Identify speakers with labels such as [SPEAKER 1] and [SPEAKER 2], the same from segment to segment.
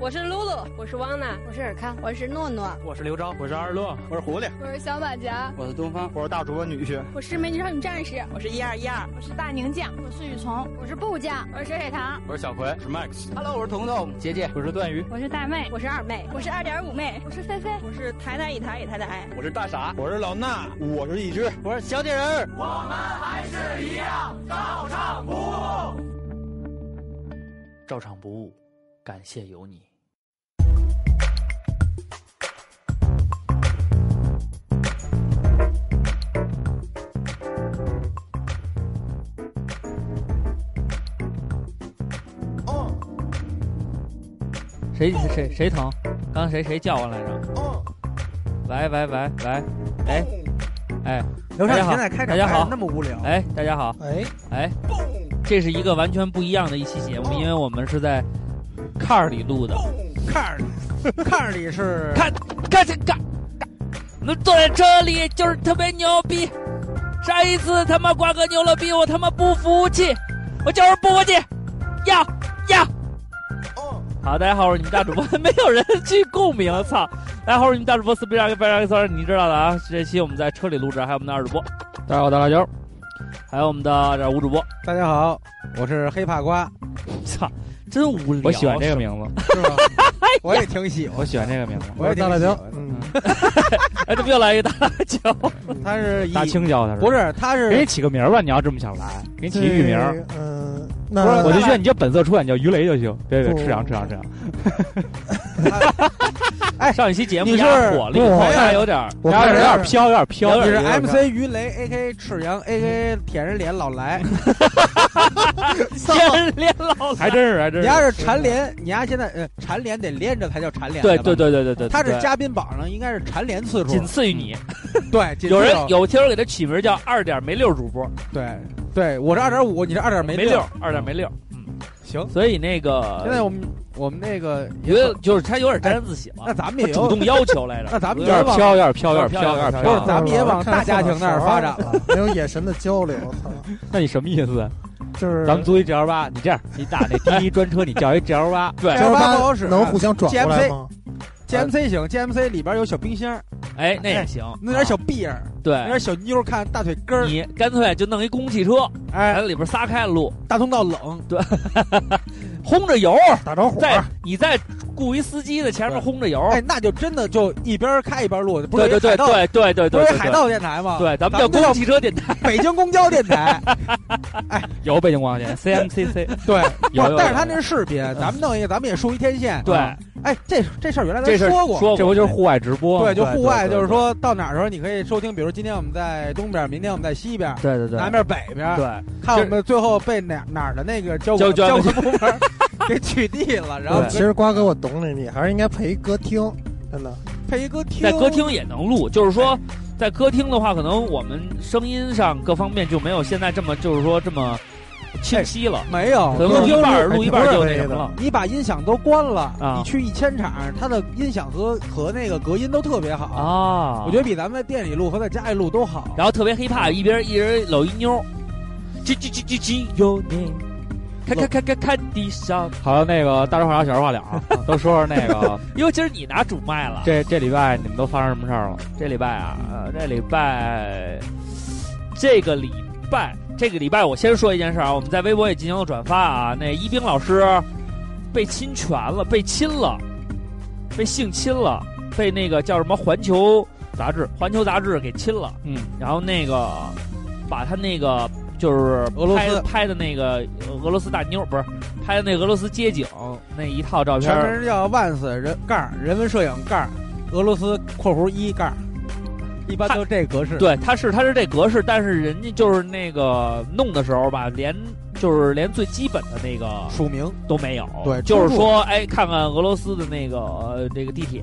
[SPEAKER 1] 我是露露，我是汪娜，
[SPEAKER 2] 我是尔康，
[SPEAKER 3] 我是诺诺，
[SPEAKER 4] 我是刘钊，
[SPEAKER 5] 我是二乐，
[SPEAKER 6] 我是狐狸，
[SPEAKER 7] 我是小马甲，
[SPEAKER 8] 我是东方，
[SPEAKER 9] 我是大主播女婿，
[SPEAKER 10] 我是美女少女战士，
[SPEAKER 11] 我是一二一二，
[SPEAKER 12] 我是大宁酱，
[SPEAKER 13] 我是雨从，
[SPEAKER 14] 我是布酱，
[SPEAKER 15] 我是水水糖，
[SPEAKER 16] 我是小葵，
[SPEAKER 17] 我是 Max。
[SPEAKER 18] Hello，我是彤彤，
[SPEAKER 19] 姐姐，
[SPEAKER 20] 我是段鱼，
[SPEAKER 6] 我是大妹，
[SPEAKER 21] 我是二妹，
[SPEAKER 22] 我是二点五妹，
[SPEAKER 23] 我是菲菲，
[SPEAKER 24] 我是台台以台以台台，
[SPEAKER 25] 我是大傻，
[SPEAKER 26] 我是老衲，
[SPEAKER 27] 我是一只，
[SPEAKER 28] 我是小铁人，
[SPEAKER 29] 我们还是一样照常不误，
[SPEAKER 30] 照常不误，感谢有你。
[SPEAKER 19] 谁谁谁疼？刚才谁谁叫唤来着？
[SPEAKER 31] 哦
[SPEAKER 19] 喂喂喂喂！哎哎，
[SPEAKER 31] 刘畅，你现在开场
[SPEAKER 19] 大家好，
[SPEAKER 31] 那么无聊？
[SPEAKER 19] 哎，大家好，
[SPEAKER 31] 哎
[SPEAKER 19] 哎，这是一个完全不一样的一期节目，因为我们是在 car 里录的。
[SPEAKER 31] car 哦里 car 里是
[SPEAKER 19] 看看这看，能坐在车里就是特别牛逼。上一次他妈瓜哥牛了逼，我他妈不服气，我就是不服气，要要。好，大家好，我是你们大主播，没有人去共鸣，操！大家好，我是你们大主播四 B 二 K 八二 K 三，你知道的啊。这期我们在车里录制，还有我们的二主播，
[SPEAKER 32] 大家好，我大辣椒，
[SPEAKER 19] 还有我们的这吴主播，
[SPEAKER 31] 大家好，我是黑怕瓜，
[SPEAKER 19] 操，真无聊。
[SPEAKER 32] 我喜欢这个名字，
[SPEAKER 31] 是吧？我也挺喜 欢，
[SPEAKER 32] 我喜欢这个名字，
[SPEAKER 31] 我也
[SPEAKER 32] 大辣椒。
[SPEAKER 19] 嗯，哎，怎么又来一个大辣椒？
[SPEAKER 31] 他是
[SPEAKER 32] 大青哎椒，他是
[SPEAKER 31] 不是？他是
[SPEAKER 32] 给你起个名儿吧？你要这么想来，给你起个名儿。
[SPEAKER 31] 嗯。
[SPEAKER 32] 呃那我就觉得你叫本色出演，叫鱼雷就行。别别，赤羊赤羊赤
[SPEAKER 19] 羊。哎，上一期节目
[SPEAKER 31] 你是
[SPEAKER 19] 火了，我还有点，
[SPEAKER 32] 有点有点飘，有点飘。
[SPEAKER 31] 你是 MC 鱼雷 AK 赤羊 AK 舔人脸老来，
[SPEAKER 19] 舔人脸老
[SPEAKER 32] 还真是还真是。
[SPEAKER 31] 你要是蝉联，你丫现在呃蝉联得连着才叫蝉联。
[SPEAKER 19] 对对对对对对，
[SPEAKER 31] 他是嘉宾榜上应该是蝉联次数，
[SPEAKER 19] 仅次于你。
[SPEAKER 31] 对，
[SPEAKER 19] 有人有听友给他起名叫二点没六主播。
[SPEAKER 31] 对。对，我是二点五，你是二点
[SPEAKER 19] 没
[SPEAKER 31] 六，
[SPEAKER 19] 二点没六，嗯，
[SPEAKER 31] 行。
[SPEAKER 19] 所以那个
[SPEAKER 31] 现在我们我们那个
[SPEAKER 19] 有点就是他有点沾沾自喜了。
[SPEAKER 31] 那咱们 也
[SPEAKER 19] 主动要求来着，
[SPEAKER 31] 那咱
[SPEAKER 32] 有
[SPEAKER 31] 们
[SPEAKER 32] 点飘，有点飘，有点飘，有点飘。
[SPEAKER 31] 不是，咱们也往大家庭那儿发展了，
[SPEAKER 27] 没有眼神的交流。
[SPEAKER 32] 那你什么意思？
[SPEAKER 27] 就是
[SPEAKER 32] 咱们租一 GL 八，你这样，你打那第一专车，你叫一 GL 八，
[SPEAKER 31] 对
[SPEAKER 27] ，GL
[SPEAKER 31] 八使
[SPEAKER 27] 能互相转过来吗？
[SPEAKER 31] GMC 行，GMC 里边有小冰箱，
[SPEAKER 19] 哎，那也行，
[SPEAKER 31] 弄点小臂儿，
[SPEAKER 19] 对，
[SPEAKER 31] 弄点小妞看大腿根儿。
[SPEAKER 19] 哎你干脆就弄一公共汽车，
[SPEAKER 31] 哎，
[SPEAKER 19] 里边撒开了路，
[SPEAKER 31] 大通道冷，
[SPEAKER 19] 对，轰着油，
[SPEAKER 27] 打着火，
[SPEAKER 19] 再你再雇一司机在前面轰着油，
[SPEAKER 31] 哎，那就真的就一边开一边录，不是
[SPEAKER 19] 对对对对对对，
[SPEAKER 31] 不是海盗电台吗？
[SPEAKER 19] 对，咱们叫公共汽车电台，
[SPEAKER 31] 北京公交电 台。哎，
[SPEAKER 32] 有北京公交电台
[SPEAKER 19] CMCC，
[SPEAKER 31] 对，
[SPEAKER 32] 有，
[SPEAKER 31] 但是他那是视频，咱们弄一个，咱们也竖一天线，
[SPEAKER 19] 对。
[SPEAKER 31] 哎，这这事儿原来咱说
[SPEAKER 19] 过，
[SPEAKER 32] 这不就是户外直播？
[SPEAKER 31] 对，就户外，就是说到哪儿时候你可以收听，比如今天我们在东边，明天我们在西边，
[SPEAKER 19] 对对对，
[SPEAKER 31] 南边北边，
[SPEAKER 19] 对，
[SPEAKER 31] 看我们最后被哪哪儿的那个交
[SPEAKER 19] 交
[SPEAKER 31] 交管部门给取缔了。然后
[SPEAKER 27] 其实瓜哥，我懂你，你还是应该配一歌厅，真的，
[SPEAKER 31] 配一歌厅，
[SPEAKER 19] 在歌厅也能
[SPEAKER 31] 哎
[SPEAKER 19] 录，就是说。在歌厅的话，可能我们声音上各方面就没有现在这么，就是说这么清晰了。
[SPEAKER 31] 没有，
[SPEAKER 19] 录一半录一
[SPEAKER 31] 哎
[SPEAKER 19] 半就那啊什么了。
[SPEAKER 31] 你把音响都关了，你去一千场，它的音响和和那个隔音都特别好
[SPEAKER 19] 啊。
[SPEAKER 31] 我觉得比咱们在店里录和在家里录都好。
[SPEAKER 19] 然后特别黑怕，一边一人搂一妞，叽叽叽叽叽有你，看看看看看地上。
[SPEAKER 32] 好了，那个大实话小实话了，都说说那个。
[SPEAKER 19] 哟，今儿你拿主麦了。
[SPEAKER 32] 这这礼拜你们都发生什么事儿了？
[SPEAKER 19] 这礼拜啊，呃，这礼拜，这个礼拜，这个礼拜，我先说一件事啊，我们在微博也进行了转发啊。那一冰老师被侵权了，被亲了，被性侵了，被那个叫什么《环球
[SPEAKER 32] 杂志》
[SPEAKER 19] 《环球杂志》给亲了。
[SPEAKER 32] 嗯，
[SPEAKER 19] 然后那个把他那个就是
[SPEAKER 31] 俄罗斯
[SPEAKER 19] 拍的那个俄罗斯大妞，不是拍的那俄罗斯街景那一套照片，
[SPEAKER 31] 全名叫 Vans 人杠人文摄影杠俄罗斯括弧一杠。一般都这格式，
[SPEAKER 19] 对，他是他是这格式，但是人家就是那个弄的时候吧，连就是连最基本的那个
[SPEAKER 31] 署名
[SPEAKER 19] 都没有，
[SPEAKER 31] 对，
[SPEAKER 19] 就是说，哎，看看俄罗斯的那个、呃、这个地铁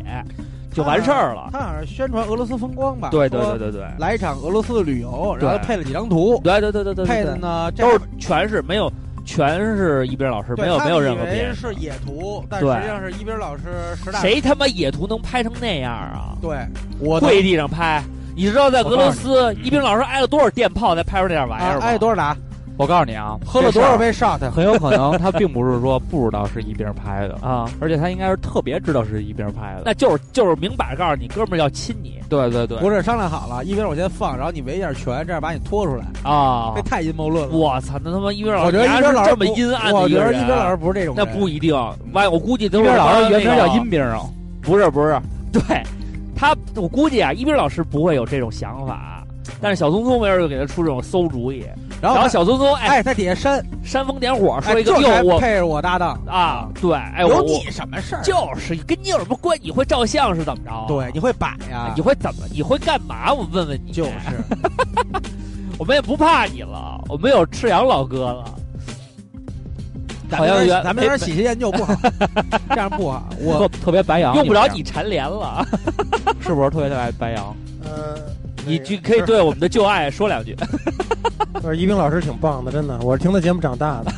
[SPEAKER 19] 就完事儿了。
[SPEAKER 31] 他好像宣传俄罗斯风光吧？
[SPEAKER 19] 对对对对对，
[SPEAKER 31] 来一场俄罗斯的旅游，然后配了几张图，
[SPEAKER 19] 对对对对对，
[SPEAKER 31] 配的呢
[SPEAKER 19] 都是全是没有。全是一斌老师，没有没有任何别人
[SPEAKER 31] 是野图，但实际上是一斌老师十大。
[SPEAKER 19] 谁他妈野图能拍成那样啊？
[SPEAKER 31] 对，我
[SPEAKER 19] 跪地啊上拍，你知道在俄罗斯，一斌老师挨了多少电炮才拍出那点玩意儿吗？
[SPEAKER 31] 哎挨多少打？
[SPEAKER 32] 我告诉你啊，
[SPEAKER 31] 喝了多少杯 shot？
[SPEAKER 32] 很有可能他并不是说不知道是一边拍的，
[SPEAKER 19] 啊，
[SPEAKER 32] 而且他应该是特别知道是一边拍的。
[SPEAKER 19] 那就是就是明摆告诉你，哥们儿要亲你
[SPEAKER 32] 对对对，
[SPEAKER 31] 不是商量好了，一边我先放，然后你围一下拳，这样把你拖出来，
[SPEAKER 19] 啊
[SPEAKER 31] 这！太阴谋论了。
[SPEAKER 19] 我操，那他妈一边老师，
[SPEAKER 31] 我觉得
[SPEAKER 19] 你还
[SPEAKER 31] 一边
[SPEAKER 19] 是
[SPEAKER 31] 老师
[SPEAKER 19] 这么阴暗的
[SPEAKER 31] 我觉
[SPEAKER 19] 个
[SPEAKER 31] 得
[SPEAKER 19] 人
[SPEAKER 31] 一边老师不是这种
[SPEAKER 19] 啊那
[SPEAKER 31] 人，
[SPEAKER 19] 不一定，完我估计都
[SPEAKER 32] 一
[SPEAKER 19] 是
[SPEAKER 32] 边老
[SPEAKER 19] 玩
[SPEAKER 32] 师原名
[SPEAKER 19] 那
[SPEAKER 32] 叫
[SPEAKER 19] 个
[SPEAKER 32] 阴兵啊，
[SPEAKER 19] 不是不是，对他，我估计啊，一斌老师不会有这种想法，但是小聪聪没准就给他出这种馊主意，
[SPEAKER 31] 然
[SPEAKER 19] 然
[SPEAKER 31] 后
[SPEAKER 19] 后
[SPEAKER 31] 他
[SPEAKER 19] 小聪聪哎
[SPEAKER 31] 哎，在底下扇，
[SPEAKER 19] 煽风点火，说
[SPEAKER 31] 哎，
[SPEAKER 19] 一个
[SPEAKER 31] 这才
[SPEAKER 19] 哟我
[SPEAKER 31] 配着我搭档，
[SPEAKER 19] 啊，对，哎我
[SPEAKER 31] 有
[SPEAKER 19] 我
[SPEAKER 31] 你什么事儿？
[SPEAKER 19] 就是跟你有什么关？你会照相是怎么着啊？
[SPEAKER 31] 对，你会摆呀，
[SPEAKER 19] 你会怎么？你会干嘛？我问问你，
[SPEAKER 31] 就是。
[SPEAKER 19] 我们也不怕你了，我们有赤阳老哥了。
[SPEAKER 31] 咱
[SPEAKER 19] 好
[SPEAKER 31] 们
[SPEAKER 19] 像
[SPEAKER 31] 有点
[SPEAKER 19] 原哎
[SPEAKER 31] 咱们有点喜新厌旧不好，这样不好。
[SPEAKER 32] 特
[SPEAKER 31] 我
[SPEAKER 32] 特别白羊，
[SPEAKER 19] 用不着
[SPEAKER 32] 你
[SPEAKER 19] 你蝉联了，
[SPEAKER 32] 们是不是特别白白羊？
[SPEAKER 27] 呃，
[SPEAKER 19] 你
[SPEAKER 27] 这
[SPEAKER 19] 就可以对我们的旧爱说两句。
[SPEAKER 27] 不是一冰老师挺棒的，真的，我是听他节目长大的。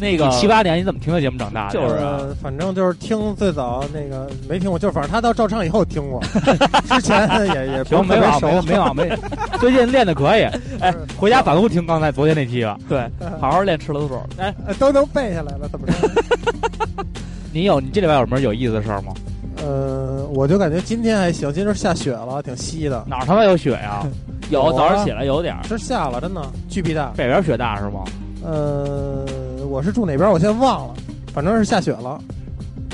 [SPEAKER 19] 那
[SPEAKER 32] 你
[SPEAKER 19] 个
[SPEAKER 32] 七八年你怎么听的节目长大的？
[SPEAKER 19] 就是啊
[SPEAKER 27] 呃，反正就是听最早那个没听过，就是反正他到照唱以后听过，之前也也不
[SPEAKER 32] 行，
[SPEAKER 33] 是
[SPEAKER 32] 没
[SPEAKER 27] 特
[SPEAKER 32] 网没
[SPEAKER 27] 别 熟。
[SPEAKER 32] 没网没，最近练的可以，哎，回家反复听刚才昨天那期吧。
[SPEAKER 19] 对，好好练吃了走。哎，
[SPEAKER 27] 呃都能背下来了，怎么着？
[SPEAKER 32] 你有你这礼拜有什么有意思的事儿吗？
[SPEAKER 27] 呃，我就感觉今天还行，今天是下雪了，挺稀的，
[SPEAKER 32] 哪儿他妈有雪呀？
[SPEAKER 19] 有
[SPEAKER 27] 有
[SPEAKER 19] 早
[SPEAKER 27] 啊
[SPEAKER 19] 上起来有点儿，
[SPEAKER 27] 是下了，真的巨屁大。
[SPEAKER 32] 北边雪大是吗？
[SPEAKER 27] 呃，我是住哪边？我现在忘了，反正是下雪了，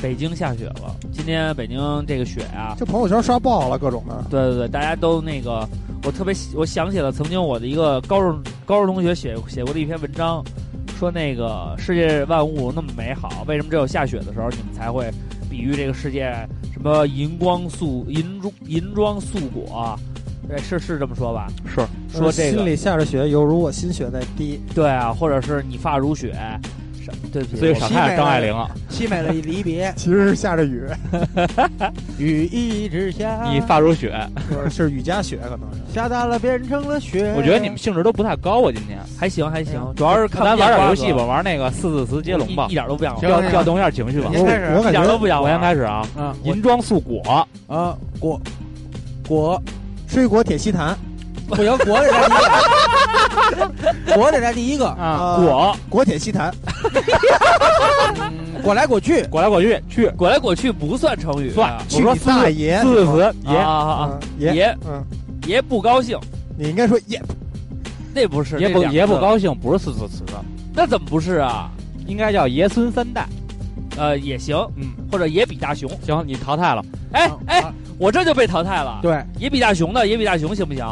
[SPEAKER 19] 北京下雪了。今天北京这个雪啊，
[SPEAKER 27] 就朋友圈刷爆了各种的。
[SPEAKER 19] 对对对，大家都那个，我特别喜我想起了曾经我的一个高中高中同学写写过的一篇文章，说那个世界万物那么美好，为什么只有下雪的时候你们才会比喻这个世界什么银光素银珠银装素裹？啊对，是是这么说吧？
[SPEAKER 32] 是
[SPEAKER 19] 说这
[SPEAKER 27] 呃心
[SPEAKER 19] 个
[SPEAKER 27] 里下着雪，犹如我心血在滴。
[SPEAKER 19] 对啊，或者是你发如雪，是对不起，
[SPEAKER 32] 所以
[SPEAKER 19] 我
[SPEAKER 32] 少看点张爱玲啊。
[SPEAKER 31] 凄美的离 别，
[SPEAKER 27] 其实是下着雨，
[SPEAKER 31] 雨一直下，
[SPEAKER 32] 你发如雪，
[SPEAKER 27] 不是是雨夹雪，可能是。
[SPEAKER 31] 下大了变成了雪。
[SPEAKER 32] 我觉得你们兴致都不太高啊。今天
[SPEAKER 19] 还行还行
[SPEAKER 31] 哎呀，
[SPEAKER 19] 主要是看
[SPEAKER 32] 咱
[SPEAKER 19] 不见
[SPEAKER 32] 玩点
[SPEAKER 19] 瓜
[SPEAKER 32] 游
[SPEAKER 19] 葛
[SPEAKER 32] 戏吧，，玩那个四字词接龙吧
[SPEAKER 19] 一一，点都不想玩，
[SPEAKER 31] 行
[SPEAKER 32] 调
[SPEAKER 31] 行
[SPEAKER 32] 调动一下情绪吧。
[SPEAKER 31] 你开始
[SPEAKER 27] 我我
[SPEAKER 19] 一
[SPEAKER 27] 感
[SPEAKER 19] 点都
[SPEAKER 27] 觉
[SPEAKER 19] 不想
[SPEAKER 32] 我
[SPEAKER 19] 玩
[SPEAKER 32] 先。开始啊，
[SPEAKER 31] 啊
[SPEAKER 32] 银装素裹，
[SPEAKER 31] 啊果果
[SPEAKER 27] 水果铁西坛
[SPEAKER 31] 不行，果得占第一个，果得占第一个。
[SPEAKER 32] 啊，
[SPEAKER 27] 呃
[SPEAKER 19] 果
[SPEAKER 27] 国铁西坛，
[SPEAKER 31] 嗯果来果去，
[SPEAKER 32] 裹来裹去去，
[SPEAKER 19] 裹来裹去不算成语，
[SPEAKER 32] 算
[SPEAKER 19] 啊
[SPEAKER 32] 我
[SPEAKER 27] 去
[SPEAKER 32] 说
[SPEAKER 27] 你
[SPEAKER 32] 四
[SPEAKER 27] 大爷！
[SPEAKER 32] 四字词
[SPEAKER 19] 啊
[SPEAKER 32] 爷
[SPEAKER 19] 啊啊
[SPEAKER 27] 啊！爷，
[SPEAKER 19] 爷
[SPEAKER 27] 嗯，
[SPEAKER 19] 爷不高兴，
[SPEAKER 27] 你应该说爷，
[SPEAKER 19] 那不是
[SPEAKER 32] 爷不
[SPEAKER 19] 那两个
[SPEAKER 32] 爷不，高兴，不是四字词的，
[SPEAKER 19] 那怎么不是啊？
[SPEAKER 32] 应该叫爷孙三代。
[SPEAKER 19] 呃，也行，
[SPEAKER 32] 嗯，
[SPEAKER 19] 或者野比大雄。
[SPEAKER 32] 行，你淘汰了，
[SPEAKER 19] 哎
[SPEAKER 31] 啊
[SPEAKER 19] 哎，
[SPEAKER 31] 啊
[SPEAKER 19] 我这就被淘汰了。
[SPEAKER 31] 对，
[SPEAKER 19] 野比大雄的野比大雄行不行？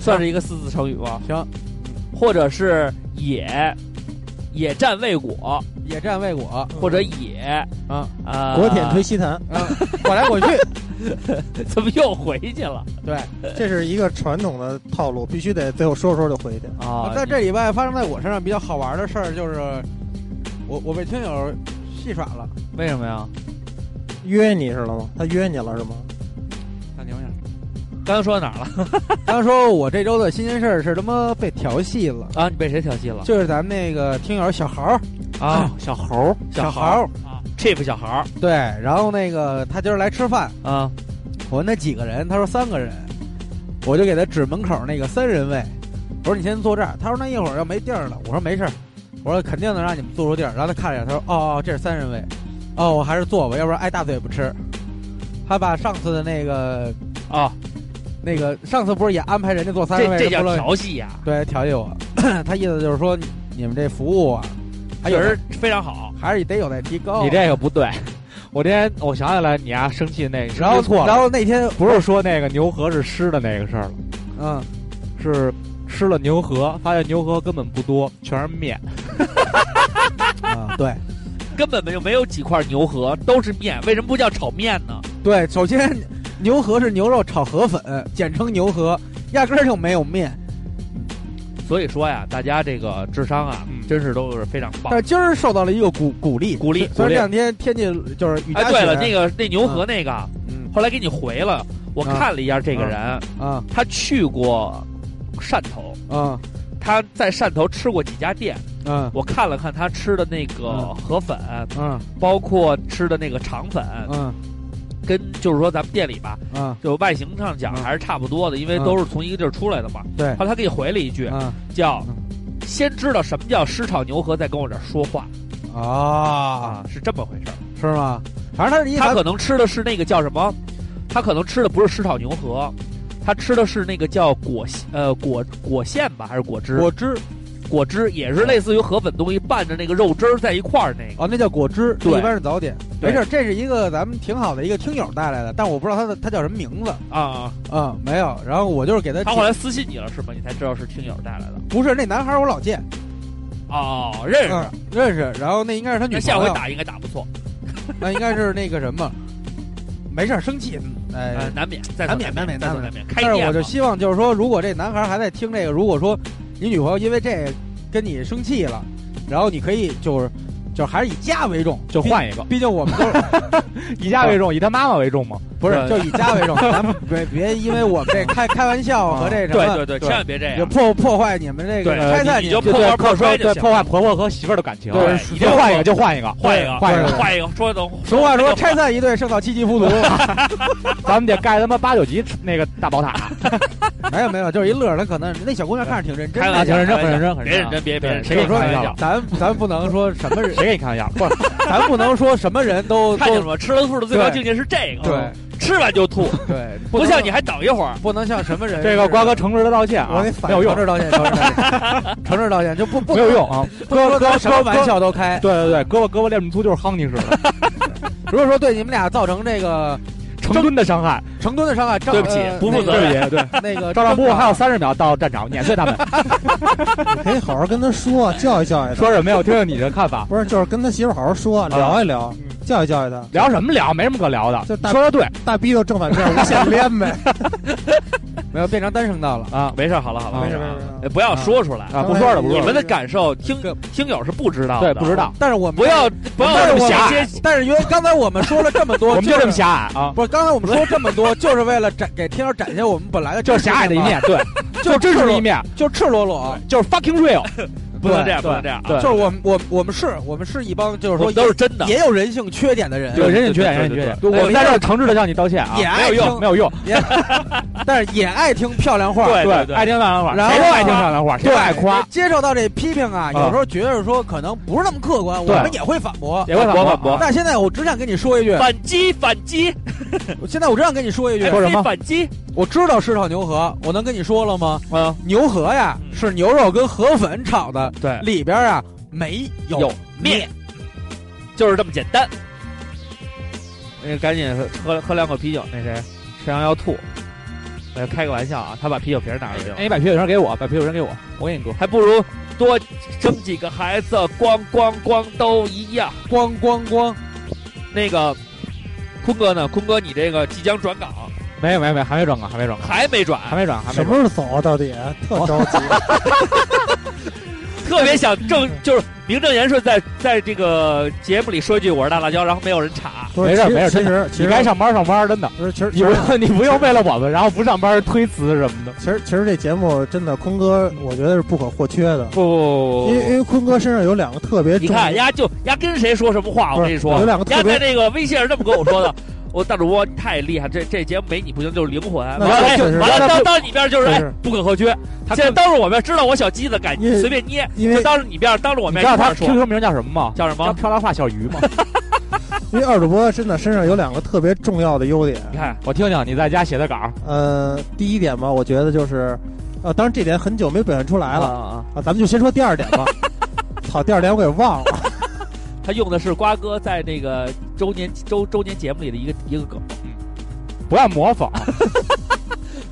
[SPEAKER 19] 算是一个四字成语吗？
[SPEAKER 31] 行，
[SPEAKER 19] 或者是野野战未果，
[SPEAKER 31] 野战未果，
[SPEAKER 32] 嗯
[SPEAKER 19] 或者野
[SPEAKER 31] 啊
[SPEAKER 19] 啊
[SPEAKER 27] 国铁推西坛，
[SPEAKER 31] 果来果去，
[SPEAKER 19] 怎么又回去了
[SPEAKER 31] 对。
[SPEAKER 27] 这是一个传统的套路，必须得最后说说就回去。
[SPEAKER 32] 哦
[SPEAKER 19] 啊？
[SPEAKER 31] 在这礼拜发生在我身上比较好玩的事儿就是，我我被听友戏耍了。
[SPEAKER 19] 为什么呀？
[SPEAKER 27] 约你是了吗？他约你了是吗？
[SPEAKER 31] 暂停一下。
[SPEAKER 19] 刚才说到哪儿了？
[SPEAKER 31] 他说我这周的新鲜事儿是他妈被调戏了，
[SPEAKER 19] 啊，你被谁调戏了？
[SPEAKER 31] 就是咱们那个听友小豪儿，
[SPEAKER 19] 啊，
[SPEAKER 32] 小猴
[SPEAKER 19] 小
[SPEAKER 31] 豪
[SPEAKER 19] 孩
[SPEAKER 31] 儿，
[SPEAKER 19] 啊，Chip 小孩儿
[SPEAKER 31] 对，然后那个他今儿来吃饭，
[SPEAKER 19] 啊，
[SPEAKER 31] 我问他几个人，他说三个人，我就给他指门口那个三人位，我说你先坐这儿，他说那一会儿要没地儿了，我说没事儿，我说肯定能让你们坐出地儿，然后他看了一眼，他说哦哦，这是三人位，哦我还是坐吧，要不然挨大嘴不吃，他把上次的那个
[SPEAKER 19] 啊，
[SPEAKER 31] 那个上次不是也安排人家坐三
[SPEAKER 19] 这
[SPEAKER 31] 人位，
[SPEAKER 19] 这
[SPEAKER 31] 人
[SPEAKER 19] 叫
[SPEAKER 31] 不 乐意
[SPEAKER 19] 调戏呀，
[SPEAKER 31] 对调戏我，他意思就是说你们这服务啊，还有
[SPEAKER 19] 确实非常好。
[SPEAKER 31] 还是得有待提高。
[SPEAKER 32] 你这个不对。 我今天我想起来你啊生气那个，
[SPEAKER 31] 然后
[SPEAKER 32] 生气错了，
[SPEAKER 31] 然后那天
[SPEAKER 32] 不是说那个牛河是湿的那个事儿了，
[SPEAKER 31] 嗯，
[SPEAKER 32] 是吃了牛河，发现牛河根本不多，全是面。
[SPEAKER 31] 啊对
[SPEAKER 19] 根本没有没有几块牛河，都是面，为什么不叫炒面呢？
[SPEAKER 31] 对，首先牛河是牛肉炒河粉，简称牛河，压根儿就没有面。
[SPEAKER 19] 所以说呀，大家这个智商啊，
[SPEAKER 32] 嗯
[SPEAKER 19] 真是都是非常棒
[SPEAKER 31] 但。是今儿受到了一个鼓鼓励，
[SPEAKER 19] 鼓励
[SPEAKER 31] 虽然
[SPEAKER 19] 鼓
[SPEAKER 31] 这
[SPEAKER 19] 励
[SPEAKER 31] 两天天气就是雨夹雪，
[SPEAKER 19] 哎，对了，那个那牛河那个，
[SPEAKER 31] 嗯
[SPEAKER 19] 后来给你回了，我
[SPEAKER 31] 啊
[SPEAKER 19] 看了一下这个
[SPEAKER 31] 啊
[SPEAKER 19] 人，
[SPEAKER 31] 啊
[SPEAKER 19] 他去过汕头，
[SPEAKER 31] 啊
[SPEAKER 19] 他在汕头吃过几家店，
[SPEAKER 31] 嗯
[SPEAKER 19] 我看了看他吃的那个
[SPEAKER 31] 嗯
[SPEAKER 19] 河粉，
[SPEAKER 31] 嗯
[SPEAKER 19] 包括吃的那个肠粉，
[SPEAKER 31] 嗯
[SPEAKER 19] 跟就是说咱们店里吧，
[SPEAKER 31] 嗯
[SPEAKER 19] 就外形上讲
[SPEAKER 31] 嗯
[SPEAKER 19] 还是差不多的，因为
[SPEAKER 31] 嗯
[SPEAKER 19] 都是从一个地儿出来的嘛。
[SPEAKER 31] 对
[SPEAKER 19] 后来他给你回了一句，
[SPEAKER 31] 嗯
[SPEAKER 19] 叫
[SPEAKER 31] 嗯
[SPEAKER 19] “先知道什么叫湿炒牛河，再跟我这儿说话
[SPEAKER 31] 啊，
[SPEAKER 19] 啊，是这么回事儿。
[SPEAKER 31] 是吗？反正他是一
[SPEAKER 19] 他可能吃的是那个叫什么？他可能吃的不是湿炒牛河，他吃的是那个叫果呃果果馅吧，还是果汁？
[SPEAKER 31] 果汁
[SPEAKER 19] 果汁也是类似于河粉东西拌着那个肉汁儿在一块儿那个。
[SPEAKER 31] 啊，那叫果汁，
[SPEAKER 19] 对
[SPEAKER 31] 一般是早点。
[SPEAKER 19] 对
[SPEAKER 31] 没事儿，这是一个咱们挺好的一个听友带来的，但我不知道他的他叫什么名字
[SPEAKER 19] 啊，
[SPEAKER 31] 啊、没有。然后我就是给他
[SPEAKER 19] 他后来私信你了是吗？你才知道是听友带来的。
[SPEAKER 31] 不是那男孩，我老见，
[SPEAKER 19] 哦，认识。
[SPEAKER 31] 嗯，认识。然后那应该是他女
[SPEAKER 19] 那
[SPEAKER 31] 朋
[SPEAKER 19] 下回
[SPEAKER 31] 友，
[SPEAKER 19] 打应该打不错，
[SPEAKER 31] 那应该是那个什么，没事儿，生气，哎，
[SPEAKER 19] 呃，难免，再
[SPEAKER 31] 难免
[SPEAKER 19] 难
[SPEAKER 31] 难免
[SPEAKER 19] 难免，再免。开
[SPEAKER 31] 但是
[SPEAKER 19] 店
[SPEAKER 31] 我就
[SPEAKER 19] 嘛
[SPEAKER 31] 希望就是说，如果这男孩还在听这个，如果说你女朋友因为这个跟你生气了，然后你可以就是就还是以家为重，
[SPEAKER 32] 就换一个，
[SPEAKER 31] 毕。毕竟我们都 是
[SPEAKER 32] 以家为重，以他妈妈为重嘛。
[SPEAKER 31] 不是
[SPEAKER 19] 对
[SPEAKER 31] 就以家 为重，咱们别别因为我们这开开玩笑和这什么，
[SPEAKER 19] 啊对对对，千万别这
[SPEAKER 31] 就
[SPEAKER 19] 样。
[SPEAKER 31] 破破坏你们这个
[SPEAKER 19] 对
[SPEAKER 31] 拆散
[SPEAKER 19] 你
[SPEAKER 31] 你
[SPEAKER 19] 就
[SPEAKER 31] 们
[SPEAKER 19] 破罐破摔就
[SPEAKER 32] 对，
[SPEAKER 19] 行
[SPEAKER 32] 破坏婆婆和媳妇儿的感情。
[SPEAKER 19] 对一定
[SPEAKER 32] 就
[SPEAKER 19] 要
[SPEAKER 32] 换一个，就换一个，
[SPEAKER 19] 换一个，
[SPEAKER 32] 换一 个。
[SPEAKER 19] 换一个，说等
[SPEAKER 31] 俗话说拆散一对胜造七级 浮屠。
[SPEAKER 32] 咱们得盖他妈八九级那个大宝塔，
[SPEAKER 31] 没有没有，就是一乐儿，他可能那小姑娘看着挺认真
[SPEAKER 19] 开玩
[SPEAKER 32] 啊
[SPEAKER 19] 笑
[SPEAKER 32] 挺
[SPEAKER 19] 开
[SPEAKER 32] 认真，很
[SPEAKER 19] 玩
[SPEAKER 32] 认真，
[SPEAKER 19] 笑，
[SPEAKER 32] 很
[SPEAKER 19] 别
[SPEAKER 32] 认
[SPEAKER 19] 认真，啊别别认真，
[SPEAKER 32] 谁给
[SPEAKER 19] 别
[SPEAKER 32] 你开
[SPEAKER 19] 开
[SPEAKER 32] 玩
[SPEAKER 19] 玩
[SPEAKER 32] 笑
[SPEAKER 19] 笑？
[SPEAKER 31] 咱咱不能说什么人，
[SPEAKER 32] 谁给你开玩笑？不是，
[SPEAKER 31] 咱不能说什么人 都
[SPEAKER 19] 看见
[SPEAKER 31] 都
[SPEAKER 19] 了吗？吃了吐的最高境界是这个，啊
[SPEAKER 31] 对，
[SPEAKER 19] 吃完就吐，
[SPEAKER 31] 对，
[SPEAKER 19] 不
[SPEAKER 31] 能
[SPEAKER 19] 像你还等一会儿。
[SPEAKER 31] 不能像什么人
[SPEAKER 32] 这个
[SPEAKER 31] 似的
[SPEAKER 32] 瓜哥诚挚的道歉啊
[SPEAKER 31] 我得，
[SPEAKER 32] 没有用
[SPEAKER 31] 诚，挚道歉，诚挚道 歉，诚挚道歉，就不不
[SPEAKER 32] 没有，用啊。
[SPEAKER 31] 不能说
[SPEAKER 32] 哥哥
[SPEAKER 31] 咱什么玩笑都开。
[SPEAKER 32] 对对对，胳膊胳膊练不粗就是夯你似 的，
[SPEAKER 31] 如果说对你们俩造成这个
[SPEAKER 32] 成吨的伤害。
[SPEAKER 31] 成吨的伤害，正呃
[SPEAKER 19] 对不起不负责
[SPEAKER 32] 对
[SPEAKER 19] 任
[SPEAKER 32] 不起，对，
[SPEAKER 31] 那个
[SPEAKER 32] 照常 不误，还
[SPEAKER 31] 还
[SPEAKER 32] 有
[SPEAKER 31] 有
[SPEAKER 32] 三十秒到战场，碾碎他们。
[SPEAKER 27] 你可以好好跟他说，教育教育他。
[SPEAKER 32] 说什么呀？我听听你的看法。
[SPEAKER 27] 不是，就是跟他媳妇好好说，聊一聊，教育教育他。
[SPEAKER 32] 聊什么聊？没什么可聊的
[SPEAKER 27] 就，大
[SPEAKER 32] 说的对
[SPEAKER 27] 大逼斗正反面无限连呗。
[SPEAKER 31] 没有变成单声道了。
[SPEAKER 32] 啊
[SPEAKER 19] 没事儿，好了好了，
[SPEAKER 27] 没
[SPEAKER 19] 没
[SPEAKER 27] 事
[SPEAKER 19] 事
[SPEAKER 27] 没
[SPEAKER 19] 儿，
[SPEAKER 27] 事没
[SPEAKER 19] 哎不要说出来。
[SPEAKER 32] 啊，不说了，不说
[SPEAKER 19] 你
[SPEAKER 32] 了，
[SPEAKER 19] 们的啊感受，听
[SPEAKER 31] 对
[SPEAKER 19] 听友是不知道
[SPEAKER 32] 对
[SPEAKER 19] 的，
[SPEAKER 32] 不知道，
[SPEAKER 31] 但是我们
[SPEAKER 19] 不要不要
[SPEAKER 31] 但是
[SPEAKER 19] 这么
[SPEAKER 31] 我
[SPEAKER 19] 狭隘
[SPEAKER 31] 们但是因为刚才我们说了这么多，
[SPEAKER 32] 我们就这么
[SPEAKER 31] 是
[SPEAKER 32] 狭隘啊，
[SPEAKER 31] 不是，刚才我们说这么多，就是为了展给听友展现我们本来的
[SPEAKER 32] 就
[SPEAKER 31] 就是
[SPEAKER 32] 狭隘的一，面，对，
[SPEAKER 31] 就
[SPEAKER 32] 真实的一
[SPEAKER 31] 面，
[SPEAKER 32] 面，
[SPEAKER 31] 就赤裸裸，
[SPEAKER 32] 就是 fucking real，
[SPEAKER 19] 不能这样，
[SPEAKER 32] 对
[SPEAKER 19] 不能这样啊！
[SPEAKER 32] 对
[SPEAKER 31] 就是我们我们我们是我们是一帮就是
[SPEAKER 19] 我
[SPEAKER 31] 说
[SPEAKER 19] 们都是真的，
[SPEAKER 31] 也有人性缺点的人，
[SPEAKER 32] 有人性缺
[SPEAKER 19] 对
[SPEAKER 32] 点，人
[SPEAKER 19] 对
[SPEAKER 32] 性缺
[SPEAKER 19] 对
[SPEAKER 32] 点。
[SPEAKER 19] 对
[SPEAKER 32] 我们在这儿诚挚的向你道歉啊，
[SPEAKER 31] 也
[SPEAKER 32] 没
[SPEAKER 31] 爱
[SPEAKER 32] 有
[SPEAKER 31] 听，
[SPEAKER 32] 用，没有用，啊
[SPEAKER 31] 但是也爱听漂亮话。
[SPEAKER 19] 对对
[SPEAKER 32] 爱听漂亮话，
[SPEAKER 31] 然后
[SPEAKER 32] 谁都爱听漂亮话，谁
[SPEAKER 31] 对，
[SPEAKER 32] 都爱夸，
[SPEAKER 31] 接受到这批评啊，有时候觉得说可能不是那么客观，我
[SPEAKER 32] 对
[SPEAKER 31] 们也会反驳。
[SPEAKER 32] 也会反驳
[SPEAKER 19] 反驳
[SPEAKER 32] 啊
[SPEAKER 31] 但现在我只想跟你说一句，
[SPEAKER 19] 反击反击，
[SPEAKER 31] 现在我只想跟你说一句，
[SPEAKER 32] 说什么
[SPEAKER 19] 哎反击？
[SPEAKER 31] 我知道湿炒牛河，我能跟你说了吗？
[SPEAKER 19] 嗯，
[SPEAKER 31] 牛河呀
[SPEAKER 19] 嗯
[SPEAKER 31] 是牛肉跟河粉炒的，
[SPEAKER 19] 对，
[SPEAKER 31] 里边啊没有
[SPEAKER 19] 有面，就是这么简单。那个赶紧喝喝两口啤酒，那谁，沈阳要吐，呃，开个玩笑啊，他把啤酒瓶拿出去了
[SPEAKER 32] 哎，，你把啤酒瓶给我，把啤酒瓶给我，我给你哥。
[SPEAKER 19] 还不如多生几个孩子，光光光都一样。
[SPEAKER 31] 咣咣咣，
[SPEAKER 19] 那个坤哥呢？坤哥，你这个即将转岗，
[SPEAKER 32] 没有没有没有，还没转岗，还没转岗，
[SPEAKER 19] 还没啊转，
[SPEAKER 32] 还没转，还没
[SPEAKER 27] 什
[SPEAKER 32] 转。
[SPEAKER 27] 么时候走啊？到底特着急。
[SPEAKER 19] 特别想正就是名正言顺在在这个节目里说一句我是大辣椒，然后没有人查。
[SPEAKER 27] 不是
[SPEAKER 32] 没事
[SPEAKER 27] 其实
[SPEAKER 32] 没事
[SPEAKER 27] 其实其
[SPEAKER 32] 你
[SPEAKER 27] 实
[SPEAKER 32] 该上班上班，真的。
[SPEAKER 27] 不是，其实
[SPEAKER 32] 你
[SPEAKER 27] 其实
[SPEAKER 32] 不，你不用为了我们，然后不上班推辞什么的。
[SPEAKER 27] 其实其实这节目真的，坤哥我觉得是不可或缺的，
[SPEAKER 19] 不不
[SPEAKER 27] 因为因为坤哥身上有两个特别
[SPEAKER 19] 哦你
[SPEAKER 27] 重，
[SPEAKER 19] 看丫就丫跟谁说什么话，
[SPEAKER 27] 不
[SPEAKER 19] 我
[SPEAKER 27] 是
[SPEAKER 19] 跟你说，
[SPEAKER 27] 有两个特
[SPEAKER 19] 丫
[SPEAKER 27] 别
[SPEAKER 19] 在这个微信上这么跟我说的。我大主播你太厉害，这这节目没你不行，就是灵魂。完
[SPEAKER 27] 那
[SPEAKER 19] 了，哎
[SPEAKER 27] 确实是
[SPEAKER 19] 完了
[SPEAKER 27] 那
[SPEAKER 19] 到
[SPEAKER 27] 不
[SPEAKER 19] 到你面就是
[SPEAKER 27] 确
[SPEAKER 19] 哎
[SPEAKER 34] 实
[SPEAKER 19] 不可或缺。
[SPEAKER 32] 他
[SPEAKER 19] 现在当着我面知道我小鸡子，敢
[SPEAKER 27] 因为
[SPEAKER 19] 随便捏，
[SPEAKER 27] 因
[SPEAKER 19] 就
[SPEAKER 27] 为
[SPEAKER 19] 当着你面当着我
[SPEAKER 32] 你
[SPEAKER 19] 面
[SPEAKER 32] 知道
[SPEAKER 19] 一块
[SPEAKER 32] 他
[SPEAKER 19] 儿说
[SPEAKER 32] QQ 名叫什么吗？
[SPEAKER 19] 叫什
[SPEAKER 32] 叫
[SPEAKER 19] 么？
[SPEAKER 32] 漂亮话小鱼吗？
[SPEAKER 27] 因为二主播真的身上有两个特别重要的优点。
[SPEAKER 19] 你看
[SPEAKER 32] 我听听你在家写的稿儿
[SPEAKER 27] 呃，第一点吧，我觉得就是，呃，当然这点很久没表现出来了
[SPEAKER 19] 啊，
[SPEAKER 27] 啊，咱们就先说第二点 吧。操，第二点我给忘了，
[SPEAKER 19] 他用的是瓜哥在那个周年周周年节目里的一个一个梗，
[SPEAKER 32] 不要模仿。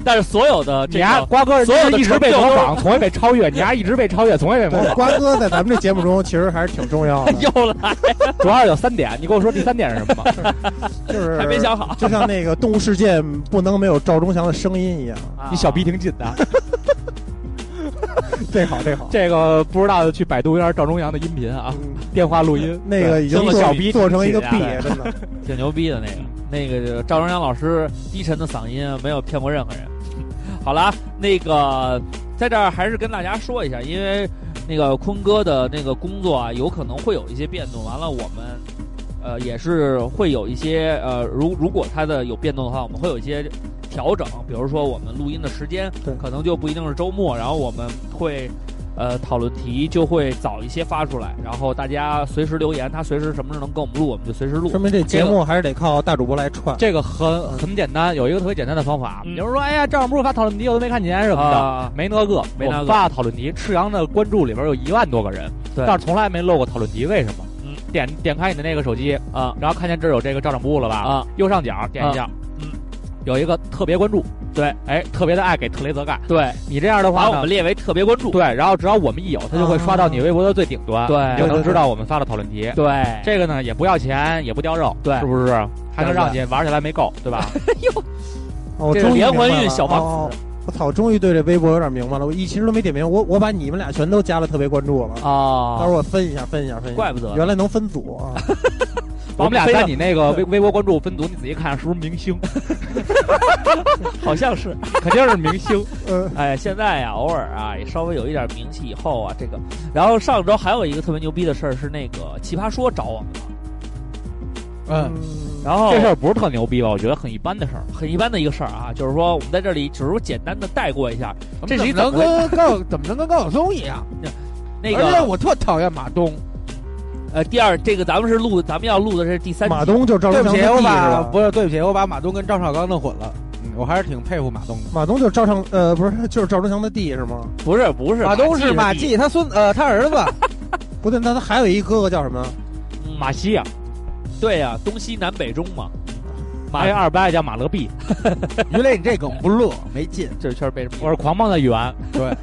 [SPEAKER 19] 但是所有的这
[SPEAKER 32] 你丫
[SPEAKER 19] 个
[SPEAKER 32] 瓜哥，
[SPEAKER 19] 所有的
[SPEAKER 32] 一直被
[SPEAKER 19] 成就
[SPEAKER 32] 模
[SPEAKER 19] 都
[SPEAKER 32] 仿，从未被超越。你丫一直被超越，从未被模
[SPEAKER 27] 对，
[SPEAKER 32] 仿。
[SPEAKER 27] 瓜哥在咱们这节目中其实还是挺重要的，
[SPEAKER 19] 又来，
[SPEAKER 32] 主要有三点，你跟我说第三点是什么吧？
[SPEAKER 27] 就是
[SPEAKER 19] 还没想好。
[SPEAKER 27] 就像那个《动物世界》不能没有赵忠祥的声音一 样，
[SPEAKER 32] 你小逼挺紧的。啊
[SPEAKER 27] 这好这好。
[SPEAKER 32] 这个不知道的去百度一下赵忠阳的音频啊，
[SPEAKER 27] 嗯
[SPEAKER 32] 电话录音。
[SPEAKER 27] 那个已经
[SPEAKER 32] 对
[SPEAKER 27] 做
[SPEAKER 32] 小逼
[SPEAKER 27] 做成一个
[SPEAKER 32] 挺
[SPEAKER 19] 啊
[SPEAKER 27] B，
[SPEAKER 32] 紧啊的
[SPEAKER 27] 真的。
[SPEAKER 19] 挺牛逼的那个，那个赵忠阳老师低沉的嗓音没有骗过任何人。 好了，啊那个在这儿还是跟大家说一下，因为那个坤哥的那个工作啊，有可能会有一些变动。完了，我们呃也是会有一些呃，如如果他的有变动的话，我们会有一些调整，比如说我们录音的时间
[SPEAKER 27] 对
[SPEAKER 19] 可能就不一定是周末，然后我们会。呃，讨论题就会早一些发出来，然后大家随时留言，他随时什么时候能跟我们录，我们就随时录
[SPEAKER 27] 说。明这节目还是得靠大主播来串。
[SPEAKER 32] 这个很很简单，有一个特别简单的方法，比
[SPEAKER 19] 嗯
[SPEAKER 32] 如说，哎呀，赵本不发讨论题，我都没看见什么的，
[SPEAKER 19] 啊，
[SPEAKER 32] 没那个，
[SPEAKER 19] 没那
[SPEAKER 32] 我
[SPEAKER 19] 个
[SPEAKER 32] 们发讨论题，赤阳的关注里边有一万多个人，
[SPEAKER 19] 对
[SPEAKER 32] 但是从来没漏过讨论题，为什么？
[SPEAKER 19] 嗯
[SPEAKER 32] 点点开你的那个手机
[SPEAKER 19] 啊，
[SPEAKER 32] 然后看见这儿有这个照常不误了吧？
[SPEAKER 19] 啊，
[SPEAKER 32] 右上角点一下，
[SPEAKER 19] 嗯，
[SPEAKER 32] 有一个特别关注，
[SPEAKER 19] 对，
[SPEAKER 32] 哎，特别的爱给特雷泽盖，
[SPEAKER 19] 对，
[SPEAKER 32] 你这样的
[SPEAKER 19] 把
[SPEAKER 32] 话
[SPEAKER 19] 我
[SPEAKER 32] 呢
[SPEAKER 19] 们，列为特别关注。
[SPEAKER 32] 对，然后只要我们一有，他就会刷到你微博的最顶端，
[SPEAKER 19] 对
[SPEAKER 32] 你就
[SPEAKER 27] 对对
[SPEAKER 32] 能
[SPEAKER 35] 对
[SPEAKER 32] 知道我们发了讨论题。
[SPEAKER 19] 对，
[SPEAKER 32] 这个呢也不要钱，也不掉肉，
[SPEAKER 19] 对
[SPEAKER 32] 哎是不是？还能
[SPEAKER 19] 对
[SPEAKER 32] 让你玩起来没够，对吧？
[SPEAKER 27] 哦我
[SPEAKER 19] 这是
[SPEAKER 27] 终于
[SPEAKER 19] 连
[SPEAKER 27] 明
[SPEAKER 19] 环
[SPEAKER 27] 白
[SPEAKER 19] 运
[SPEAKER 27] 了
[SPEAKER 19] 小王子
[SPEAKER 27] 哦我操！终于对这微博有点明白了。我一其实都没点名，我我把你们俩全都加了特别关注了。到时
[SPEAKER 19] 啊，
[SPEAKER 27] 候我分一下，分一下，分一下。
[SPEAKER 19] 怪不得呢
[SPEAKER 27] 原来能分组 啊！
[SPEAKER 32] 我们俩
[SPEAKER 19] 非
[SPEAKER 32] 在
[SPEAKER 19] 常
[SPEAKER 32] 你那个微微博关注分组，你仔细看是不是明 星？
[SPEAKER 19] 好像是。
[SPEAKER 32] 肯定是明 星。
[SPEAKER 27] 呃，
[SPEAKER 19] 哎，现在呀，偶尔啊，也稍微有一点名气以后啊，这个，然后上周还有一个特别牛逼的事儿是那个奇葩说找我们了，
[SPEAKER 31] 嗯，
[SPEAKER 19] 然后
[SPEAKER 32] 这事儿不是特牛逼吧？我觉得很一般的事儿。
[SPEAKER 19] 很一般的一个事儿啊，就是说我们在这里只是简单的带过一下这是一
[SPEAKER 31] 怎么能
[SPEAKER 19] 怎么
[SPEAKER 31] 跟高 怎么能跟高晓松一样？
[SPEAKER 19] 那
[SPEAKER 31] 而且
[SPEAKER 19] 个
[SPEAKER 31] 我特讨厌马东，
[SPEAKER 19] 呃第二这个咱们是录咱们要录的是第三集
[SPEAKER 27] 马东就是赵
[SPEAKER 31] 对
[SPEAKER 35] 对
[SPEAKER 31] 不
[SPEAKER 27] 不
[SPEAKER 31] 起
[SPEAKER 27] 起，
[SPEAKER 31] 我
[SPEAKER 27] 我
[SPEAKER 31] 把
[SPEAKER 35] 把
[SPEAKER 31] 不是对不起，我把马东跟赵少刚弄混了。嗯，我还是挺佩服马东的。
[SPEAKER 27] 马东就是赵尚，呃，不是，就是赵忠祥的弟是吗？
[SPEAKER 19] 不是不是
[SPEAKER 31] 马东是马
[SPEAKER 19] 季
[SPEAKER 31] 季，他孙呃他儿子
[SPEAKER 27] 不对，那他还有一哥哥叫什么？
[SPEAKER 32] 马西呀，
[SPEAKER 19] 啊对呀、东西南北中嘛，马
[SPEAKER 32] 马月哎二八叫马勒币，
[SPEAKER 31] 于磊，你这梗不乐没劲。
[SPEAKER 19] 这圈儿被什么
[SPEAKER 32] 我是狂妄的圆。
[SPEAKER 31] 哎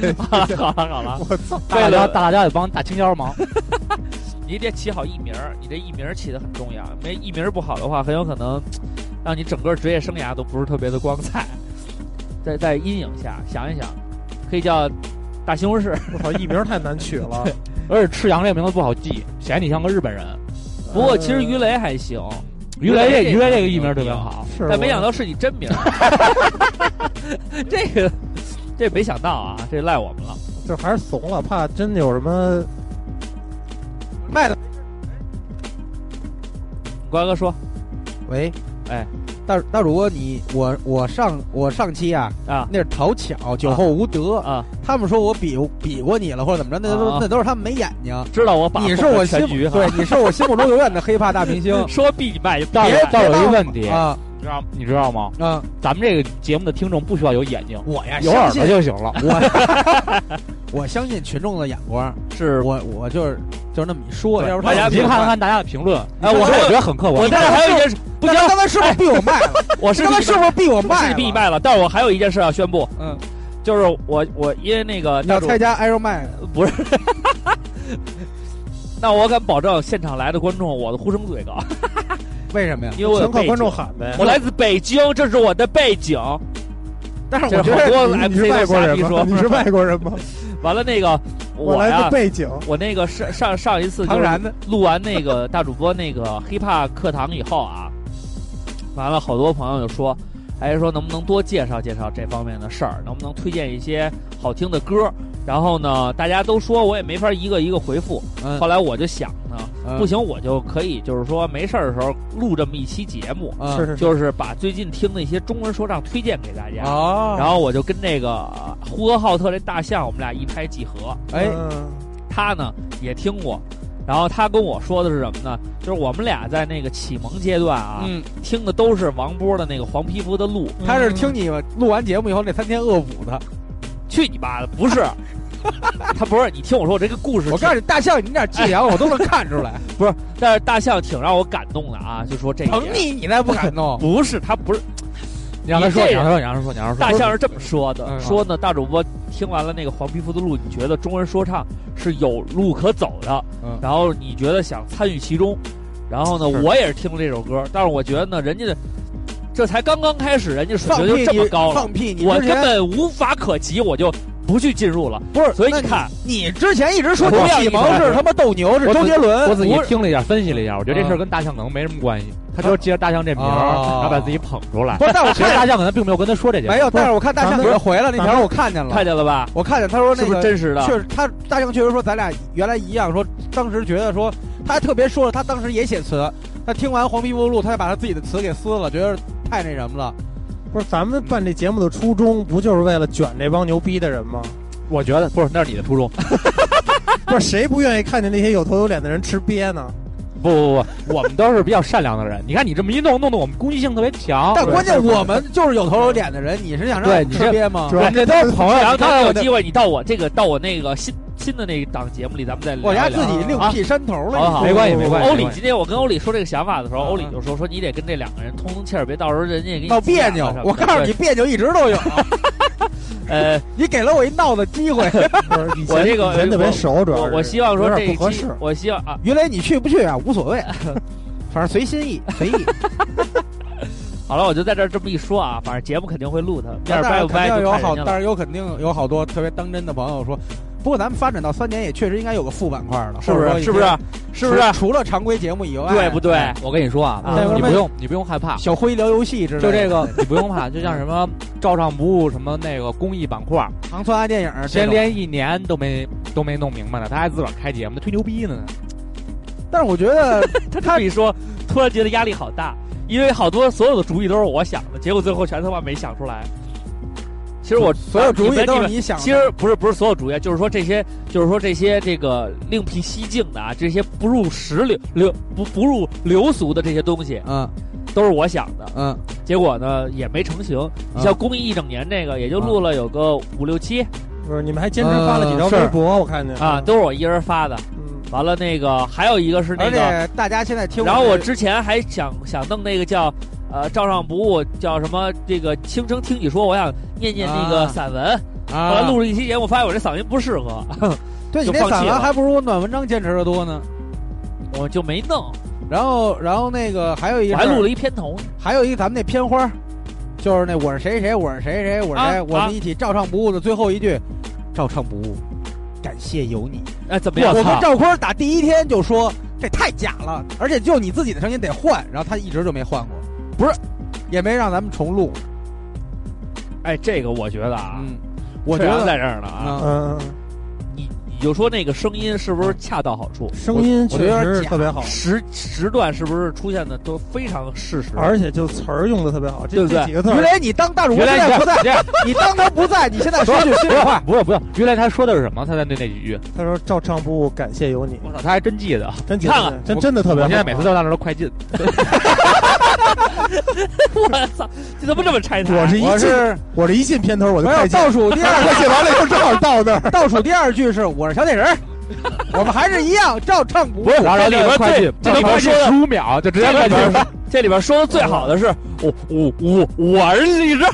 [SPEAKER 31] 对，
[SPEAKER 32] 好了好了
[SPEAKER 19] 啊
[SPEAKER 32] 好了，
[SPEAKER 27] 我操！
[SPEAKER 32] 大家大家得帮大青椒忙。
[SPEAKER 19] 你得起好艺名儿，你这艺名儿起的很重要，没艺名儿不好的话，很有可能嘖让你整个职业生涯都不是特别的光 彩。在在阴影下想一想，可以叫大西红柿，
[SPEAKER 27] 我操，艺名太难取了。
[SPEAKER 32] 而且赤羊这个名字不好记，显得你像个日本人。
[SPEAKER 19] 不过其
[SPEAKER 27] 呃
[SPEAKER 19] 实于雷还行，
[SPEAKER 32] 于雷这
[SPEAKER 19] 个
[SPEAKER 32] 于雷这个艺名特别好，
[SPEAKER 27] 是，
[SPEAKER 19] 但没想
[SPEAKER 27] 到
[SPEAKER 19] 到是你真名儿。 这个这没想到啊，这赖我们了。
[SPEAKER 27] 就还是怂了，怕真有什么
[SPEAKER 31] 卖的
[SPEAKER 19] 瓜哥说
[SPEAKER 31] 喂，
[SPEAKER 19] 哎，
[SPEAKER 31] 大大主播你我我上我上期啊
[SPEAKER 19] 啊
[SPEAKER 31] 那是讨巧酒后无德，
[SPEAKER 19] 啊，
[SPEAKER 31] 他们说我比比过你了或者怎么着，那都、
[SPEAKER 19] 啊
[SPEAKER 31] 那都是他们没眼睛。
[SPEAKER 19] 知道我把
[SPEAKER 31] 你是我心
[SPEAKER 19] 全
[SPEAKER 31] 目
[SPEAKER 19] 局哈，
[SPEAKER 31] 对，你是我心目中永远的黑怕大明星
[SPEAKER 19] 说必败就必
[SPEAKER 32] 但
[SPEAKER 19] 败
[SPEAKER 32] 是但是有一个问题，
[SPEAKER 31] 啊
[SPEAKER 32] 你知道你知道吗？
[SPEAKER 31] 啊！
[SPEAKER 32] 咱们这个节目的听众不需要有眼睛，
[SPEAKER 31] 我呀，
[SPEAKER 32] 有耳朵
[SPEAKER 31] 相信
[SPEAKER 32] 就行了。
[SPEAKER 31] 我，我相信群众的眼光。
[SPEAKER 19] 是。
[SPEAKER 31] 我我就是就是那么一说，
[SPEAKER 19] 对
[SPEAKER 31] 要不
[SPEAKER 19] 大家
[SPEAKER 32] 仔
[SPEAKER 19] 别
[SPEAKER 32] 细
[SPEAKER 19] 看
[SPEAKER 32] 看看大家的评论，
[SPEAKER 19] 哎我
[SPEAKER 32] 我也觉得很客观。
[SPEAKER 19] 我但是还有一件事，
[SPEAKER 31] 不行，刚才是不是逼我卖了？
[SPEAKER 19] 我哎是
[SPEAKER 31] 刚才是不是逼我卖
[SPEAKER 19] 是
[SPEAKER 31] 了？
[SPEAKER 19] 必败了，但是我还有一件事要宣布，
[SPEAKER 31] 嗯，
[SPEAKER 19] 就是我我因为那个
[SPEAKER 31] 你要
[SPEAKER 19] 大主
[SPEAKER 31] 参加 Air 卖
[SPEAKER 19] 不是，那我敢保证现场来的观众，我的呼声最高，
[SPEAKER 31] 为什么呀？
[SPEAKER 19] 因为我有
[SPEAKER 27] 全靠
[SPEAKER 19] 背景
[SPEAKER 27] 观众，喊呗。
[SPEAKER 19] 我来自北京，这是我的背景。
[SPEAKER 31] 但是
[SPEAKER 19] 这
[SPEAKER 31] 我
[SPEAKER 19] 是
[SPEAKER 31] 觉
[SPEAKER 19] 好
[SPEAKER 31] 得
[SPEAKER 19] 多
[SPEAKER 27] 你你是
[SPEAKER 19] MC
[SPEAKER 27] 外
[SPEAKER 19] 都
[SPEAKER 27] 国
[SPEAKER 19] 瞎
[SPEAKER 27] 人
[SPEAKER 19] 逼
[SPEAKER 27] 吗
[SPEAKER 19] 说？，
[SPEAKER 27] 你是外国人吗？
[SPEAKER 19] 完了那个 我
[SPEAKER 27] 来
[SPEAKER 19] 呀
[SPEAKER 35] 自。背景，
[SPEAKER 19] 我那个上上上一次就
[SPEAKER 31] 唐
[SPEAKER 19] 是
[SPEAKER 31] 然的
[SPEAKER 19] 录完那个大主播那个 hiphop 课堂以后啊，完了好多朋友就说，哎说能不能多介绍介绍这方面的事儿，能不能推荐一些好听的歌？然后呢，大家都说我也没法一个一个回复。
[SPEAKER 31] 嗯
[SPEAKER 19] 后来我就想呢，
[SPEAKER 31] 嗯
[SPEAKER 19] 不行我就可以就是说没事儿的时候录这么一期节目，
[SPEAKER 31] 啊
[SPEAKER 27] 是是是，
[SPEAKER 19] 就是把最近听的一些中文说唱推荐给大家。
[SPEAKER 31] 啊，
[SPEAKER 19] 然后我就跟那个呃呼和浩特这大象，我们俩一拍即合。
[SPEAKER 31] 哎
[SPEAKER 27] 嗯
[SPEAKER 19] 他呢也听过，然后他跟我说的是什么呢？就是我们俩在那个启蒙阶段啊，
[SPEAKER 31] 嗯，
[SPEAKER 19] 听的都是王波的那个《黄皮肤的路》。
[SPEAKER 31] 他
[SPEAKER 27] 嗯
[SPEAKER 31] 是听你录完节目以后那三天恶补的。
[SPEAKER 19] 去你妈的！不 是，他不是。哎你听我说，我这个故事挺，
[SPEAKER 31] 我告诉你，大象你那点伎俩我都能看出来。
[SPEAKER 19] 但是大象挺让我感动的啊，就说这一
[SPEAKER 31] 捧
[SPEAKER 19] 点。
[SPEAKER 31] 你，你那不敢弄。
[SPEAKER 19] 不是，他不是
[SPEAKER 32] 你让他说，
[SPEAKER 19] 你
[SPEAKER 32] 你
[SPEAKER 19] 这
[SPEAKER 32] 让他说，你让他说，你让他说。
[SPEAKER 19] 大象是这么说
[SPEAKER 31] 嗯
[SPEAKER 19] 的，说呢，大主播听完了那个《黄皮肤的路》，你觉得中文说唱是有路可走的，
[SPEAKER 31] 嗯
[SPEAKER 19] 然后你觉得想参与其中，然后呢，我也是听了这首歌，但是我觉得呢，人家的这才刚刚开始，人家水
[SPEAKER 31] 放
[SPEAKER 19] 平
[SPEAKER 31] 屁
[SPEAKER 19] 就
[SPEAKER 31] 你！
[SPEAKER 19] 这么高了
[SPEAKER 31] 放，屁！你
[SPEAKER 19] 我
[SPEAKER 31] 之
[SPEAKER 19] 根
[SPEAKER 31] 前
[SPEAKER 19] 本无法可及，我就不去进入了。
[SPEAKER 31] 不是，
[SPEAKER 19] 所以
[SPEAKER 31] 那
[SPEAKER 19] 你看，
[SPEAKER 31] 你之前一直说
[SPEAKER 32] 我
[SPEAKER 31] 你
[SPEAKER 32] 不让
[SPEAKER 31] 启
[SPEAKER 32] 你
[SPEAKER 31] 蒙
[SPEAKER 32] 看
[SPEAKER 31] 是他妈斗牛，是
[SPEAKER 32] 我
[SPEAKER 31] 周
[SPEAKER 32] 只
[SPEAKER 31] 杰 伦。
[SPEAKER 32] 我仔细
[SPEAKER 19] 不是
[SPEAKER 32] 听了一下，分析了一下，我觉得这事儿跟大象可能没什么关系。他就是借着大象这名儿，
[SPEAKER 31] 啊
[SPEAKER 32] 然后把自己捧出来
[SPEAKER 31] 不。是，但我
[SPEAKER 32] 其实
[SPEAKER 31] 看
[SPEAKER 32] 大象可能并没有跟他说这件
[SPEAKER 31] 没
[SPEAKER 32] 事。
[SPEAKER 31] 有，但是我看大象给他回了那条，我看见了
[SPEAKER 19] 看，见了吧？
[SPEAKER 31] 我看见他说
[SPEAKER 19] 是
[SPEAKER 31] 那
[SPEAKER 19] 不是
[SPEAKER 31] 个
[SPEAKER 19] 真实的？
[SPEAKER 31] 确实，他大象确实说咱俩原来一样，说当时觉得说他还特别说了，他当时也写词，他听完黄皮肤路，他就把他自己的词给撕了，觉得太那什么了。
[SPEAKER 27] 不是咱们办这节目的初衷，不就是为了卷这帮牛逼的人吗？
[SPEAKER 2] 我觉得不是，那是你的初衷。
[SPEAKER 27] 不是谁不愿意看见那些有头有脸的人吃瘪呢？
[SPEAKER 2] 不不不，我们都是比较善良的人。你看你这么一弄，弄得我们攻击性特别强。
[SPEAKER 36] 但关键我们就是有头有脸的人，你是想让
[SPEAKER 2] 对
[SPEAKER 36] 我
[SPEAKER 2] 你
[SPEAKER 36] 吃
[SPEAKER 2] 这
[SPEAKER 36] 瘪吗
[SPEAKER 2] 主？要这都是朋友，
[SPEAKER 19] 然后
[SPEAKER 2] 当
[SPEAKER 19] 他
[SPEAKER 2] 然
[SPEAKER 19] 有
[SPEAKER 2] 我这
[SPEAKER 19] 机会，你到我这个到我那个新新的那档节目里，咱们再聊
[SPEAKER 36] 我
[SPEAKER 19] 一
[SPEAKER 36] 家
[SPEAKER 19] 聊。
[SPEAKER 36] 自己另辟山头了，
[SPEAKER 19] 好
[SPEAKER 36] 你
[SPEAKER 19] 好
[SPEAKER 2] 没关系没关系。
[SPEAKER 19] 欧
[SPEAKER 2] 没
[SPEAKER 19] 里
[SPEAKER 2] 关系
[SPEAKER 19] 今天我跟欧里说这个想法的时候，
[SPEAKER 36] 嗯
[SPEAKER 19] 欧里就说说你得跟这两个人通通气儿，别到时候人家给你
[SPEAKER 36] 闹别
[SPEAKER 19] 急眼
[SPEAKER 36] 扭
[SPEAKER 19] 了什。
[SPEAKER 36] 我
[SPEAKER 19] 么的
[SPEAKER 36] 告诉你，，别扭一直都有，
[SPEAKER 19] 对呃，
[SPEAKER 36] 你给了我一闹的机会。
[SPEAKER 27] 不是以前
[SPEAKER 19] 我这个
[SPEAKER 27] 以前特别熟，主要
[SPEAKER 19] 我
[SPEAKER 27] 是
[SPEAKER 19] 我希望说
[SPEAKER 27] 有
[SPEAKER 19] 这
[SPEAKER 27] 点
[SPEAKER 19] 一
[SPEAKER 27] 不合
[SPEAKER 19] 期
[SPEAKER 27] 适，。
[SPEAKER 19] 我希望啊，
[SPEAKER 36] 原来你去不去啊，无所谓，反正随心意，随意。
[SPEAKER 19] 好了，我就在这儿这么一说啊，反正节目肯定会录的，面
[SPEAKER 36] 但
[SPEAKER 19] 儿掰
[SPEAKER 36] 是
[SPEAKER 19] 不
[SPEAKER 36] 肯
[SPEAKER 19] 掰
[SPEAKER 36] 定
[SPEAKER 19] 就
[SPEAKER 36] 有
[SPEAKER 19] 看人
[SPEAKER 31] 好看人
[SPEAKER 19] 家了
[SPEAKER 31] 家了但是有肯定有好多特别当真的朋友说，不过咱们发展到三年也确实应该有个副板块了，
[SPEAKER 19] 是不
[SPEAKER 31] 或者说
[SPEAKER 19] 是？
[SPEAKER 31] 已
[SPEAKER 19] 是
[SPEAKER 31] 经
[SPEAKER 19] 不是？？是不是？
[SPEAKER 31] 除除了常规节目以外，
[SPEAKER 19] 对不对？
[SPEAKER 32] 我跟你说啊，
[SPEAKER 31] 啊
[SPEAKER 32] 你不用你不用害怕，
[SPEAKER 31] 小辉聊游戏之类
[SPEAKER 32] 就
[SPEAKER 31] 的，
[SPEAKER 32] 这个你不用怕，就像什么照唱不误什么那个公益板块，
[SPEAKER 31] 长川爱电影，
[SPEAKER 32] 谁
[SPEAKER 31] 这种
[SPEAKER 32] 连一年都没都没弄明白呢，他还自个儿开节目，他吹牛逼呢。
[SPEAKER 31] 但是我觉得
[SPEAKER 19] 他这么一说，突然觉得压力好大，因为好多所有的主意都是我想的，结果最后全他妈没想出来。其实我
[SPEAKER 31] 所有主
[SPEAKER 19] 你
[SPEAKER 31] 意
[SPEAKER 19] 们
[SPEAKER 31] 都
[SPEAKER 19] 你
[SPEAKER 31] 是
[SPEAKER 19] 们
[SPEAKER 31] 你想的。
[SPEAKER 19] 其实不是不是所有主页，就是说这些，就是说这些这个另辟蹊径的啊，这些不入时流流不不入流俗的这些东西，
[SPEAKER 31] 嗯
[SPEAKER 19] 都是我想的。
[SPEAKER 31] 嗯，
[SPEAKER 19] 结果呢也没成型。你像公益一整年这个，也就录了有个五六期
[SPEAKER 27] 不是你们还坚持发了几条微博，我看见
[SPEAKER 31] 嗯
[SPEAKER 19] 啊，都是我一人发的。
[SPEAKER 27] 嗯
[SPEAKER 19] 完了那个还有一个是那
[SPEAKER 31] 而
[SPEAKER 19] 个，
[SPEAKER 31] 且大家现在听，
[SPEAKER 19] 然后我之前还想想弄那个叫。呃，照上不误叫什么？这个轻声听你说，我想念念那个
[SPEAKER 31] 啊
[SPEAKER 19] 散文。后来
[SPEAKER 31] 啊，
[SPEAKER 19] 录了一期节目，发现我这嗓音不适合，
[SPEAKER 31] 对你
[SPEAKER 19] 就
[SPEAKER 31] 那
[SPEAKER 19] 放弃
[SPEAKER 31] 散文
[SPEAKER 19] 了
[SPEAKER 31] 还不如我暖文章坚持的多呢。
[SPEAKER 19] 我就没弄。
[SPEAKER 31] 然后，然后那个还有一个
[SPEAKER 19] 我还
[SPEAKER 31] 事儿
[SPEAKER 19] 录了一片头呢。
[SPEAKER 31] 还有一个咱们那片花儿，就是那我是谁谁，我是谁谁，我是谁，
[SPEAKER 19] 啊
[SPEAKER 31] 我们一起照唱不误的最后一句，照唱不误，感谢有你。
[SPEAKER 19] 哎，怎么样？
[SPEAKER 31] 我跟赵坤打第一天就说这太假了，而且就你自己的声音得换，然后他一直就没换过，不是，也没让咱们重录。
[SPEAKER 19] 哎，这个我觉得啊，
[SPEAKER 31] 嗯，我觉
[SPEAKER 19] 虽然
[SPEAKER 31] 得
[SPEAKER 19] 在这儿呢啊，
[SPEAKER 31] 嗯，
[SPEAKER 27] 嗯，
[SPEAKER 19] 你你就说那个声音是不是恰到好处？
[SPEAKER 27] 声音确实是特别好，
[SPEAKER 19] 时时段是不是出现的都非常适时？
[SPEAKER 27] 而且就词儿用的特别好，这
[SPEAKER 19] 对不对
[SPEAKER 27] 这几个字儿
[SPEAKER 31] 原来你当大主播
[SPEAKER 2] 原
[SPEAKER 31] 现
[SPEAKER 2] 来
[SPEAKER 31] 在不在，
[SPEAKER 2] 这样，
[SPEAKER 31] 你当他不在，你现 在说句心里话，
[SPEAKER 2] 不用不用，原来他说的是什么？他在对那几句，
[SPEAKER 27] 他说照唱不误，感谢有你，
[SPEAKER 2] 我操，他还真记得。
[SPEAKER 27] 真简
[SPEAKER 19] 看
[SPEAKER 27] 单，
[SPEAKER 19] 看
[SPEAKER 27] 真真的特
[SPEAKER 2] 我
[SPEAKER 27] 别好。
[SPEAKER 2] 现在每次到那儿都快进，
[SPEAKER 19] 我操，你怎么这么拆台？
[SPEAKER 27] 我
[SPEAKER 31] 我
[SPEAKER 27] 是一进
[SPEAKER 31] 是
[SPEAKER 27] 我这一进片头我就
[SPEAKER 31] 没
[SPEAKER 27] 快
[SPEAKER 31] 有
[SPEAKER 27] 进，
[SPEAKER 31] 倒数第二
[SPEAKER 27] 快进完了以后正好到那儿，
[SPEAKER 31] 倒数第二句是我是小铁人儿，我们还是一样照唱不误。
[SPEAKER 2] 然后然后那
[SPEAKER 19] 这里
[SPEAKER 2] 边
[SPEAKER 19] 边
[SPEAKER 2] 快
[SPEAKER 19] 最
[SPEAKER 2] 进，
[SPEAKER 19] 这里边
[SPEAKER 2] 快进
[SPEAKER 19] 说的
[SPEAKER 2] 十五秒就直接快进。
[SPEAKER 19] 这里边说的最好的是我我我我儿子一直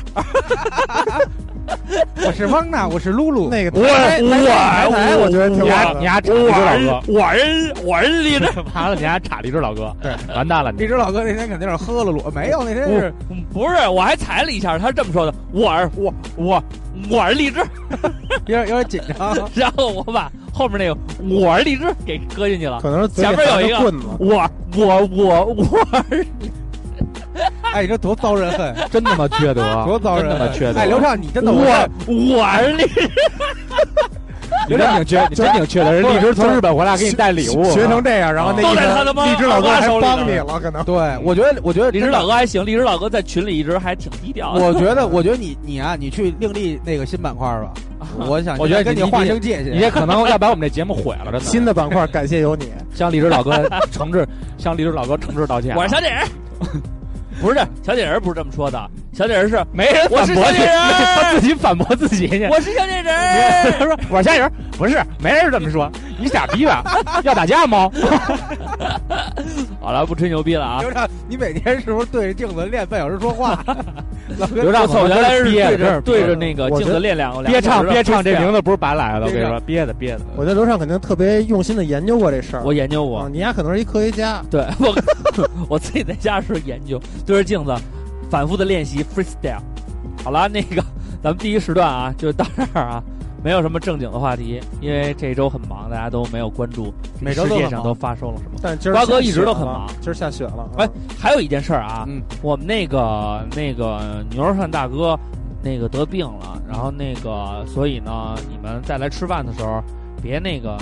[SPEAKER 31] 我是汪娜，我是露露。
[SPEAKER 27] 那个
[SPEAKER 2] 我
[SPEAKER 19] 哎
[SPEAKER 27] 台台我觉得挺
[SPEAKER 2] 你
[SPEAKER 27] 好
[SPEAKER 2] 还
[SPEAKER 27] 的
[SPEAKER 2] 你。还
[SPEAKER 19] 我
[SPEAKER 2] 老
[SPEAKER 19] 儿
[SPEAKER 2] 哥，
[SPEAKER 19] 我儿我儿子一直，
[SPEAKER 2] 完了你还差了一只老哥，对，完蛋了你
[SPEAKER 31] 荔。枝老哥那天肯定是喝了裸，没有那天是
[SPEAKER 19] 不是，我还踩了一下，他是这么说的，我儿我我我儿 荔枝，
[SPEAKER 31] 有点有点紧张。
[SPEAKER 19] 然后我把后面那个我儿荔枝给搁进去了，
[SPEAKER 27] 可能是嘴里
[SPEAKER 19] 前面有
[SPEAKER 27] 含着
[SPEAKER 19] 一个
[SPEAKER 27] 棍子，
[SPEAKER 19] 我我我我儿
[SPEAKER 31] 哎，你这多遭人恨，
[SPEAKER 2] 真他妈缺德，
[SPEAKER 31] 多遭人
[SPEAKER 2] 真他妈
[SPEAKER 31] 恨！
[SPEAKER 2] 缺德。
[SPEAKER 31] 哎，刘畅，你真的
[SPEAKER 19] 我我儿子。
[SPEAKER 2] 你真挺缺，你真挺缺德。人荔枝从日本回来给你带礼
[SPEAKER 32] 啊
[SPEAKER 2] 物，
[SPEAKER 27] 学成这样，然后那
[SPEAKER 19] 都
[SPEAKER 27] 一
[SPEAKER 19] 在他的妈
[SPEAKER 27] 荔枝老哥还帮你
[SPEAKER 19] 手
[SPEAKER 27] 了，可能
[SPEAKER 31] 对我觉得，我 觉得
[SPEAKER 19] 荔枝
[SPEAKER 31] 真的
[SPEAKER 19] 老哥还行，荔枝老哥在群里一直还挺低调的。
[SPEAKER 31] 我觉得，我觉得你你啊，你去另立那个新板块吧。我想，
[SPEAKER 2] 我觉得
[SPEAKER 31] 跟
[SPEAKER 2] 你
[SPEAKER 31] 你划清界
[SPEAKER 2] 你
[SPEAKER 31] 限。啊
[SPEAKER 2] 这可能要把我们这节目毁了，真的。
[SPEAKER 27] 新的板块感谢有你，
[SPEAKER 2] 向荔枝老哥诚挚，向荔枝老哥诚挚道歉啊。
[SPEAKER 19] 我是小铁人，不是小铁人不是这么说的，小铁人是
[SPEAKER 2] 没人
[SPEAKER 19] 我
[SPEAKER 2] 反
[SPEAKER 19] 是
[SPEAKER 2] 驳
[SPEAKER 19] 小
[SPEAKER 2] 你，
[SPEAKER 19] 铁人
[SPEAKER 2] 他自己反驳自己去。
[SPEAKER 19] 我是小铁
[SPEAKER 2] 他
[SPEAKER 19] 人，
[SPEAKER 2] 说我是虾仁，不是没人这么说，你傻逼 吧？要打架吗？
[SPEAKER 19] 好了，不吹牛逼了啊。
[SPEAKER 31] 刘畅，你每天是不是对着镜子练半小时说话？啊老哥，
[SPEAKER 2] 刘畅
[SPEAKER 19] 我操，原来是对着对着
[SPEAKER 2] 着
[SPEAKER 19] 那个
[SPEAKER 27] 我
[SPEAKER 19] 镜
[SPEAKER 27] 觉
[SPEAKER 19] 子
[SPEAKER 27] 得
[SPEAKER 19] 练两个
[SPEAKER 2] 憋唱憋唱，这名
[SPEAKER 19] 字
[SPEAKER 2] 字不是白来的，我跟你
[SPEAKER 31] 憋
[SPEAKER 2] 说，憋的憋的。
[SPEAKER 27] 我觉得刘畅肯定特别用心的研究过这事儿。
[SPEAKER 19] 我研究
[SPEAKER 27] 啊
[SPEAKER 19] 过，
[SPEAKER 27] 你丫可能是一科学家，
[SPEAKER 19] 对我 我自己在家是研究，对着镜子反复的练习 freestyle。好了，那个咱们第一时段啊，就到这儿啊。没有什么正经的话题，因为这周很忙，大家都没有关注
[SPEAKER 31] 每周
[SPEAKER 19] 世
[SPEAKER 31] 都
[SPEAKER 19] 界
[SPEAKER 31] 很
[SPEAKER 19] 上
[SPEAKER 31] 忙
[SPEAKER 19] 都发生了什么。
[SPEAKER 27] 但今儿
[SPEAKER 19] 瓜哥
[SPEAKER 27] 下雪
[SPEAKER 19] 一直都很
[SPEAKER 27] 了
[SPEAKER 19] 忙，
[SPEAKER 27] 今儿下雪了。
[SPEAKER 19] 哎
[SPEAKER 27] 嗯，
[SPEAKER 19] 还有一件事儿啊，
[SPEAKER 31] 嗯
[SPEAKER 19] 我们那个那个牛肉串大哥那个得病了，然后那个所以呢，你们再来吃饭的时候别那个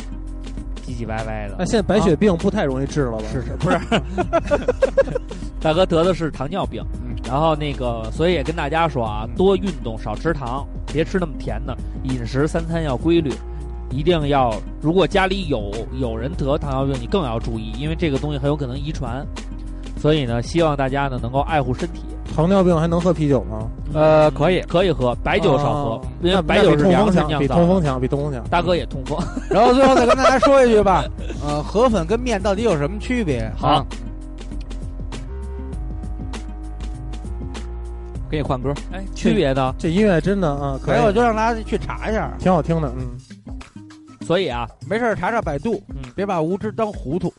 [SPEAKER 19] 唧唧歪歪
[SPEAKER 27] 那
[SPEAKER 19] 的。
[SPEAKER 27] 现在白血病不太容易治了吧？是是，不是
[SPEAKER 19] 大哥得的是糖尿病，然后那个所以也跟大家说啊，多运动，少吃糖，别吃那么甜的，饮食三餐要规律，一定要如果家里有有人得糖尿病，你更要注意，因为这个东西很有可能遗传。所以呢，希望大家呢能够爱护身体。
[SPEAKER 27] 糖尿病还能喝啤酒吗？
[SPEAKER 19] 呃，可以，可以喝，白酒少喝，因为白酒是
[SPEAKER 27] 通
[SPEAKER 19] 粮
[SPEAKER 27] 风
[SPEAKER 19] 食
[SPEAKER 27] 强，
[SPEAKER 19] 酿
[SPEAKER 27] 哦比
[SPEAKER 19] 造
[SPEAKER 27] 通
[SPEAKER 19] 的。
[SPEAKER 27] 风强，比通风强。
[SPEAKER 19] 大哥也痛风，
[SPEAKER 31] 然后最后再跟大家说一句吧，呃，河粉跟面到底有什么区别？
[SPEAKER 19] 好，
[SPEAKER 2] 嗯
[SPEAKER 32] 给你换歌，
[SPEAKER 19] 哎，区别呢？
[SPEAKER 27] 这音乐真的啊，可
[SPEAKER 31] 没有
[SPEAKER 27] 以，
[SPEAKER 31] 就让大家去查一下，
[SPEAKER 27] 挺好听的。嗯，
[SPEAKER 19] 所以啊，
[SPEAKER 31] 没事儿查查百度，
[SPEAKER 19] 嗯
[SPEAKER 31] 别把无知当糊涂。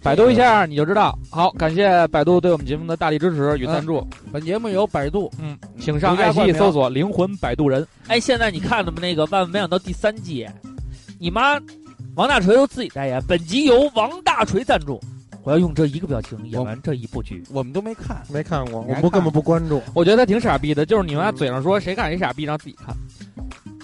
[SPEAKER 32] 百度一下你就知道。好，感谢百度对我们节目的大力支持与赞助，
[SPEAKER 31] 本节目由百度
[SPEAKER 32] 嗯，请上爱奇艺搜索“灵魂摆渡人
[SPEAKER 19] 哎，现在你看了吗？那个万万没想到第三季，你妈王大锤都自己代言，本集由王大锤赞助。我要用这一个表情演完这一部剧，
[SPEAKER 31] 我们都没看，
[SPEAKER 27] 没看过，
[SPEAKER 31] 你
[SPEAKER 27] 我
[SPEAKER 31] 还
[SPEAKER 27] 不
[SPEAKER 31] 看
[SPEAKER 37] 根
[SPEAKER 31] 吗
[SPEAKER 27] 本不关注。”。
[SPEAKER 32] 我觉得他挺傻逼的，就是你们俩嘴上说谁看谁傻逼，然后自己 看。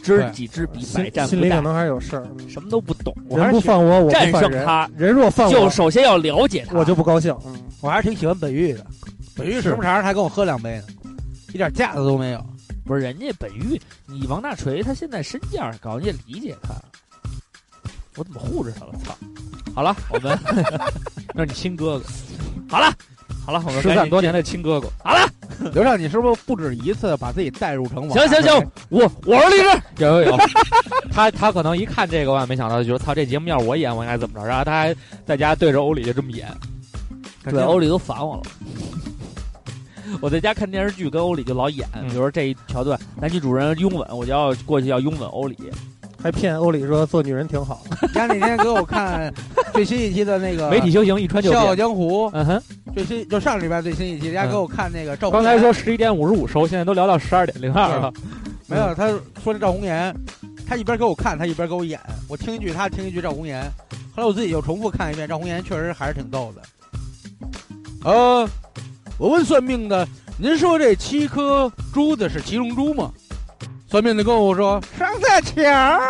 [SPEAKER 19] 知己知彼，百
[SPEAKER 27] 心
[SPEAKER 19] 战不
[SPEAKER 27] 心里可
[SPEAKER 19] 殆，
[SPEAKER 27] 能还是有事儿。嗯
[SPEAKER 19] 什么都不懂。我还
[SPEAKER 27] 人
[SPEAKER 19] 是
[SPEAKER 37] 不
[SPEAKER 19] 觉
[SPEAKER 37] 犯我，我不
[SPEAKER 19] 战
[SPEAKER 27] 犯
[SPEAKER 19] 胜
[SPEAKER 37] 人。
[SPEAKER 19] 他，
[SPEAKER 27] 人若犯
[SPEAKER 19] 就
[SPEAKER 37] 我，
[SPEAKER 19] 首先要了解他。
[SPEAKER 27] 我就不高兴。嗯，
[SPEAKER 31] 我还是挺喜欢本玉的。本玉时不常还跟我喝两杯呢，一点架子都没有。
[SPEAKER 19] 不是人家本玉，你王大锤他现在身价高，人家理解他。我怎么护着他了？操！好了，我们
[SPEAKER 32] 那是你亲哥哥，
[SPEAKER 19] 好了，好了，我们
[SPEAKER 32] 失
[SPEAKER 19] 赶
[SPEAKER 32] 散
[SPEAKER 19] 紧
[SPEAKER 32] 多年的亲哥哥。
[SPEAKER 19] 好了，
[SPEAKER 31] 刘畅，你是不是不止一次把自己带入成王？
[SPEAKER 19] 行行
[SPEAKER 32] 啊
[SPEAKER 19] 行，我我是律师。
[SPEAKER 32] 有有有，他他可能一看这个，万万没想到，就说操，这节目要是我演，我应该怎么着？然后他还在家对着欧里就这么演。
[SPEAKER 19] 对，欧里都烦我了。 我在家看电视剧，跟欧里就老演，
[SPEAKER 32] 嗯
[SPEAKER 19] 比如说这一桥段，男女主人拥吻，我就要过去要拥吻欧里。
[SPEAKER 27] 还骗欧里说做女人挺好。
[SPEAKER 31] 他那天给我看最新一期的那个
[SPEAKER 32] 媒体修行一穿
[SPEAKER 31] 《
[SPEAKER 32] 就
[SPEAKER 31] 笑傲
[SPEAKER 32] 变。
[SPEAKER 31] 江湖》
[SPEAKER 32] 嗯哼，
[SPEAKER 31] 最新就上礼拜最新一期，人家给我看那个赵红
[SPEAKER 32] 刚
[SPEAKER 31] 岩
[SPEAKER 32] 才说十一点五十五收，现在都聊到十二点零二了。
[SPEAKER 31] 没有，他说那赵红岩，他一边给我看，他一边给我演，我听一句他听一句赵红岩，后来我自己又重复看一遍，赵红岩确实还是挺逗的。呃，我问算命的，您说这七颗珠子是七龙珠吗？算命的跟我说上在桥儿，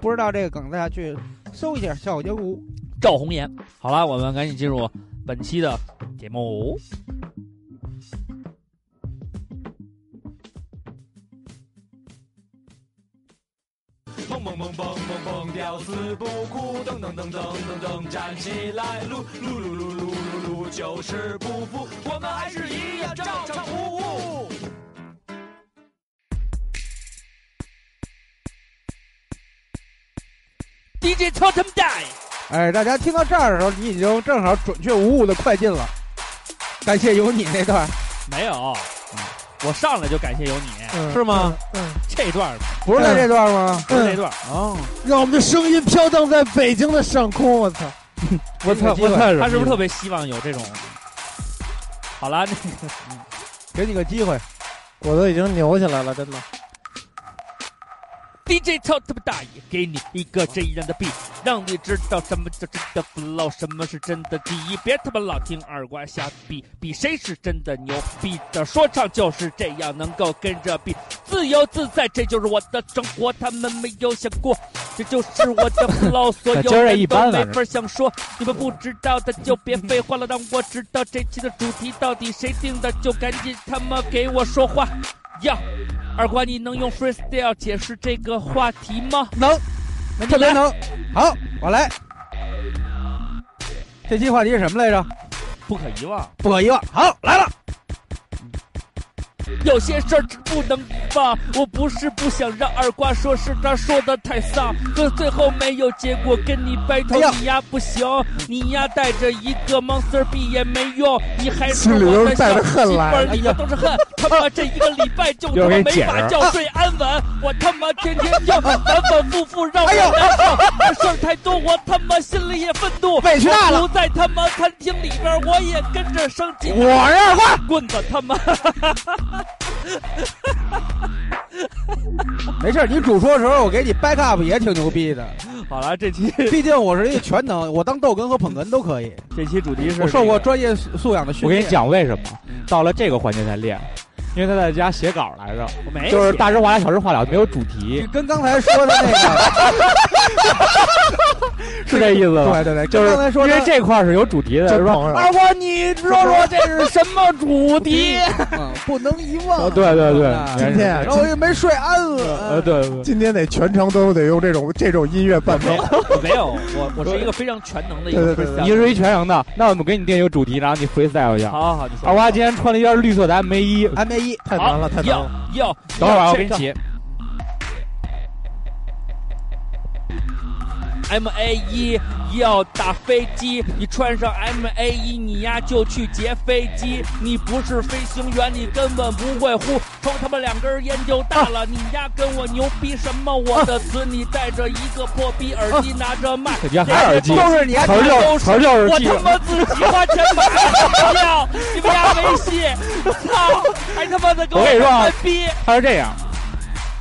[SPEAKER 31] 不知道这个梗，大家去搜一下《笑傲江湖》。
[SPEAKER 19] 赵红颜，好了，我们赶紧进入本期的节目。
[SPEAKER 38] 蹦蹦蹦蹦蹦蹦，屌丝不哭，噔噔噔噔噔噔，站起来，撸撸撸撸撸撸撸，就是不服，我们还是一样照常服务。
[SPEAKER 19] DJ 超他们大爷，
[SPEAKER 31] 哎，大家听到这儿的时候，你已经正好准确无误的快进了。感谢有你那段，
[SPEAKER 19] 没有，嗯我上来就感谢有你，
[SPEAKER 27] 嗯，
[SPEAKER 31] 是吗？
[SPEAKER 27] 嗯，
[SPEAKER 19] 这段儿
[SPEAKER 31] 不是在
[SPEAKER 32] 嗯
[SPEAKER 31] 这段吗？
[SPEAKER 19] 不是这段儿，
[SPEAKER 31] 哦，
[SPEAKER 27] 让我们的声音飘荡在北京的上空。我操！
[SPEAKER 32] 我操，
[SPEAKER 31] 这个
[SPEAKER 32] 我
[SPEAKER 31] 机会
[SPEAKER 32] 操，
[SPEAKER 19] 他是不是特别希望有这种？好了，那个
[SPEAKER 31] 给你个机会。
[SPEAKER 27] 我都已经牛起来了，真的。
[SPEAKER 19] DJ 超他妈大爷，给你一个这样的币，让你知道什么叫真的不老，什么是真的第一。别他妈老听二瓜瞎比，比谁是真的牛逼的说唱就是这样，能够跟着比，自由自在，这就是我的生活。他们没有想过，这就是我的不 老，所有
[SPEAKER 32] 今儿这一
[SPEAKER 19] 人都
[SPEAKER 32] 般啊
[SPEAKER 19] 没
[SPEAKER 32] 反正
[SPEAKER 19] 法想说。你们不知道的就别废话了，让我知道这期的主题到底谁定的，就赶紧他妈给我说话呀！二瓜，你能用 freestyle 解释这个话题吗？
[SPEAKER 31] 能，
[SPEAKER 19] 那你
[SPEAKER 31] 特别
[SPEAKER 19] 来
[SPEAKER 31] 能。好，我来。这期话题是什么来着？
[SPEAKER 19] 不可遗忘。
[SPEAKER 31] 不可遗忘。好，来了。
[SPEAKER 19] 有些事儿真不能遗忘。我不是不想让二瓜说，是他说的太丧，可最后没有结果，跟你掰头
[SPEAKER 31] 哎呀
[SPEAKER 19] 你呀不行，你呀带着一个 monster B 也没用，你还是
[SPEAKER 27] 心里
[SPEAKER 19] 我
[SPEAKER 27] 都
[SPEAKER 19] 的
[SPEAKER 37] 带
[SPEAKER 19] 小
[SPEAKER 37] 着恨
[SPEAKER 19] 媳妇
[SPEAKER 37] 来
[SPEAKER 19] 儿，
[SPEAKER 31] 了哎
[SPEAKER 19] 里面
[SPEAKER 31] 呀
[SPEAKER 19] 都是恨。他妈这一个礼拜就他妈没法觉睡安稳，我他妈天天要反反复复让我
[SPEAKER 31] 哎呦
[SPEAKER 19] 难受，这事儿太多，我他妈心里也愤怒。
[SPEAKER 31] 委屈大了
[SPEAKER 19] 我不在他妈餐厅里边，我也跟着生气。
[SPEAKER 31] 我是二瓜，
[SPEAKER 19] 棍子他妈。
[SPEAKER 31] 没事儿，你主说的时候我给你 back up 也挺牛逼 的，
[SPEAKER 19] 好了，这期
[SPEAKER 31] 毕竟我是一全能，我当逗哏和捧哏都可以，
[SPEAKER 19] 这期主题是
[SPEAKER 31] 我受过专业素养的
[SPEAKER 32] 我
[SPEAKER 31] 训练。
[SPEAKER 32] 跟你，讲为什么，到了这个环节才练，因为他在家写稿来着，
[SPEAKER 19] 我没
[SPEAKER 32] 就是
[SPEAKER 19] 哎 写
[SPEAKER 32] 大事化了，小事化了，没有主题。
[SPEAKER 31] 跟刚才说的那个，
[SPEAKER 32] 是这意思吧？
[SPEAKER 31] 对对对，
[SPEAKER 32] 就是
[SPEAKER 31] 刚才说
[SPEAKER 32] 因为这块儿是有主题的，是吧？
[SPEAKER 31] 啊
[SPEAKER 32] 二瓜，你说说这 是什么主 题？
[SPEAKER 31] 嗯，不能遗忘。
[SPEAKER 32] 哦对对对，
[SPEAKER 27] 今天啊
[SPEAKER 31] 然后我也没睡安稳。
[SPEAKER 32] 呃，对，对
[SPEAKER 27] 今天得全程都得用这种这种音乐 伴奏。
[SPEAKER 19] 没有，我我是一个非常全能的一
[SPEAKER 27] 对
[SPEAKER 19] 个
[SPEAKER 27] 对对
[SPEAKER 19] freestyle
[SPEAKER 32] 你是一全能的，那我们给你定一个主题，然后你 freestyle 一下。
[SPEAKER 19] 好好好，你说
[SPEAKER 32] 二瓜今天穿了一件绿色的 M 衣，
[SPEAKER 31] 安梅
[SPEAKER 32] 呃
[SPEAKER 31] 一，
[SPEAKER 27] 太难了，太难
[SPEAKER 19] 要
[SPEAKER 27] 了。
[SPEAKER 19] 要，
[SPEAKER 32] 等会儿啊，我
[SPEAKER 19] 这
[SPEAKER 32] 给你
[SPEAKER 19] 个
[SPEAKER 32] 起。
[SPEAKER 19] M A 一要打飞机，你穿上 M A 一，你呀就去劫飞机。你不是飞行员，你根本不会呼，抽他妈两根烟就大了。你呀跟我牛逼什么？我的词，你戴着一个破逼耳机，拿着麦，
[SPEAKER 32] 啊你看还耳机，
[SPEAKER 31] 就是你还
[SPEAKER 32] 词儿就是词儿就是
[SPEAKER 19] 我
[SPEAKER 32] 记着
[SPEAKER 19] 他妈自己花钱买的票，你们俩没戏，操！还他妈的给
[SPEAKER 32] 我跟你说啊
[SPEAKER 19] 吹逼，
[SPEAKER 32] 他是这样，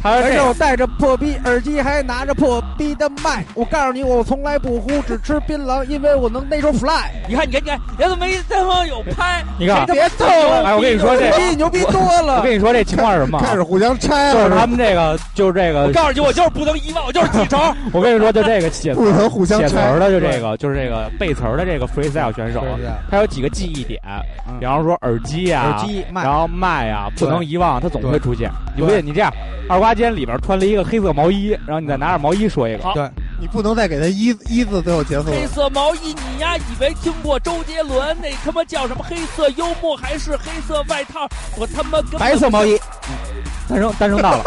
[SPEAKER 32] 他是
[SPEAKER 31] 而
[SPEAKER 32] 这
[SPEAKER 31] 且
[SPEAKER 19] 哎
[SPEAKER 32] 样
[SPEAKER 31] 我，戴着破逼耳机，还拿着破逼的麦。我告诉你，我从来不呼，只吃槟榔，因为我能 n a t u r fly。
[SPEAKER 19] 你看你看你看，人都没他妈有拍，
[SPEAKER 32] 你看啊
[SPEAKER 19] 谁他妈
[SPEAKER 31] 逗
[SPEAKER 19] 了
[SPEAKER 32] 哎我跟你说这
[SPEAKER 31] 比你牛逼多
[SPEAKER 32] 我
[SPEAKER 31] 了。
[SPEAKER 32] 跟你说这情况是什么啊？
[SPEAKER 27] 开始互相拆
[SPEAKER 32] 就是他
[SPEAKER 27] 了，
[SPEAKER 32] 们这个，就是这
[SPEAKER 19] 我
[SPEAKER 32] 个，
[SPEAKER 19] 告诉你，我就是不能遗忘，我就是记仇。
[SPEAKER 32] 我跟你说，就这个 写
[SPEAKER 27] 不能互相
[SPEAKER 32] 写词
[SPEAKER 27] 拆
[SPEAKER 32] 儿的，就这个，就是这个背词儿的这个 freestyle 选手，他有几个记忆点，
[SPEAKER 19] 嗯
[SPEAKER 32] 比方说耳机啊，
[SPEAKER 31] 耳机麦
[SPEAKER 32] 然后麦啊，不能遗忘，他总会出现。你不信？你这样，二瓜今天里边穿了一个黑色毛衣，然后你再拿着毛衣说一个，
[SPEAKER 19] 好
[SPEAKER 27] 你不能再给他一一字最后结束了
[SPEAKER 19] 黑。色毛衣，你呀以为听过周杰伦那他妈叫什么黑色幽默还是黑色外套？我他妈跟
[SPEAKER 31] 白色毛衣，嗯
[SPEAKER 32] 单声单声道了，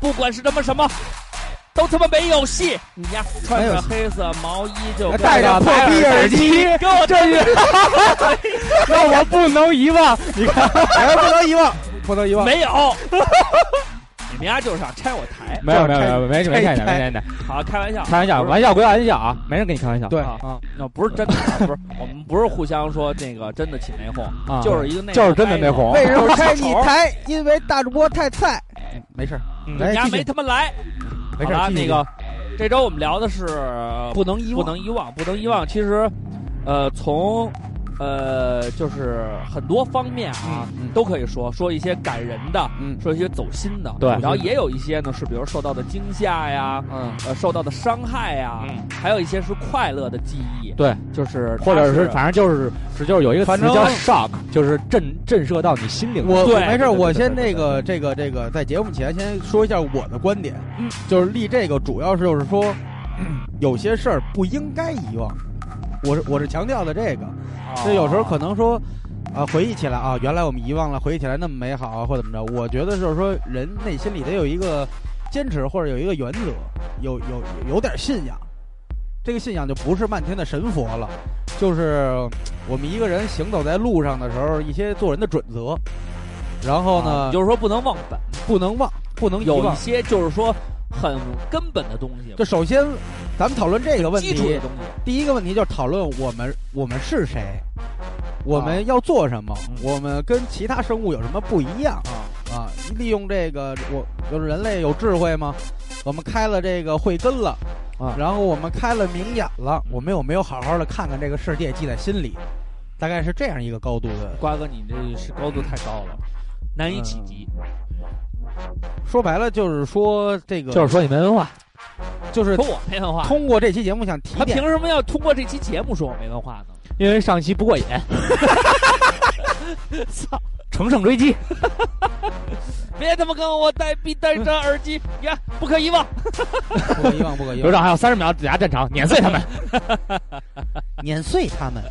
[SPEAKER 19] 不管是他妈什么，都他妈没有戏。你呀穿
[SPEAKER 31] 没有
[SPEAKER 19] 着
[SPEAKER 31] 戏
[SPEAKER 19] 黑色毛衣就
[SPEAKER 31] 戴着破逼耳机，
[SPEAKER 19] 给我这
[SPEAKER 32] 那我不能遗忘。你看，
[SPEAKER 31] 哎，不能遗忘， 不能遗忘。
[SPEAKER 19] 没有。你们呀就是想拆我台，
[SPEAKER 32] 没有没有没有没没没看见没看见，
[SPEAKER 19] 好开玩笑，
[SPEAKER 32] 开玩笑，玩笑归玩笑啊，没人跟你开玩笑。
[SPEAKER 31] 对
[SPEAKER 19] 啊那不是真的，不是我们不是互相说那个真的起内讧，
[SPEAKER 32] 啊，
[SPEAKER 19] 就是一个内讧
[SPEAKER 32] 就是真的内讧
[SPEAKER 31] 为什 么开你台？因为大主播太菜。没事，
[SPEAKER 32] 嗯
[SPEAKER 19] 人
[SPEAKER 32] 哎
[SPEAKER 19] 家没他妈来。
[SPEAKER 31] 没
[SPEAKER 19] 好
[SPEAKER 31] 事
[SPEAKER 19] 了，，
[SPEAKER 31] 继续
[SPEAKER 19] 那个这周我们聊的是呃
[SPEAKER 31] 不能遗
[SPEAKER 19] 不
[SPEAKER 31] 忘。
[SPEAKER 19] 能遗忘，不能遗忘。其实，呃，从呃就是很多方面啊，都可以说说一些感人的，
[SPEAKER 31] 嗯
[SPEAKER 19] 说一些走心的，
[SPEAKER 32] 对
[SPEAKER 19] 然后也有一些呢是比如受到的惊吓呀，
[SPEAKER 31] 嗯，
[SPEAKER 19] 呃，受到的伤害呀，
[SPEAKER 32] 嗯
[SPEAKER 19] 还有一些是快乐的记忆，
[SPEAKER 32] 对，
[SPEAKER 19] 就是它
[SPEAKER 32] 或者是
[SPEAKER 19] 是
[SPEAKER 32] 反正就是只就是有一个词叫 shock，就是震震慑到你心灵。
[SPEAKER 31] 我
[SPEAKER 19] 对
[SPEAKER 31] 我没事，
[SPEAKER 19] 对对
[SPEAKER 31] 我
[SPEAKER 19] 对
[SPEAKER 31] 先
[SPEAKER 19] 对
[SPEAKER 31] 那个这个这个，在节目前先说一下我的观点，
[SPEAKER 19] 嗯，
[SPEAKER 31] 就是立这个主要是就是说， 有些事儿不应该遗忘，我是我是强调的这个，
[SPEAKER 19] 哦
[SPEAKER 31] 就有时候可能说，啊，回忆起来啊，原来我们遗忘了，回忆起来那么美好啊，或怎么着，我觉得就是说人内心里得有一个坚持或者有一个原则，有有有点信仰，这个信仰就不是漫天的神佛了，就是我们一个人行走在路上的时候，一些做人的准则。然后呢，
[SPEAKER 19] 就是说不能忘本，
[SPEAKER 31] 不能忘，不能遗
[SPEAKER 19] 啊有一
[SPEAKER 31] 忘。
[SPEAKER 19] 些就是说很根本的东西，
[SPEAKER 31] 就首先，咱们讨论这个问
[SPEAKER 19] 基础的
[SPEAKER 31] 题，
[SPEAKER 19] 东西。
[SPEAKER 31] 第一个问题就是讨论我们我们是谁，
[SPEAKER 19] 啊
[SPEAKER 31] 我们要做什么，
[SPEAKER 19] 嗯
[SPEAKER 31] 我们跟其他生物有什么不一样啊啊！利用这个，我就是人类有智慧吗？我们开了这个慧根了。
[SPEAKER 32] 啊
[SPEAKER 31] 然后我们开了明眼了，
[SPEAKER 19] 嗯
[SPEAKER 31] 我们有没有好好的看看这个世界，记在心里？大概是这样一个高度的。
[SPEAKER 19] 瓜哥，你这是高度太高了，难以企及。
[SPEAKER 31] 嗯说白了就是说，这个
[SPEAKER 32] 就是说你没文化，
[SPEAKER 31] 就是
[SPEAKER 19] 说我没文化，
[SPEAKER 31] 通过这期节目想提
[SPEAKER 19] 他
[SPEAKER 31] 点
[SPEAKER 19] 凭什么要通过这期节目说我没文化呢？
[SPEAKER 32] 因为上期不过瘾。
[SPEAKER 19] 操！
[SPEAKER 32] 乘胜追击，
[SPEAKER 19] 别他妈跟我戴逼戴着耳 机，呀，不可遗忘。
[SPEAKER 31] 不可遗忘，不可遗
[SPEAKER 32] 刘
[SPEAKER 31] 忘，
[SPEAKER 32] 畅还有三十秒抵达战场，碾碎他们。
[SPEAKER 31] 碾碎他们。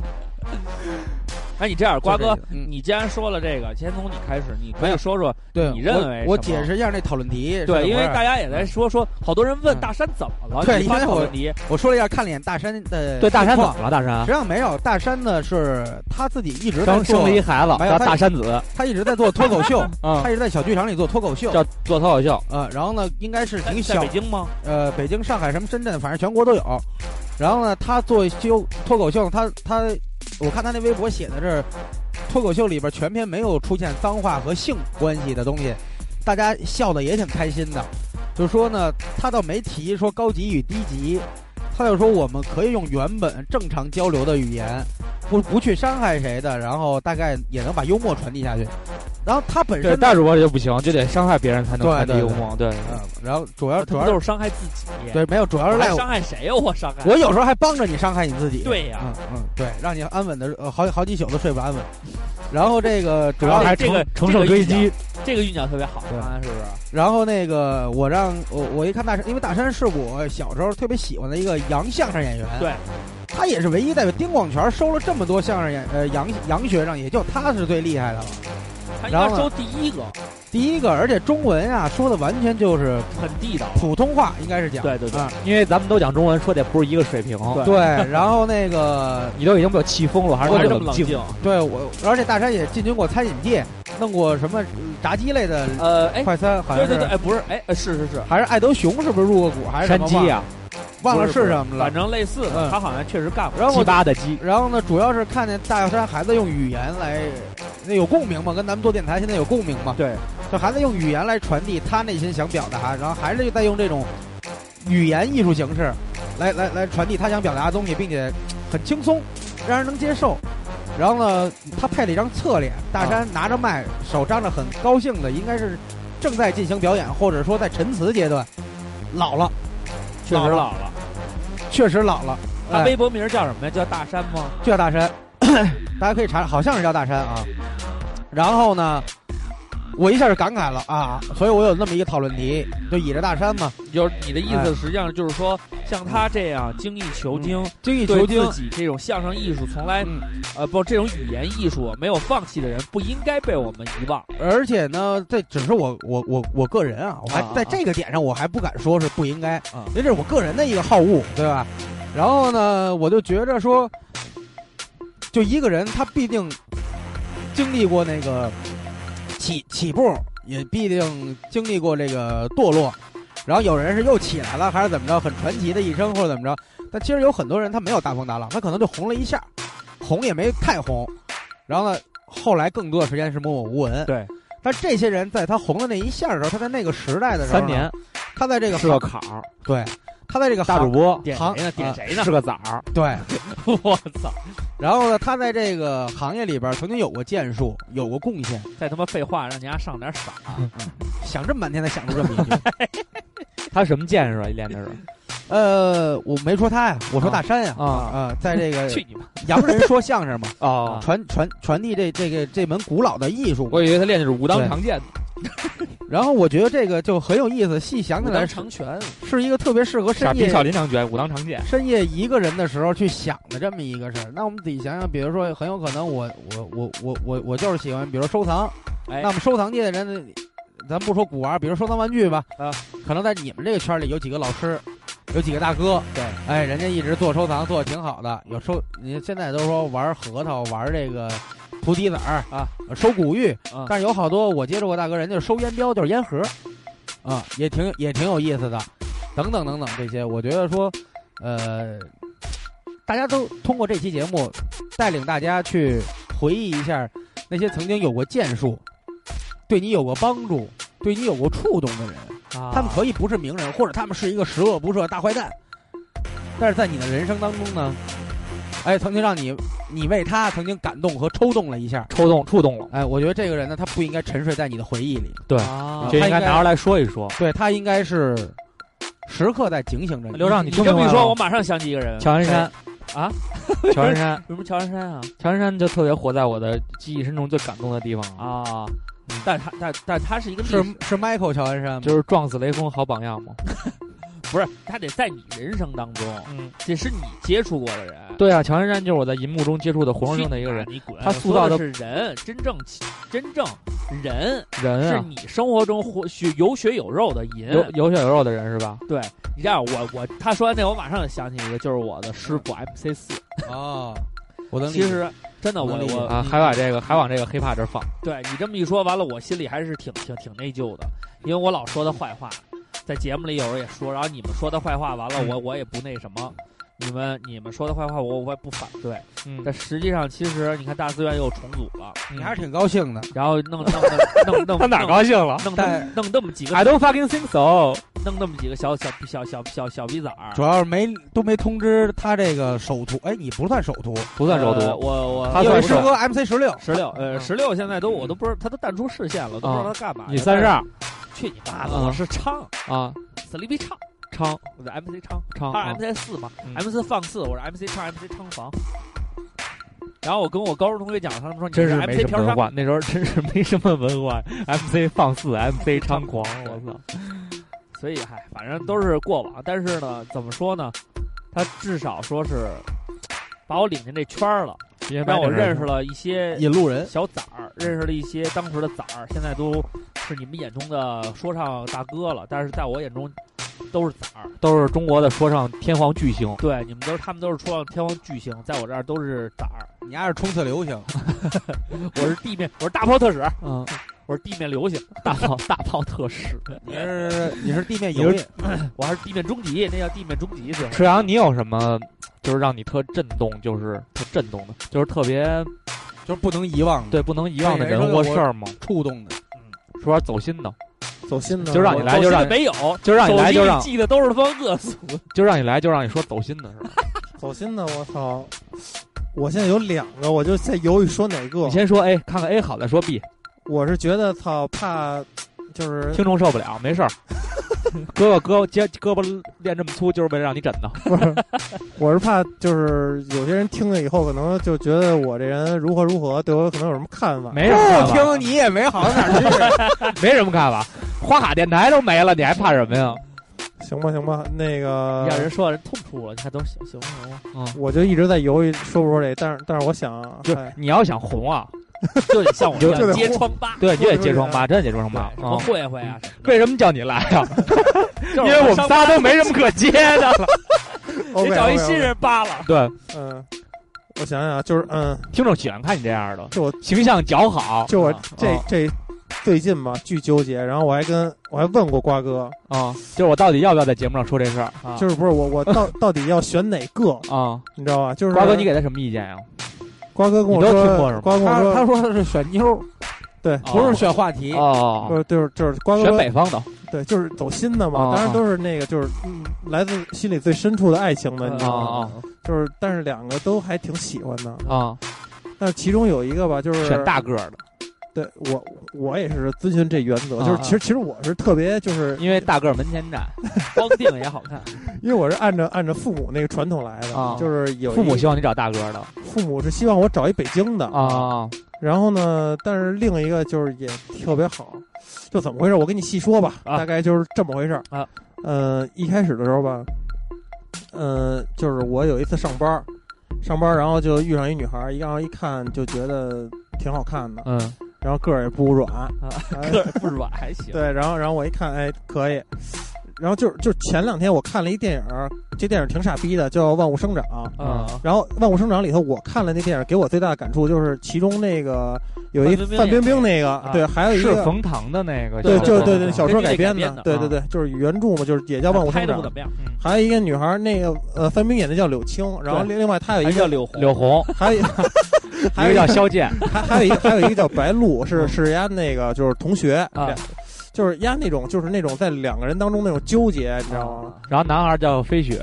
[SPEAKER 19] 哎，你这样，瓜哥
[SPEAKER 31] 就这，个嗯
[SPEAKER 19] 你既然说了这个，先从你开始，你可以说说，
[SPEAKER 31] 对，
[SPEAKER 19] 你认
[SPEAKER 31] 我
[SPEAKER 19] 为
[SPEAKER 31] 我
[SPEAKER 19] 什么
[SPEAKER 31] 解释一下那讨论题。是怎么
[SPEAKER 19] 对，因为
[SPEAKER 31] 回事
[SPEAKER 19] 大家也在说说，好多人问
[SPEAKER 31] 嗯
[SPEAKER 19] 大山怎么了，
[SPEAKER 31] 对
[SPEAKER 19] 你发
[SPEAKER 31] 因为
[SPEAKER 19] 讨
[SPEAKER 31] 我
[SPEAKER 19] 论题，
[SPEAKER 31] 我说了一下，看了一眼大山的
[SPEAKER 32] 对，大山
[SPEAKER 31] 情
[SPEAKER 32] 怎
[SPEAKER 31] 况
[SPEAKER 32] 么了？大山
[SPEAKER 31] 实际上没有，大山呢是他自己一直在
[SPEAKER 32] 刚生
[SPEAKER 31] 做
[SPEAKER 32] 了，一孩子，
[SPEAKER 31] 没有
[SPEAKER 32] 叫
[SPEAKER 31] 他
[SPEAKER 32] 大山子，
[SPEAKER 31] 他一直在做脱口秀，
[SPEAKER 32] 嗯
[SPEAKER 31] 他一直在小剧场里做脱口秀。
[SPEAKER 32] 叫做脱口秀。
[SPEAKER 31] 呃，然后呢，应该是
[SPEAKER 19] 在
[SPEAKER 31] 挺
[SPEAKER 19] 在
[SPEAKER 31] 小
[SPEAKER 19] 北，京吗？
[SPEAKER 31] 呃，北京、上海什么深圳，反正全国都有。然后呢，他呃做修脱口秀，他他，我看他那微博写的是，脱口秀里边全篇没有出现脏话和性关系的东西，大家笑的也挺开心的。就说呢，他倒没提说高级与低级，他就说我们可以用原本正常交流的语言，不不去伤害谁的，然后大概也能把幽默传递下去。然后他本身
[SPEAKER 32] 对大主播这就不行，就得伤害别人才能传递
[SPEAKER 31] 对对
[SPEAKER 32] 幽默。对，
[SPEAKER 31] 嗯然后主要主要
[SPEAKER 19] 都是伤害自己。
[SPEAKER 31] 对，没有，主要是
[SPEAKER 19] 我还
[SPEAKER 31] 赖我
[SPEAKER 19] 伤。害谁呀？啊我伤害
[SPEAKER 31] 我有时候还帮着你伤害你自己。
[SPEAKER 19] 对呀
[SPEAKER 31] 嗯嗯，对，让你安稳的呃好好几宿都睡不安稳。然后这 个主要
[SPEAKER 19] 而且
[SPEAKER 31] 还
[SPEAKER 19] 这个
[SPEAKER 32] 乘胜追击，
[SPEAKER 19] 这个韵脚特别好，
[SPEAKER 31] 对
[SPEAKER 19] 刚才是不是？
[SPEAKER 31] 然后那个我让我我一看大山，因为大山是我小时候特别喜欢的一个洋相声演员，
[SPEAKER 19] 对，
[SPEAKER 31] 他也是唯一代表丁广泉收了这么多相声演呃洋洋学生，也就他是最厉害的了。
[SPEAKER 19] 他应
[SPEAKER 31] 然
[SPEAKER 19] 该
[SPEAKER 31] 后呢
[SPEAKER 19] 收第一个，
[SPEAKER 31] 第一个，而且中文啊说的完全就是
[SPEAKER 19] 很地道。
[SPEAKER 31] 普通话，应该是讲
[SPEAKER 19] 对对对
[SPEAKER 31] 啊
[SPEAKER 32] 因为咱们都讲中文，说的也不是一个水平。
[SPEAKER 19] 对
[SPEAKER 31] 对。然后那个
[SPEAKER 32] 你都已经被我气疯了，还是
[SPEAKER 19] 我还
[SPEAKER 32] 那
[SPEAKER 19] 这么
[SPEAKER 32] 么
[SPEAKER 19] 冷
[SPEAKER 32] 静？
[SPEAKER 19] 静，
[SPEAKER 31] 对我，而且大山也进军过餐饮界，弄过什么呃炸鸡类的
[SPEAKER 19] 呃，哎，
[SPEAKER 31] 快餐，好像是
[SPEAKER 19] 对
[SPEAKER 31] 嗯
[SPEAKER 19] 对对，哎，不是，哎，呃是是是，
[SPEAKER 31] 还是爱德熊是不是入过股还是什
[SPEAKER 32] 山
[SPEAKER 31] 么
[SPEAKER 32] 鸡啊呀，
[SPEAKER 31] 忘了忘了啊
[SPEAKER 19] 不不
[SPEAKER 31] 是什么了
[SPEAKER 19] 反。正类似的，
[SPEAKER 31] 嗯
[SPEAKER 19] 他好像确实干过。
[SPEAKER 31] 然后
[SPEAKER 32] 鸡
[SPEAKER 31] 我
[SPEAKER 32] 巴的鸡，
[SPEAKER 31] 然后呢，主要是看见大山孩子用语言来，那有共鸣嘛，跟咱们做电台现在有共鸣嘛。
[SPEAKER 32] 对，
[SPEAKER 31] 就孩子用语言来传递他内心想表达，然后还是在用这种语言艺术形式来来来传递他想表达的东西，并且很轻松，让人能接受。然后呢，他配了一张侧脸，大山拿着麦，手张着，很高兴的，应该是正在进行表演，或者说在陈词阶段。老了，
[SPEAKER 19] 确实老了。
[SPEAKER 31] 确实老了。
[SPEAKER 19] 他
[SPEAKER 31] 哎
[SPEAKER 19] 微博名叫什么呀？叫大山吗？
[SPEAKER 31] 就叫大山， 大家可以查，好像是叫大山啊。然后呢，我一下就感慨了啊，所以我有那么一个讨论题，就倚着大山嘛，
[SPEAKER 19] 就是你的意思，实际上就是说，像他这样精益求精，
[SPEAKER 31] 精益
[SPEAKER 19] 对
[SPEAKER 31] 求精
[SPEAKER 19] 自。己这种相声艺术从来
[SPEAKER 31] 嗯，
[SPEAKER 19] 呃，不，这种语言艺术没有放弃的人，不应该被我们遗忘。
[SPEAKER 31] 而且呢，这只是我我我我个人啊，我还在这个点上，我还不敢说是不应该，因为这是我个人的一个好恶，对吧？然后呢，我就觉着说，就一个人他必定经历过那个起起步，也必定经历过这个堕落，然后有人是又起来了，还是怎么着，很传奇的一生或者怎么着。但其实有很多人他没有大风大浪，他可能就红了一下，红也没太红，然后呢，后来更多的时间是默默无闻。
[SPEAKER 32] 对。
[SPEAKER 31] 但这些人在他红的那一下的时候，他在那个时代的时候，
[SPEAKER 32] 三，年
[SPEAKER 31] 他在这个
[SPEAKER 32] 是
[SPEAKER 31] 行
[SPEAKER 32] 个坎儿，
[SPEAKER 31] 对，他在这个
[SPEAKER 32] 大主
[SPEAKER 31] 行
[SPEAKER 32] 播
[SPEAKER 19] 点
[SPEAKER 31] 行
[SPEAKER 19] 谁呢？点谁呢？
[SPEAKER 32] 是个崽儿，
[SPEAKER 31] 对，
[SPEAKER 19] 我操！
[SPEAKER 31] 然后呢，他在这个行业里边曾经有过建树，有过贡献。
[SPEAKER 19] 再他妈废话，让你家上点色。
[SPEAKER 31] 想这么半天才想出这么一 句。
[SPEAKER 32] 他什么见识啊？一练这是
[SPEAKER 31] 呃，我没说他呀，我说大山呀。
[SPEAKER 32] 啊
[SPEAKER 31] 啊、在 这个
[SPEAKER 19] 去你妈！
[SPEAKER 31] 洋人说相声嘛，
[SPEAKER 32] 啊！
[SPEAKER 31] 传传传递这这个这门古老的艺术嘛。
[SPEAKER 32] 我以为他练的是武当常见的，
[SPEAKER 31] 然后我觉得这个就很有意思，细想起
[SPEAKER 19] 武
[SPEAKER 31] 来
[SPEAKER 19] 当
[SPEAKER 31] 是
[SPEAKER 19] 长拳，
[SPEAKER 31] 是一个特别适合
[SPEAKER 32] 傻
[SPEAKER 31] 深
[SPEAKER 32] 逼
[SPEAKER 31] 夜
[SPEAKER 32] 少林常拳，武当常见。
[SPEAKER 31] 深夜一个人的时候去想的这么一个事儿。那我们自己想想，比如说很有可能我我我我我我就是喜欢，比如说收藏，
[SPEAKER 19] 哎
[SPEAKER 31] 那么收藏界的人，咱不说古玩，比如收藏玩具吧，
[SPEAKER 19] 啊，
[SPEAKER 31] 可能在你们这个圈里有几个老师，有几个大哥，
[SPEAKER 19] 对，
[SPEAKER 31] 哎，人家一直做收藏做的挺好的，有收，你现在都说玩核桃，玩这个菩提子儿
[SPEAKER 19] 啊，
[SPEAKER 31] 收古玉，
[SPEAKER 19] 嗯
[SPEAKER 31] 但是有好多我接触过大哥，人家收烟标就是烟盒，啊，也挺也挺有意思的，等等等等这些，我觉得说，呃，大家都通过这期节目，带领大家去回忆一下那些曾经有过建树，对你有过帮助，对你有过触动的人。他
[SPEAKER 19] 他
[SPEAKER 31] 们可以不是名人，或者他们是一个十恶不赦大坏蛋，但是在你的人生当中呢，哎，曾经让你你为他曾经感动和抽动了一下，
[SPEAKER 32] 抽动触动了，
[SPEAKER 31] 哎，我觉得这个人呢，他不应该沉睡在你的回忆里，
[SPEAKER 19] 啊
[SPEAKER 32] 这应该
[SPEAKER 31] 他应该
[SPEAKER 32] 拿出来说一说。
[SPEAKER 31] 对他应该是时刻在警醒着你。
[SPEAKER 32] 刘畅，
[SPEAKER 19] 你
[SPEAKER 32] 听
[SPEAKER 19] 这
[SPEAKER 32] 明
[SPEAKER 19] 么
[SPEAKER 32] 白
[SPEAKER 19] 一说，我
[SPEAKER 32] 吗？
[SPEAKER 19] 马上想起一个人。
[SPEAKER 32] 乔杉山
[SPEAKER 19] 啊，
[SPEAKER 32] 乔杉山，
[SPEAKER 19] 为什么乔杉山啊？
[SPEAKER 32] 乔杉山就特别活在我的记忆深中最感动的地方啊，
[SPEAKER 19] 啊，但他但但他是一个历史
[SPEAKER 31] 是是 Michael 乔恩山吗？
[SPEAKER 32] 就是撞死雷锋好榜样嘛。
[SPEAKER 19] 不是，他得在你人生当中，
[SPEAKER 32] 嗯，
[SPEAKER 19] 这是你接触过的人，
[SPEAKER 32] 对啊，乔杉山就是我在银幕中接触的活生
[SPEAKER 19] 去
[SPEAKER 32] 生的一个人
[SPEAKER 19] 打你滚！
[SPEAKER 32] 他塑造
[SPEAKER 19] 我
[SPEAKER 32] 的
[SPEAKER 19] 说的是人，真正起真正人，
[SPEAKER 32] 人
[SPEAKER 19] 是
[SPEAKER 32] 啊，
[SPEAKER 19] 你生活中活血有血有肉的银。
[SPEAKER 32] 有有血有肉的人是吧？
[SPEAKER 19] 对你这样，我我他说完那，我马上想起一个，就是我的师
[SPEAKER 32] 嗯
[SPEAKER 19] 傅 MC 四。
[SPEAKER 31] 哦，我能理
[SPEAKER 19] 其
[SPEAKER 31] 解
[SPEAKER 19] 实真的，我
[SPEAKER 31] 能理解
[SPEAKER 19] 我
[SPEAKER 32] 啊，
[SPEAKER 19] 你
[SPEAKER 32] 还往这个还往这个黑怕这儿放，
[SPEAKER 19] 对你这么一说，完了，我心里还是挺挺挺内疚的，因为我老说他坏话，在节目里有时候也说，然后你们说他坏话，完
[SPEAKER 32] 嗯
[SPEAKER 19] 了我我也不那什么，你们你们说他坏话，我我也不反对，
[SPEAKER 32] 嗯
[SPEAKER 19] 但实际上其实你看大资源又重组了，
[SPEAKER 31] 你还是挺高兴的，
[SPEAKER 19] 然后弄弄弄弄弄弄
[SPEAKER 32] 兴了
[SPEAKER 19] 弄
[SPEAKER 31] 但
[SPEAKER 19] 弄弄这么几个，
[SPEAKER 32] ？I don't fucking think so。
[SPEAKER 19] 弄那么几个小小小小小小逼崽儿，
[SPEAKER 31] 主要是没都没通知他这个首图，哎，你不算首图，
[SPEAKER 32] 不算首图，
[SPEAKER 19] 呃我我
[SPEAKER 32] 他
[SPEAKER 31] 因为
[SPEAKER 32] 算
[SPEAKER 31] 师哥 MC 十六，
[SPEAKER 19] 十六，呃，十六现在都我都不知道，他都淡出视线了，我都不知道他干嘛。
[SPEAKER 32] 啊你三十二
[SPEAKER 19] 去你妈的！
[SPEAKER 32] 嗯
[SPEAKER 19] 我是唱
[SPEAKER 32] 啊，
[SPEAKER 19] ，sleepy 唱，
[SPEAKER 32] 昌
[SPEAKER 19] 我的 MC 唱，
[SPEAKER 32] 昌
[SPEAKER 19] 他
[SPEAKER 32] 啊
[SPEAKER 19] 是 MC 四嘛
[SPEAKER 32] 嗯
[SPEAKER 19] ，MC 放四，我是 MC 唱，MC 唱房。然后我跟我高中同学讲，他们说你
[SPEAKER 32] 真是没
[SPEAKER 19] MC
[SPEAKER 32] 什么
[SPEAKER 19] 嫖
[SPEAKER 32] 文
[SPEAKER 19] 娼，
[SPEAKER 32] 化，那时候真是没什么文化。MC 放肆，MC 猖狂，我操！
[SPEAKER 19] 所以嗨，反正都是过往。但是呢，怎么说呢？他至少说是把我领进这圈儿了，让我认识了一些
[SPEAKER 31] 引路人，
[SPEAKER 19] 小崽儿，认识了一些当时的崽儿，现在都是你们眼中的说唱大哥了，但是在我眼中都是崽儿。
[SPEAKER 32] 都是中国的说唱天皇巨星，
[SPEAKER 19] 对，你们都是他们都是说唱天王巨星，在我这儿都是崽儿。
[SPEAKER 31] 你还是冲刺流行，
[SPEAKER 19] 我是地面，我是大炮特使，
[SPEAKER 32] 嗯，
[SPEAKER 19] 我是地面流行，大炮大炮特使，
[SPEAKER 31] 你是你是地面游民，
[SPEAKER 19] 我还是地面终极，那叫地面终极是吧？
[SPEAKER 32] 赤阳，你有什么就是让你特震动，就是特震动的，就是特别
[SPEAKER 31] 就是不能遗忘的，
[SPEAKER 32] 对不能遗忘的
[SPEAKER 31] 哎人
[SPEAKER 32] 人
[SPEAKER 31] 说
[SPEAKER 32] 或
[SPEAKER 31] 的我
[SPEAKER 32] 事儿吗？
[SPEAKER 31] 触动的。
[SPEAKER 32] 说点走心的，
[SPEAKER 27] 走心的，
[SPEAKER 32] 就让你来
[SPEAKER 19] 手
[SPEAKER 32] 就
[SPEAKER 19] 机
[SPEAKER 32] 让
[SPEAKER 19] 里没有，
[SPEAKER 32] 就让你来就
[SPEAKER 19] 手
[SPEAKER 32] 让
[SPEAKER 19] 机里记得都是他妈恶俗。
[SPEAKER 32] 就让你来就让你说走心的是吧？
[SPEAKER 27] 走心的，我操！我现在有两个，我就在犹豫说哪个
[SPEAKER 32] 你。先说 A，看看 A 好再说 B，
[SPEAKER 27] 我是觉得操，怕就是
[SPEAKER 32] 听众受不了，没事儿。哥哥胳膊肩胳膊练这么粗，就是为了让你枕的。
[SPEAKER 27] 不是， 我是怕就是有些人听了以后，可能就觉得我这人如何如何，对我可能有什么看法。
[SPEAKER 32] 没什么看法，
[SPEAKER 31] 哦听你也没好到哪儿去，
[SPEAKER 32] 没什么看法。花卡电台都没了，你还怕什么呀？
[SPEAKER 27] 行吧，行吧，那
[SPEAKER 19] 你
[SPEAKER 27] 个
[SPEAKER 19] 让人说人痛处了，你看都行行行吗？
[SPEAKER 32] 嗯
[SPEAKER 27] 我就一直在犹豫说不说这，但是但是我想， 哎
[SPEAKER 32] 你要想红啊，
[SPEAKER 19] 就得像我这
[SPEAKER 27] 就
[SPEAKER 19] 样
[SPEAKER 27] 得
[SPEAKER 19] 揭
[SPEAKER 27] 豁
[SPEAKER 19] 疮疤，
[SPEAKER 32] 对，你得揭疮疤，真得揭疮疤
[SPEAKER 19] 什么
[SPEAKER 32] 啊！
[SPEAKER 19] 会会啊，
[SPEAKER 32] 为什么叫你来 啊？
[SPEAKER 19] 因
[SPEAKER 32] 因为我们仨都没什么可揭的了。
[SPEAKER 19] 得
[SPEAKER 27] OK，
[SPEAKER 19] 找一
[SPEAKER 27] OK，
[SPEAKER 19] 新人扒了。
[SPEAKER 32] 对，
[SPEAKER 27] 嗯，我想想啊，就是嗯，
[SPEAKER 32] 听众喜欢看你这样的，
[SPEAKER 27] 就我
[SPEAKER 32] 形象姣好
[SPEAKER 27] 就我
[SPEAKER 32] 啊
[SPEAKER 27] 这这最近吧，巨纠结。然后我还跟我还问过瓜哥，
[SPEAKER 32] 啊，就是我到底要不要在节目上说这事儿啊？
[SPEAKER 27] 就是不是我我 到到底要选哪个，
[SPEAKER 32] 啊，
[SPEAKER 27] 你知道吧？就是
[SPEAKER 32] 瓜哥，你给他什么意见啊呀？
[SPEAKER 27] 瓜哥跟我
[SPEAKER 32] 你都听过是吗
[SPEAKER 27] 说，瓜哥跟我
[SPEAKER 31] 他他
[SPEAKER 27] 说，
[SPEAKER 31] 说他是选妞儿，
[SPEAKER 27] 对，
[SPEAKER 31] 不是选话题，
[SPEAKER 32] 哦，
[SPEAKER 27] 不就是就是瓜
[SPEAKER 32] 选
[SPEAKER 27] 哥
[SPEAKER 32] 北方的
[SPEAKER 27] 对，就是走心的
[SPEAKER 32] 哦
[SPEAKER 27] 嘛，当然都是那个就是嗯来自心里最深处的爱情嘛，你知
[SPEAKER 32] 啊
[SPEAKER 27] 道
[SPEAKER 32] 啊
[SPEAKER 27] 吗？就是但是两个都还挺喜欢的，
[SPEAKER 32] 啊！
[SPEAKER 27] 但是其中有一个吧，就是
[SPEAKER 32] 选大个儿的，
[SPEAKER 27] 对我我也是遵循这原则，
[SPEAKER 32] 啊
[SPEAKER 27] 就是其实其实我是特别就是
[SPEAKER 32] 因为大个儿门前站，
[SPEAKER 19] 光腚也好看，
[SPEAKER 27] 因为我是按照按照父母那个传统来的，
[SPEAKER 32] 啊
[SPEAKER 27] 就是有一啊
[SPEAKER 32] 父母希望你找大个儿的
[SPEAKER 27] 父母是希望我找一北京的，
[SPEAKER 32] 啊
[SPEAKER 27] 然后呢，但是另一个就是也特别好，就怎么回事？我跟你细说吧，
[SPEAKER 19] 啊
[SPEAKER 27] 大概就是这么回事
[SPEAKER 19] 啊。
[SPEAKER 27] 呃，一开始的时候吧，呃，就是我有一次上班儿，上班儿然后就遇上一女孩儿，一然后一看就觉得挺好看
[SPEAKER 19] 啊
[SPEAKER 27] 的，
[SPEAKER 32] 嗯
[SPEAKER 27] 然后个儿也不软，哎
[SPEAKER 19] 个儿不软还行。
[SPEAKER 27] 对，然后然后我一看，哎，可以。然后就是就前两天我看了一电影儿，这电影儿挺傻逼的，叫《万物生长》。
[SPEAKER 19] 啊，
[SPEAKER 27] 然后《万物生长》里头，我看了那电影，给我最大的感触就是，其中那个有一
[SPEAKER 19] 范冰冰
[SPEAKER 27] 范冰冰那个，
[SPEAKER 19] 啊
[SPEAKER 27] 对，还有一
[SPEAKER 32] 是
[SPEAKER 27] 个，
[SPEAKER 32] 冯唐的那个小
[SPEAKER 27] 对，
[SPEAKER 32] 说吗，
[SPEAKER 27] 就对对，小说
[SPEAKER 19] 根据这
[SPEAKER 27] 改编
[SPEAKER 19] 改编的
[SPEAKER 27] 对
[SPEAKER 32] 啊
[SPEAKER 27] 对对，就是原著嘛，就是也叫《万物
[SPEAKER 19] 拍
[SPEAKER 27] 生
[SPEAKER 19] 的
[SPEAKER 27] 长
[SPEAKER 19] 不》怎。么样，
[SPEAKER 27] 还有一个女孩，那个呃，范冰冰演的叫柳青，然后
[SPEAKER 19] 对
[SPEAKER 27] 另另外她有
[SPEAKER 19] 还
[SPEAKER 27] 一
[SPEAKER 19] 叫
[SPEAKER 27] 个，
[SPEAKER 19] 柳红。
[SPEAKER 32] 柳红，
[SPEAKER 27] 还有
[SPEAKER 32] 一
[SPEAKER 27] 还
[SPEAKER 32] 个
[SPEAKER 27] 有一
[SPEAKER 32] 叫
[SPEAKER 27] 个
[SPEAKER 32] 肖剑，
[SPEAKER 27] 还还有一个还有一个叫白露，是是人家那个就是同学
[SPEAKER 19] 啊
[SPEAKER 27] 对就是人家那种就是那种在两个人当中那种纠结，你知道吗？
[SPEAKER 32] 然后男孩叫飞雪，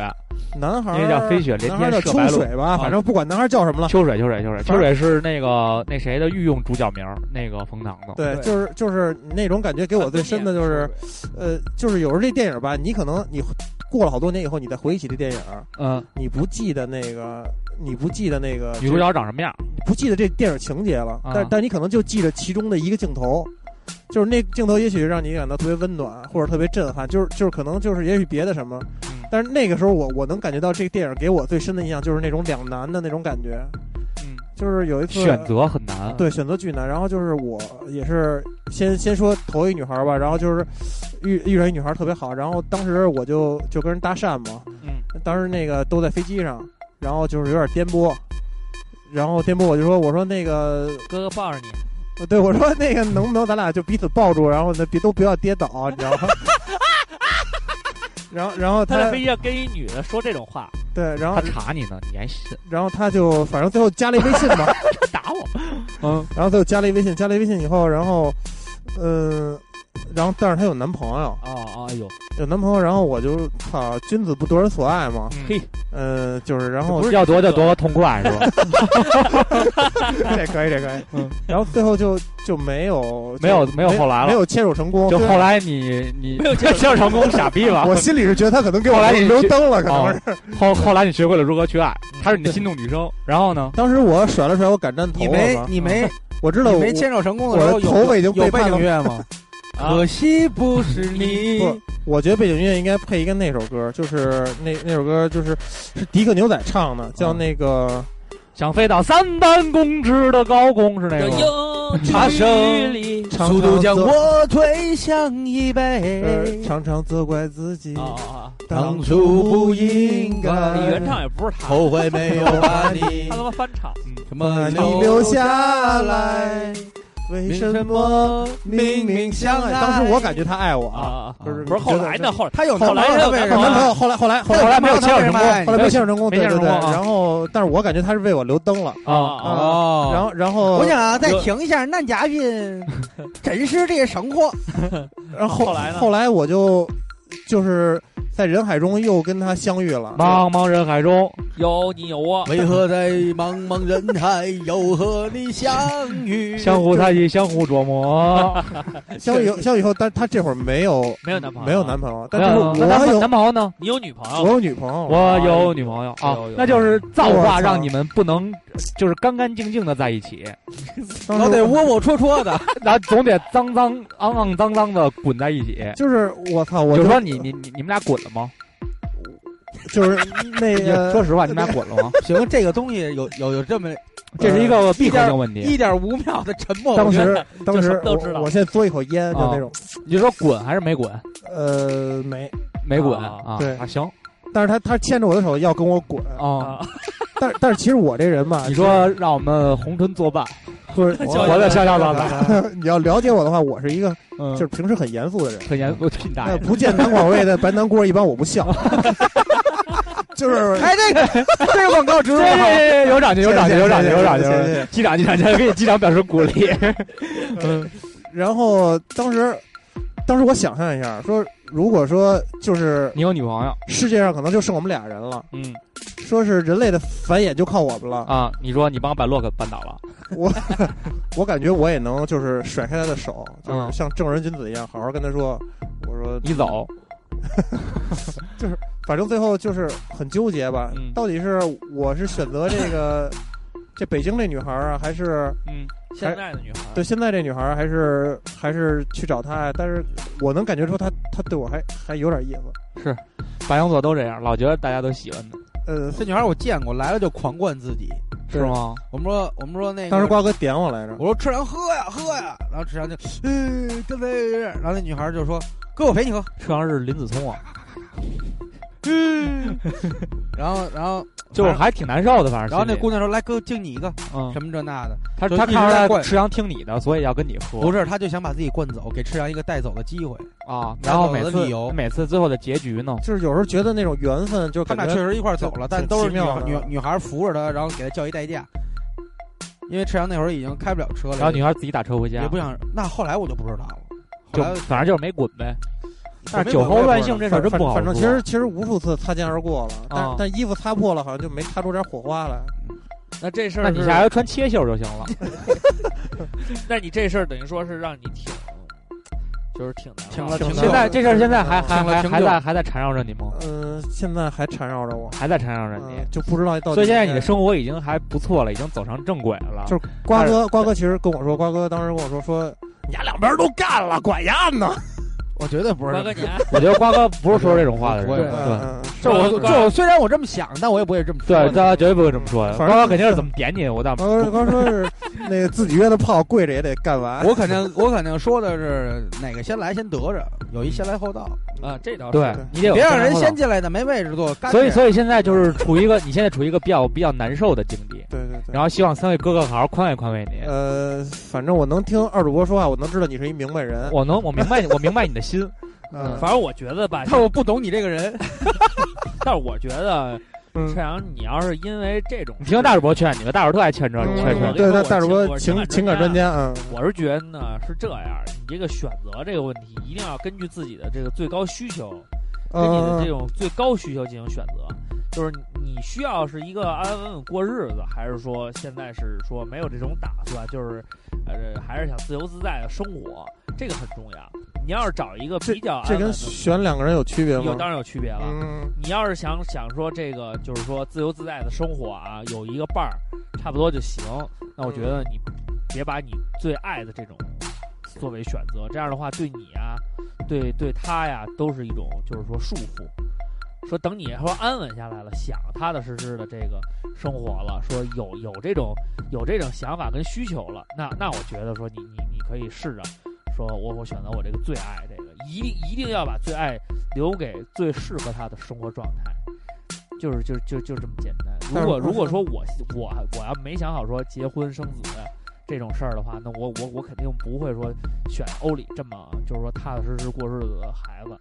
[SPEAKER 27] 男孩
[SPEAKER 32] 因为
[SPEAKER 27] 儿
[SPEAKER 32] 啊叫飞雪连
[SPEAKER 27] 男孩
[SPEAKER 32] 天
[SPEAKER 27] 儿叫
[SPEAKER 32] 射
[SPEAKER 27] 秋
[SPEAKER 32] 白鹿
[SPEAKER 27] 水吧，反正不管男孩儿叫什么了。
[SPEAKER 32] 秋水，秋水，秋水，秋水是那个那谁的御用主角名儿，那个冯唐的。
[SPEAKER 27] 对，
[SPEAKER 19] 对啊
[SPEAKER 27] 就是就是那种感觉，给我最深的就是，呃，就是有时候这电影吧，你可能你过了好多年以后，你再回忆起这电影，
[SPEAKER 32] 嗯，
[SPEAKER 27] 你不记得那个，你不记得那个
[SPEAKER 32] 女主角长什么样？
[SPEAKER 27] 你不记得这电影情节了，
[SPEAKER 32] 啊
[SPEAKER 27] 但但你可能就记着其中的一个镜头，就是那镜头也许让你感到特别温暖或者特别震撼，就是就是可能就是也许别的什么，
[SPEAKER 32] 嗯
[SPEAKER 27] 但是那个时候我我能感觉到这个电影给我最深的印象就是那种两难的那种感觉，
[SPEAKER 32] 嗯，
[SPEAKER 27] 就是有一次
[SPEAKER 32] 选择很难。
[SPEAKER 19] 嗯
[SPEAKER 27] 对，选择巨难。然后就是我也是先先说头一女孩儿吧，然后就是遇遇上一女孩儿特别好，然后当时我就就跟人搭讪嘛，
[SPEAKER 32] 嗯，
[SPEAKER 27] 当时那个都在飞机上，然后就是有点颠簸，然后颠簸我就说我说那个
[SPEAKER 19] 哥哥抱着你，
[SPEAKER 27] 呃对我说那个能不能咱俩就彼此抱住，然后呢别都不要跌倒，你知道吗？ 然后然后
[SPEAKER 19] 他
[SPEAKER 27] 他
[SPEAKER 19] 在飞机上跟一女的说这种话，
[SPEAKER 27] 对，然
[SPEAKER 32] 他
[SPEAKER 27] 后
[SPEAKER 32] 查你呢，你还信？
[SPEAKER 27] 然后他就反正最后加了一微信嘛，
[SPEAKER 32] 打我？
[SPEAKER 27] 然后他又加了一微信，加了一微信以后，然后，嗯、然后但是她有男朋友
[SPEAKER 32] 啊
[SPEAKER 19] 哦哎
[SPEAKER 32] 啊有
[SPEAKER 27] 有男朋友，然后我就操，君子不夺人所爱嘛，
[SPEAKER 32] 嘿，
[SPEAKER 27] 呃，就是 然后
[SPEAKER 32] 要夺就夺个痛快是 吧？
[SPEAKER 27] 这可以这可以，嗯， 然后最后就就没有
[SPEAKER 32] 没有没有后来了，
[SPEAKER 27] 没有牵手成功，
[SPEAKER 32] 就后来你你
[SPEAKER 19] 没有牵
[SPEAKER 32] 手成功傻逼了， 哦
[SPEAKER 27] 我心里是觉得他可能 给我留灯了，可能是
[SPEAKER 32] 后后来你学会了如何去爱，她是你的心动女 生，然后呢？
[SPEAKER 27] 当时我甩了甩我敢站头，
[SPEAKER 31] 你没你没。
[SPEAKER 27] 我知道
[SPEAKER 31] 没牵手成功的时候，
[SPEAKER 27] 我的头发已经
[SPEAKER 31] 有背景
[SPEAKER 27] 音
[SPEAKER 31] 乐吗？
[SPEAKER 36] 可惜不是你。
[SPEAKER 27] 不，我觉得背景音乐应该配一个那首歌，就是那那首歌就是是迪克牛仔唱的，叫那个
[SPEAKER 32] 想飞到三万公尺的高空
[SPEAKER 27] 哎
[SPEAKER 32] 是那个。
[SPEAKER 36] 爬升，速度将我推向一
[SPEAKER 27] 杯。呃常常责怪自
[SPEAKER 19] 哦
[SPEAKER 27] 己，
[SPEAKER 36] 当初不应该。
[SPEAKER 27] 嗯
[SPEAKER 19] 原唱也啊不是他，
[SPEAKER 36] 后悔没有把你。
[SPEAKER 19] 他他妈翻唱。
[SPEAKER 36] 什么
[SPEAKER 27] 你留下来？为什么
[SPEAKER 36] 明明相爱？
[SPEAKER 27] 当时我感觉他爱我
[SPEAKER 19] 啊，
[SPEAKER 27] 就是
[SPEAKER 19] 不是后来呢？后来
[SPEAKER 31] 他有
[SPEAKER 19] 后来
[SPEAKER 27] 他
[SPEAKER 19] 为
[SPEAKER 27] 什么？后来后来后
[SPEAKER 32] 来没有
[SPEAKER 27] 牵
[SPEAKER 32] 手成功，
[SPEAKER 27] 后来没牵手成功，
[SPEAKER 32] 没
[SPEAKER 27] 对
[SPEAKER 32] 牵
[SPEAKER 27] 对
[SPEAKER 32] 手
[SPEAKER 27] 对。
[SPEAKER 32] 成功。
[SPEAKER 27] 然后，但是我感觉他是为我留灯了
[SPEAKER 32] 啊
[SPEAKER 27] 啊。
[SPEAKER 31] 哦
[SPEAKER 27] 然后然后
[SPEAKER 31] 我想啊再停一下，男嘉宾真是这生活。
[SPEAKER 27] 然后
[SPEAKER 19] 后来呢
[SPEAKER 27] 后来我就就是在人海中又跟他相遇了。
[SPEAKER 32] 茫茫人海中，
[SPEAKER 19] 有你有我，
[SPEAKER 36] 为何在茫茫人海又和你相遇？
[SPEAKER 32] 相互猜疑，相互琢磨。
[SPEAKER 27] 相遇相遇以后，但他这会儿没有
[SPEAKER 19] 没有男朋友，啊
[SPEAKER 27] 没有男朋友，但
[SPEAKER 32] 没
[SPEAKER 27] 是
[SPEAKER 32] 有 那
[SPEAKER 27] 我
[SPEAKER 32] 男
[SPEAKER 27] 有
[SPEAKER 32] 男朋友呢？
[SPEAKER 19] 你有女朋
[SPEAKER 27] 我
[SPEAKER 19] 友，
[SPEAKER 27] 有女朋友了。
[SPEAKER 32] 我有女朋友啊
[SPEAKER 19] 有有，
[SPEAKER 32] 那就是造
[SPEAKER 27] 我操
[SPEAKER 32] 化让你们不能就是干干净净的在一起，
[SPEAKER 27] 当
[SPEAKER 36] 老
[SPEAKER 31] 哦
[SPEAKER 27] 时
[SPEAKER 36] 得窝窝戳戳的，
[SPEAKER 32] 然后总得脏脏 肮肮脏脏的滚在一起。
[SPEAKER 27] 就是我操，我
[SPEAKER 32] 就
[SPEAKER 27] 就是
[SPEAKER 32] 说你你你你们俩滚了吗？
[SPEAKER 27] 就是 那
[SPEAKER 32] 你 说
[SPEAKER 27] 个
[SPEAKER 32] 实话，你们俩滚了 吗？呃
[SPEAKER 31] 行，这个东西有有有这么
[SPEAKER 32] 这是一个闭合性问题。
[SPEAKER 31] 一点五秒的沉默。
[SPEAKER 27] 当
[SPEAKER 31] 我觉得
[SPEAKER 27] 时当
[SPEAKER 19] 什
[SPEAKER 27] 时
[SPEAKER 19] 么都知道
[SPEAKER 27] 我我先嘬一口烟
[SPEAKER 32] 啊
[SPEAKER 27] 就那种，
[SPEAKER 32] 你就说滚还是没滚？
[SPEAKER 27] 呃没，
[SPEAKER 32] 没滚
[SPEAKER 19] 啊
[SPEAKER 32] 啊？
[SPEAKER 27] 对
[SPEAKER 32] 啊，行
[SPEAKER 27] 但是他他牵着我的手要跟我滚，
[SPEAKER 32] 啊。
[SPEAKER 27] 但但是其实我这人吧，
[SPEAKER 32] 你说让我们红唇作伴，
[SPEAKER 27] 不是
[SPEAKER 32] 我我得笑笑了，
[SPEAKER 27] 你要了解我的话，我是一个
[SPEAKER 32] 嗯
[SPEAKER 27] 就，是平时很严肃的人，
[SPEAKER 32] 很严肃，我去你大
[SPEAKER 27] 那
[SPEAKER 32] 爷！
[SPEAKER 27] 不见南广味的白南锅一般我 不笑，就是
[SPEAKER 31] 哎，这个这个广告植入
[SPEAKER 32] 对
[SPEAKER 31] 好，
[SPEAKER 32] 对哎对，有长进，有长进，有长进，有长进
[SPEAKER 27] 啊谢谢谢谢谢谢！
[SPEAKER 32] 机长，机长，机长，给你机长表示鼓励。
[SPEAKER 27] 然后当时当时我想象一下，说如果说就 是
[SPEAKER 32] 你有女朋友？
[SPEAKER 27] 世界上可能就剩我们俩人了，
[SPEAKER 32] 嗯
[SPEAKER 27] 说是人类的繁衍就靠我们了，
[SPEAKER 32] 啊，你说你帮我把洛克扳倒了，
[SPEAKER 27] 我我感觉我也能就是甩开他的手，就是
[SPEAKER 32] 嗯
[SPEAKER 27] 像正人君子一样，好好跟他说，我说
[SPEAKER 32] 你走，
[SPEAKER 27] 反正最后就是很纠结吧，
[SPEAKER 32] 嗯
[SPEAKER 27] 到底是我是选择 这个这北京这女孩儿啊，还是
[SPEAKER 32] 嗯，
[SPEAKER 19] 现在的女孩，
[SPEAKER 27] 对现在这女孩儿，啊还是还是去找她呀？但是我能感觉出她她对我还还有点意思，
[SPEAKER 32] 白羊座都这样，老觉得大家都喜欢的，
[SPEAKER 27] 呃，
[SPEAKER 31] 这女孩我见过，来了就狂灌自己。
[SPEAKER 32] 是吗？
[SPEAKER 31] 我们说我们说那个
[SPEAKER 27] 当时瓜哥点我来着，
[SPEAKER 31] 我说吃凉喝呀喝呀，然后吃凉就，嗯、呃，对对对，然后那女孩就说哥我陪你喝，
[SPEAKER 32] 赤羊是林子聪啊，
[SPEAKER 31] 然后然 后
[SPEAKER 32] 就是还挺难受的，反正
[SPEAKER 31] 然后那
[SPEAKER 32] 心里
[SPEAKER 31] 姑娘说来哥敬你一个
[SPEAKER 32] 嗯，
[SPEAKER 31] 什么这那的，
[SPEAKER 32] 他
[SPEAKER 31] 就
[SPEAKER 32] 他
[SPEAKER 31] 一直在
[SPEAKER 32] 看出来
[SPEAKER 31] 灌
[SPEAKER 32] 赤羊听你的，所以要跟你喝，
[SPEAKER 31] 不是，她就想把自己灌走，给赤羊一个带走的机会。
[SPEAKER 32] 啊？
[SPEAKER 31] 拿
[SPEAKER 32] 然后
[SPEAKER 31] 走
[SPEAKER 32] 每
[SPEAKER 31] 的理由
[SPEAKER 32] 次每次最后的结局呢？
[SPEAKER 27] 就是有时候觉得那种缘分，就
[SPEAKER 31] 他们
[SPEAKER 27] 感
[SPEAKER 31] 俩
[SPEAKER 27] 觉
[SPEAKER 31] 确实一块儿走了，但都是女
[SPEAKER 27] 挺奇妙的
[SPEAKER 31] 女女孩扶着他，然后给他叫一代驾，因为赤羊那会儿已经开不了车了，
[SPEAKER 32] 然后女孩自己打车回家，
[SPEAKER 31] 也不想。那后来我就不知道了，后
[SPEAKER 32] 就
[SPEAKER 31] 来
[SPEAKER 32] 反正就是没滚呗。但是
[SPEAKER 31] 我
[SPEAKER 32] 酒
[SPEAKER 31] 没
[SPEAKER 32] 后乱性这事儿真
[SPEAKER 27] 反
[SPEAKER 32] 不好
[SPEAKER 27] 反正
[SPEAKER 32] 说
[SPEAKER 27] 其实其实无数次擦肩而过了，但、
[SPEAKER 32] 啊
[SPEAKER 27] 但衣服擦破了，好像就没擦出点火花来。
[SPEAKER 19] 那这事儿
[SPEAKER 32] 那
[SPEAKER 19] 是，
[SPEAKER 32] 你下回穿切袖就行了。
[SPEAKER 19] 那你这事儿等于说是让你挺，就是挺难忘的，
[SPEAKER 31] 挺
[SPEAKER 32] 现在这事儿现在还还
[SPEAKER 31] 停了
[SPEAKER 32] 还
[SPEAKER 31] 停
[SPEAKER 32] 还
[SPEAKER 31] 了
[SPEAKER 32] 在还在缠绕着你吗？
[SPEAKER 27] 嗯、现在还缠绕着我，
[SPEAKER 32] 呃还在缠绕着
[SPEAKER 27] 嗯
[SPEAKER 32] 你，
[SPEAKER 27] 就不知道到底。
[SPEAKER 32] 所以现在你的生活已经还不错了，已经走上正轨了。
[SPEAKER 27] 就是瓜哥，瓜哥其实跟我说，瓜哥当时跟我说说，你俩两边都干了，管丫呢。
[SPEAKER 31] 我绝对不
[SPEAKER 19] 瓜哥
[SPEAKER 31] 是。
[SPEAKER 19] 你啊还
[SPEAKER 32] 我觉得瓜哥不是说这种话的人，
[SPEAKER 31] 我
[SPEAKER 32] 对
[SPEAKER 31] 也
[SPEAKER 32] 对
[SPEAKER 27] 嗯，
[SPEAKER 31] 这我这我虽然我这么想，但我也不会这么说
[SPEAKER 32] 对，
[SPEAKER 31] 的。
[SPEAKER 32] 大家绝对不会这么说的。
[SPEAKER 27] 反
[SPEAKER 32] 瓜
[SPEAKER 27] 正嗯
[SPEAKER 32] 哥肯定是怎么点你，我倒
[SPEAKER 27] 呃瓜哥瓜哥 说是那个自己约的炮，跪着也得干 完。
[SPEAKER 31] 我肯定我肯定说的是哪个先来先得着，有一先来后到，
[SPEAKER 19] 啊，这倒是
[SPEAKER 32] 对你得有
[SPEAKER 31] 别让
[SPEAKER 32] 先
[SPEAKER 31] 人
[SPEAKER 32] 后
[SPEAKER 31] 先进来的没位置坐。干
[SPEAKER 32] 所以，
[SPEAKER 31] 着
[SPEAKER 32] 所以现在就是处于一个，你现在处于一个比较比较难受的境地，
[SPEAKER 27] 对对对。
[SPEAKER 32] 然后希望三位哥哥好好宽慰宽慰你。
[SPEAKER 27] 呃，反正我能听二主播说话，我能知道你是一明白人。
[SPEAKER 32] 我能，我明白你，我明白你的 心。
[SPEAKER 27] 嗯，
[SPEAKER 19] 反正我觉得吧，
[SPEAKER 31] 但我不懂你这个人，
[SPEAKER 19] 但是我觉得
[SPEAKER 27] 嗯
[SPEAKER 19] 沈阳，你要是因为这种，
[SPEAKER 32] 你听大主播劝你吧，大主播特爱劝这，
[SPEAKER 27] 嗯
[SPEAKER 32] 劝这。
[SPEAKER 27] 对
[SPEAKER 19] 我
[SPEAKER 27] 他大主播
[SPEAKER 19] 我
[SPEAKER 27] 情
[SPEAKER 19] 情
[SPEAKER 27] 情
[SPEAKER 19] 感
[SPEAKER 27] 感专
[SPEAKER 19] 专
[SPEAKER 27] 家啊，
[SPEAKER 19] 我是觉得呢是这样，你这个选择这个问题一定要根据自己的这个最高需求，根据你的
[SPEAKER 27] 嗯，
[SPEAKER 19] 这种最高需求进行选择，就是你需要是一个安安稳稳过日子，还是说现在是说没有这种打算，就是呃还是想自由自在的生活，这个很重要。你要是找一个比较安
[SPEAKER 27] 嗯这
[SPEAKER 19] 稳
[SPEAKER 27] 跟
[SPEAKER 19] 的，
[SPEAKER 27] 选两个人有区别
[SPEAKER 19] 有
[SPEAKER 27] 吗？
[SPEAKER 19] 当然有区别了。
[SPEAKER 27] 嗯，
[SPEAKER 19] 你要是想想说这个，就是说自由自在的生活啊，有一个伴儿，差不多就行。那我觉得你别把你最爱的这种作为选择，这样的话对你啊，对对他呀，都是一种就是说束缚。说等你说安稳下来了，想踏踏实实的这个生活了，说有有这种有这种想法跟需求了，那那我觉得说你你你可以试着说我我选择我这个最爱这个，一定一定要把最爱留给最适合他的生活状态，就是就就就这么简单。
[SPEAKER 27] 但
[SPEAKER 19] 如
[SPEAKER 27] 是
[SPEAKER 19] 果
[SPEAKER 27] 我
[SPEAKER 19] 如果说我我我要没想好说结婚生子这种事儿的话，那我我我肯定不会说选欧里这么就是说踏踏实实过日子的孩子。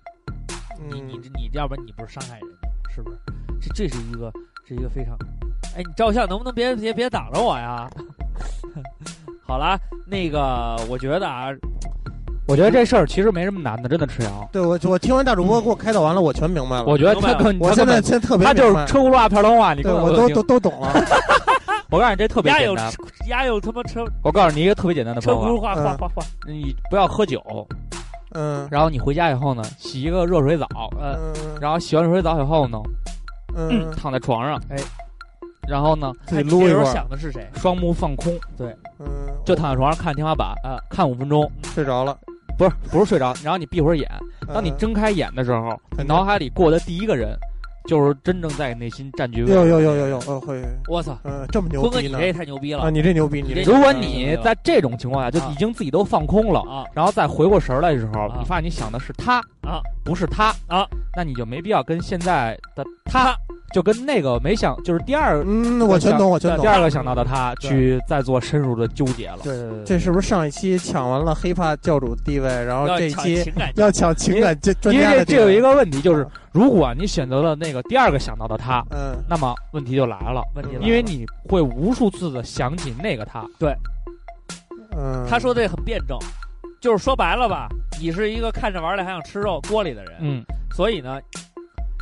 [SPEAKER 27] 嗯
[SPEAKER 19] 你你这你要不然你不是伤害人家，是不是？这这是一个这是一个非常，哎，你照相能不能别别别挡着我呀？ 好啦，那个我觉得啊，
[SPEAKER 32] 我觉得这事儿其实没什么难的，真的吃羊。
[SPEAKER 27] 对我我听完大主播给我开导完了，我全嗯明白了。
[SPEAKER 32] 我觉得他跟
[SPEAKER 27] 我
[SPEAKER 32] 他
[SPEAKER 27] 现
[SPEAKER 32] 根
[SPEAKER 27] 在
[SPEAKER 32] 本
[SPEAKER 27] 现在特别
[SPEAKER 32] 他就
[SPEAKER 27] 明
[SPEAKER 32] 是
[SPEAKER 27] 白，
[SPEAKER 32] 车轱辘话瓢龙话，你
[SPEAKER 27] 对
[SPEAKER 32] 根本
[SPEAKER 27] 我
[SPEAKER 32] 不
[SPEAKER 27] 都
[SPEAKER 32] 听
[SPEAKER 27] 都都懂了。
[SPEAKER 32] 我告诉你，这特别
[SPEAKER 19] 丫
[SPEAKER 32] 简
[SPEAKER 19] 有
[SPEAKER 32] 单。
[SPEAKER 19] 丫有他妈车
[SPEAKER 32] 我告诉你一个特别简单的
[SPEAKER 19] 车
[SPEAKER 32] 方
[SPEAKER 19] 轱辘
[SPEAKER 32] 法，
[SPEAKER 19] 话
[SPEAKER 27] 嗯
[SPEAKER 19] 话话话，
[SPEAKER 32] 你不要喝酒，
[SPEAKER 27] 嗯
[SPEAKER 32] 然后你回家以后呢，洗一个热水澡，呃，
[SPEAKER 27] 嗯
[SPEAKER 32] 然后洗完热水澡以后呢，
[SPEAKER 27] 嗯，
[SPEAKER 32] 躺在床上，
[SPEAKER 19] 哎，
[SPEAKER 32] 然后呢，
[SPEAKER 27] 自己
[SPEAKER 19] 看你
[SPEAKER 27] 撸
[SPEAKER 19] 这
[SPEAKER 27] 一
[SPEAKER 19] 时
[SPEAKER 27] 会
[SPEAKER 19] 候
[SPEAKER 27] 儿，
[SPEAKER 19] 想的是谁？
[SPEAKER 32] 双目放空，
[SPEAKER 27] 嗯，
[SPEAKER 32] 就躺在床上看天花板，呃，看五分钟，
[SPEAKER 27] 睡着了。
[SPEAKER 32] 不是不是睡着，然后你闭会儿眼，当你
[SPEAKER 27] 嗯
[SPEAKER 32] 睁开眼的时候，
[SPEAKER 27] 嗯
[SPEAKER 32] 你脑海里过的第一个人，就是真正在你内心占据位置。
[SPEAKER 27] 有有有有有，呃会，
[SPEAKER 19] 我操，
[SPEAKER 27] 嗯，这么牛
[SPEAKER 19] 坤哥
[SPEAKER 27] 逼
[SPEAKER 19] 你
[SPEAKER 27] 呢
[SPEAKER 19] 这？也太牛逼
[SPEAKER 27] 啊，
[SPEAKER 19] 了
[SPEAKER 27] 你这牛逼，你
[SPEAKER 19] 你这
[SPEAKER 27] 这
[SPEAKER 32] 如果你在这种情况下就
[SPEAKER 19] 啊
[SPEAKER 32] 已经自己都放空了，
[SPEAKER 19] 啊！
[SPEAKER 32] 然后再回过神儿来的时候
[SPEAKER 19] 啊，
[SPEAKER 32] 你发现你想的是他
[SPEAKER 19] 啊，
[SPEAKER 32] 不是他
[SPEAKER 19] 啊，
[SPEAKER 32] 那你就没必要跟现在的他，就跟那个没想，就是第二
[SPEAKER 27] 嗯，我全懂，我全懂
[SPEAKER 32] 第。二个想到的他去再做深入的纠结了。
[SPEAKER 27] 对对对，这是不是上一期抢完了黑怕教主地位，然后
[SPEAKER 19] 要
[SPEAKER 27] 这一
[SPEAKER 19] 抢
[SPEAKER 27] 期
[SPEAKER 19] 情感
[SPEAKER 27] 要抢情感这专
[SPEAKER 32] 因
[SPEAKER 27] 家
[SPEAKER 32] 为这
[SPEAKER 27] 的
[SPEAKER 32] 这
[SPEAKER 27] 地
[SPEAKER 32] 有
[SPEAKER 27] 位嗯
[SPEAKER 32] 一，个问题，就是如果你选择了那个第二个想到的他，
[SPEAKER 27] 嗯，
[SPEAKER 32] 那么问题就来了，
[SPEAKER 19] 问题了，
[SPEAKER 32] 因为你会无数次的想起那个他。
[SPEAKER 27] 嗯，
[SPEAKER 19] 他说的也很辩证，就是说白了吧，你是一个看着玩儿的还想吃肉锅里的人，
[SPEAKER 32] 嗯，
[SPEAKER 19] 所以呢，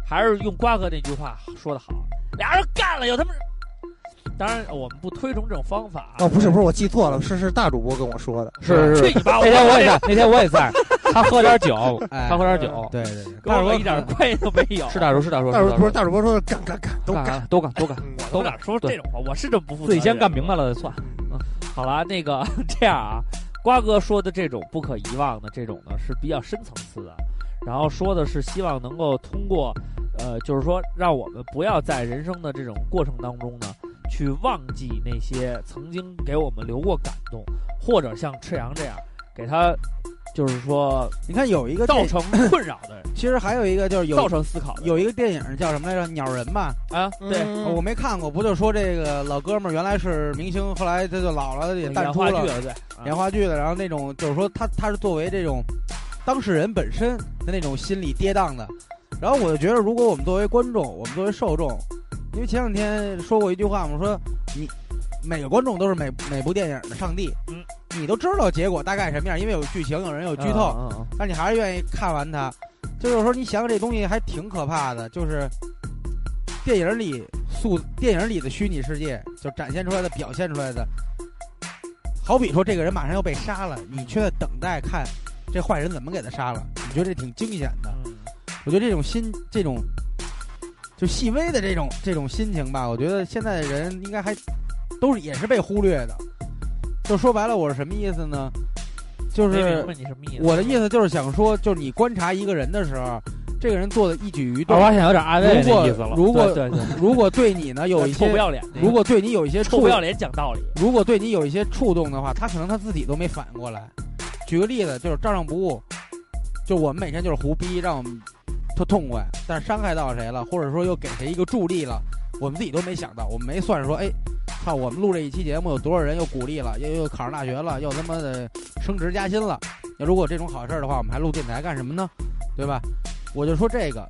[SPEAKER 19] 还是用瓜哥那句话说的好，俩人干了有他妈。当然，我们不推崇这种方法。啊
[SPEAKER 27] 哦，不是不是，我记错了，是是大主播跟我说的。
[SPEAKER 32] 是是哎
[SPEAKER 19] 去你妈！
[SPEAKER 32] 那天我 也在，那天我也在，他喝点酒，
[SPEAKER 31] 哎
[SPEAKER 32] 他喝点酒，
[SPEAKER 31] 对对对，
[SPEAKER 19] 跟我一点关系都没有。
[SPEAKER 32] 嗯是大叔，是大叔，
[SPEAKER 27] 大主
[SPEAKER 32] 是
[SPEAKER 27] 不是大主播说的干干干都
[SPEAKER 32] 大叔
[SPEAKER 27] 干，
[SPEAKER 32] 干都干都干，
[SPEAKER 27] 嗯
[SPEAKER 19] 我哪说这种话？我是这么不负责
[SPEAKER 32] 自己先
[SPEAKER 19] 任
[SPEAKER 32] 干明白了再算。
[SPEAKER 19] 好了，那个 这样啊，瓜哥说的这种不可遗忘的这种呢是比较深层次的，然后说的是希望能够通过，呃，就是说让我们不要在人生的这种过程当中呢，去忘记那些曾经给我们留过感动，或者像赤阳这样给他，就是说
[SPEAKER 31] 你看有一个
[SPEAKER 19] 造
[SPEAKER 31] 电，
[SPEAKER 19] 成困扰 的人，
[SPEAKER 31] 其实还有一个就是
[SPEAKER 19] 造
[SPEAKER 31] 有
[SPEAKER 19] 成思考的人
[SPEAKER 31] 有一个电影叫什么来着，《鸟人》吧。
[SPEAKER 19] 啊，对，
[SPEAKER 27] 嗯
[SPEAKER 31] 哦我没看过，不就说这个老哥们儿原来是明星，后来他就老了也淡
[SPEAKER 19] 演
[SPEAKER 31] 出
[SPEAKER 19] 话
[SPEAKER 31] 了，
[SPEAKER 19] 剧了，对，啊
[SPEAKER 31] 演话剧的，然后那种就是说他他是作为这种当事人本身的那种心理跌宕的，然后我就觉得，如果我们作为观众，我们作为受众，因为前两天说过一句话嘛，我说你每个观众都是每每部电影的上帝，
[SPEAKER 19] 嗯，
[SPEAKER 31] 你都知道结果大概什么样，因为有剧情，有人有剧透，
[SPEAKER 19] 嗯嗯嗯
[SPEAKER 31] 但你还是愿意看完它。就是说，你想想这东西还挺可怕的，就是电影里塑电影里的虚拟世界，就展现出来的、表现出来的，好比说这个人马上要被杀了，你却在等待看这坏人怎么给他杀了，你觉得这挺惊险的。
[SPEAKER 19] 嗯
[SPEAKER 31] 我觉得这种心，这种就细微的这种这种心情吧，我觉得现在的人应该还都是也是被忽略的。就说白了，我是什么意思呢？就
[SPEAKER 19] 没
[SPEAKER 31] 是
[SPEAKER 19] 明白你什么意思？
[SPEAKER 31] 我的意思就是想说，就是你观察一个人的时候，这个人做的一举一
[SPEAKER 32] 二
[SPEAKER 31] 动，
[SPEAKER 32] 娃现在有点安慰
[SPEAKER 31] 如
[SPEAKER 32] 的
[SPEAKER 31] 果
[SPEAKER 32] 意思了。
[SPEAKER 31] 如果
[SPEAKER 32] 对对对
[SPEAKER 31] 如果对你呢有一
[SPEAKER 19] 臭不
[SPEAKER 31] 些，
[SPEAKER 19] 要脸的，
[SPEAKER 31] 如果对你有一些
[SPEAKER 19] 臭
[SPEAKER 31] 触
[SPEAKER 19] 不，要脸讲道理，
[SPEAKER 31] 如果对你有一些触动的话，他可能他自己都没反应过来。举个例子，就是照上不误，就我们每天就是胡逼，让我们特痛快，但是伤害到谁了，或者说又给谁一个助力了，我们自己都没想到，我们没算说，哎，操，我们录这一期节目有多少人又鼓励了，又又考上大学了，又他妈的升职加薪了。那如果这种好事儿的话，我们还录电台干什么呢？对吧？我就说这个，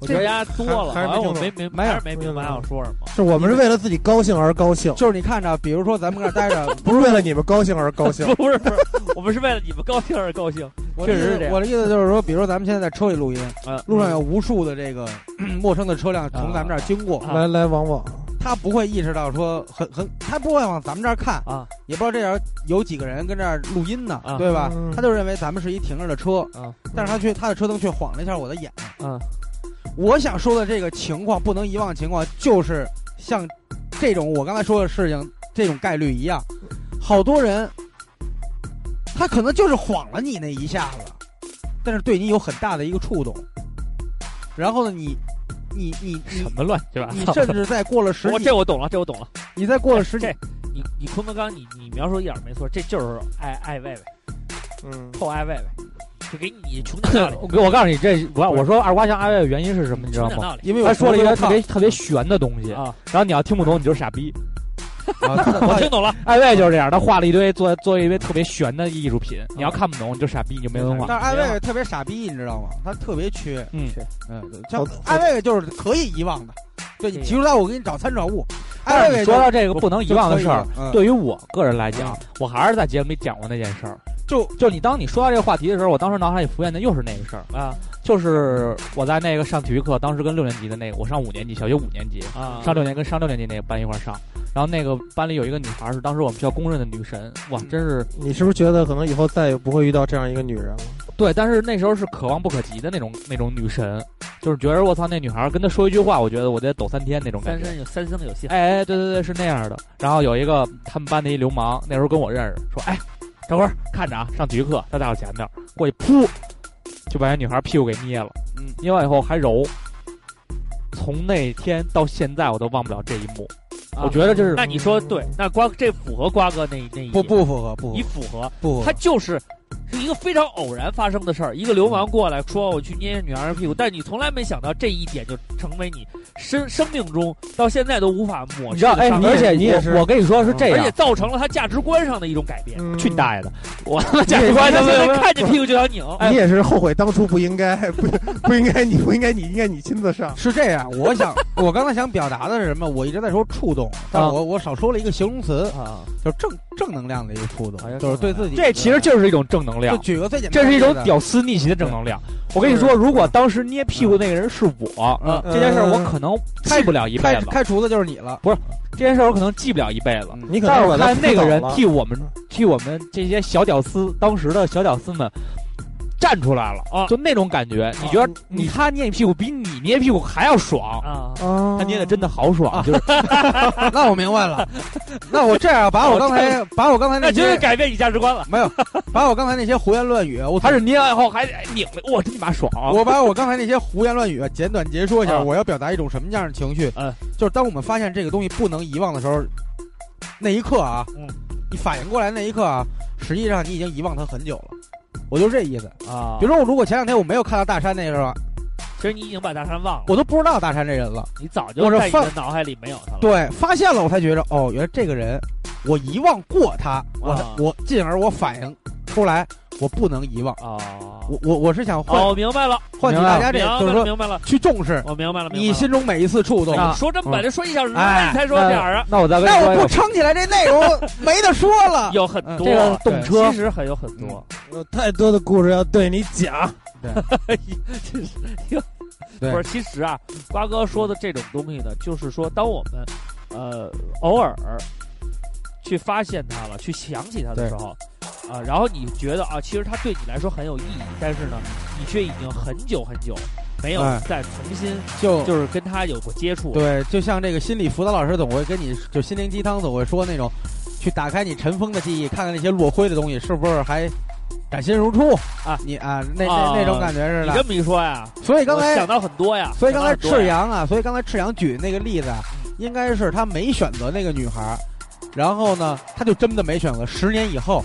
[SPEAKER 32] 我觉得家多了，
[SPEAKER 27] 还是
[SPEAKER 32] 好像我没明
[SPEAKER 27] 没有
[SPEAKER 32] 没明白想说什么。
[SPEAKER 27] 是我们是为了自己高兴而高兴，
[SPEAKER 31] 就是你看着，比如说咱们这待着，
[SPEAKER 27] 不是为了你们高兴而高兴，
[SPEAKER 32] 不是，不是，我们是为了你们高兴而高兴。
[SPEAKER 31] 我
[SPEAKER 32] 确实是这
[SPEAKER 31] 我的意思就是说，比如说咱们现在在车里录音，
[SPEAKER 32] 嗯
[SPEAKER 31] 路上有无数的这个 咳陌生的车辆从咱们这儿经过，
[SPEAKER 27] 来来往往。
[SPEAKER 31] 他不会意识到说很很，他不会往咱们这儿看
[SPEAKER 32] 啊，
[SPEAKER 31] 也不知道这儿有几个人跟这儿录音呢，
[SPEAKER 32] 啊
[SPEAKER 31] 对吧？
[SPEAKER 27] 嗯
[SPEAKER 31] 他就认为咱们是一停着的车，
[SPEAKER 32] 啊
[SPEAKER 31] 但是他却他的车灯却晃了一下我的眼。
[SPEAKER 32] 啊，
[SPEAKER 31] 我想说的这个情况不能遗忘的情况，就是像这种我刚才说的事情，这种概率一样，好多人他可能就是晃了你那一下子，但是对你有很大的一个触动。然后呢，你你你你
[SPEAKER 32] 什么乱七八
[SPEAKER 31] 你
[SPEAKER 32] 糟
[SPEAKER 31] 甚
[SPEAKER 32] 的？
[SPEAKER 31] 至在过了十
[SPEAKER 32] 我
[SPEAKER 31] 几
[SPEAKER 32] 这我懂了，这我懂了。
[SPEAKER 31] 你再过了十几
[SPEAKER 32] 这，你你昆德刚，你你描述一点没错，这就是爱爱喂喂，
[SPEAKER 27] 嗯，
[SPEAKER 32] 臭爱喂喂，
[SPEAKER 19] 就给你穷讲道理，
[SPEAKER 32] 我给我告诉你，这我我说二瓜像爱喂的原因是什么，你知
[SPEAKER 19] 穷
[SPEAKER 32] 道
[SPEAKER 19] 讲
[SPEAKER 32] 吗？
[SPEAKER 19] 道理。
[SPEAKER 31] 因为
[SPEAKER 32] 他
[SPEAKER 31] 我
[SPEAKER 32] 说了一个特别
[SPEAKER 31] 啊
[SPEAKER 32] 特别玄的东西，
[SPEAKER 19] 啊，
[SPEAKER 32] 然后你要听不懂，你就是傻逼。啊
[SPEAKER 31] 他
[SPEAKER 19] 我听懂了，
[SPEAKER 32] 爱喂就是这样，他画了一堆做做一堆特别玄的艺术品，你要看不懂，你就傻逼，你就没文化。
[SPEAKER 31] 但是艾薇特别傻逼，你知道吗？他特别缺，
[SPEAKER 32] 嗯，
[SPEAKER 31] 嗯，像
[SPEAKER 27] 我
[SPEAKER 31] 艾薇就是可以遗忘的。对你提出来，我给你找参照物。艾
[SPEAKER 32] 但是
[SPEAKER 31] 薇
[SPEAKER 32] 你说到这个不能遗忘的事儿，，
[SPEAKER 31] 嗯
[SPEAKER 32] 对于我个人来讲，我还是在节目里讲过那件事儿。
[SPEAKER 31] 就
[SPEAKER 32] 就你当你说到这个话题的时候，我当时脑海里浮现的又是那个事儿
[SPEAKER 19] 啊，
[SPEAKER 32] 就是我在那个上体育课，当时跟六年级的那个，我上五年级，小学五年级，
[SPEAKER 19] 啊
[SPEAKER 32] 上六年跟上六年级那个班一块儿上，然后那个班里有一个女孩儿是当时我们学校公认的女神，哇，真是
[SPEAKER 27] 你是不是觉得可能以后再也不会遇到这样一个女人了？
[SPEAKER 32] 对，但是那时候是可望不可及的那种那种女神，就是觉得我操那女孩儿跟她说一句话，我觉得我得抖三天那种感
[SPEAKER 19] 三
[SPEAKER 32] 觉。
[SPEAKER 19] 生有三生有幸，
[SPEAKER 32] 哎哎，对对对，是那样的。然后有一个他们班的一流氓，那时候跟我认识，说：“哎，等会儿看着啊，上体育课，他在我前面过去，噗，就把那女孩屁股给捏了。
[SPEAKER 31] 嗯，
[SPEAKER 32] 捏完以后还揉。从那天到现在，我都忘不了这一幕。
[SPEAKER 19] 啊
[SPEAKER 32] 我觉得这是
[SPEAKER 19] 那你说对，那瓜这符合瓜哥那那一
[SPEAKER 31] 不不符合，不
[SPEAKER 19] 你
[SPEAKER 31] 符合
[SPEAKER 19] 符合，
[SPEAKER 31] 不符合
[SPEAKER 19] 他。就是是一个非常偶然发生的事儿，一个流氓过来说我去捏女孩儿屁股，但你从来没想到这一点就成为你生生命中到现在都无法抹
[SPEAKER 32] 你
[SPEAKER 19] 去
[SPEAKER 32] 知道，
[SPEAKER 19] 的
[SPEAKER 32] 哎，
[SPEAKER 19] 伤
[SPEAKER 32] 而且
[SPEAKER 19] 害。
[SPEAKER 32] 你
[SPEAKER 27] 你也是
[SPEAKER 32] 我跟你说是这
[SPEAKER 19] 而
[SPEAKER 32] 样
[SPEAKER 19] 且，造成了他价值观上的一种改变。
[SPEAKER 27] 嗯
[SPEAKER 32] 去你大爷的！我他妈价值
[SPEAKER 19] 我
[SPEAKER 32] 观
[SPEAKER 19] 他
[SPEAKER 32] 他
[SPEAKER 19] 现
[SPEAKER 32] 妈
[SPEAKER 19] 在看见屁股就想拧，
[SPEAKER 32] 哎
[SPEAKER 27] 你也是后悔当初不应该， 不不应该你不应该你应该你亲自上。
[SPEAKER 31] 是这样，我想，我刚才想表达的是什么？我一直在说触动，但我我少说了一个形容词，
[SPEAKER 32] 啊！
[SPEAKER 31] 就是正正能量的一个触
[SPEAKER 32] 哎呀
[SPEAKER 31] 动，就是对自己。
[SPEAKER 32] 这其实就是一种正能量
[SPEAKER 31] 就，举个最简单
[SPEAKER 32] 这
[SPEAKER 31] 的
[SPEAKER 32] 是一
[SPEAKER 31] 例子，
[SPEAKER 32] 种屌丝逆袭的正能量。我跟你说，如果当时捏屁股那个人是我，
[SPEAKER 31] 嗯
[SPEAKER 32] 这件事儿我可能记不了一辈
[SPEAKER 31] 开
[SPEAKER 32] 子。
[SPEAKER 31] 开除的就是你了。
[SPEAKER 32] 这件事儿我可能记不了一辈子。
[SPEAKER 31] 嗯
[SPEAKER 27] 你可
[SPEAKER 32] 但
[SPEAKER 27] 能
[SPEAKER 32] 是我
[SPEAKER 27] 把他
[SPEAKER 32] 看那个人
[SPEAKER 27] 扶倒了
[SPEAKER 32] 替我们替我们这些小屌丝，当时的小屌丝们站出来了
[SPEAKER 19] 啊
[SPEAKER 32] 就那种感觉，你觉得你他捏你屁股比你捏屁股还要爽，
[SPEAKER 19] 啊，
[SPEAKER 27] 啊，
[SPEAKER 32] 他捏的真的好爽，就是
[SPEAKER 31] 那我明 白了，那我这样把我刚才把我刚才
[SPEAKER 19] 那
[SPEAKER 31] 那
[SPEAKER 19] 绝对
[SPEAKER 31] 些
[SPEAKER 19] 改变你价值观了。
[SPEAKER 31] 没有，把我刚才那些胡言乱语，我
[SPEAKER 32] 他是捏完以后还哎拧了，哇，真你妈爽！
[SPEAKER 31] 我把我刚才那些胡言乱语 简短截说一下，
[SPEAKER 19] 啊
[SPEAKER 31] 我要表达一种什么样的情绪？
[SPEAKER 19] 嗯
[SPEAKER 31] 就是当我们发现这个东西不能遗忘的时候，那一刻啊，
[SPEAKER 19] 嗯
[SPEAKER 31] 你反应过来那一刻啊，实际上你已经遗忘它很久了。我就这意思。
[SPEAKER 19] 啊
[SPEAKER 31] 比如说，我如果前两天我没有看到大山那个时候，
[SPEAKER 19] 其实你已经把大山忘了，
[SPEAKER 31] 我都不知道大山这人了。
[SPEAKER 19] 你早就
[SPEAKER 31] 我是
[SPEAKER 19] 在你
[SPEAKER 31] 放
[SPEAKER 19] 的脑海里没有他了。
[SPEAKER 31] 对，发现了我才觉得，哦，原来这个人，我遗忘过他，我才、
[SPEAKER 19] 啊
[SPEAKER 31] 我进而我反应出来，我不能遗忘。
[SPEAKER 19] 啊，
[SPEAKER 31] 我我我是想唤、
[SPEAKER 19] 哦，我明白了，
[SPEAKER 31] 唤起大家这个，就
[SPEAKER 19] 明白
[SPEAKER 31] 是说
[SPEAKER 19] 了，明白了，
[SPEAKER 31] 去重视
[SPEAKER 19] 我明白了。明白
[SPEAKER 31] 你
[SPEAKER 19] 了
[SPEAKER 31] 心中每一次触动。
[SPEAKER 19] 哎你说这么
[SPEAKER 32] 嗯
[SPEAKER 19] 把这说一小时，
[SPEAKER 31] 啊哎
[SPEAKER 19] 你才说点儿啊？
[SPEAKER 32] 那我再跟你
[SPEAKER 31] 那
[SPEAKER 32] 说一
[SPEAKER 31] 我
[SPEAKER 32] 个
[SPEAKER 31] 不撑起来，这 内容没得说了。
[SPEAKER 19] 有很
[SPEAKER 31] 嗯
[SPEAKER 19] 多
[SPEAKER 32] 这个动车
[SPEAKER 19] 其实还有很多。
[SPEAKER 27] 有太多的故事要对你讲。
[SPEAKER 31] 对
[SPEAKER 19] 不是，其实啊，瓜哥说的这种东西呢，就是说，当我们呃偶尔去发现它了，去想起它的时候，啊、然后你觉得啊，其实它对你来说很有意义，但是呢，你却已经很久很久没有
[SPEAKER 31] 哎
[SPEAKER 19] 再重新
[SPEAKER 31] 就
[SPEAKER 19] 就是跟它有过接触。
[SPEAKER 31] 对，就像这个心理辅导老师总会跟你就心灵鸡汤总会说那种，去打开你尘封的记忆，看看那些落灰的东西是不是还崭新如初
[SPEAKER 19] 啊？
[SPEAKER 31] 你啊，那
[SPEAKER 19] 啊
[SPEAKER 31] 那那种感觉似
[SPEAKER 19] 你这
[SPEAKER 31] 的。
[SPEAKER 19] 么一说呀，
[SPEAKER 31] 所以刚
[SPEAKER 19] 我想
[SPEAKER 31] 才，
[SPEAKER 19] 到很多呀，
[SPEAKER 31] 所以刚才
[SPEAKER 19] 想到很多
[SPEAKER 31] 赤
[SPEAKER 19] 呀
[SPEAKER 31] 阳啊，所以刚才赤阳举那个例子，啊，应该是他没选择那个女孩儿，然后呢，他就真的没选择。十年以后，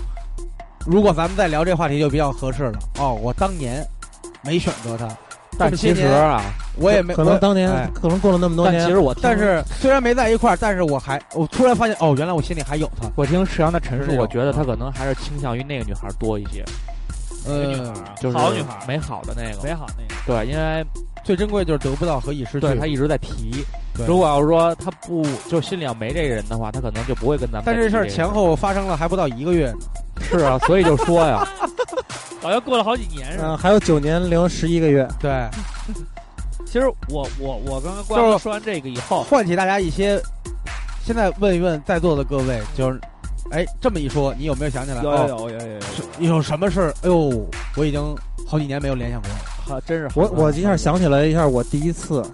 [SPEAKER 31] 如果咱们再聊这话题就比较合适了。哦，我当年没选择她，
[SPEAKER 32] 但
[SPEAKER 31] 这么些
[SPEAKER 32] 其实
[SPEAKER 31] 年
[SPEAKER 32] 啊，
[SPEAKER 31] 我也没
[SPEAKER 27] 可能
[SPEAKER 31] 我
[SPEAKER 27] 当年
[SPEAKER 31] 哎，
[SPEAKER 27] 可能过了那么多
[SPEAKER 32] 但
[SPEAKER 27] 年
[SPEAKER 32] 其，实我听
[SPEAKER 31] 但是虽然没在一块儿，但是我还我突然发现，哦，原来我心里还有他。
[SPEAKER 32] 我听石阳的陈
[SPEAKER 31] 是
[SPEAKER 32] 述，
[SPEAKER 31] 这种
[SPEAKER 32] 我觉得他可能还是倾向于那个女孩多一些，
[SPEAKER 31] 呃，
[SPEAKER 32] 就是
[SPEAKER 19] 好女孩
[SPEAKER 32] 美好的那个
[SPEAKER 19] 美好那个
[SPEAKER 32] 对，因为
[SPEAKER 31] 最珍贵就是得不到和已失去。
[SPEAKER 32] 对他一直在提，
[SPEAKER 31] 对
[SPEAKER 32] 如果要是说他不就心里要没这个人的话，他可能就不会跟咱们。
[SPEAKER 31] 但这事儿前后发生了还不到一个月呢，
[SPEAKER 32] 是啊，所以就说呀，
[SPEAKER 19] 好像过了好几年似的。
[SPEAKER 27] 嗯，还有九年零十一个月。
[SPEAKER 31] 对，
[SPEAKER 19] 其实我我我刚刚瓜哥说完这个以后，
[SPEAKER 31] 哦唤起大家一些。现在问一问在座的各位，就是，哎，这么一说，你有没有想起
[SPEAKER 32] 哦
[SPEAKER 31] 来？哦
[SPEAKER 19] 有有有有有有，
[SPEAKER 31] 有有什么事儿？哎呦，我已经好几年没有联想过了。
[SPEAKER 19] 好，真是
[SPEAKER 27] 我我一下想起来一下，我第一次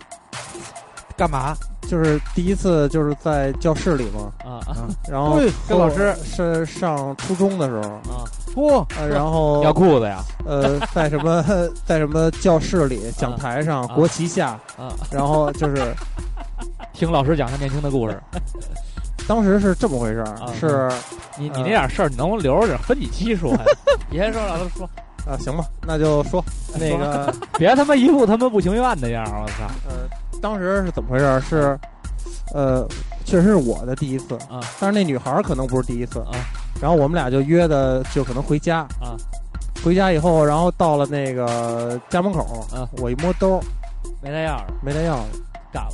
[SPEAKER 31] 干嘛？
[SPEAKER 27] 就是第一次就是在教室里嘛，
[SPEAKER 19] 啊啊
[SPEAKER 27] 然后
[SPEAKER 31] 对跟哎老
[SPEAKER 27] 哦
[SPEAKER 31] 师
[SPEAKER 27] 是上初中的时 候，
[SPEAKER 19] 啊！
[SPEAKER 31] 嚯，
[SPEAKER 27] 呃然后
[SPEAKER 32] 尿裤子呀，
[SPEAKER 27] 呃，在什么 在什么教室里讲台上，
[SPEAKER 19] 啊
[SPEAKER 27] 国旗下，
[SPEAKER 19] 啊
[SPEAKER 27] 然后就是
[SPEAKER 32] 听老师讲他年轻的故事。
[SPEAKER 27] 当时是这么回事儿，
[SPEAKER 19] 啊
[SPEAKER 27] 是
[SPEAKER 32] 你你
[SPEAKER 27] 嗯
[SPEAKER 32] 那点事儿，你能不能留着分几期说 呀？
[SPEAKER 19] 你先说，老师说，
[SPEAKER 27] 啊，行吧，那就 说那个
[SPEAKER 32] 别他妈一副他妈不情愿的样儿，我操！
[SPEAKER 27] 呃，当时是怎么回事儿？是，呃，确实是我的第一次
[SPEAKER 19] 啊，
[SPEAKER 27] 但是那女孩儿可能不是第一次
[SPEAKER 19] 啊。
[SPEAKER 27] 然后我们俩就约的，就可能回家
[SPEAKER 19] 啊。
[SPEAKER 27] 回家以后，然后到了那个家门口
[SPEAKER 19] 啊，
[SPEAKER 27] 我一摸兜儿
[SPEAKER 19] 没那样儿，
[SPEAKER 27] 没带钥匙，
[SPEAKER 19] 干了，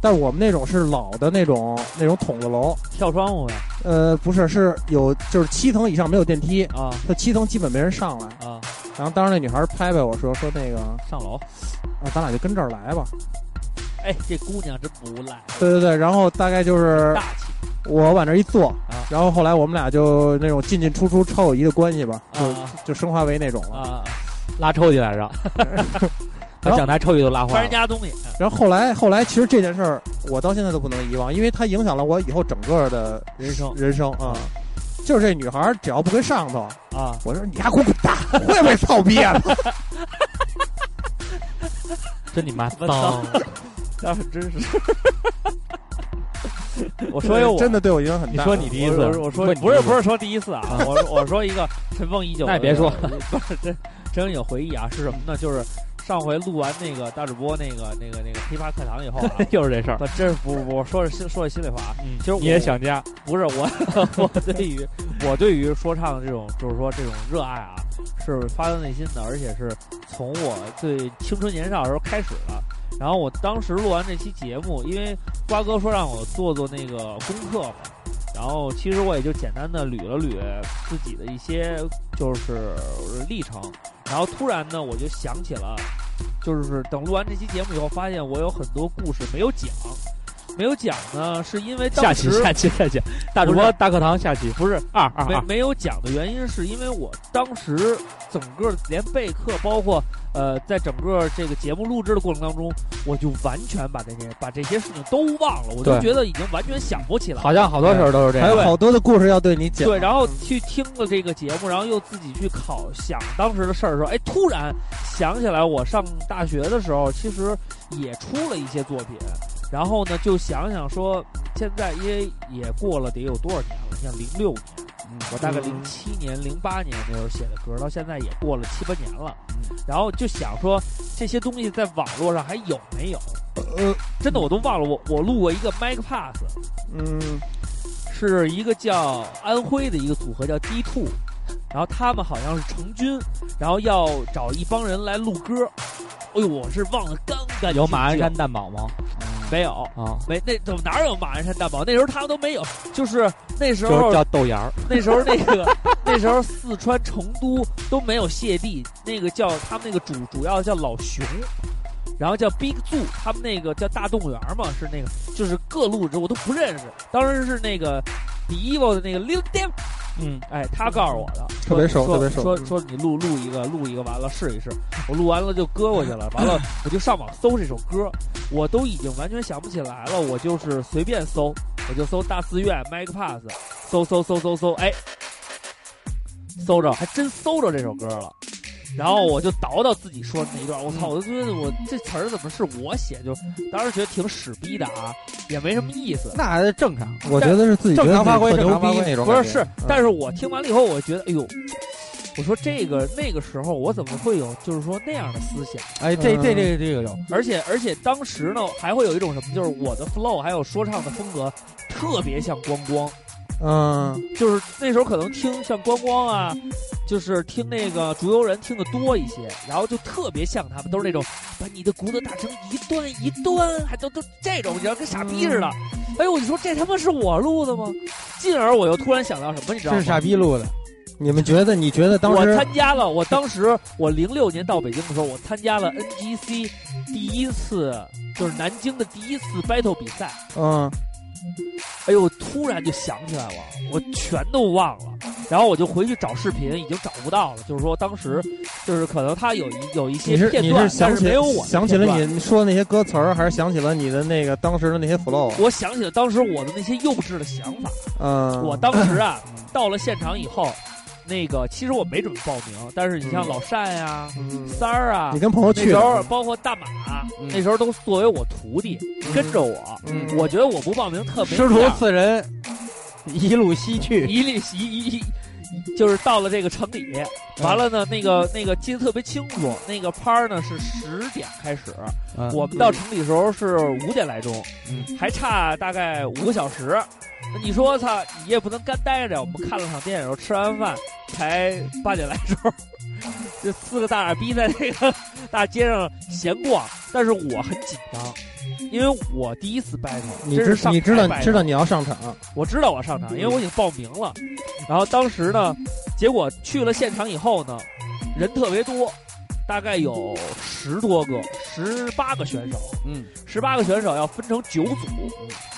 [SPEAKER 27] 但是我们那种是老的那种那种筒子楼，
[SPEAKER 19] 跳窗户呗，
[SPEAKER 27] 呃，不是，是有就是七层以上没有电梯，
[SPEAKER 19] 啊
[SPEAKER 27] 就七层基本没人上来。
[SPEAKER 19] 啊，
[SPEAKER 27] 然后当时那女孩儿拍拍我说说那个，
[SPEAKER 19] 上楼。
[SPEAKER 27] 啊，咱俩就跟这儿来吧。
[SPEAKER 19] 哎，这姑娘真不赖，啊
[SPEAKER 27] 对对对，然后大概就是
[SPEAKER 19] 大气
[SPEAKER 27] 我往那儿一坐
[SPEAKER 19] 啊，
[SPEAKER 27] 然后后来我们俩就那种进进出出超友谊的关系吧，
[SPEAKER 19] 啊
[SPEAKER 27] 就就升华为那种了。
[SPEAKER 19] 啊，
[SPEAKER 32] 拉抽屉来 着，把讲台抽屉都拉
[SPEAKER 19] 翻
[SPEAKER 32] 坏
[SPEAKER 19] 人
[SPEAKER 32] 了。
[SPEAKER 19] 家东西，
[SPEAKER 27] 然后后来后来，其实这件事儿我到现在都不能遗忘，因为它影响了我以后整个的
[SPEAKER 19] 人生
[SPEAKER 27] 人生啊。就是这女孩儿只要不跟上头，
[SPEAKER 19] 啊，
[SPEAKER 27] 我说你丫给我滚 蛋，会不会操逼啊？
[SPEAKER 32] 真你妈
[SPEAKER 19] 我
[SPEAKER 32] 脏
[SPEAKER 19] 操！ 倒是啊真是。我说有我，
[SPEAKER 27] 真的对我影响 很
[SPEAKER 32] 你
[SPEAKER 27] 大。
[SPEAKER 32] 说你第一次啊
[SPEAKER 19] 我说我说
[SPEAKER 32] 你
[SPEAKER 19] 不是不
[SPEAKER 32] 是，
[SPEAKER 19] 是说第一 次啊，我我说一个尘封已久的，
[SPEAKER 32] 那也别说
[SPEAKER 19] 不是 真真有回忆啊，是什么呢？就是上回录完那个大主播那个那个那个黑怕课堂以后 啊，
[SPEAKER 32] 就是这事儿。
[SPEAKER 19] 我真是不不，我说是心说的心里话啊，
[SPEAKER 32] 嗯
[SPEAKER 19] 其实我
[SPEAKER 32] 你也想家，
[SPEAKER 19] 不是我 我对于我对于说唱这种就是说这种热爱啊，是发自内心的，而且是从我最青春年少的时候开始的。然后我当时录完这期节目，因为瓜哥说让我做做那个功课嘛，然后其实我也就简单的捋了捋自己的一些就是历程，然后突然呢，我就想起了，就是等录完这期节目以后，发现我有很多故事没有讲，没有讲呢，是因为
[SPEAKER 32] 下
[SPEAKER 19] 当
[SPEAKER 32] 期
[SPEAKER 19] 时
[SPEAKER 32] 下期下期，大主播大课堂下期
[SPEAKER 19] 不是
[SPEAKER 32] 二二
[SPEAKER 19] 没
[SPEAKER 32] 二，
[SPEAKER 19] 没有讲的原因，是因为我当时整个连备课，包括呃，在整个这个节目录制的过程当中，我就完全把这些把这些事情都忘了，我就
[SPEAKER 32] 对
[SPEAKER 19] 觉得已经完全想不起来了。
[SPEAKER 32] 好像好多事儿都是这
[SPEAKER 27] 还
[SPEAKER 32] 样
[SPEAKER 27] 有。好多的故事要对你讲。
[SPEAKER 19] 对，然后去听了这个节目，然后又自己去考想当时的事儿的时候，哎，突然想起来，我上大学的时候其实也出了一些作品，然后呢，就想想说，现在因为也过了得有多少年了，像零六年，
[SPEAKER 32] 嗯
[SPEAKER 19] 我大概零七年、零八年那时候写的歌，到现在也过了七八年了，
[SPEAKER 32] 嗯
[SPEAKER 19] 然后就想说这些东西在网络上还有没有？
[SPEAKER 27] 呃，
[SPEAKER 19] 真的我都忘了，我我录过一个 Mike Pass，
[SPEAKER 27] 嗯，
[SPEAKER 19] 是一个叫安徽的一个组合叫 D Two，然后他们好像是成军，然后要找一帮人来录歌。哎呦，我是忘了干干
[SPEAKER 32] 有马鞍
[SPEAKER 19] 净净
[SPEAKER 32] 山蛋堡吗？
[SPEAKER 19] 没有？
[SPEAKER 32] 啊，
[SPEAKER 19] 没那怎么哪有马鞍山蛋堡？那时候他们都没有，就是那时
[SPEAKER 32] 就是
[SPEAKER 19] 候
[SPEAKER 32] 叫豆芽儿。
[SPEAKER 19] 那时候那个那时候四川成都都没有谢帝，那个叫他们那个主主要叫老熊，然后叫 Big Zoo，他们那个叫大动物园嘛，是那个就是各路人我都不认识。当时是那个 Divo 的那个 Lil d e m
[SPEAKER 32] 嗯，
[SPEAKER 19] 哎，他告诉我的，
[SPEAKER 27] 特别熟
[SPEAKER 19] 说
[SPEAKER 27] 特别熟
[SPEAKER 19] 说说你录录一个，录一个完了试一试。我录完了就搁过去了，完 了我就上网搜这首歌，我都已经完全想不起来了，我就是随便搜，我就搜大寺院 Mike Pass，搜搜搜搜搜，哎，搜着还真搜着这首歌了。然后我就倒到自己说的那一段，我操！我就觉得我这词儿怎么是我写？就当时觉得挺屎逼的啊，也没什么意思。
[SPEAKER 31] 那正常。
[SPEAKER 27] 我觉得是自己觉
[SPEAKER 31] 正
[SPEAKER 27] 得
[SPEAKER 31] 常发挥
[SPEAKER 27] 自己
[SPEAKER 31] 正
[SPEAKER 27] 特牛
[SPEAKER 31] 常发
[SPEAKER 27] 逼
[SPEAKER 31] 挥
[SPEAKER 27] 那种
[SPEAKER 19] 不
[SPEAKER 27] 感觉。
[SPEAKER 19] 是是，但是我听完了以后，我觉得，哎呦，我说这个那个时候我怎么会有就是说那样的思想？
[SPEAKER 31] 哎，这这这个这个有，
[SPEAKER 19] 而且而且当时呢，还会有一种什么，就是我的 flow 还有说唱的风格特别像光光，
[SPEAKER 27] 嗯，
[SPEAKER 19] 就是那时候可能听像光光啊，就是听那个竹游人听的多一些，然后就特别像他们，都是那种把你的骨头打成一段一段，还都都这种，你知道跟傻逼似的。哎呦，你说这他妈是我录的吗？进而我又突然想到什么，你知道吗？
[SPEAKER 31] 是傻逼录的。
[SPEAKER 27] 你们觉得？你觉得当时
[SPEAKER 19] 我参加了，我当时我零六年到北京的时候，我参加了 NGC 第一次，就是南京的第一次 battle 比赛。
[SPEAKER 27] 嗯，
[SPEAKER 19] 哎呦，突然就想起来了，我全都忘了。然后我就回去找视频，已经找不到了。就是说当时，就是可能他有一有一些
[SPEAKER 27] 你是
[SPEAKER 19] 片
[SPEAKER 27] 你
[SPEAKER 19] 段，
[SPEAKER 27] 是想
[SPEAKER 19] 但是
[SPEAKER 27] 起
[SPEAKER 19] 没有我的
[SPEAKER 27] 想起了
[SPEAKER 19] 片段
[SPEAKER 27] 你说的那些歌词儿，还是想起了你的那个当时的那些 flow？
[SPEAKER 19] 我想起了当时我的那些幼稚的想法。
[SPEAKER 27] 嗯，
[SPEAKER 19] 我当时啊，到了现场以后，那个其实我没准备报名，但是你像老单呀、
[SPEAKER 27] 嗯
[SPEAKER 19] 三儿啊
[SPEAKER 27] 你，跟朋友
[SPEAKER 19] 那
[SPEAKER 27] 去
[SPEAKER 19] 时
[SPEAKER 27] 的，
[SPEAKER 19] 候包括大马，啊
[SPEAKER 31] 嗯
[SPEAKER 19] 那时候都作为我徒弟跟着我，
[SPEAKER 27] 嗯
[SPEAKER 19] 我觉得我不报名特没
[SPEAKER 31] 师徒
[SPEAKER 19] 面儿
[SPEAKER 31] 四人一路西去，
[SPEAKER 19] 一粒一一一，就是到了这个城
[SPEAKER 31] 嗯
[SPEAKER 19] 里，完了呢，那个那个记得特别清楚，那个拍儿呢是十点开始，
[SPEAKER 31] 嗯
[SPEAKER 19] 我们到城里的时候是五点来钟，
[SPEAKER 27] 嗯
[SPEAKER 19] 还差大概五个小时。那你说操，你也不能干待着。我们看了场电影，吃完饭才八点来钟， 这四个大傻逼在那个大街上闲逛，但是我很紧张。因为我第一次 battle，
[SPEAKER 27] 你
[SPEAKER 19] 真是
[SPEAKER 27] 知
[SPEAKER 19] 上
[SPEAKER 27] 你知
[SPEAKER 19] 台
[SPEAKER 27] 道
[SPEAKER 19] battle
[SPEAKER 27] 知道你要上场，
[SPEAKER 19] 我知道我上
[SPEAKER 27] 嗯
[SPEAKER 19] 场，因为我已经报名了。然后当时呢，结果去了现场以后呢，人特别多，大概有十多个、十八个选手。
[SPEAKER 31] 嗯，
[SPEAKER 19] 十八个选手要分成九组，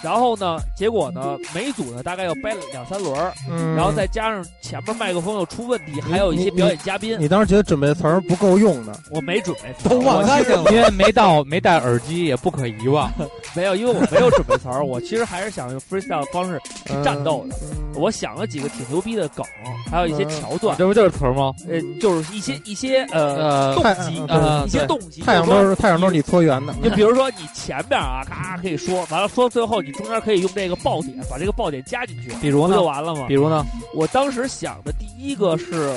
[SPEAKER 19] 然后呢，结果呢，每组呢大概要掰两三轮儿，
[SPEAKER 27] 嗯，
[SPEAKER 19] 然后再加上前面麦克风又出问题，还有一些
[SPEAKER 27] 你
[SPEAKER 19] 表演嘉宾，
[SPEAKER 27] 你当时觉得准备的词儿不够用的，
[SPEAKER 19] 我没准备词儿，
[SPEAKER 31] 都忘干净了。
[SPEAKER 32] 因为没到没戴耳机，也不可遗 忘。
[SPEAKER 19] 没有，因为我没有准备词儿，我其实还是想用 freestyle 的方式去
[SPEAKER 27] 嗯
[SPEAKER 19] 战斗的。
[SPEAKER 27] 嗯
[SPEAKER 19] 我想了几个挺牛逼的梗，还有一些
[SPEAKER 27] 嗯
[SPEAKER 19] 桥段，
[SPEAKER 32] 这不就是词儿吗？
[SPEAKER 19] 呃，就是一些一些呃
[SPEAKER 32] 呃
[SPEAKER 19] 动
[SPEAKER 27] 太
[SPEAKER 19] 机
[SPEAKER 27] 嗯，对
[SPEAKER 19] 呃一些
[SPEAKER 32] 对
[SPEAKER 19] 动机。
[SPEAKER 27] 太阳
[SPEAKER 19] 比如
[SPEAKER 27] 都
[SPEAKER 19] 说
[SPEAKER 27] 是太阳都是你搓圆的，
[SPEAKER 19] 就比如说你前面啊，咔可以说完了，说最后你中间可以用这个爆点，把这个爆点加进去，
[SPEAKER 32] 比如
[SPEAKER 19] 不
[SPEAKER 32] 呢
[SPEAKER 19] 就？完了吗
[SPEAKER 32] 比？如呢？
[SPEAKER 19] 我当时想的第一个是，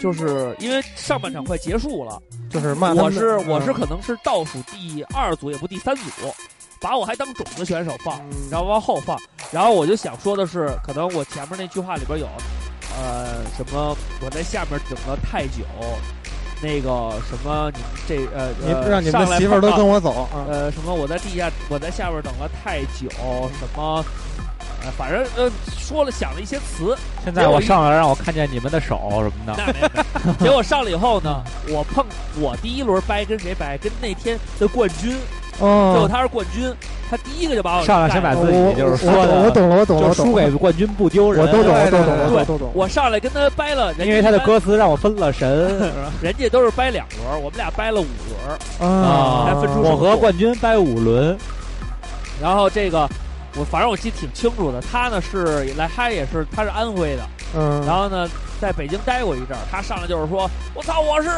[SPEAKER 19] 就是因为上半场快结束了，
[SPEAKER 27] 就是骂啊他
[SPEAKER 19] 我
[SPEAKER 27] 们嗯的
[SPEAKER 19] 是我是可能是倒数第二组也不第三组，把我还当种子选手放，
[SPEAKER 27] 嗯
[SPEAKER 19] 然后往后放，然后我就想说的是，可能我前面那句话里边有，呃，什么我在下面等了太久，那个什么你们这呃
[SPEAKER 27] 你
[SPEAKER 19] 呃
[SPEAKER 27] 让你
[SPEAKER 19] 上
[SPEAKER 27] 们
[SPEAKER 19] 来
[SPEAKER 27] 媳妇儿都
[SPEAKER 19] 碰到
[SPEAKER 27] 跟我走啊，
[SPEAKER 19] 呃什么我在地下我在下边等了太久什么，呃反正呃说了想了一些词，
[SPEAKER 32] 现在我上来让我看见你们的手什么的，
[SPEAKER 19] 那没有没有。结果上了以后呢，我碰我第一轮掰跟谁掰？跟那天的冠军，最后
[SPEAKER 27] 哦，
[SPEAKER 19] 呃他是冠军，他第一个就把我
[SPEAKER 32] 上来
[SPEAKER 19] 干
[SPEAKER 32] 先把
[SPEAKER 19] 了
[SPEAKER 32] 自己就是说
[SPEAKER 27] 我
[SPEAKER 32] 的，
[SPEAKER 27] 我懂了，我懂了，
[SPEAKER 32] 就
[SPEAKER 27] 我
[SPEAKER 32] 是输
[SPEAKER 27] 懂
[SPEAKER 32] 给
[SPEAKER 27] 了，
[SPEAKER 32] 冠军不丢人，
[SPEAKER 27] 我都懂，我都懂，
[SPEAKER 19] 对
[SPEAKER 27] 我都懂，
[SPEAKER 19] 我上来跟他掰了，人家
[SPEAKER 32] 因为他的
[SPEAKER 19] 一般
[SPEAKER 32] 歌词让我分了神。
[SPEAKER 19] 人家都是掰两轮，我们俩掰了五轮，
[SPEAKER 32] 啊
[SPEAKER 27] 啊，
[SPEAKER 19] 还分出
[SPEAKER 32] 我和冠军掰五轮，
[SPEAKER 19] 然后这个。我反正我记得挺清楚的，他呢是来，他也是他是安徽的，
[SPEAKER 27] 嗯，
[SPEAKER 19] 然后呢在北京待过一阵儿，他上来就是说，我操，我是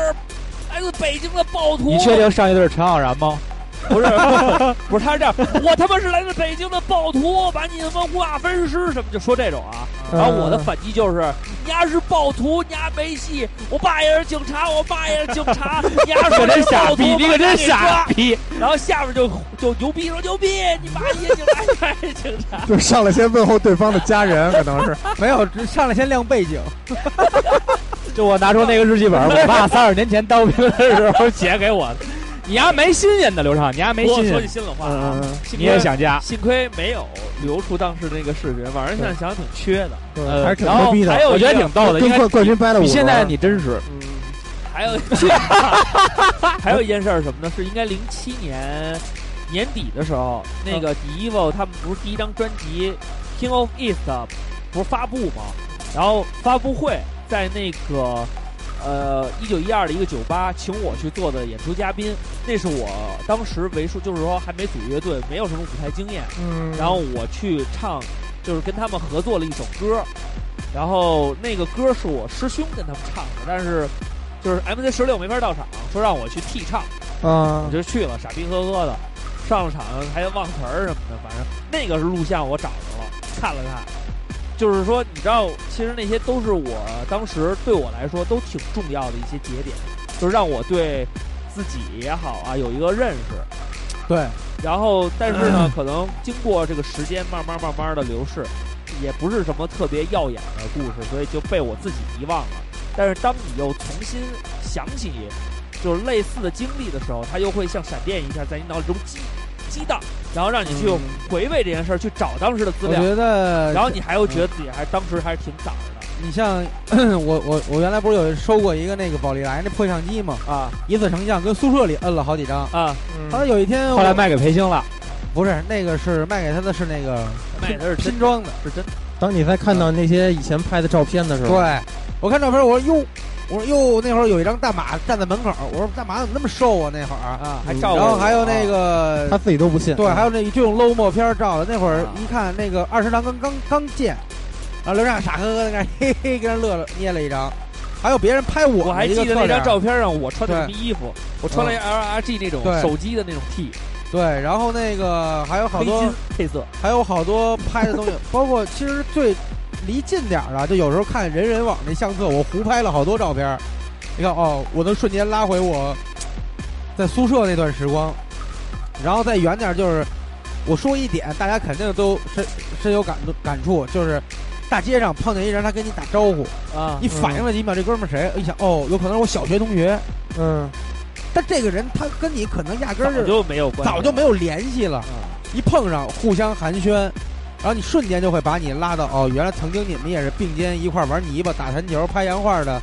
[SPEAKER 19] 来自北京的暴徒，
[SPEAKER 32] 你确定上一对是陈浩然吗？
[SPEAKER 19] 不是， 不是，他是这样，我他妈是来自北京的暴徒，把你他妈五马分尸什么，就说这种啊。
[SPEAKER 32] 嗯
[SPEAKER 19] 然后我的反击就是，你丫是暴徒，你丫没戏，我爸也是警察，我爸也是警 察，你丫说
[SPEAKER 32] 可
[SPEAKER 19] 我
[SPEAKER 32] 真
[SPEAKER 19] 是
[SPEAKER 32] 傻
[SPEAKER 19] 暴
[SPEAKER 32] 逼，
[SPEAKER 19] 徒，
[SPEAKER 32] 你可真傻
[SPEAKER 19] 逼。
[SPEAKER 32] 逼！
[SPEAKER 19] 然后下边就就牛逼说牛逼，你妈也哎警察，你爸也警察，
[SPEAKER 27] 就是上来先问候对方的家人，可 能是，
[SPEAKER 31] 没有，只上来先亮背景，
[SPEAKER 32] 就我拿出那个日记本，我爸三十年前当兵的时候写给我的。你丫没心眼的刘畅，你丫没
[SPEAKER 19] 我
[SPEAKER 32] 心
[SPEAKER 19] 说句
[SPEAKER 32] 眼，
[SPEAKER 19] 心里话啊
[SPEAKER 27] 嗯，嗯
[SPEAKER 19] 幸亏
[SPEAKER 32] 你也想家。
[SPEAKER 19] 幸亏没有流出当时那个视频，晚上想想挺缺的。
[SPEAKER 27] 嗯对，
[SPEAKER 32] 呃
[SPEAKER 27] 还是挺
[SPEAKER 32] 然
[SPEAKER 27] 牛
[SPEAKER 32] 后
[SPEAKER 27] 逼的
[SPEAKER 32] 还，有
[SPEAKER 19] 我
[SPEAKER 32] 我
[SPEAKER 19] 觉
[SPEAKER 32] 觉
[SPEAKER 19] 得
[SPEAKER 32] 得
[SPEAKER 19] 挺
[SPEAKER 32] 挺逗的，
[SPEAKER 27] 跟冠冠军掰了五
[SPEAKER 32] 你
[SPEAKER 27] 轮，
[SPEAKER 32] 现在你真实，
[SPEAKER 27] 嗯，
[SPEAKER 19] 还有还有一件事儿是什么呢？是应该零七年年底的时候，那个 d i v o 他们不是第一张专辑《King of East》不是发布吗？然后发布会在那个呃一九一二的一个酒吧，请我去做的演出嘉宾，那是我当时为数就是说还没组乐队，没有什么舞台经验，
[SPEAKER 27] 嗯，
[SPEAKER 19] 然后我去唱，就是跟他们合作了一首歌，然后那个歌是我师兄跟他们唱的，但是就是 MC 十六没法到场，说让我去替唱，
[SPEAKER 27] 啊
[SPEAKER 19] 我，就去了，傻逼呵呵的，上了场还忘词儿什么的，反正那个是录像我找着了，看了看。就是说，你知道，其实那些都是我当时对我来说都挺重要的一些节点，就是让我对自己也好啊有一个认识。
[SPEAKER 31] 对，嗯
[SPEAKER 19] 然后，但是呢，可能经过这个时间慢慢慢慢的流逝，
[SPEAKER 39] 也不是什么特别耀眼的故事，所以就被我自己遗忘了。但是当你又重新想起就是类似的经历的时候，它又会像闪电一下在你脑中激激荡，然后让你去回味这件事儿，去找当时的资料。
[SPEAKER 31] 嗯我觉得，
[SPEAKER 39] 然后你还又觉得自己还当时还是挺早的。
[SPEAKER 31] 你像 我我我原来不是有收过一个那个宝丽来那破相机吗？
[SPEAKER 39] 啊，
[SPEAKER 31] 一次成像，跟宿舍里摁了好几张
[SPEAKER 39] 啊。
[SPEAKER 27] 嗯
[SPEAKER 31] 后来有一天，
[SPEAKER 32] 后来卖给培星了，
[SPEAKER 31] 不是那个是卖给他的是那个
[SPEAKER 39] 卖的是
[SPEAKER 31] 拼装的，
[SPEAKER 39] 是真的。
[SPEAKER 27] 当你在看到那些以前拍的照片的时候，
[SPEAKER 31] 对我看照片，我说哟，我说哟，那会儿有一张大马站在门口，我说大马怎么那么瘦啊？那会儿
[SPEAKER 39] 啊，还
[SPEAKER 31] 照，然后还有那个
[SPEAKER 27] 他自己都不信，
[SPEAKER 31] 对，还有那就用 low 默片照的，那会儿
[SPEAKER 39] 啊
[SPEAKER 31] 一看那个二十郎刚刚刚见。然后刘亮傻呵呵的那嘿嘿跟人 乐了，捏了一张。还有别人拍我，
[SPEAKER 39] 我还记得那张照片上我穿的什么衣服，我穿了一 L R G 那种手机的那种 T。
[SPEAKER 31] 对，然后那个还有好多
[SPEAKER 39] 配色，
[SPEAKER 31] 还有好多拍的东西，包括其实最离近点儿的，就有时候看人人网那相册，我胡拍了好多照片。你看哦，我能瞬间拉回我在宿舍那段时光。然后再远点就是我说一点，大家肯定都深深有感感触，就是。大街上碰见一人，他跟你打招呼
[SPEAKER 19] 嗯
[SPEAKER 39] 啊，
[SPEAKER 31] 你反应了几秒，这哥们儿谁？一想，哦，有可能是我小学同学，
[SPEAKER 27] 嗯，
[SPEAKER 31] 但这个人他跟你可能压根儿
[SPEAKER 39] 就没有关，
[SPEAKER 31] 早就没有联系了，一碰上互相寒暄，然后你瞬间就会把你拉到哦，原来曾经你们也是并肩一块玩泥巴、打弹球、拍洋画的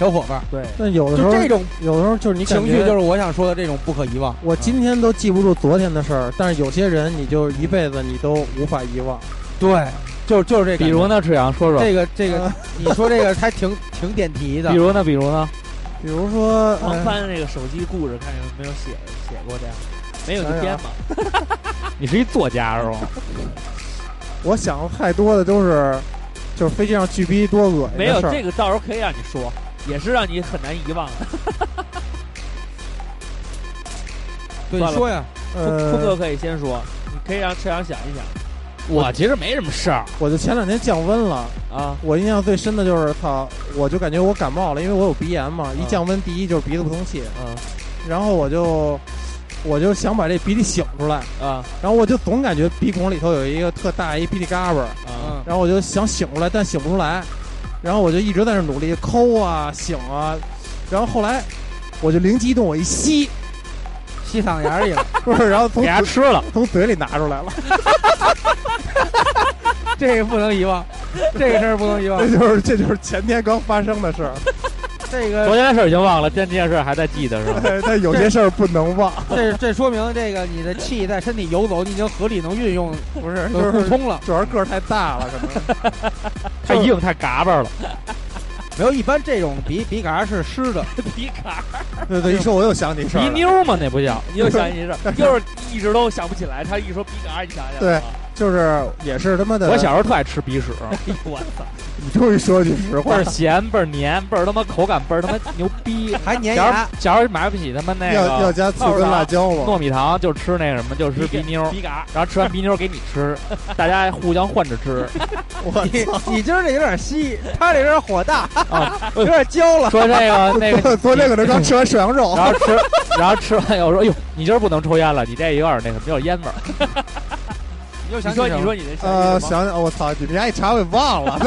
[SPEAKER 31] 小伙伴。
[SPEAKER 39] 对，
[SPEAKER 27] 但有的时候
[SPEAKER 31] 这种
[SPEAKER 27] 有的时候就是你
[SPEAKER 31] 情绪，就是我想说的这种不可遗忘。
[SPEAKER 27] 我今天都记不住昨天的事儿，但是有些人你就一辈子你都无法遗忘。
[SPEAKER 31] 对。就就是这，
[SPEAKER 32] 比如呢，赤阳说说
[SPEAKER 31] 这个这个，你说这个还挺挺点题的。
[SPEAKER 32] 比如呢，比如呢，
[SPEAKER 27] 比如说哎
[SPEAKER 39] 我翻那个手机故事，看有没有写写过这样，没有就编吧。
[SPEAKER 32] 你是一作家是吗？
[SPEAKER 27] 我想的太多的都是，就是飞机上巨逼多恶心。
[SPEAKER 39] 没有这个，到时候可以让你说，也是让你很难遗忘的。
[SPEAKER 31] 对，你说呀，
[SPEAKER 27] 呃
[SPEAKER 39] 坤哥可以先说，你可以让赤阳想一想。
[SPEAKER 32] 我其实没什么事儿，
[SPEAKER 27] 我就前两天降温了
[SPEAKER 39] 啊！
[SPEAKER 27] 我印象最深的就是操，我就感觉我感冒了，因为我有鼻炎嘛。一降温，第一就是鼻子不通气，
[SPEAKER 39] 嗯，
[SPEAKER 27] 然后我就我就想把这鼻涕擤出来
[SPEAKER 39] 啊，
[SPEAKER 27] 然后我就总感觉鼻孔里头有一个特大一鼻涕嘎巴
[SPEAKER 39] 啊，
[SPEAKER 27] 然后我就想擤出来，但擤不出来，然后我就一直在那努力抠啊擤啊，然后后来我就灵机一动，我一吸。
[SPEAKER 31] 吸嗓眼里了，
[SPEAKER 27] 不是，然后从
[SPEAKER 32] 给它吃了，
[SPEAKER 27] 从嘴里拿出来了。
[SPEAKER 31] 这个不能遗忘，这个事儿不能遗忘。
[SPEAKER 27] 这就是这就是前天刚发生的事儿。
[SPEAKER 31] 这个
[SPEAKER 32] 昨天的事儿已经忘了，但这件事儿还在记得是吧？
[SPEAKER 27] 但有些事儿不能忘。
[SPEAKER 31] 这这说明这个你的气在身体游走，你已经合理能运用，
[SPEAKER 27] 不 是
[SPEAKER 31] 就是互通了。
[SPEAKER 27] 主要是个儿太大了，可能
[SPEAKER 32] 太硬太嘎巴了。
[SPEAKER 31] 没有，一般这种鼻鼻嘎是湿的，
[SPEAKER 39] 鼻嘎。
[SPEAKER 27] 对对，一说我又想起事儿，
[SPEAKER 32] 鼻妞嘛，那不叫。
[SPEAKER 39] 你又想起事儿，又是一直都想不起来。他一说鼻嘎，你想起来。
[SPEAKER 27] 对，就是也是他妈的。
[SPEAKER 32] 我小时候特爱吃鼻屎。
[SPEAKER 39] 哎呦我操！
[SPEAKER 27] 你终于说句实话，
[SPEAKER 32] 倍儿咸，倍儿黏，倍儿他妈口感倍儿他妈牛逼，
[SPEAKER 31] 还粘牙。
[SPEAKER 32] 小时候买不起他妈那个
[SPEAKER 27] 要要加醋跟辣椒吗？
[SPEAKER 32] 糯米糖就吃那什么，就吃鼻妞。
[SPEAKER 39] 鼻嘎，
[SPEAKER 32] 然后吃完鼻妞给你吃，大家互相换着吃。
[SPEAKER 27] 我
[SPEAKER 31] 你你今儿这有点稀，他这有点火大， 有点焦了。
[SPEAKER 32] 说这个 那个，
[SPEAKER 27] 昨天可能刚吃完涮羊肉，
[SPEAKER 32] 然后吃，然后吃完以后说：“哟，你今儿不能抽烟了，你这有点那什么，有点烟味儿。”
[SPEAKER 39] 又想说你说你那
[SPEAKER 27] 呃，想想我操，你们家一查我给忘了。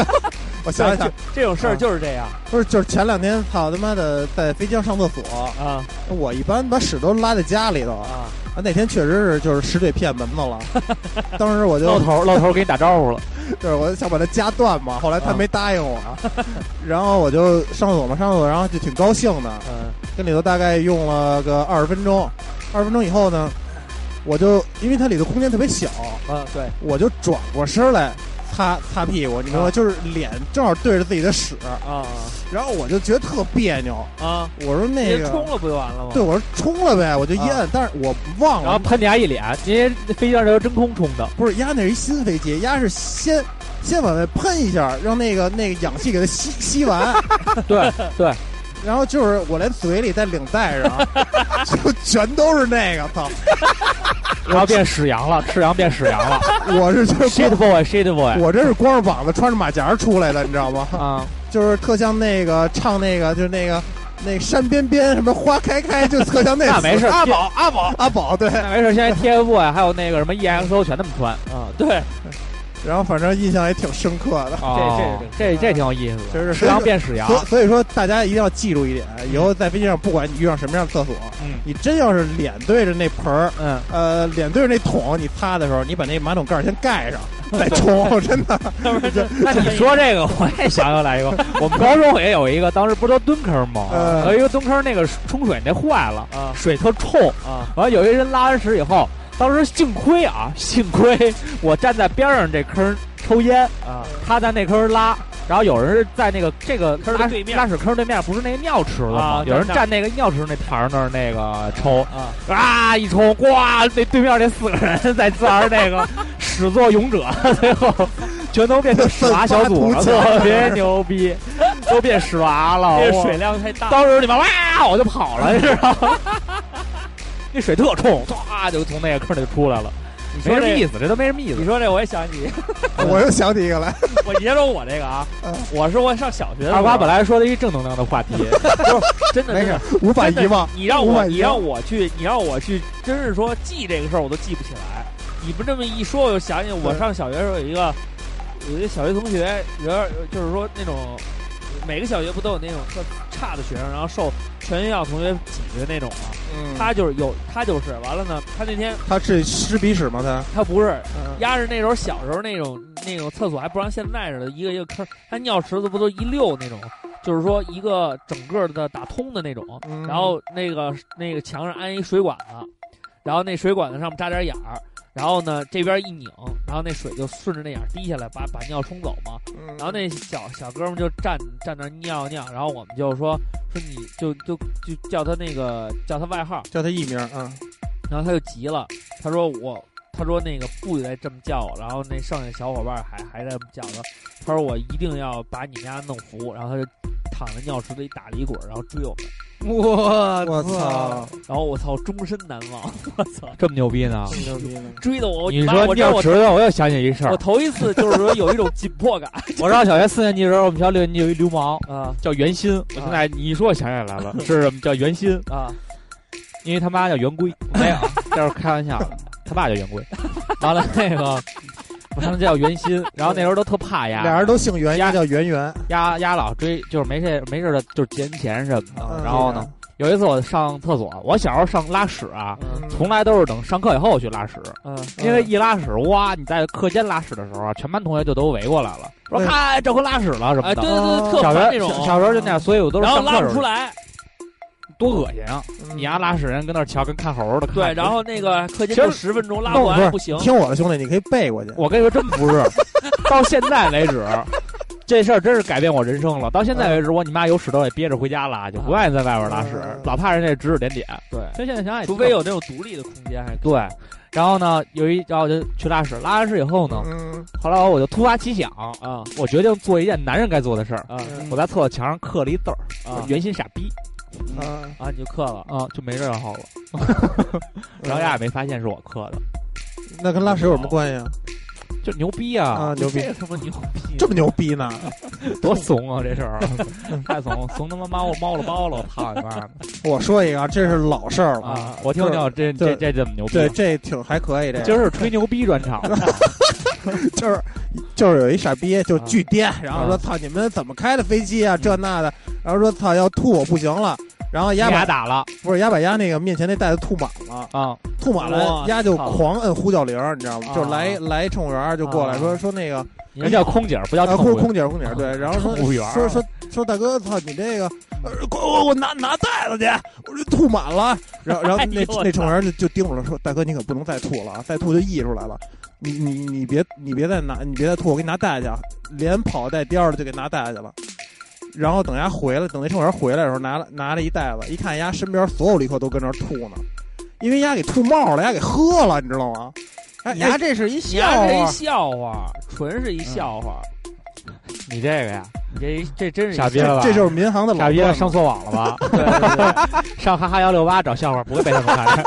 [SPEAKER 27] 我想想，
[SPEAKER 39] 这种事儿就是这样。
[SPEAKER 27] 不是，就是前两天操他妈的在飞机上上厕所
[SPEAKER 39] 啊，
[SPEAKER 27] 我一般把屎都拉在家里头
[SPEAKER 39] 啊。
[SPEAKER 27] 那天确实是就是屎嘴骗门子了，当 时我就
[SPEAKER 32] 露头露头给你打招呼了，
[SPEAKER 27] 就是我想把它夹断嘛，后来他没答应我，然后我就上厕所嘛，上厕所然后就挺高兴的，
[SPEAKER 39] 嗯，
[SPEAKER 27] 跟里头大概用了个二十分钟，二十分钟以后呢，我就因为它里头空间特别小，
[SPEAKER 32] 嗯
[SPEAKER 39] 啊对，
[SPEAKER 27] 我就转过身来。擦擦屁股，你知道吗？就是脸正好对着自己的屎
[SPEAKER 39] 啊，
[SPEAKER 27] 然后我就觉得特别扭
[SPEAKER 39] 啊。
[SPEAKER 27] 我说那个
[SPEAKER 39] 冲了啊不就完了吗？
[SPEAKER 27] 对，我说冲了呗，我就一摁，但是我忘了。
[SPEAKER 32] 然后喷你丫一脸，因为飞机上是真空冲的，
[SPEAKER 27] 不是压那是一新飞机，压是先先往外喷一下，让那个那个氧气给它吸吸完。
[SPEAKER 32] 对对，
[SPEAKER 27] 然后就是我连嘴里带领带 上，就全都是那个操。
[SPEAKER 32] 然后变屎羊了，赤羊变屎羊了。
[SPEAKER 27] 我是就是
[SPEAKER 32] shit boy，shit boy，
[SPEAKER 27] 我这是光着膀子穿着马甲出来的，你知道吗？
[SPEAKER 32] 啊，
[SPEAKER 27] 就是特像那个唱那个，就是那个那山边边什么花开开，就特像那。
[SPEAKER 32] 那没事，
[SPEAKER 27] 阿
[SPEAKER 32] 宝阿宝
[SPEAKER 27] 阿宝对，
[SPEAKER 32] E 那没事。现在 TFBOY 还有那个什么 EXO 全那么穿
[SPEAKER 39] 啊，对。
[SPEAKER 27] 然后反正印象也挺深刻的，
[SPEAKER 32] 哦、这这这这挺有意思的，
[SPEAKER 27] 就是
[SPEAKER 32] 食堂变屎
[SPEAKER 19] 啊
[SPEAKER 32] 牙。
[SPEAKER 27] 所以说大家一定要记住一点，
[SPEAKER 19] 嗯
[SPEAKER 27] 以后在飞机上，不管你遇上什么样的厕所，
[SPEAKER 32] 嗯，
[SPEAKER 27] 你真要是脸对着那盆儿，
[SPEAKER 32] 嗯，
[SPEAKER 27] 呃，脸对着那桶，你擦的时候，你把那马桶盖先盖 上。再冲，真的。
[SPEAKER 32] 那你说这个，我也想起来 一个。我们高中也有一个，当时不是都蹲坑吗？
[SPEAKER 19] 嗯
[SPEAKER 27] 呃、
[SPEAKER 32] 有一个蹲坑，那个冲水那坏了，
[SPEAKER 19] 啊、
[SPEAKER 32] 水特冲。
[SPEAKER 19] 啊，
[SPEAKER 32] 完有一人拉完屎以后，当时幸亏啊，幸亏我站在边上这坑抽烟
[SPEAKER 19] 啊，
[SPEAKER 32] 他在那坑拉。然后有人在那个这个
[SPEAKER 19] 坑
[SPEAKER 32] 拉
[SPEAKER 19] 对面
[SPEAKER 32] 拉屎坑对面不是那个尿池子吗？
[SPEAKER 19] 啊
[SPEAKER 32] 有人站那个尿池那台儿那儿那个抽
[SPEAKER 19] 啊
[SPEAKER 32] 啊一冲，呱！那对面那四个人 在自儿那个始作俑者， 最后全都变成屎娃小组 了，特别牛逼，都变屎娃了。
[SPEAKER 19] 这
[SPEAKER 32] 哇
[SPEAKER 19] 水量太大，
[SPEAKER 32] 当时你们哇，我就跑了，你知道吗？ 那水特冲，唰就从那个坑里出来了，
[SPEAKER 19] 你
[SPEAKER 32] 没
[SPEAKER 19] 说
[SPEAKER 32] 什么
[SPEAKER 19] 这
[SPEAKER 32] 意思，这都没什么意思
[SPEAKER 19] 你。说这我也想起，
[SPEAKER 27] 我又想起一个来，
[SPEAKER 19] 我你先说我这个啊，我是我上小学的时候，
[SPEAKER 32] 二瓜本来说的一正能量的 话题，
[SPEAKER 19] 真的没事，
[SPEAKER 27] 无法遗忘。
[SPEAKER 19] 你让
[SPEAKER 27] 五
[SPEAKER 19] 我
[SPEAKER 27] 百
[SPEAKER 19] 你让我去你让我去，真是说记这个事儿我都记不起来。你不这么一说，我就想起我
[SPEAKER 27] 对
[SPEAKER 19] 上小学的时候有一个有一个小学同学，有点就是说那种每个小学不都有那种特差的学生，然后受全学校同学挤的那种嘛。
[SPEAKER 27] 嗯
[SPEAKER 19] 他就是有他就是完了呢，他那天
[SPEAKER 27] 他是湿鼻屎吗？他
[SPEAKER 19] 他不是
[SPEAKER 27] 嗯
[SPEAKER 19] 压着那时候小时候那种那种厕所还不像现在似的，一个一个坑，它尿池子不都一溜那种，就是说一个整个的打通的那种，
[SPEAKER 27] 嗯
[SPEAKER 19] 然后那个那个墙上安一水管子，然后那水管子上面扎点眼儿，然后呢这边一拧，然后那水就顺着那眼儿滴下来，把把尿冲走嘛。
[SPEAKER 27] 嗯
[SPEAKER 19] 然后那小小哥们就站站那儿尿尿，然后我们就说说你就就就叫他那个叫他外号，
[SPEAKER 27] 叫他艺名啊，
[SPEAKER 19] 然后他就急了，他说我，他说那个不许再这么叫我，然后那剩下小伙伴还还在这么叫他，他说我一定要把你们家弄服，然后他就躺在尿池子里打了一滚，然后追我们，
[SPEAKER 40] 我
[SPEAKER 27] 我操，
[SPEAKER 19] 然后我操，终身难忘，我操，
[SPEAKER 32] 这么牛逼呢？
[SPEAKER 27] 真牛逼呢！
[SPEAKER 19] 追的我，
[SPEAKER 32] 你
[SPEAKER 19] 妈
[SPEAKER 32] 说
[SPEAKER 19] 我
[SPEAKER 32] 尿
[SPEAKER 19] 我
[SPEAKER 32] 池子，我又想起一事儿
[SPEAKER 19] 我。头一次就是说有一种紧迫感
[SPEAKER 32] 我上小学四年级的时候，我们学校六年级有一流氓
[SPEAKER 19] 啊
[SPEAKER 32] 叫袁鑫，我现在你一说我想起来了，是什么叫袁鑫？
[SPEAKER 19] 啊
[SPEAKER 32] 因为他妈叫圆规，没有，这是开玩笑的，他爸叫圆规。完了那个，我他们叫袁鑫，然后那时候都特怕丫，
[SPEAKER 27] 俩人都姓袁，一
[SPEAKER 32] 丫
[SPEAKER 27] 个叫圆圆。
[SPEAKER 32] 丫丫老追，就是没事没事的，就是捡钱什么的。
[SPEAKER 27] 嗯
[SPEAKER 32] 然后呢，有一次我上厕所，我小时候上拉屎啊，
[SPEAKER 19] 嗯
[SPEAKER 32] 从来都是等上课以后去拉屎，
[SPEAKER 19] 嗯
[SPEAKER 32] 因为一拉屎哇，你在课间拉屎的时候啊，全班同学就都围过来了，说
[SPEAKER 27] 对
[SPEAKER 32] 看这回拉屎了什么
[SPEAKER 19] 哎
[SPEAKER 32] 的。
[SPEAKER 27] 嗯
[SPEAKER 19] 对对对，特
[SPEAKER 32] 小
[SPEAKER 19] 烦那
[SPEAKER 32] 学
[SPEAKER 19] 种，
[SPEAKER 32] 小小时候就那样，所以我都是
[SPEAKER 19] 然后
[SPEAKER 32] 上
[SPEAKER 19] 拉
[SPEAKER 32] 课
[SPEAKER 19] 不
[SPEAKER 32] 时
[SPEAKER 19] 出
[SPEAKER 32] 候
[SPEAKER 19] 来，
[SPEAKER 32] 多恶心啊！
[SPEAKER 27] 嗯
[SPEAKER 32] 你丫拉屎人跟那儿瞧，跟看猴儿的。
[SPEAKER 19] 对，
[SPEAKER 32] 看
[SPEAKER 19] 然后那个课间
[SPEAKER 32] 其实
[SPEAKER 19] 就十分钟拉
[SPEAKER 27] 那
[SPEAKER 19] 不
[SPEAKER 27] 我
[SPEAKER 19] 完不行
[SPEAKER 27] 你，听我的，兄弟，你可以背过去。
[SPEAKER 32] 我跟你说，真不是，到现在为止，这事儿真是改变我人生了。到现在为止，我你妈有屎都得憋着回家拉，就不愿意在外边拉屎
[SPEAKER 27] 嗯，
[SPEAKER 32] 老怕人家指指点点。
[SPEAKER 19] 对，
[SPEAKER 32] 所以现在想想也挺好，
[SPEAKER 19] 除非有那种独立的空间还可以
[SPEAKER 32] 对。然后呢，有一然后我就去拉屎，拉完屎以后呢，
[SPEAKER 27] 嗯
[SPEAKER 32] 后来我就突发奇想，
[SPEAKER 19] 啊
[SPEAKER 32] 我决定做一件男人该做的事儿，
[SPEAKER 19] 啊
[SPEAKER 32] 我在厕所墙上刻了一字儿
[SPEAKER 19] 啊
[SPEAKER 32] “原心傻逼
[SPEAKER 27] 啊，
[SPEAKER 19] 啊，你就刻了”，
[SPEAKER 32] 啊，就没这然后了。然后丫也没发现是我刻的，
[SPEAKER 27] 那跟拉屎有什么关系啊？
[SPEAKER 32] 就牛逼啊！
[SPEAKER 27] 啊，牛逼
[SPEAKER 19] 这，有什么牛逼？
[SPEAKER 27] 这么牛逼呢？
[SPEAKER 32] 多怂啊！这事儿太怂，怂他妈猫了猫了包了，我操你妈的！
[SPEAKER 27] 我说一个啊，这是老事儿了。
[SPEAKER 32] 啊！我听听这这
[SPEAKER 27] 对
[SPEAKER 32] 这怎么牛逼？
[SPEAKER 27] 对，这挺还可以，这
[SPEAKER 32] 今儿是吹牛逼专场，
[SPEAKER 27] 就是就是有一傻逼就巨颠，然后说
[SPEAKER 32] 啊
[SPEAKER 27] 操你们怎么开的飞机啊这那的，然后说操要吐我不行了，然后
[SPEAKER 32] 你
[SPEAKER 27] 丫
[SPEAKER 32] 俩
[SPEAKER 27] 把
[SPEAKER 32] 打了
[SPEAKER 27] 不是丫把丫那个面前那袋子吐满了，
[SPEAKER 32] 啊！
[SPEAKER 27] 吐满了
[SPEAKER 19] 哇
[SPEAKER 27] 丫就
[SPEAKER 19] 操
[SPEAKER 27] 狂摁呼叫铃儿，你知道吗？
[SPEAKER 19] 啊
[SPEAKER 27] 就来来乘务员就过来
[SPEAKER 19] 啊
[SPEAKER 27] 说说那个
[SPEAKER 32] 人叫空姐儿不叫
[SPEAKER 27] 啊
[SPEAKER 32] 乘务
[SPEAKER 27] 空
[SPEAKER 32] 员，
[SPEAKER 27] 空姐空姐对，然后说
[SPEAKER 32] 乘务员
[SPEAKER 27] 说
[SPEAKER 19] 啊
[SPEAKER 27] 说说大哥操你这个，呃快我我拿拿袋子去，我这吐满了，然后然后
[SPEAKER 19] 哎呦
[SPEAKER 27] 那
[SPEAKER 19] 我操
[SPEAKER 27] 那乘务员就就叮嘱了说大哥你可不能再吐了啊，再吐就溢出来了。你你你别你别再拿你别再吐，我给你拿袋子去啊，连跑带颠儿的就给拿袋子去了。然后等丫回来，等那乘务员回来的时候，拿了拿了一袋子，一看丫身边所有旅客都跟那儿吐呢，因为丫给吐冒了，丫给喝了，你知道吗？哎
[SPEAKER 31] 牙这是一
[SPEAKER 19] 你
[SPEAKER 31] 笑
[SPEAKER 19] 丫是一
[SPEAKER 31] 话，
[SPEAKER 19] 笑话，纯是一笑话。
[SPEAKER 32] 你这个呀，
[SPEAKER 19] 你这这真是一
[SPEAKER 32] 傻逼
[SPEAKER 19] 笑
[SPEAKER 32] 了吧？
[SPEAKER 27] 这就是民航的老
[SPEAKER 32] 傻逼了，
[SPEAKER 27] 段子
[SPEAKER 32] 上错网了吧？上哈哈幺六八找笑话不会被他们看见。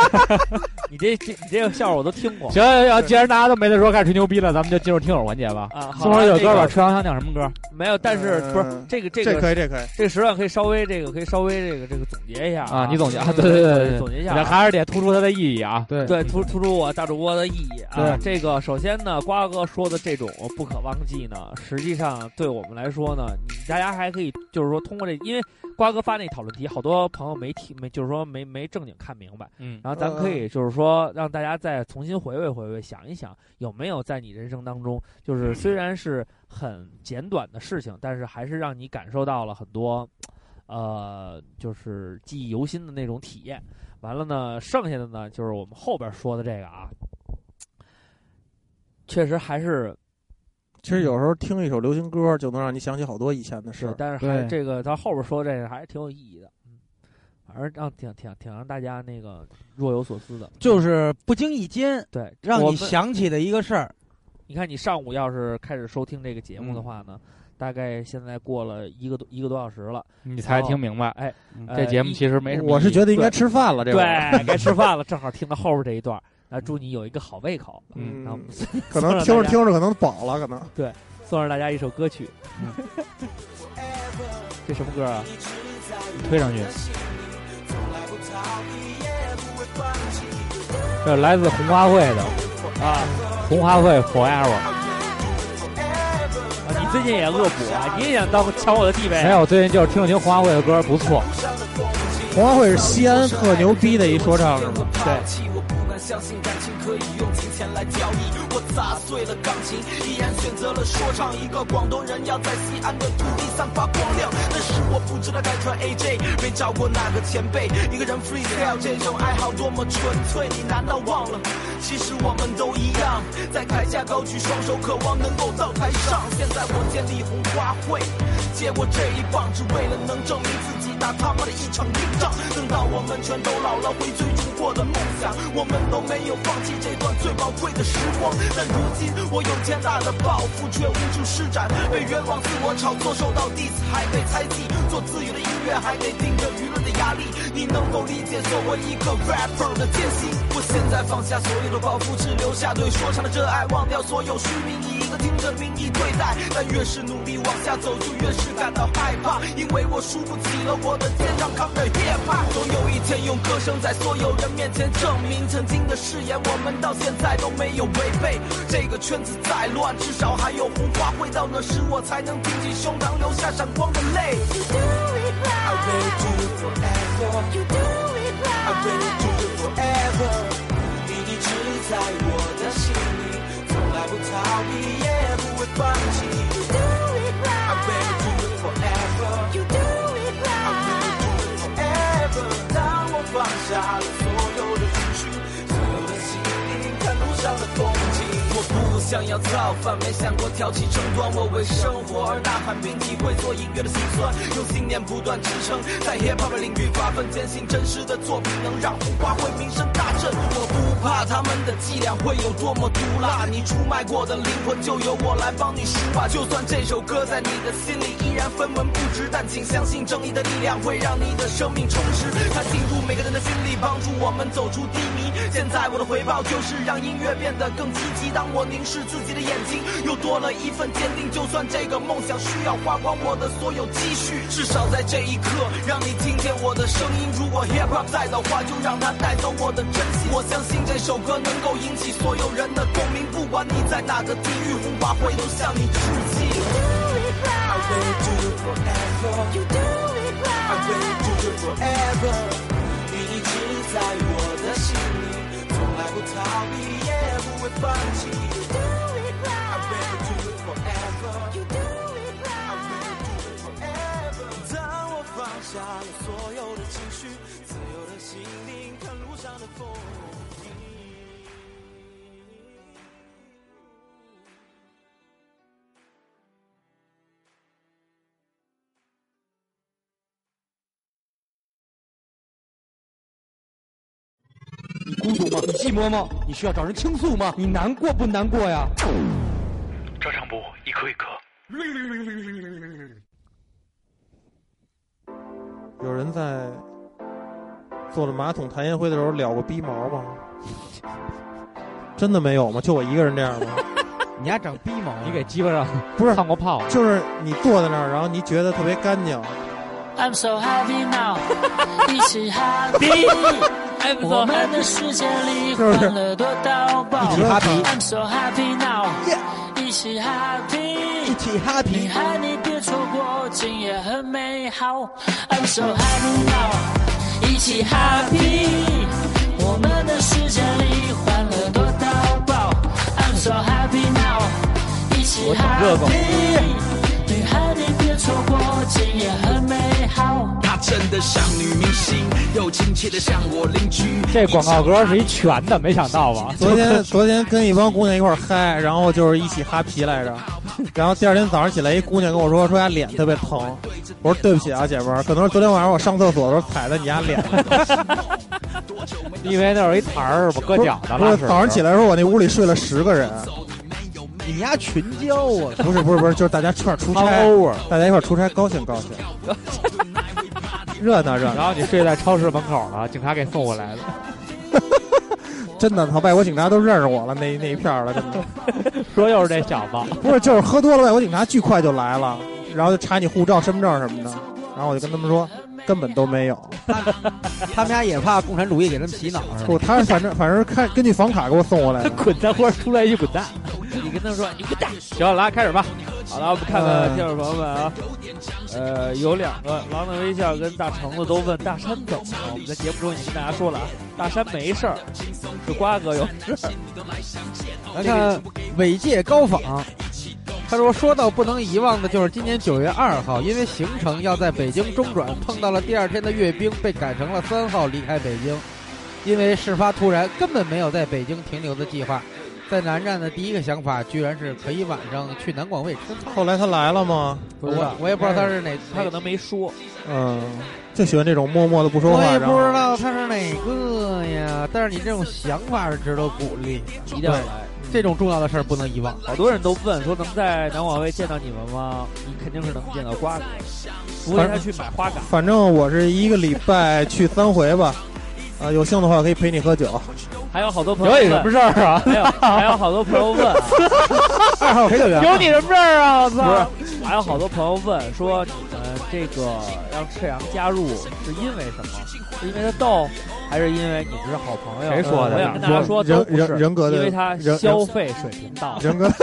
[SPEAKER 19] 你这这你这个笑话我都听 过。
[SPEAKER 32] 行行行，既然大家都没得说，开始吹牛逼了，咱们就进入听友环节吧。
[SPEAKER 19] 啊，
[SPEAKER 32] 送首有歌吧，吹羊想想什么歌？
[SPEAKER 19] 没有，但是不是这个这个
[SPEAKER 27] 这可以这可以，
[SPEAKER 19] 这个时段可以稍微这个可以稍微这个这个总结一下
[SPEAKER 32] 啊，你总结，
[SPEAKER 19] 对
[SPEAKER 32] 对对，
[SPEAKER 19] 总结一下，啊
[SPEAKER 32] 还是得突出它的意义啊。
[SPEAKER 19] 对对，突突出我大主播的意义啊。这个首先呢，瓜哥说的这种不可忘记呢，实际上对我们来说呢，你大家还可以就是说通过这，因为瓜哥发那讨论题，好多朋友没听，没就是说没没正经看明白。
[SPEAKER 32] 嗯，
[SPEAKER 19] 然后咱可以就是说让大家再重新回味回味，想一想有没有在你人生当中，就是虽然是很简短的事情，但是还是让你感受到了很多，呃，就是记忆犹新的那种体验。完了呢，剩下的呢就是我们后边说的这个啊，确实还是。
[SPEAKER 27] 其实有时候听一首流行歌，就能让你想起好多以前的事。
[SPEAKER 19] 但是还这个到后边说这个还是挺有意义的。嗯反正让挺挺挺让大家那个若有所思的，
[SPEAKER 41] 就是不经意间
[SPEAKER 19] 对
[SPEAKER 41] 让你想起的一个事儿。
[SPEAKER 19] 你看，你上午要是开始收听这个节
[SPEAKER 32] 嗯
[SPEAKER 19] 目的话呢，大概现在过了一个多一个多小时了，
[SPEAKER 32] 你呃才听明白。
[SPEAKER 19] 哎，
[SPEAKER 32] 嗯这节目其实没什么。
[SPEAKER 27] 我是觉得应该吃饭了，这
[SPEAKER 19] 对该吃饭了，正好听到后边这一段。
[SPEAKER 32] 嗯
[SPEAKER 19] 那祝你有一个好胃口。
[SPEAKER 27] 嗯，
[SPEAKER 19] 然后
[SPEAKER 27] 可能听着听着可能饱了，可能
[SPEAKER 19] 对，送上大家一首歌曲。
[SPEAKER 32] 嗯
[SPEAKER 19] 这什么歌啊？
[SPEAKER 32] 推上去。这来自红花会的
[SPEAKER 19] 啊，
[SPEAKER 32] 红花会 Forever。
[SPEAKER 19] 啊，你最近也恶补啊？你也想当抢我的地位？啊
[SPEAKER 32] 没有，最近就是听了听红花会的歌，不错。
[SPEAKER 27] 红花会是西安特牛逼的一说唱，是吗？
[SPEAKER 42] 对。我不知道该穿 AJ，没找过哪个前辈，一个人 freestyle 这种爱好多么纯粹，你难道忘了？其实我们都一样，在台下高举双手，渴望能够到台上。现在我建立红花会，接过这一棒，只为了能证明自己打他妈的一场硬仗。等到我们全都老了，回追逐过的梦想，我们都没有放弃这段最宝贵的时光。但如今我有天大的抱负，却无处施展，被冤枉，自我炒作，受到 diss，还被猜忌。做自由的音乐，还得顶着舆论的压力。你能否理解作为一个 rapper 的艰辛？我现在放下所有的包袱，只留下对说唱的热爱，忘掉所有虚名，以一个听着名义对待。但越是努力往下走，就越是感到害怕，因为我输不起了我的肩上扛着 hiphop。总有一天用歌声在所有人面前证明曾经的誓言，我们到现在都没有违背。这个圈子再乱，至少还有红花会，到那时我才能挺起胸膛，流下闪光的泪。
[SPEAKER 43] do it right.
[SPEAKER 42] I really do it forever.
[SPEAKER 43] You do it right.
[SPEAKER 42] I really do it forever. 你一直在我的心里，从来不逃避，也不会放弃。
[SPEAKER 43] You do it right.
[SPEAKER 42] I really do it forever.
[SPEAKER 43] You do it
[SPEAKER 42] I really
[SPEAKER 43] right.
[SPEAKER 42] do it forever. 当我放下了所有的情绪，所有的心灵，看路上的风景。我不想要造反，没想过挑起争端。我为生活而呐喊，并体会做音乐的辛酸，用信念不断支撑，在 hiphop 的领域发奋，坚信真实的作品能让红花会名声大振。我不怕他们的伎俩会有多么毒辣，你出卖过的灵魂就由我来帮你赎吧。就算这首歌在你的心里依然分文不值，但请相信正义的力量会让你的生命充实，它进入每个人的心里，帮助我们走出低迷。现在我的回报就是让音乐变得更积极。当我凝视自己的眼睛，又多了一份坚定。就算这个梦想需要花光我的所有积蓄，至少在这一刻让你听见我的声音。如果 hip hop 带的话，就让它带走我的真心。我相信这首歌能够引起所有人的共鸣，不管你在哪个地域，红花会都向你致敬。I will do it forever.
[SPEAKER 43] You do it
[SPEAKER 42] I will
[SPEAKER 43] right.
[SPEAKER 42] do it forever. 你一直在我的心里，从来不逃避，也不会放弃。
[SPEAKER 43] You do it
[SPEAKER 42] I will
[SPEAKER 43] right.
[SPEAKER 42] do it forever.
[SPEAKER 43] You do it right.
[SPEAKER 42] forever. 当我放下了所有的情绪，自由的心灵，看路上的风景。
[SPEAKER 31] 你孤独吗？你寂寞吗？你需要找人倾诉吗？你难过不难过呀？
[SPEAKER 44] 照常不误，一颗一颗。
[SPEAKER 27] 有人在坐着马桶弹烟灰的时候撩过逼毛吗？ 真的没有吗？就我一个人这样吗？
[SPEAKER 31] 你家长逼毛？啊
[SPEAKER 45] 你给鸡巴上
[SPEAKER 27] 不是
[SPEAKER 45] 烫过泡？
[SPEAKER 27] 就是你坐在那儿，然后你觉得特别干 净。
[SPEAKER 46] I'm so happy now，一起 happy。我
[SPEAKER 31] 哎
[SPEAKER 46] 们的世界里欢乐多到爆。
[SPEAKER 31] 一起 happy。
[SPEAKER 46] I'm so happy now，一起 happy。
[SPEAKER 31] 一起 happy。
[SPEAKER 46] 你和你别错过，今夜很美好。I'm so happy now，一起 happy。我们的世界里欢乐多到爆。I'm so happy now，一起 happy。女孩，你别错过，今夜很美好。
[SPEAKER 42] 她真的像女明星，又亲切的像我邻居。
[SPEAKER 32] 这广告歌是一全的，没想到吧？
[SPEAKER 27] 昨天昨天跟一帮姑娘一块儿嗨，然后就是一起哈皮来着，然后第二天早上起来，一姑娘跟我说说她脸特别疼，我说对不起啊，姐们儿，可能是昨天晚上我上厕所的时候踩在你家脸了。
[SPEAKER 32] 你以为那是一台儿我搁脚的
[SPEAKER 27] 不是，早上起来的时候我那屋里睡了十个人。
[SPEAKER 31] 你家群交啊？
[SPEAKER 27] 不是不是不是，就是大家一块出差，大家一块出差，高兴高兴，热闹热闹。
[SPEAKER 32] 然后你睡在超市门口了，警察给送回来了。
[SPEAKER 27] 真的，操！外国警察都认识我了，那那一片了，真
[SPEAKER 32] 的。说又是这小子，
[SPEAKER 27] 不是，就是喝多了，外国警察巨快就来了，然后就查你护照、身份证什么的。然后我就跟他们说，根本都没有。
[SPEAKER 31] 他们家也怕共产主义给他们洗脑。啊
[SPEAKER 27] 不，他反正反正看根据房卡给我送过来的。
[SPEAKER 32] 滚蛋，或者出来一句滚蛋。
[SPEAKER 19] 你跟他说你滚蛋。
[SPEAKER 32] 行，来开始吧。
[SPEAKER 19] 好了，我们看看听众朋友们啊，呃，有两个狼的微笑跟大橙子都问大山怎么了。我们在节目中已经跟大家说了啊，大山没事儿，是瓜哥有事儿。
[SPEAKER 31] 来看伟界高仿。他说：“说到不能遗忘的，就是今年九月二号，因为行程要在北京中转，碰到了第二天的阅兵，被改成了三号离开北京。因为事发突然，根本没有在北京停留的计划。在南站的第一个想法，居然是可以晚上去南广卫吃饭。
[SPEAKER 27] 后来他来了吗？
[SPEAKER 31] 不知道，我也不知道他是哪，
[SPEAKER 19] 他可能没说。
[SPEAKER 27] 嗯，就喜欢这种默默的不说话。
[SPEAKER 31] 我也不知道他是哪个呀，但是你这种想法是值得鼓励，
[SPEAKER 19] 一定要来。”
[SPEAKER 31] 这种重要的事儿不能遗忘。
[SPEAKER 19] 好多人都问说能在南广卫见到你们吗？你肯定是能见到瓜哥，除非他去买花杆。
[SPEAKER 27] 反正我是一个礼拜去三回吧，啊、呃，有幸的话可以陪你喝 酒。
[SPEAKER 19] 还有好多朋友问
[SPEAKER 32] 什么事儿啊？
[SPEAKER 19] 还有还有好多朋友问、啊，
[SPEAKER 31] 二号 陪酒 员
[SPEAKER 32] 有你什么事儿啊？我操！
[SPEAKER 19] 不是，还有好多朋友问说你们这个让赤阳加入是因为什么？是因为他逗，还是因为你们是好朋友？
[SPEAKER 32] 谁说
[SPEAKER 19] 的？我想跟大家说，
[SPEAKER 27] 人人人格的，
[SPEAKER 19] 因为他消费水平到，
[SPEAKER 27] 人格。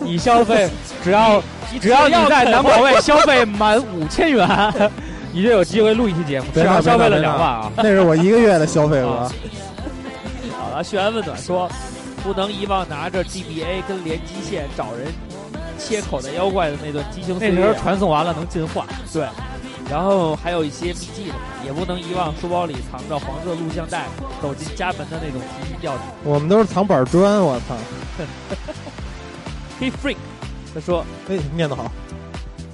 [SPEAKER 32] 你消费只要只要你在南广 卫消费满五千 元。你就有机会录一期节目，至少消费了两万啊！
[SPEAKER 27] 那是我一个月的消费额。
[SPEAKER 19] 啊好了，嘘寒问暖说，不能遗忘拿着 GBA 跟连击线找人切口袋妖怪的那段激情岁啊
[SPEAKER 32] 月。那时候传送完了能进化，
[SPEAKER 19] 对。然后还有一些秘籍的，也不能遗忘书包里藏着黄色录像带，走进家门的那种提心吊胆。
[SPEAKER 27] 我们都是藏板砖，我操
[SPEAKER 19] ！He freak，他说，
[SPEAKER 27] 哎，念得好。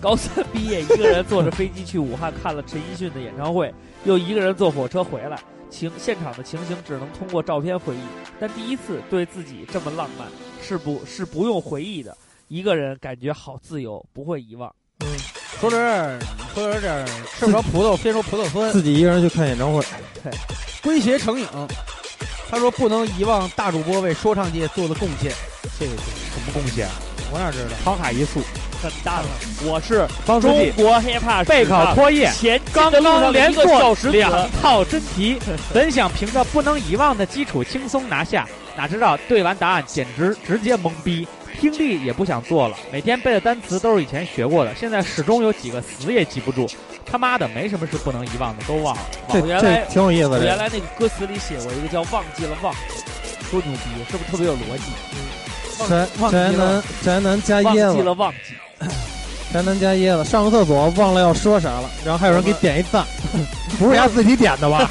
[SPEAKER 19] 高三毕业，一个人坐着飞机去武汉看了陈奕迅的演唱会，又一个人坐火车回来。情现场的情形只能通过照片回忆，但第一次对自己这么浪漫，是不是不用回忆的？一个人感觉好自由，不会遗忘。
[SPEAKER 31] 嗯，说到这儿，说到这儿，吃不着葡萄非说葡萄酸。
[SPEAKER 27] 自己一个人去看演唱会，
[SPEAKER 19] 对，
[SPEAKER 31] 归邪成影。他说不能遗忘大主播为说唱界做的贡献。
[SPEAKER 32] 谢谢，什么贡献？
[SPEAKER 31] 啊我哪知道？
[SPEAKER 32] 沧海一粟。
[SPEAKER 19] 很大的，我是中国 hiphop
[SPEAKER 32] 备考脱业，
[SPEAKER 19] 前
[SPEAKER 32] 刚刚连
[SPEAKER 19] 做
[SPEAKER 32] 两 套真题，本想凭着不能遗忘的基础轻松拿下，哪知道对完答案简直直接懵逼，听力也不想做了。每天背的单词都是以前学过的，现在始终有几个死也记不住。他妈的，没什么是不能遗忘的，都忘了。
[SPEAKER 19] 我原来
[SPEAKER 27] 挺有意思的，
[SPEAKER 19] 原来那个歌词里写过一个叫“忘记了忘”，多牛逼，是不是特别有逻辑？
[SPEAKER 27] 宅宅男宅男加椰
[SPEAKER 19] 子，忘记了忘记。
[SPEAKER 27] 宅男加椰子，上个厕所忘了要说啥了，然后还有人给点一赞， 不是他自己点的吧？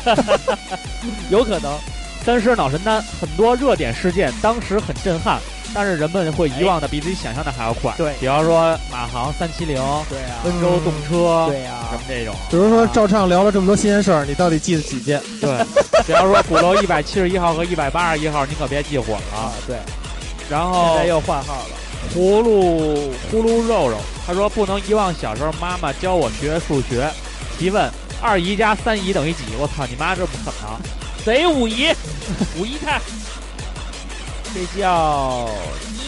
[SPEAKER 32] 有可能。三十脑神丹，很多热点事件当时很震撼，但是人们会遗忘的比自己想象的还要快。
[SPEAKER 19] 对，
[SPEAKER 32] 比方说马航三七零，
[SPEAKER 19] 对啊，
[SPEAKER 32] 温州动车，
[SPEAKER 19] 对啊，
[SPEAKER 32] 什么这种。
[SPEAKER 27] 嗯比如说赵畅聊了这么多新鲜事儿，你到底记得几件？
[SPEAKER 32] 对， 比方说鼓楼一百七十一号和一百八十一号，你可别记混了。啊，
[SPEAKER 19] 对。
[SPEAKER 32] 然后
[SPEAKER 19] 又换号了。
[SPEAKER 32] 葫芦呼噜肉肉，他说不能遗忘小时候妈妈教我学数学。提问：二姨加三姨等于几？我操，你妈这么狠啊！
[SPEAKER 19] 贼五一，五一看，这叫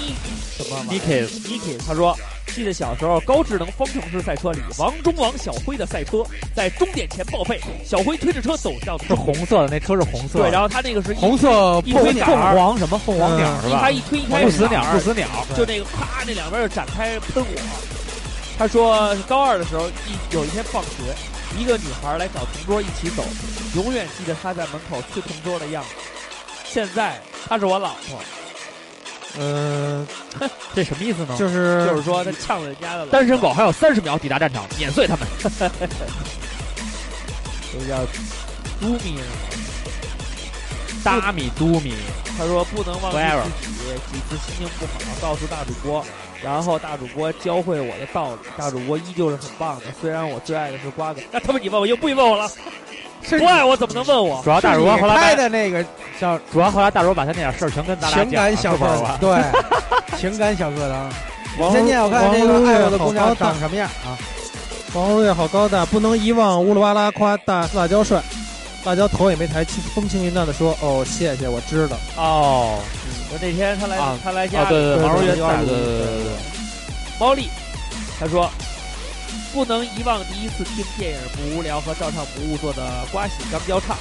[SPEAKER 19] 尼什么
[SPEAKER 32] 尼 k
[SPEAKER 19] 尼 k 他说。记得小时候，高智能方程式赛车里，王中王小辉的赛车在终点前报废，小辉推着车走向
[SPEAKER 32] 是红色的，那车是红色的。
[SPEAKER 19] 对，然后他那个是
[SPEAKER 32] 红色
[SPEAKER 19] 一推
[SPEAKER 32] 凤凰什么凤凰鸟是吧？
[SPEAKER 19] 嗯他一推一开
[SPEAKER 32] 不死鸟，不死鸟，
[SPEAKER 19] 就那个啪，那两边就展开喷火。他说高二的时候，一有一天放学，一个女孩来找同桌一起走，永远记得她在门口呲同桌的样子。现在她是我老婆。
[SPEAKER 27] 嗯、
[SPEAKER 32] 呃，这什么意思呢？
[SPEAKER 27] 就是
[SPEAKER 19] 就是说他呛人家的
[SPEAKER 32] 嗯单身狗还有三十秒抵达战场，碾碎他们。
[SPEAKER 19] 这叫都米，
[SPEAKER 32] 大米都米。
[SPEAKER 19] 他说不能忘记自己几次心情不好，告诉大主播，然后大主播教会我的道理，大主播依旧是很棒的。虽然我最爱的是瓜哥，那他妈你问我又不许问我了。不爱我怎么能问我？
[SPEAKER 32] 主要大主播后来
[SPEAKER 31] 拍的那个叫，
[SPEAKER 32] 主要后来大主播把他那点事儿全跟咱俩
[SPEAKER 31] 情感小课
[SPEAKER 32] 堂，
[SPEAKER 31] 对， 情感小课堂。今天我看这个爱我的姑娘长什么样啊？
[SPEAKER 27] 王若月好高大，不能遗忘乌鲁哇啦夸大辣椒帅，辣椒头也没抬，风轻云淡的说：“哦，谢谢，我知道。”
[SPEAKER 19] 哦，我那天他来他来家，
[SPEAKER 32] 啊对对，
[SPEAKER 19] 王若月
[SPEAKER 32] 对对对对，
[SPEAKER 19] 猫力，他说。不能遗忘第一次听电影不无聊和照唱不误做的瓜喜钢交唱，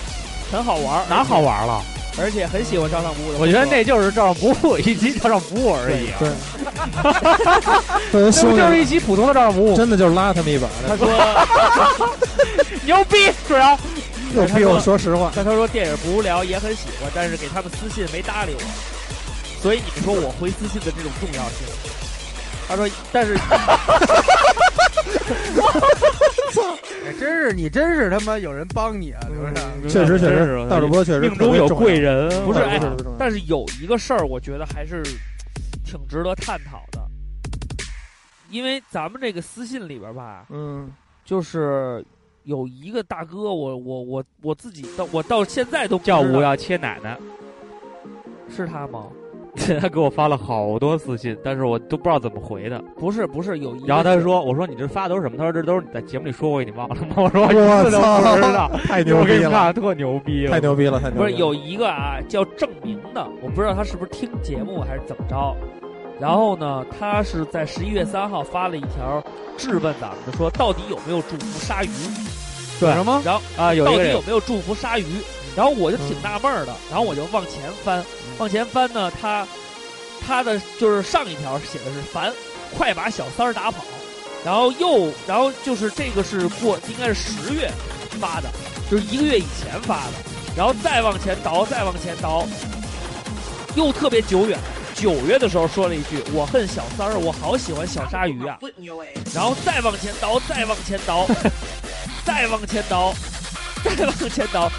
[SPEAKER 19] 很好玩。
[SPEAKER 32] 哪好玩了？
[SPEAKER 19] 而且很喜欢照唱不误的。
[SPEAKER 32] 我觉得那就是照唱不误以及照唱不误而已、啊。
[SPEAKER 27] 对，
[SPEAKER 32] 对这不就是一期普通的照唱不误？
[SPEAKER 27] 真的就是拉他 们一把。
[SPEAKER 19] 他 说：“
[SPEAKER 32] 牛逼，主 要。”
[SPEAKER 27] 牛逼，我说实话。
[SPEAKER 19] 但他说电影不无聊也很喜欢，但是给他们私信没搭理我，所以你们说我回私信的这种重要性。他说：“但是。”
[SPEAKER 31] 哎、真是你，真是他妈有人帮你啊！就是
[SPEAKER 27] 确实确实，大主播确实
[SPEAKER 32] 命中有贵人，啊
[SPEAKER 19] 不是哎。但是有一个事儿，我觉得还是挺值得探讨的，因为咱们这个私信里边吧，
[SPEAKER 27] 嗯，
[SPEAKER 19] 就是有一个大哥，我我我我自己到我到现在都
[SPEAKER 32] 叫我要切奶奶，
[SPEAKER 19] 是他吗？
[SPEAKER 32] 他给我发了好多私信，但是我都不知道怎么回的。
[SPEAKER 19] 不是不是有一，
[SPEAKER 32] 然后他说：“我说你这发的都是什么？”他说：“这都是你在节目里说过，你忘了 吗？”我说：“
[SPEAKER 27] 我
[SPEAKER 32] 操，不知道，
[SPEAKER 27] 太牛逼了，
[SPEAKER 32] 啊特牛逼，
[SPEAKER 27] 太牛逼了，太牛逼了。”
[SPEAKER 19] 不是有一个啊，叫郑明的，我不知道他是不是听节目还是怎么着。然后呢，他是在十一月三号发了一条质问咱们的，说到底有没有祝福鲨鱼？
[SPEAKER 32] 对
[SPEAKER 19] 什么？然后
[SPEAKER 32] 啊，有
[SPEAKER 19] 到底有没有祝福鲨鱼？然后我就挺纳闷的，然后我就往前翻，往前翻呢，他他的就是上一条写的是烦，快把小三儿打跑，然后又然后就是这个是过应该是十月发的，就是一个月以前发的，然后再往前倒，再往前倒，又特别久远，九月的时候说了一句我恨小三儿，我好喜欢小鲨鱼啊，然后再往前倒，再往前倒， 再往前倒，再往前倒。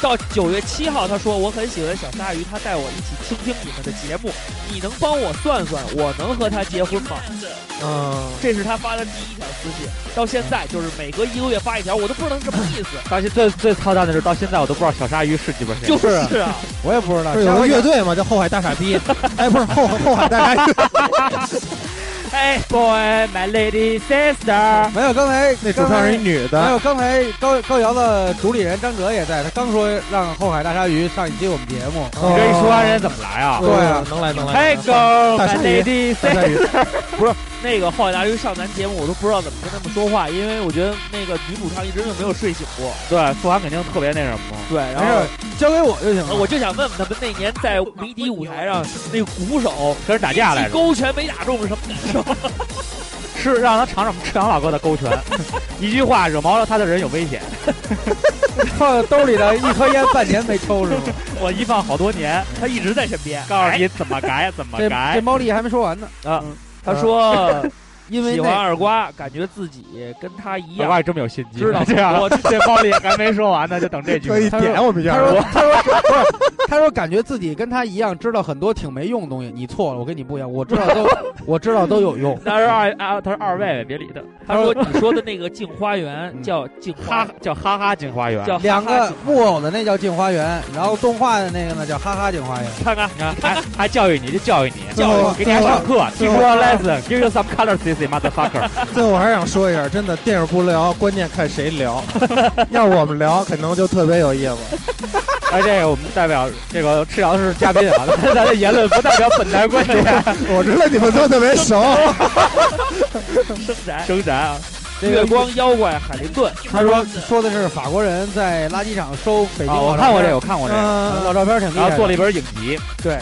[SPEAKER 19] 到九月七号，他说我很喜欢小鲨鱼，他带我一起倾听你们的节目，你能帮我算算我能和他结婚吗？
[SPEAKER 27] 嗯，
[SPEAKER 19] 这是他发的第一条私信，到现在就是每隔一个月发一条，我都不知道什么意思。
[SPEAKER 32] 而且最最操蛋的是，到现在我都不知道小鲨鱼是鸡巴谁。
[SPEAKER 19] 就是啊，
[SPEAKER 31] 我也不知道。
[SPEAKER 27] 有个乐队嘛，叫后海大傻逼， 哎，不是后后海大傻逼。
[SPEAKER 32] 哎，boy, my lady sister。
[SPEAKER 31] 没有，刚才
[SPEAKER 27] 那主唱是一女的。
[SPEAKER 31] 没有，刚才高高瑶的主理人张哲也在，他刚说让后海大鲨鱼上一期我们节目。
[SPEAKER 19] 哦
[SPEAKER 32] 你这一说，人家怎么来啊？
[SPEAKER 31] 对啊，
[SPEAKER 27] 能来能来。
[SPEAKER 32] 哎，girl, my lady sister。
[SPEAKER 19] 不是那个后海大鲨鱼上咱节目，我都不知道怎么跟他们说话，因为我觉得那个女主唱一直就没有睡醒过。
[SPEAKER 32] 对，富含肯定特别那什么。
[SPEAKER 19] 对，然后
[SPEAKER 31] 交给我就行了。
[SPEAKER 19] 我就想问问他们，那年在迷笛舞台上，那个鼓手
[SPEAKER 32] 跟人打架来着，
[SPEAKER 19] 勾拳没打中是什么感受？
[SPEAKER 32] 是让他尝尝赤阳老哥的勾 拳，一句话惹毛了他的人有危险。
[SPEAKER 31] 放兜里的一颗烟半年没抽是吗？
[SPEAKER 32] 我一放好多年，他一直在身边，告诉你怎么改怎么改。
[SPEAKER 31] 这猫力还没说完呢
[SPEAKER 19] 啊！哎他说，
[SPEAKER 31] 因为
[SPEAKER 19] 喜欢二瓜，感觉自己跟他一
[SPEAKER 32] 二
[SPEAKER 19] 样。
[SPEAKER 32] 瓜这么有心机，
[SPEAKER 19] 知道
[SPEAKER 32] 这样。这猫力还没说完呢，就等这 句。
[SPEAKER 27] 可以点我们家。
[SPEAKER 31] 他说，他说不是，他说感觉自己跟他一样，知道很多挺没用的东西。你错了，我跟你不一样，我知道都。我知道都有用。
[SPEAKER 32] 他说二啊，他说二位别理他。
[SPEAKER 19] 他说你说的那个镜花园叫镜
[SPEAKER 32] 嗯哈，叫哈哈镜花园。
[SPEAKER 19] 叫
[SPEAKER 31] 两个木偶的那叫镜花园，然后动画的那个呢叫哈哈镜花园。
[SPEAKER 19] 看看，
[SPEAKER 32] 还还教育你，就教育你，
[SPEAKER 19] 教育
[SPEAKER 32] 给你还上课。Keep your lesson, give you some colors this crazy motherfucker。
[SPEAKER 27] 最后我还是想说一下，真的电影不聊，关键看谁 聊。要是我们聊，可能就特别有意思。
[SPEAKER 32] 哎，这个我们代表这个赤阳是嘉宾 啊，咱的言论不代表本台观 点。
[SPEAKER 27] 我知道你们都特别熟。
[SPEAKER 19] 生宅，
[SPEAKER 32] 生宅啊！
[SPEAKER 19] 月光妖怪海灵顿，
[SPEAKER 31] 他说说的是法国人在垃圾场收北京、啊。
[SPEAKER 32] 我看过这嗯个，我看过这个，
[SPEAKER 31] 老照片挺厉害。
[SPEAKER 32] 然后做了一本影集。
[SPEAKER 31] 对，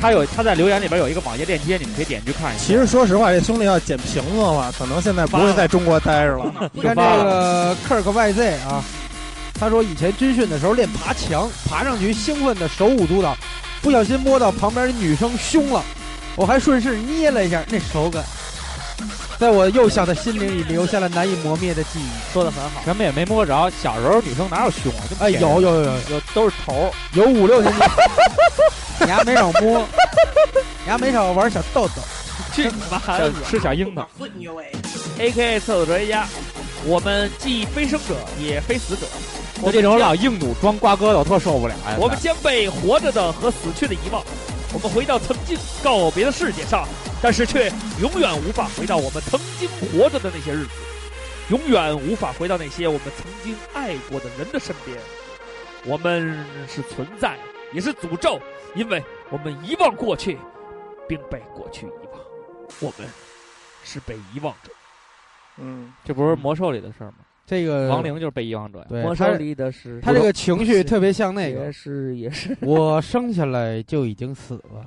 [SPEAKER 32] 他有他在留言里边有一个网页链接，你们可以点去看一下。
[SPEAKER 27] 其实说实话，这兄弟要捡瓶子的话，可能现在不会在中国待着了。
[SPEAKER 31] 你看这个 Kirk YZ 啊，他说以前军训的时候练爬墙，爬上去兴奋的手舞足蹈，不小心摸到旁边的女生胸了，我还顺势捏了一下，那手感。在我幼小的心灵里留下了难以磨灭的记忆。
[SPEAKER 19] 说的很 好，
[SPEAKER 32] 什么也没摸着。小时候女生哪有胸啊？
[SPEAKER 31] 哎，有有有有
[SPEAKER 19] 有，都是头，
[SPEAKER 31] 有五六斤。你丫没少摸，你丫没少玩小豆豆，
[SPEAKER 19] 去你妈的！
[SPEAKER 32] 吃小樱桃。
[SPEAKER 19] A.K.A. 厕所哲学家，我们既非生者也非死者。
[SPEAKER 32] 我这种老硬弩装瓜哥的，我特受不了哎呀。
[SPEAKER 19] 我们将被活着的和死去的遗忘。我们回到曾经告别的世界上，但是却永远无法回到我们曾经活着的那些日子，永远无法回到那些我们曾经爱过的人的身边。我们是存在，也是诅咒，因为我们遗忘过去，并被过去遗忘。我们是被遗忘者。
[SPEAKER 27] 嗯，
[SPEAKER 32] 这不是魔兽里的事儿吗？
[SPEAKER 31] 这个
[SPEAKER 32] 亡灵就是被遗忘者呀。
[SPEAKER 31] 对，
[SPEAKER 19] 魔兽里的是
[SPEAKER 31] 他这个情绪特别像那个，
[SPEAKER 19] 也是也是。
[SPEAKER 31] 我生下来就已经死了，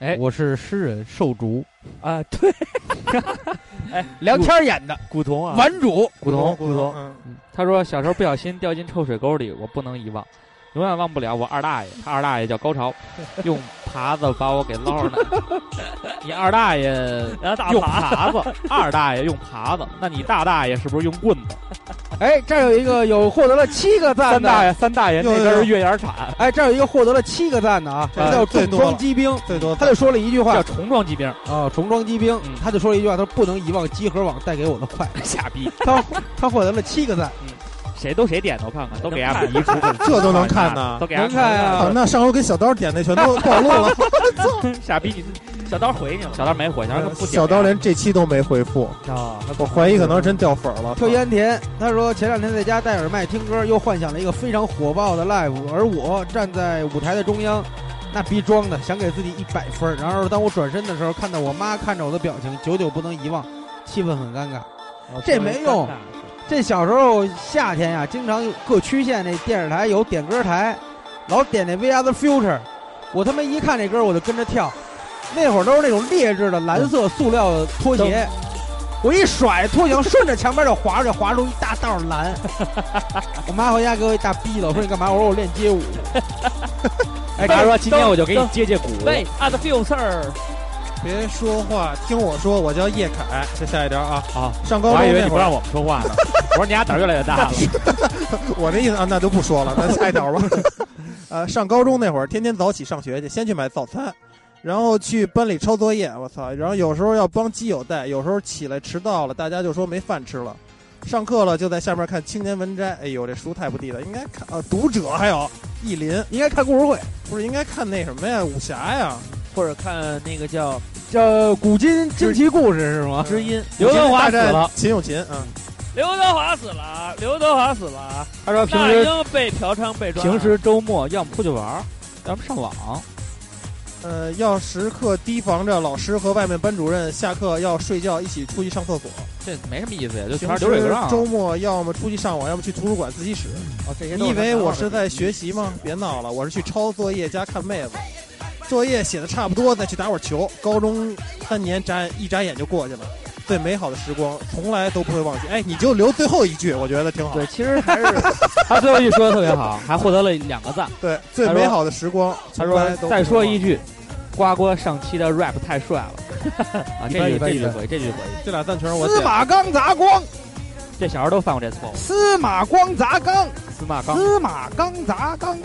[SPEAKER 32] 哎，
[SPEAKER 31] 我是诗人瘦竹
[SPEAKER 19] 啊， 对，
[SPEAKER 32] 哎，梁天演的
[SPEAKER 19] 古潼啊，
[SPEAKER 32] 顽主
[SPEAKER 27] 古潼
[SPEAKER 32] 古潼，
[SPEAKER 27] 嗯
[SPEAKER 32] 他说小时候不小心掉进臭水沟里，我不能遗忘，永远忘不了我二大 爷，他二大爷叫高 潮，用耙子把我给捞上来。 你二大爷用耙子，二大爷用耙子，那你大大爷是不是用棍子？
[SPEAKER 31] 哎，这儿有一个有获得了七个赞的，
[SPEAKER 32] 三大爷，三大爷那边是月牙铲。
[SPEAKER 31] 哎，这儿有一个获得了七个赞的啊，他叫重装机兵，
[SPEAKER 27] 最多
[SPEAKER 31] 他就说了一句话，
[SPEAKER 32] 叫重装机 兵
[SPEAKER 31] 啊，重装机兵，他就说了一句话，他说不能遗忘集合网带给我的快，
[SPEAKER 32] 傻逼，
[SPEAKER 31] 他他获得了七个赞，
[SPEAKER 32] 谁都谁点的，我看看，都啊给俺们移除，
[SPEAKER 27] 这都能看呢，
[SPEAKER 32] 都给
[SPEAKER 31] 能看啊，
[SPEAKER 27] 那上回给小刀点那全都暴 露了，
[SPEAKER 32] 傻逼你。
[SPEAKER 19] 小刀回你了，
[SPEAKER 32] 小刀没回，小刀不
[SPEAKER 27] 小刀连这期都没回复啊！我怀疑可能真掉粉了。
[SPEAKER 31] 特烟田他说前两天在家戴耳麦听歌，又幻想了一个非常火爆的 live，而我站在舞台的中央，那逼装的想给自己一百分。然而当我转身的时候，看到我妈看着我的表情，久久不能遗忘，气氛很尴尬。这没用，这小时候夏天呀、啊，经常各区县那电视台有点歌台，老点那 We Are the Future，我他妈一看这歌我就跟着跳。那会儿都是那种劣质的蓝色塑料拖鞋，我一甩拖鞋，顺着墙边就滑着滑出一大道蓝。我妈回家给我一大逼了，我说你干嘛？我说我练街舞。
[SPEAKER 32] 哎，他说今天我就给你接接骨。
[SPEAKER 19] 喂，at future，
[SPEAKER 27] 别说话，听我说，我叫叶凯，再下一条啊
[SPEAKER 32] 啊！
[SPEAKER 27] 上高中
[SPEAKER 32] 我还以为你不让我们说话 呢，我说你俩胆越来越大了。
[SPEAKER 27] 我这意思啊，那就不说了，咱下一条 吧。呃，上高中那会儿，天天早起上学去，先去买早餐。然后去班里抄作业，我操！然后有时候要帮基友带，有时候起来迟到了，大家就说没饭吃了。上课了就在下面看《青年文摘》，哎呦，这书太不地道，应该看啊，《读者》还有《意林》，
[SPEAKER 31] 应该看故事会，
[SPEAKER 27] 不是应该看那什么呀，武侠呀，
[SPEAKER 19] 或者看那个叫
[SPEAKER 31] 叫古今惊奇故事是吗？
[SPEAKER 19] 知音，
[SPEAKER 32] 刘德华啊死了，
[SPEAKER 27] 秦永琴啊。
[SPEAKER 19] 刘德华死了，刘德华死了。
[SPEAKER 32] 他说平时
[SPEAKER 19] 被嫖娼被抓，
[SPEAKER 32] 平时周末要么出去玩，要么上网。
[SPEAKER 27] 呃，要时刻提防着老师和外面班主任，下课要睡觉一起出去上厕所。
[SPEAKER 32] 这没什么意思呀，就全是流水账。啊
[SPEAKER 27] 周末要么出去上网，要么去图书馆自习室。
[SPEAKER 19] 哦，这些
[SPEAKER 27] 你以为我是 在学习吗？别闹了，我是去抄作业加看妹子。作业写的差不多，再去打会儿球。高中三年眨一眨眼就过去了，最美好的时光从来都不会忘记。哎，你就留最后一句，我觉得挺好。
[SPEAKER 19] 对，其实 还是
[SPEAKER 32] 他最后一句说的特别好，还获得了两个赞。
[SPEAKER 27] 对，最美好的时光，
[SPEAKER 32] 他说再说一句。瓜哥上期的 rap 太帅 了，啊，这句这句回，这句回，
[SPEAKER 27] 这俩赞全是我。
[SPEAKER 31] 司马刚砸缸，
[SPEAKER 32] 这小孩都犯过这错误。
[SPEAKER 31] 司马光砸缸，
[SPEAKER 32] 司 马刚，
[SPEAKER 31] 司马刚砸缸，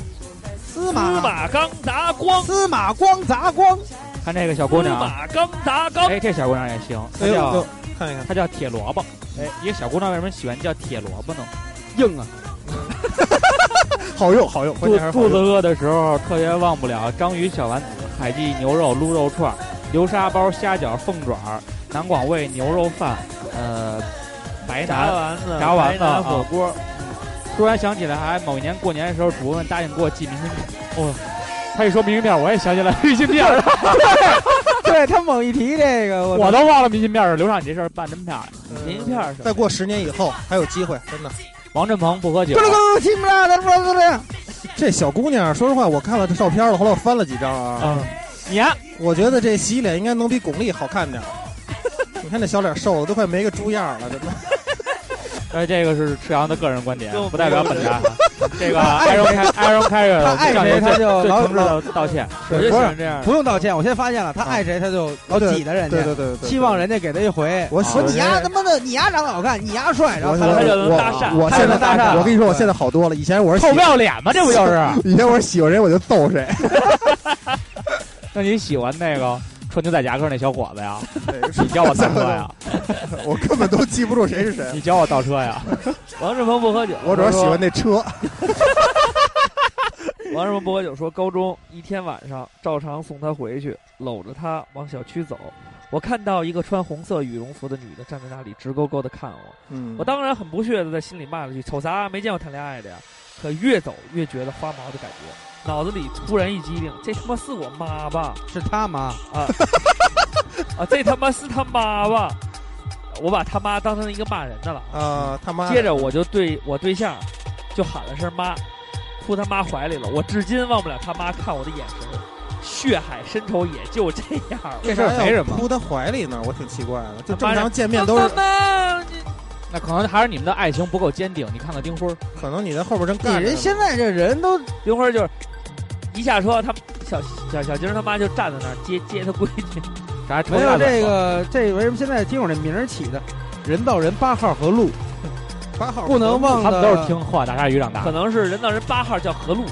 [SPEAKER 31] 司马
[SPEAKER 19] 司马刚砸光，
[SPEAKER 31] 司马光砸光。
[SPEAKER 32] 看这个小姑娘，啊
[SPEAKER 19] 司马刚砸缸，
[SPEAKER 32] 哎，这小姑娘也行，她
[SPEAKER 27] 叫看一看，
[SPEAKER 32] 她叫铁萝卜。哎，一个小姑娘为什么喜欢叫铁萝卜呢？
[SPEAKER 31] 硬 啊。
[SPEAKER 27] 好用好用，
[SPEAKER 32] 肚肚子饿的时候特别忘不了章鱼小丸子、海记牛肉、撸肉串、流沙包、虾饺、凤爪、南广味牛肉饭，呃，白
[SPEAKER 19] 炸
[SPEAKER 32] 南
[SPEAKER 19] 丸子
[SPEAKER 32] 炸丸
[SPEAKER 19] 白
[SPEAKER 32] 子
[SPEAKER 19] 南火
[SPEAKER 32] 锅。啊突然想起来，还某一年过年的时候，主任答应给我寄明信片。哦，他一说明信片，我也想起来明信片 了。
[SPEAKER 31] 对他猛一提这个，我
[SPEAKER 32] 哎我都忘了明信片了。刘畅，你这事儿办真漂亮。
[SPEAKER 19] 明信片儿是吧
[SPEAKER 27] 再过十年以后还有机会， 真的。
[SPEAKER 32] 王振鹏不喝酒
[SPEAKER 31] 咕。噜咕噜听不着，他说就这样。
[SPEAKER 27] 这小姑娘，说实话，我看了这照片了，后来我翻了几张
[SPEAKER 32] 嗯
[SPEAKER 27] 啊。
[SPEAKER 32] 你呀，
[SPEAKER 27] 我觉得这洗脸应该能比巩俐好看 点儿。你看这小脸瘦的都快没个猪样儿了，真的。
[SPEAKER 32] 呃，这个是赤阳的个人观点
[SPEAKER 27] 就，
[SPEAKER 32] 不代表本台。 这个艾
[SPEAKER 31] 爱
[SPEAKER 32] 荣
[SPEAKER 31] 谁
[SPEAKER 32] 开艾荣开
[SPEAKER 31] 他
[SPEAKER 32] 着
[SPEAKER 31] 爱
[SPEAKER 32] 向
[SPEAKER 31] 谁
[SPEAKER 32] 您
[SPEAKER 31] 他
[SPEAKER 32] 最
[SPEAKER 31] 就
[SPEAKER 32] 最
[SPEAKER 31] 老
[SPEAKER 32] 诚挚
[SPEAKER 31] 老
[SPEAKER 32] 的道歉。
[SPEAKER 31] 不
[SPEAKER 32] 我就是喜欢这样。
[SPEAKER 31] 不用道歉。我现在发现了，他爱谁他就老挤的人家，
[SPEAKER 27] 对对对对对
[SPEAKER 31] 希望人家给他一回。啊
[SPEAKER 27] 我
[SPEAKER 31] 说
[SPEAKER 27] 我
[SPEAKER 31] 你丫他妈的，你丫长得好看，你丫帅，然后
[SPEAKER 27] 我
[SPEAKER 31] 他
[SPEAKER 27] 我
[SPEAKER 31] 就
[SPEAKER 27] 我我
[SPEAKER 31] 他
[SPEAKER 27] 现
[SPEAKER 31] 就
[SPEAKER 27] 在
[SPEAKER 31] 搭讪了
[SPEAKER 27] 我跟你说，我现在好多了。以前我是喜
[SPEAKER 32] 臭不要脸吗？这不就是？
[SPEAKER 27] 以前我是喜欢谁我就揍谁。
[SPEAKER 32] 那你喜欢那个穿牛仔夹克那小伙子呀？你教我倒车 呀？
[SPEAKER 27] 我根本都记不住谁是谁。
[SPEAKER 32] 你教我倒车呀？
[SPEAKER 19] 王志鹏不喝酒，
[SPEAKER 27] 我主要喜欢那车。
[SPEAKER 19] 王什么不喝酒说，高中一天晚上，照常送她回去，搂着她往小区走。我看到一个穿红色羽绒服的女的站在那里，直勾勾的看我。
[SPEAKER 27] 嗯
[SPEAKER 19] 我当然很不屑的在心里骂了句：“瞅啥，没见过谈恋爱的呀！”可越走越觉得花毛的感觉，脑子里突然一激灵，这他妈是我妈吧？
[SPEAKER 31] 是他妈
[SPEAKER 19] 啊啊！这他妈是他妈吧？我把他妈当成一个骂人的了。
[SPEAKER 27] 啊，他妈的！
[SPEAKER 19] 接着我就对我对象就喊了声妈，扑他妈怀里了。我至今忘不了他妈看我的眼神，血海深仇也就这样了。
[SPEAKER 27] 为啥要扑他怀里呢？我挺奇怪的。就正常见面都是，
[SPEAKER 32] 那可能还是你们的爱情不够坚定。你看看丁辉儿，
[SPEAKER 27] 可能你在后边正
[SPEAKER 31] 你
[SPEAKER 27] 干着
[SPEAKER 31] 人
[SPEAKER 27] 呢。
[SPEAKER 31] 现在这人都
[SPEAKER 19] 丁辉就是一下车，他小小小金他妈就站在那儿接接他闺女，
[SPEAKER 32] 啥
[SPEAKER 31] 没有这个这为什么现在听我这名儿起的？人造人八号和路，
[SPEAKER 27] 八号
[SPEAKER 31] 不能忘
[SPEAKER 32] 他
[SPEAKER 31] 了。
[SPEAKER 32] 们都是听《花大鲨鱼》长大
[SPEAKER 19] 可
[SPEAKER 32] 的。
[SPEAKER 19] 能是人造人八号叫何路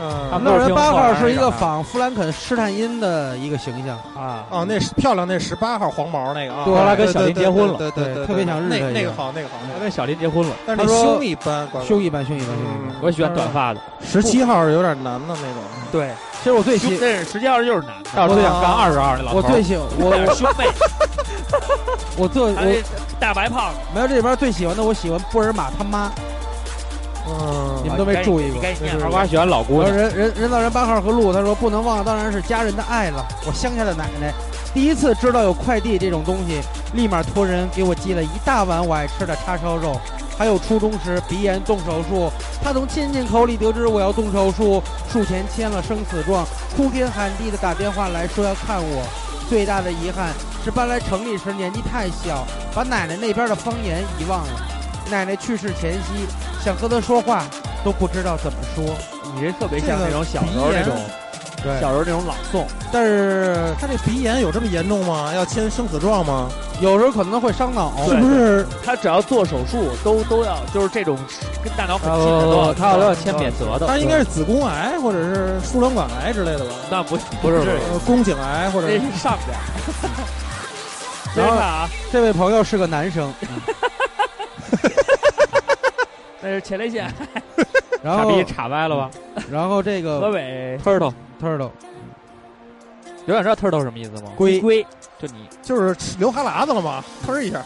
[SPEAKER 32] 他
[SPEAKER 27] 嗯
[SPEAKER 32] 们
[SPEAKER 31] 那
[SPEAKER 32] 都是
[SPEAKER 31] 人
[SPEAKER 32] 听
[SPEAKER 31] 八
[SPEAKER 32] 后
[SPEAKER 31] 号
[SPEAKER 32] 来
[SPEAKER 31] 是一啊
[SPEAKER 32] 长
[SPEAKER 31] 个
[SPEAKER 32] 大的
[SPEAKER 31] 仿富兰肯施坦因的一个形象，
[SPEAKER 19] 啊。
[SPEAKER 27] 哦，
[SPEAKER 32] 嗯
[SPEAKER 27] 那是漂亮，那十八号黄毛那个啊，
[SPEAKER 31] 对
[SPEAKER 32] 后来跟小林结婚了
[SPEAKER 27] 对对对对，嗯
[SPEAKER 31] 特别想日
[SPEAKER 27] 那
[SPEAKER 31] 他一
[SPEAKER 27] 那个
[SPEAKER 31] 样
[SPEAKER 27] 好，那个好，
[SPEAKER 32] 他
[SPEAKER 27] 那个好。
[SPEAKER 32] 跟小林结婚了，
[SPEAKER 27] 但是那
[SPEAKER 31] 他说
[SPEAKER 27] 胸一般，乖乖
[SPEAKER 31] 凶一般，凶一般，凶一般。
[SPEAKER 27] 嗯，
[SPEAKER 32] 我喜欢短发的。
[SPEAKER 27] 十七号是有点难的那种。
[SPEAKER 19] 对，
[SPEAKER 31] 其实我最喜，
[SPEAKER 19] 这实际上就是男的，
[SPEAKER 32] 嗯但是我最啊想干二十二那老头
[SPEAKER 31] 我
[SPEAKER 32] 儿。
[SPEAKER 31] 最喜我我
[SPEAKER 19] 兄妹，
[SPEAKER 31] 我最
[SPEAKER 19] 他
[SPEAKER 31] 我
[SPEAKER 19] 这大白胖子，
[SPEAKER 31] 没有这里边最喜欢的，我喜欢布尔玛他妈，
[SPEAKER 27] 嗯
[SPEAKER 31] 你们都没注意过
[SPEAKER 19] 你。该念
[SPEAKER 32] 二瓜喜欢老姑
[SPEAKER 31] 我说
[SPEAKER 32] 娘，
[SPEAKER 31] 人人人造人八号和路，他说不能忘的当然是家人的爱了。我乡下的奶奶，第一次知道有快递这种东西，立马托人给我寄了一大碗我爱吃的叉烧肉。还有初中时鼻炎动手术，他从亲戚口里得知我要动手术，术前签了生死状，哭天喊地的打电话来说要看我。最大的遗憾是搬来城里时年纪太小，把奶奶那边的方言遗忘了。奶奶去世前夕，想和她说话都不知道怎么说。
[SPEAKER 19] 你这特别像那种小时候那种
[SPEAKER 31] 对
[SPEAKER 19] 小时候那种朗诵，
[SPEAKER 31] 但是
[SPEAKER 27] 他这鼻炎有这么严重吗？要签生死状吗？
[SPEAKER 31] 有时候可能会伤脑。
[SPEAKER 27] 是不是？
[SPEAKER 19] 他只要做手术都都要就是这种跟大脑很近的都啊要
[SPEAKER 32] 呃，他要要签免责的。
[SPEAKER 27] 他应该是子宫癌或者是输卵管癌之类的吧？
[SPEAKER 19] 那不是
[SPEAKER 32] 不是不是
[SPEAKER 19] 这
[SPEAKER 27] 呃，宫颈癌或者
[SPEAKER 19] 这
[SPEAKER 27] 是
[SPEAKER 19] 是上边儿。 这
[SPEAKER 31] 然
[SPEAKER 19] 是
[SPEAKER 31] 后
[SPEAKER 19] 看啊，
[SPEAKER 31] 这位朋友是个男 生，
[SPEAKER 19] 那是前列腺，
[SPEAKER 31] 然
[SPEAKER 32] 傻
[SPEAKER 31] 后
[SPEAKER 32] 逼岔歪了吧
[SPEAKER 31] 然后这
[SPEAKER 19] 河
[SPEAKER 31] 个
[SPEAKER 19] 北
[SPEAKER 32] ？Turtle，
[SPEAKER 31] turtle
[SPEAKER 32] 有点知道 Turtle 什么意思吗？
[SPEAKER 31] 龟
[SPEAKER 19] 龟，
[SPEAKER 32] 就你
[SPEAKER 27] 就是吃流哈喇子了吗？喷一下，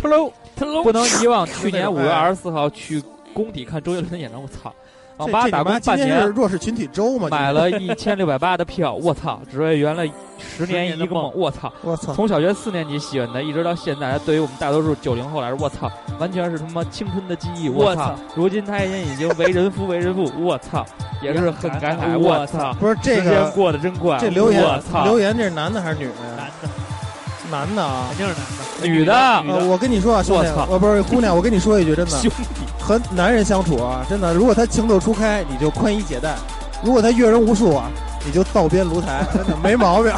[SPEAKER 32] Turtle
[SPEAKER 19] 他龙
[SPEAKER 32] 不能遗 忘去年
[SPEAKER 27] 那
[SPEAKER 32] 五
[SPEAKER 27] 种
[SPEAKER 32] 月
[SPEAKER 27] 哎
[SPEAKER 32] 二十四号去工体看周杰伦的演唱会，我操！网
[SPEAKER 27] 这
[SPEAKER 32] 吧
[SPEAKER 27] 这
[SPEAKER 32] 打
[SPEAKER 27] 你妈
[SPEAKER 32] 工
[SPEAKER 27] 今
[SPEAKER 32] 半
[SPEAKER 27] 天是
[SPEAKER 32] 年，
[SPEAKER 27] 弱势群体周吗？
[SPEAKER 32] 买了一千六百八的票，我操！只为圆了十年一个梦，我 操！
[SPEAKER 27] 我操！
[SPEAKER 32] 从小学四年级喜欢的，一直到现在，对于我们大多数九零后来说，我操，完全是他妈青春的记忆，
[SPEAKER 19] 我
[SPEAKER 32] 我
[SPEAKER 19] 操
[SPEAKER 32] 操！如今他已经为人夫为人父，我操，也是很感慨，我操！
[SPEAKER 27] 不是这
[SPEAKER 32] 时间
[SPEAKER 27] 个
[SPEAKER 32] 过得真快，
[SPEAKER 27] 这留言
[SPEAKER 32] 啊我操，
[SPEAKER 27] 留言这是男的还是女的
[SPEAKER 19] 男
[SPEAKER 27] 呀？
[SPEAKER 19] 的，
[SPEAKER 27] 男的啊。
[SPEAKER 19] 肯定是男的，
[SPEAKER 32] 女的
[SPEAKER 19] 女
[SPEAKER 27] 呃，
[SPEAKER 19] 的，
[SPEAKER 27] 我跟你说啊，兄弟，
[SPEAKER 32] 我操
[SPEAKER 27] 呃，不是姑娘，我跟你说一句，真的
[SPEAKER 32] 兄，
[SPEAKER 27] 和男人相处啊，真的，如果他情窦初开，你就宽衣解带；如果他阅人无数啊，你就倒鞭炉台，真的没毛病。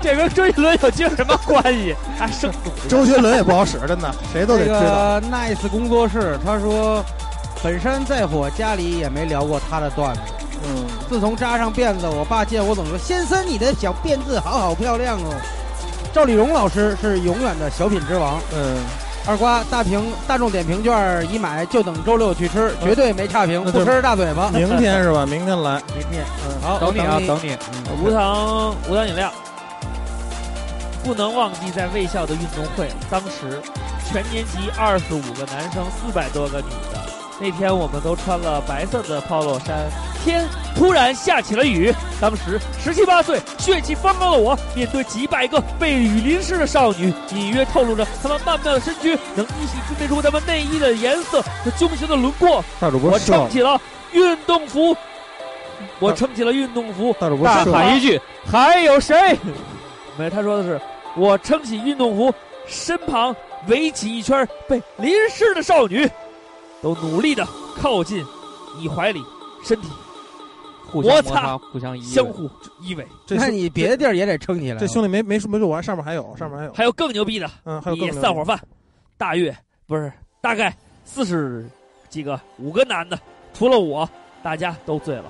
[SPEAKER 19] 这跟周杰伦有精什么关系？他生死
[SPEAKER 27] 周杰伦也不好使，真的，谁都得
[SPEAKER 31] 这
[SPEAKER 27] 知道。
[SPEAKER 31] 个 nice 工作室，他说本山再火，家里也没聊过他的段子。
[SPEAKER 27] 嗯，
[SPEAKER 31] 自从扎上辫子，我爸见我总说：“先生，你的小辫子好好漂亮哦。”赵丽蓉老师是永远的小品之王。
[SPEAKER 27] 嗯，
[SPEAKER 31] 二瓜大评大众点评券已买，就等周六去吃，绝对没差评，
[SPEAKER 27] 嗯那
[SPEAKER 31] 不
[SPEAKER 27] 就
[SPEAKER 31] 吃大嘴巴。
[SPEAKER 27] 嗯明天是吧？明天来。
[SPEAKER 31] 明天，好，
[SPEAKER 32] 等你啊
[SPEAKER 31] 我，
[SPEAKER 32] 等你。
[SPEAKER 19] 无糖无糖饮料，
[SPEAKER 46] 不能忘记在卫校的运动会，当时全年级二十五个男生，四百多个女的。那天我们都穿了白色的 polo 衫，天突然下起了雨。当时十七八岁、血气方刚的我，面对几百个被雨淋湿的少女，隐约透露着她们曼妙的身躯，能依稀分辨出她们内衣的颜色和胸型的轮廓。
[SPEAKER 27] 大主播
[SPEAKER 46] 我
[SPEAKER 27] 笑
[SPEAKER 46] 撑起了运动服，我撑起了运动服，
[SPEAKER 27] 大主播
[SPEAKER 46] 大
[SPEAKER 27] 笑
[SPEAKER 46] 喊一句：“还有谁？”没，他说的是我撑起运动服，身旁围起一圈被淋湿的少女，都努力的靠近你怀里，身体
[SPEAKER 19] 互相摩
[SPEAKER 46] 摩擦
[SPEAKER 19] 擦，，互相依偎
[SPEAKER 46] 相互依偎。
[SPEAKER 27] 这
[SPEAKER 31] 那
[SPEAKER 27] 兄
[SPEAKER 31] 你别的地儿也得撑起来。
[SPEAKER 27] 这兄弟没没说没说完，上面还有，上面还有。
[SPEAKER 46] 还有更牛逼的，
[SPEAKER 27] 嗯还有更
[SPEAKER 46] 你
[SPEAKER 27] 牛逼
[SPEAKER 46] 散伙饭，大约不是大概四十几个，五个男的，除了我，大家都醉了。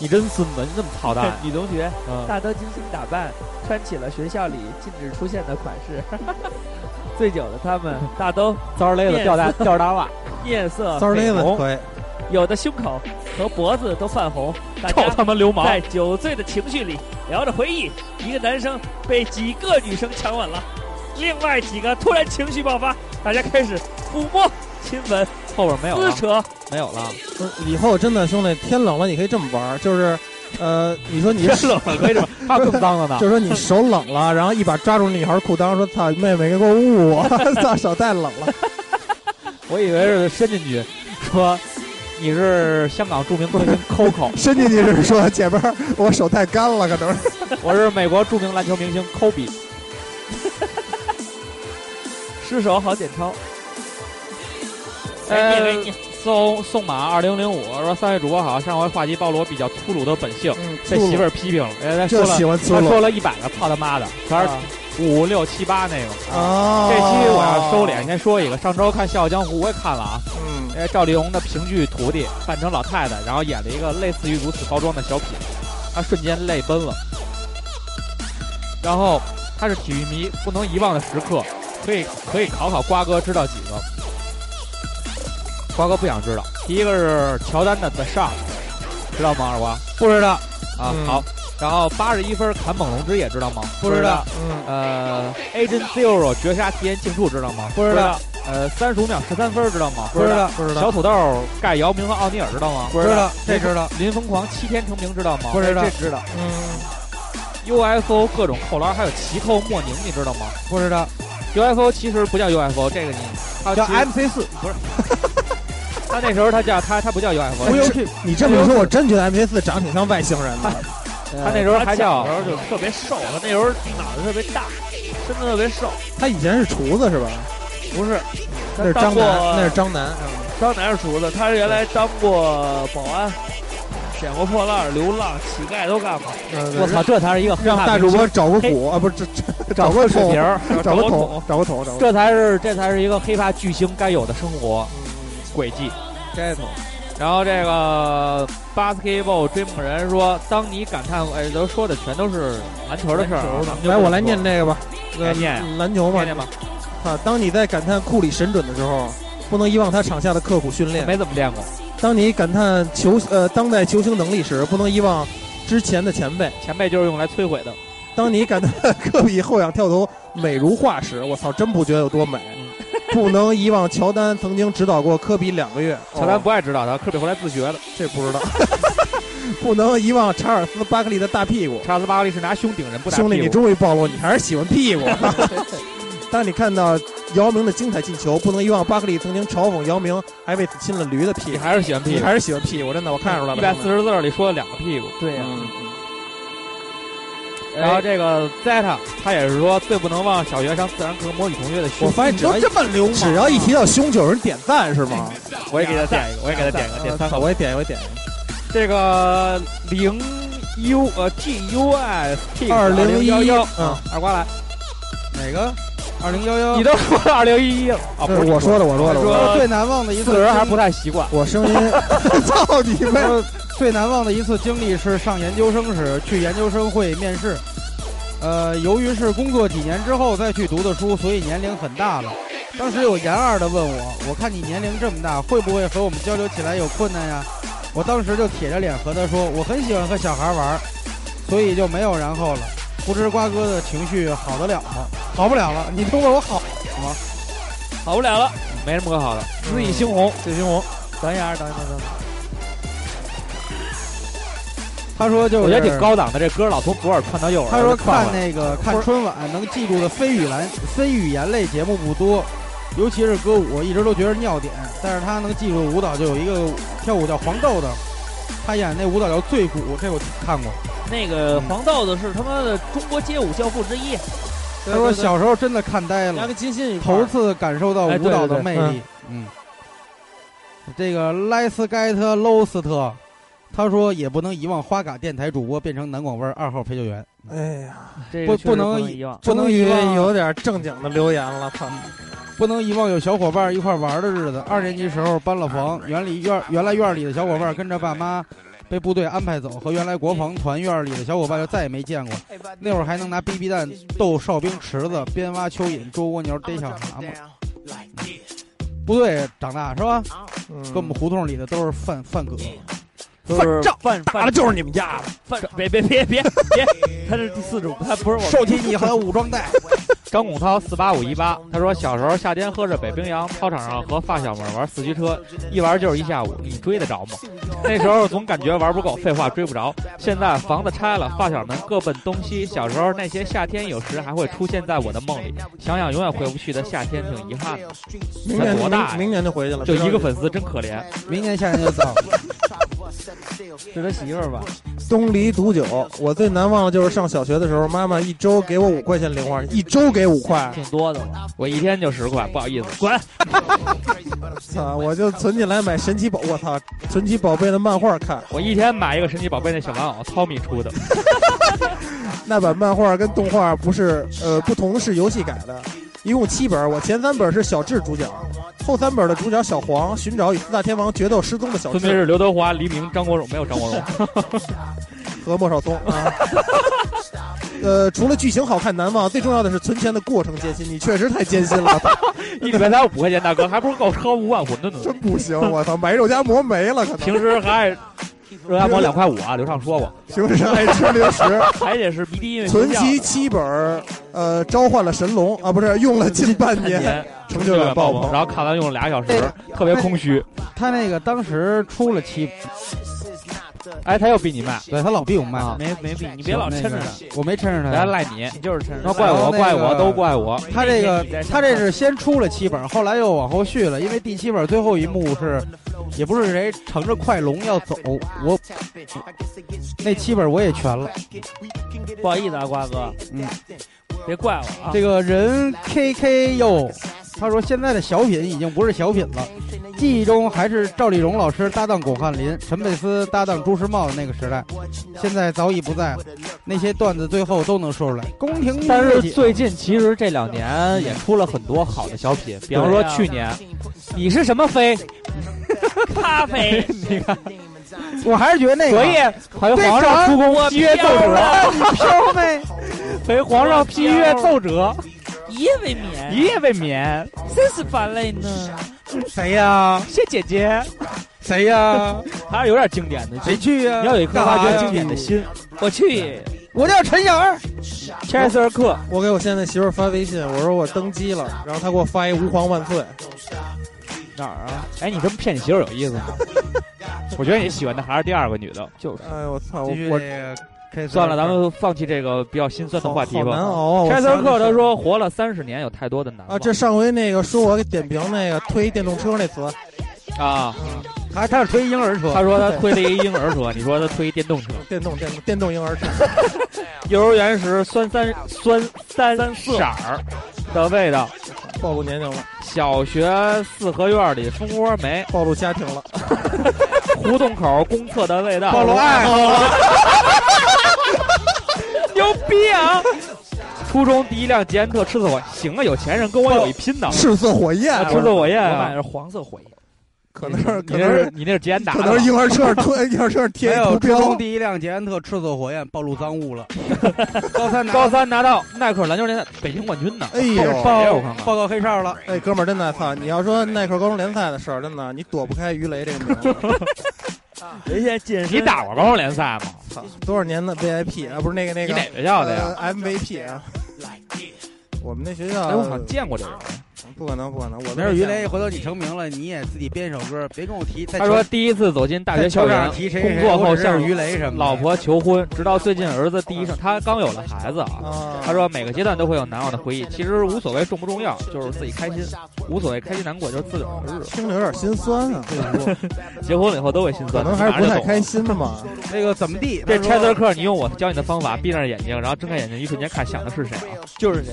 [SPEAKER 19] 你真孙子，你怎么操 蛋呀？
[SPEAKER 46] 女同学
[SPEAKER 19] 嗯
[SPEAKER 46] 大都精心打扮，穿起了学校里禁止出现的款式。醉酒的他们大都
[SPEAKER 19] 糟儿勒
[SPEAKER 46] 面
[SPEAKER 19] 子掉大
[SPEAKER 46] 色
[SPEAKER 19] 掉大袜，
[SPEAKER 46] 面色
[SPEAKER 27] 三儿勒
[SPEAKER 46] 绯
[SPEAKER 27] 子
[SPEAKER 46] 红，
[SPEAKER 27] 可以，
[SPEAKER 46] 有的胸口和脖子都泛红。大
[SPEAKER 19] 臭
[SPEAKER 46] 家
[SPEAKER 19] 他妈流氓！
[SPEAKER 46] 在酒醉的情绪里聊着回忆，一个男生被几个女生强吻了，另外几个突然情绪爆发，大家开始抚摸、亲吻、
[SPEAKER 19] 后边没有
[SPEAKER 46] 撕
[SPEAKER 19] 了，
[SPEAKER 46] 扯。
[SPEAKER 19] 没有了，
[SPEAKER 27] 不是以后真的兄弟，天冷了你可以这么玩儿，就是，呃，你说你
[SPEAKER 19] 冷了可以这么，他更脏了呢。
[SPEAKER 27] 就是说你手冷了，然后一把抓住女孩裤裆，说：“操，妹妹给我捂我， 操，手太冷了。
[SPEAKER 19] 我以为是伸进去，说你是香港著名歌星 Coco，”
[SPEAKER 27] 伸进去是说：“姐妹儿，我手太干了，可能是。
[SPEAKER 19] 我是美国著名篮球明星 Kobe。
[SPEAKER 46] 失手好捡钞。哎，
[SPEAKER 19] 呃
[SPEAKER 46] 你你，
[SPEAKER 19] 送送马二零零五说三位主播好，上回话题暴露我比较粗鲁的本性”，
[SPEAKER 27] 嗯，
[SPEAKER 19] 被媳妇儿批评了，人家
[SPEAKER 27] 就
[SPEAKER 19] 说
[SPEAKER 27] 喜
[SPEAKER 19] 了，
[SPEAKER 27] 欢粗
[SPEAKER 19] 他说
[SPEAKER 27] 鲁
[SPEAKER 19] 了一百个操他妈的，全是
[SPEAKER 46] 啊
[SPEAKER 19] 五六七八那个。
[SPEAKER 27] 啊！
[SPEAKER 19] 这期我要收敛，先说一个，上周看《笑傲江湖》我也看了啊，
[SPEAKER 27] 嗯，
[SPEAKER 19] 呃，赵丽蓉的评剧徒弟扮成老太太，然后演了一个类似于如此包装的小品，她瞬间泪奔了。然后她是体育迷，不能遗忘的时刻，可以可以考考瓜哥知道几个。瓜哥不想知道，第一个是乔丹的 The Shark，知道吗？二瓜
[SPEAKER 31] 不知道，
[SPEAKER 19] 啊，
[SPEAKER 27] 嗯
[SPEAKER 19] 好。然后八十一分砍猛龙之夜知道吗？
[SPEAKER 31] 不知道。
[SPEAKER 27] 嗯，
[SPEAKER 19] 呃，Agent Zero 绝杀提前庆祝知道吗？
[SPEAKER 31] 不知道。
[SPEAKER 19] 呃，三十五秒十三分嗯知道吗？
[SPEAKER 31] 不知道
[SPEAKER 27] 不知道
[SPEAKER 19] 小土豆盖姚明和奥尼尔知道吗？
[SPEAKER 31] 不知道，这知道，
[SPEAKER 19] 林疯狂七天成名知道吗？
[SPEAKER 31] 不知道
[SPEAKER 19] 这知道。
[SPEAKER 27] 嗯，
[SPEAKER 19] UFO 各种扣篮，还有奇扣莫宁，你知道吗
[SPEAKER 31] 不知道，
[SPEAKER 19] ？UFO 其实不叫 UFO，这个你他
[SPEAKER 31] 叫
[SPEAKER 19] 其实
[SPEAKER 31] MC 四，
[SPEAKER 19] 他那时候他叫他他不叫 UFO，
[SPEAKER 27] 不用去。你哎这么一说，我真觉得 M P 四长挺像外星人的。
[SPEAKER 19] 他那时候还
[SPEAKER 46] 小
[SPEAKER 19] 叫
[SPEAKER 46] 时候就特别瘦，他那时候脑袋特别大，身子特别瘦。
[SPEAKER 27] 他以前是厨子是吧？
[SPEAKER 46] 不是，
[SPEAKER 27] 那是
[SPEAKER 46] 他
[SPEAKER 27] 张
[SPEAKER 46] 当过
[SPEAKER 27] 楠，那是张楠。
[SPEAKER 46] 张楠是厨子，他原来当过保安，捡过破烂儿、流浪、乞丐都干过。
[SPEAKER 27] 嗯
[SPEAKER 19] 我操，，这才是一个
[SPEAKER 27] 让大主播 找个
[SPEAKER 19] 嘿
[SPEAKER 27] 鼓啊，不是这这
[SPEAKER 19] 找
[SPEAKER 27] 个
[SPEAKER 19] 水
[SPEAKER 27] 桶
[SPEAKER 19] 瓶，儿，
[SPEAKER 27] 找个
[SPEAKER 46] 个
[SPEAKER 27] 桶，找个桶，找个桶。
[SPEAKER 19] 这才是这才是一个黑怕巨星该有的生活轨迹。
[SPEAKER 27] 这桶，
[SPEAKER 19] 然后这个 basketball 追梦人说，当你感叹哎，都说的全都是篮球的事儿啊，咱们就
[SPEAKER 27] 来，
[SPEAKER 19] 不
[SPEAKER 27] 我来
[SPEAKER 19] 说
[SPEAKER 27] 念这个吧。
[SPEAKER 19] 来念
[SPEAKER 27] 篮球嘛
[SPEAKER 19] 念，念吧，
[SPEAKER 27] 啊，当你在感叹库里神准的时候，不能遗忘他场下的刻苦训练；
[SPEAKER 19] 没怎么练过，
[SPEAKER 27] 当你感叹球呃当代球星能力时，不能遗忘之前的前辈；
[SPEAKER 19] 前辈就是用来摧毁的。
[SPEAKER 27] 当你感叹科比后仰跳投美如画时，我操，真不觉得有多 美。不能遗忘乔丹曾经指导过科比两个月，
[SPEAKER 19] 乔丹
[SPEAKER 27] 哦
[SPEAKER 19] 不爱指导他，科比后来自学的。
[SPEAKER 27] 这不知道。不能遗忘查尔斯巴克利的大屁股。
[SPEAKER 19] 查尔斯巴克利是拿胸顶人，不打
[SPEAKER 27] 兄弟，
[SPEAKER 19] 屁
[SPEAKER 27] 你
[SPEAKER 19] 股
[SPEAKER 27] 终于暴露，你还是喜欢屁 股。当你看到姚明的精彩进球，不能遗忘巴克利曾经嘲讽姚明，还为此亲了驴的屁
[SPEAKER 19] 你
[SPEAKER 27] 股。
[SPEAKER 19] 还是喜欢屁
[SPEAKER 27] 你
[SPEAKER 19] 股。
[SPEAKER 27] 还是喜欢屁股，真的，我看出来了。
[SPEAKER 19] 一百四十字里说了两个屁股。
[SPEAKER 46] 对呀、
[SPEAKER 27] 嗯
[SPEAKER 19] 然
[SPEAKER 27] 哎
[SPEAKER 19] 后这个 Zeta 他也是说最不能忘小学上自然课模拟同学的
[SPEAKER 27] 我
[SPEAKER 19] 胸。
[SPEAKER 27] 发现只要一
[SPEAKER 31] 么流啊
[SPEAKER 27] 只要一提到胸就有人点赞是吗？ 呃
[SPEAKER 19] 我也给他点一个，我也给他点一个，点三个
[SPEAKER 27] 我。也点，我也点。
[SPEAKER 19] 这个零 U 呃 G U S T
[SPEAKER 27] 二零
[SPEAKER 19] 幺
[SPEAKER 27] 一
[SPEAKER 19] 幺，啊
[SPEAKER 27] 嗯，
[SPEAKER 19] 二瓜来。
[SPEAKER 31] 哪个？二零幺幺
[SPEAKER 19] 你，都说二零一一了啊？
[SPEAKER 27] 这
[SPEAKER 19] 不
[SPEAKER 27] 是
[SPEAKER 19] 是
[SPEAKER 27] 我说的，我说的，我说的
[SPEAKER 31] 说最难忘的一
[SPEAKER 19] 四
[SPEAKER 31] 次
[SPEAKER 19] 个人还
[SPEAKER 31] 经历
[SPEAKER 19] 不太习惯。
[SPEAKER 27] 我 声音，操你妹！
[SPEAKER 31] 说最难忘的一次经历是上研究生时去研究生会面试，呃，由于是工作几年之后再去读的书，所以年龄很大了。当时有研二的问我，我看你年龄这么大，会不会和我们交流起来有困难呀？我当时就铁着脸和他说，我很喜欢和小孩玩，所以就没有然后了。胡吃瓜哥的情绪好得了吗？好不了了。你都问我好吗？
[SPEAKER 32] 好不了了，没什么可好的，自己猩红，
[SPEAKER 27] 嗯自己猩红。
[SPEAKER 32] 等一下，等一下，等一下。
[SPEAKER 31] 他说就是，
[SPEAKER 32] 我觉得 挺高档的，这歌老从左耳窜到右耳。
[SPEAKER 31] 他说看那个看春晚能记住的非语言非语言类节目不多，尤其是歌舞，我一直都觉得尿点。但是他能记住的舞蹈就有一个跳舞叫黄豆的，他演那舞蹈叫醉鼓，这我看过。
[SPEAKER 39] 那个
[SPEAKER 19] 嗯
[SPEAKER 39] 黄豆子是他妈的中国街舞教父之一。
[SPEAKER 31] 他说小时候真的看呆了，
[SPEAKER 39] 金信
[SPEAKER 31] 头次感受
[SPEAKER 39] 哎
[SPEAKER 31] 到舞蹈的魅力。
[SPEAKER 39] 嗯，
[SPEAKER 31] 这个莱斯盖特罗斯特。他说：“也不能遗忘花嘎电台主播变成南广味二号陪酒员。”
[SPEAKER 27] 哎呀，
[SPEAKER 39] 这
[SPEAKER 31] 个、
[SPEAKER 39] 不不
[SPEAKER 31] 能
[SPEAKER 39] 遗忘，
[SPEAKER 31] 不能嗯
[SPEAKER 27] 遗忘，有点正经的留言了，操！
[SPEAKER 31] 不能遗忘有小伙伴一块玩的日子。二年级时候搬了房，原里院原来院里的小伙伴跟着爸妈被部队安排走，和原来国防团院里的小伙伴就再也没见过。那会儿还能拿 BB 弹逗哨兵池子，边挖蚯蚓捉蜗牛逮小
[SPEAKER 19] 啊
[SPEAKER 31] 蛤蟆。部队长大是吧？
[SPEAKER 27] 嗯、
[SPEAKER 31] 跟我们胡同里的都是饭饭哥。
[SPEAKER 39] 犯照
[SPEAKER 27] 犯打的就是你们家的，
[SPEAKER 39] 犯别别别别别，他是第四种，他不是我。
[SPEAKER 31] 受体你和武装带。
[SPEAKER 32] 张拱涛四八五一八，他说小时候夏天喝着北冰洋，操场上和发小们玩四驱车，一玩就是一下午，你追得着吗？那时候总感觉玩不够，废话追不着。现在房子拆了，发小们各奔东西。小时候那些夏天，有时还会出现在我的梦里，想想永远回不去的夏天，挺遗憾的。
[SPEAKER 27] 明年
[SPEAKER 32] 才多大呀？
[SPEAKER 27] 明年就回去了，
[SPEAKER 32] 就一个粉丝真可怜。
[SPEAKER 31] 明年夏天就走。
[SPEAKER 39] 是他媳妇儿吧？
[SPEAKER 27] 东篱毒酒，我最难忘的就是上小学的时候，妈妈一周给我五块钱零花，一周给五块，
[SPEAKER 39] 挺多的了。
[SPEAKER 32] 我一天就十块，不好意思，
[SPEAKER 39] 滚！
[SPEAKER 27] 操，我就存起来买神奇宝，我操，神奇宝贝的漫画看，
[SPEAKER 32] 我一天买一个神奇宝贝那小玩偶，Tommy 出的。
[SPEAKER 27] 那版漫画跟动画不是呃不同，是游戏改的，一共七本，我前三本是小智主角，后三本的主角小黄寻找与四大天王决斗失踪的小智，
[SPEAKER 32] 分别是刘德华、黎明、张国荣，没有张国荣
[SPEAKER 27] 和莫少 聪啊。呃，除了剧情好看难忘，最重要的是存钱的过程艰辛。你确实太艰辛 了，
[SPEAKER 32] 一礼拜才五块钱，大哥，还不如够喝五碗馄饨呢。
[SPEAKER 27] 真不行，我操，买肉夹馍没了，可能
[SPEAKER 32] 平时还肉夹馍两块五啊，刘畅说过。
[SPEAKER 27] 平时爱吃零食，
[SPEAKER 39] 还得是迷笛音乐
[SPEAKER 27] 存齐七本儿，呃，召唤了神龙啊，不是用了近半年，成就感爆棚。
[SPEAKER 32] 然后看完用了俩小时，特别空虚。
[SPEAKER 31] 他那个当时出了七。
[SPEAKER 32] 哎，他又逼你卖，
[SPEAKER 31] 对他老逼我卖，
[SPEAKER 39] 没没逼啊你，别老抻着他，
[SPEAKER 31] 我没抻着他，
[SPEAKER 32] 别赖你，
[SPEAKER 39] 你就是抻着。
[SPEAKER 32] 那怪我，怪我，都怪我。
[SPEAKER 31] 他这个，他这是先出了七本，后来又往后续了，因为第七本最后一幕是，也不是谁乘着快龙要走，我那七本我也全了，
[SPEAKER 39] 不好意思啊，瓜哥，
[SPEAKER 31] 嗯，
[SPEAKER 39] 别怪我啊。
[SPEAKER 31] 这个人 K K 哟，他说现在的小品已经不是小品了。记忆中还是赵丽蓉老师搭档巩汉林、陈佩斯搭档朱时茂的那个时代，现在早已不在了。那些段子最后都能说出来。宫廷，
[SPEAKER 32] 但是最近其实这两年也出了很多好的小品，比方说去年，你是什么飞？
[SPEAKER 39] 咖啡，
[SPEAKER 32] 你看，
[SPEAKER 31] 我还是觉得那个啊
[SPEAKER 32] 所以陪皇上出宫批阅奏折，
[SPEAKER 31] 你 飘呗，
[SPEAKER 32] 陪皇上批阅奏折，
[SPEAKER 39] 一夜未眠，
[SPEAKER 32] 一夜未眠，
[SPEAKER 39] 真是烦累呢。
[SPEAKER 31] 谁呀？
[SPEAKER 39] 谢姐姐。
[SPEAKER 31] 谁 呀？
[SPEAKER 32] 还是有点经典的。
[SPEAKER 31] 谁去哎呀？
[SPEAKER 32] 你要有一颗挖掘经典的心。
[SPEAKER 39] 我去，
[SPEAKER 31] 我叫陈小二。
[SPEAKER 32] 切斯尔克，
[SPEAKER 27] 我给我现在媳妇发微信，我说我登基了，然后她给我发一吾皇万岁。
[SPEAKER 32] 哪儿啊？哎，你这么骗你媳妇有意思吗？ 我觉得你喜欢的还是哦第二个女的。
[SPEAKER 27] 就是，哎我操，
[SPEAKER 31] 继续
[SPEAKER 27] 我
[SPEAKER 32] 算了，咱们放弃这个比较心酸的话题
[SPEAKER 27] 好难
[SPEAKER 32] 吧。
[SPEAKER 27] 熬啊！
[SPEAKER 32] 柴
[SPEAKER 27] 我
[SPEAKER 32] 斯尔克
[SPEAKER 27] 想
[SPEAKER 32] 他说活了三十年，有太多的难忘
[SPEAKER 27] 啊，这上回那个说我给点评那个推电动车那词，
[SPEAKER 32] 啊，
[SPEAKER 31] 他他是推婴儿车，
[SPEAKER 32] 他说他 推了一婴儿车，你说他推电动车。
[SPEAKER 27] 电动电动电动婴儿车，
[SPEAKER 32] 幼儿园时酸三酸三色儿的味道，
[SPEAKER 27] 暴露年龄了，
[SPEAKER 32] 小学四合院里蜂窝煤，
[SPEAKER 27] 暴露家庭了，
[SPEAKER 32] 胡同口公厕的味道，
[SPEAKER 31] 暴露爱好了。
[SPEAKER 32] 牛逼啊！初中第一辆捷安特赤色火，行啊，有钱人跟我有一拼呢。
[SPEAKER 27] 赤色火焰
[SPEAKER 32] 啊，赤色火焰
[SPEAKER 39] 我买
[SPEAKER 32] 啊
[SPEAKER 39] 的是！黄色火焰，
[SPEAKER 27] 可能是
[SPEAKER 32] 你那
[SPEAKER 27] 可能
[SPEAKER 32] 是
[SPEAKER 27] 是
[SPEAKER 32] 你那是捷安达的
[SPEAKER 27] 可
[SPEAKER 32] 吧，
[SPEAKER 27] 能是婴儿车上推婴儿车上贴
[SPEAKER 31] 没
[SPEAKER 27] 一
[SPEAKER 31] 有
[SPEAKER 27] 图
[SPEAKER 31] 初中
[SPEAKER 27] 标，
[SPEAKER 31] 第一辆捷安特赤色火焰暴露赃物 了。高三拿
[SPEAKER 32] 高三拿到耐克篮球联赛北京冠军呢。
[SPEAKER 27] 哎呦。
[SPEAKER 32] 哎
[SPEAKER 31] 报
[SPEAKER 32] 我看看
[SPEAKER 31] 报告黑哨了。
[SPEAKER 27] 哎，哥们儿，真的，操！你要说耐克高中联赛的事儿，真的，你躲不开鱼雷这个名字。
[SPEAKER 39] 人家健身，
[SPEAKER 32] 你打过高中联赛吗？
[SPEAKER 27] 操，多少年的 VIP 啊？不是那个那个，
[SPEAKER 32] 你哪学校的呀
[SPEAKER 27] 呃？MVP 啊？我们那学校，
[SPEAKER 32] 哎，我好像见过这人。
[SPEAKER 27] 不可能，不可能，我
[SPEAKER 31] 没事，于雷，回头你成名了，你也自己编一首歌，别跟我提。
[SPEAKER 32] 他说第一次走进 大学校园，
[SPEAKER 31] 提谁
[SPEAKER 32] 工作后向
[SPEAKER 31] 于雷什么，
[SPEAKER 32] 老婆求婚，直到最近儿子第一声，他刚有了孩子啊。他说每个阶段都会有难忘的回忆，其实无所谓重不重要，就是自己开心，无所谓开心难过，就是自个儿的日子。
[SPEAKER 27] 听着有点心酸啊，
[SPEAKER 32] 结婚了以后都会心酸，
[SPEAKER 27] 可能还是不太
[SPEAKER 32] 啊
[SPEAKER 27] 开心的嘛。
[SPEAKER 31] 那个怎么地？
[SPEAKER 32] 这拆字课，你用我教你的方法，闭上眼睛，然后睁开眼睛，一瞬间看想的是谁，啊
[SPEAKER 31] 就是谁。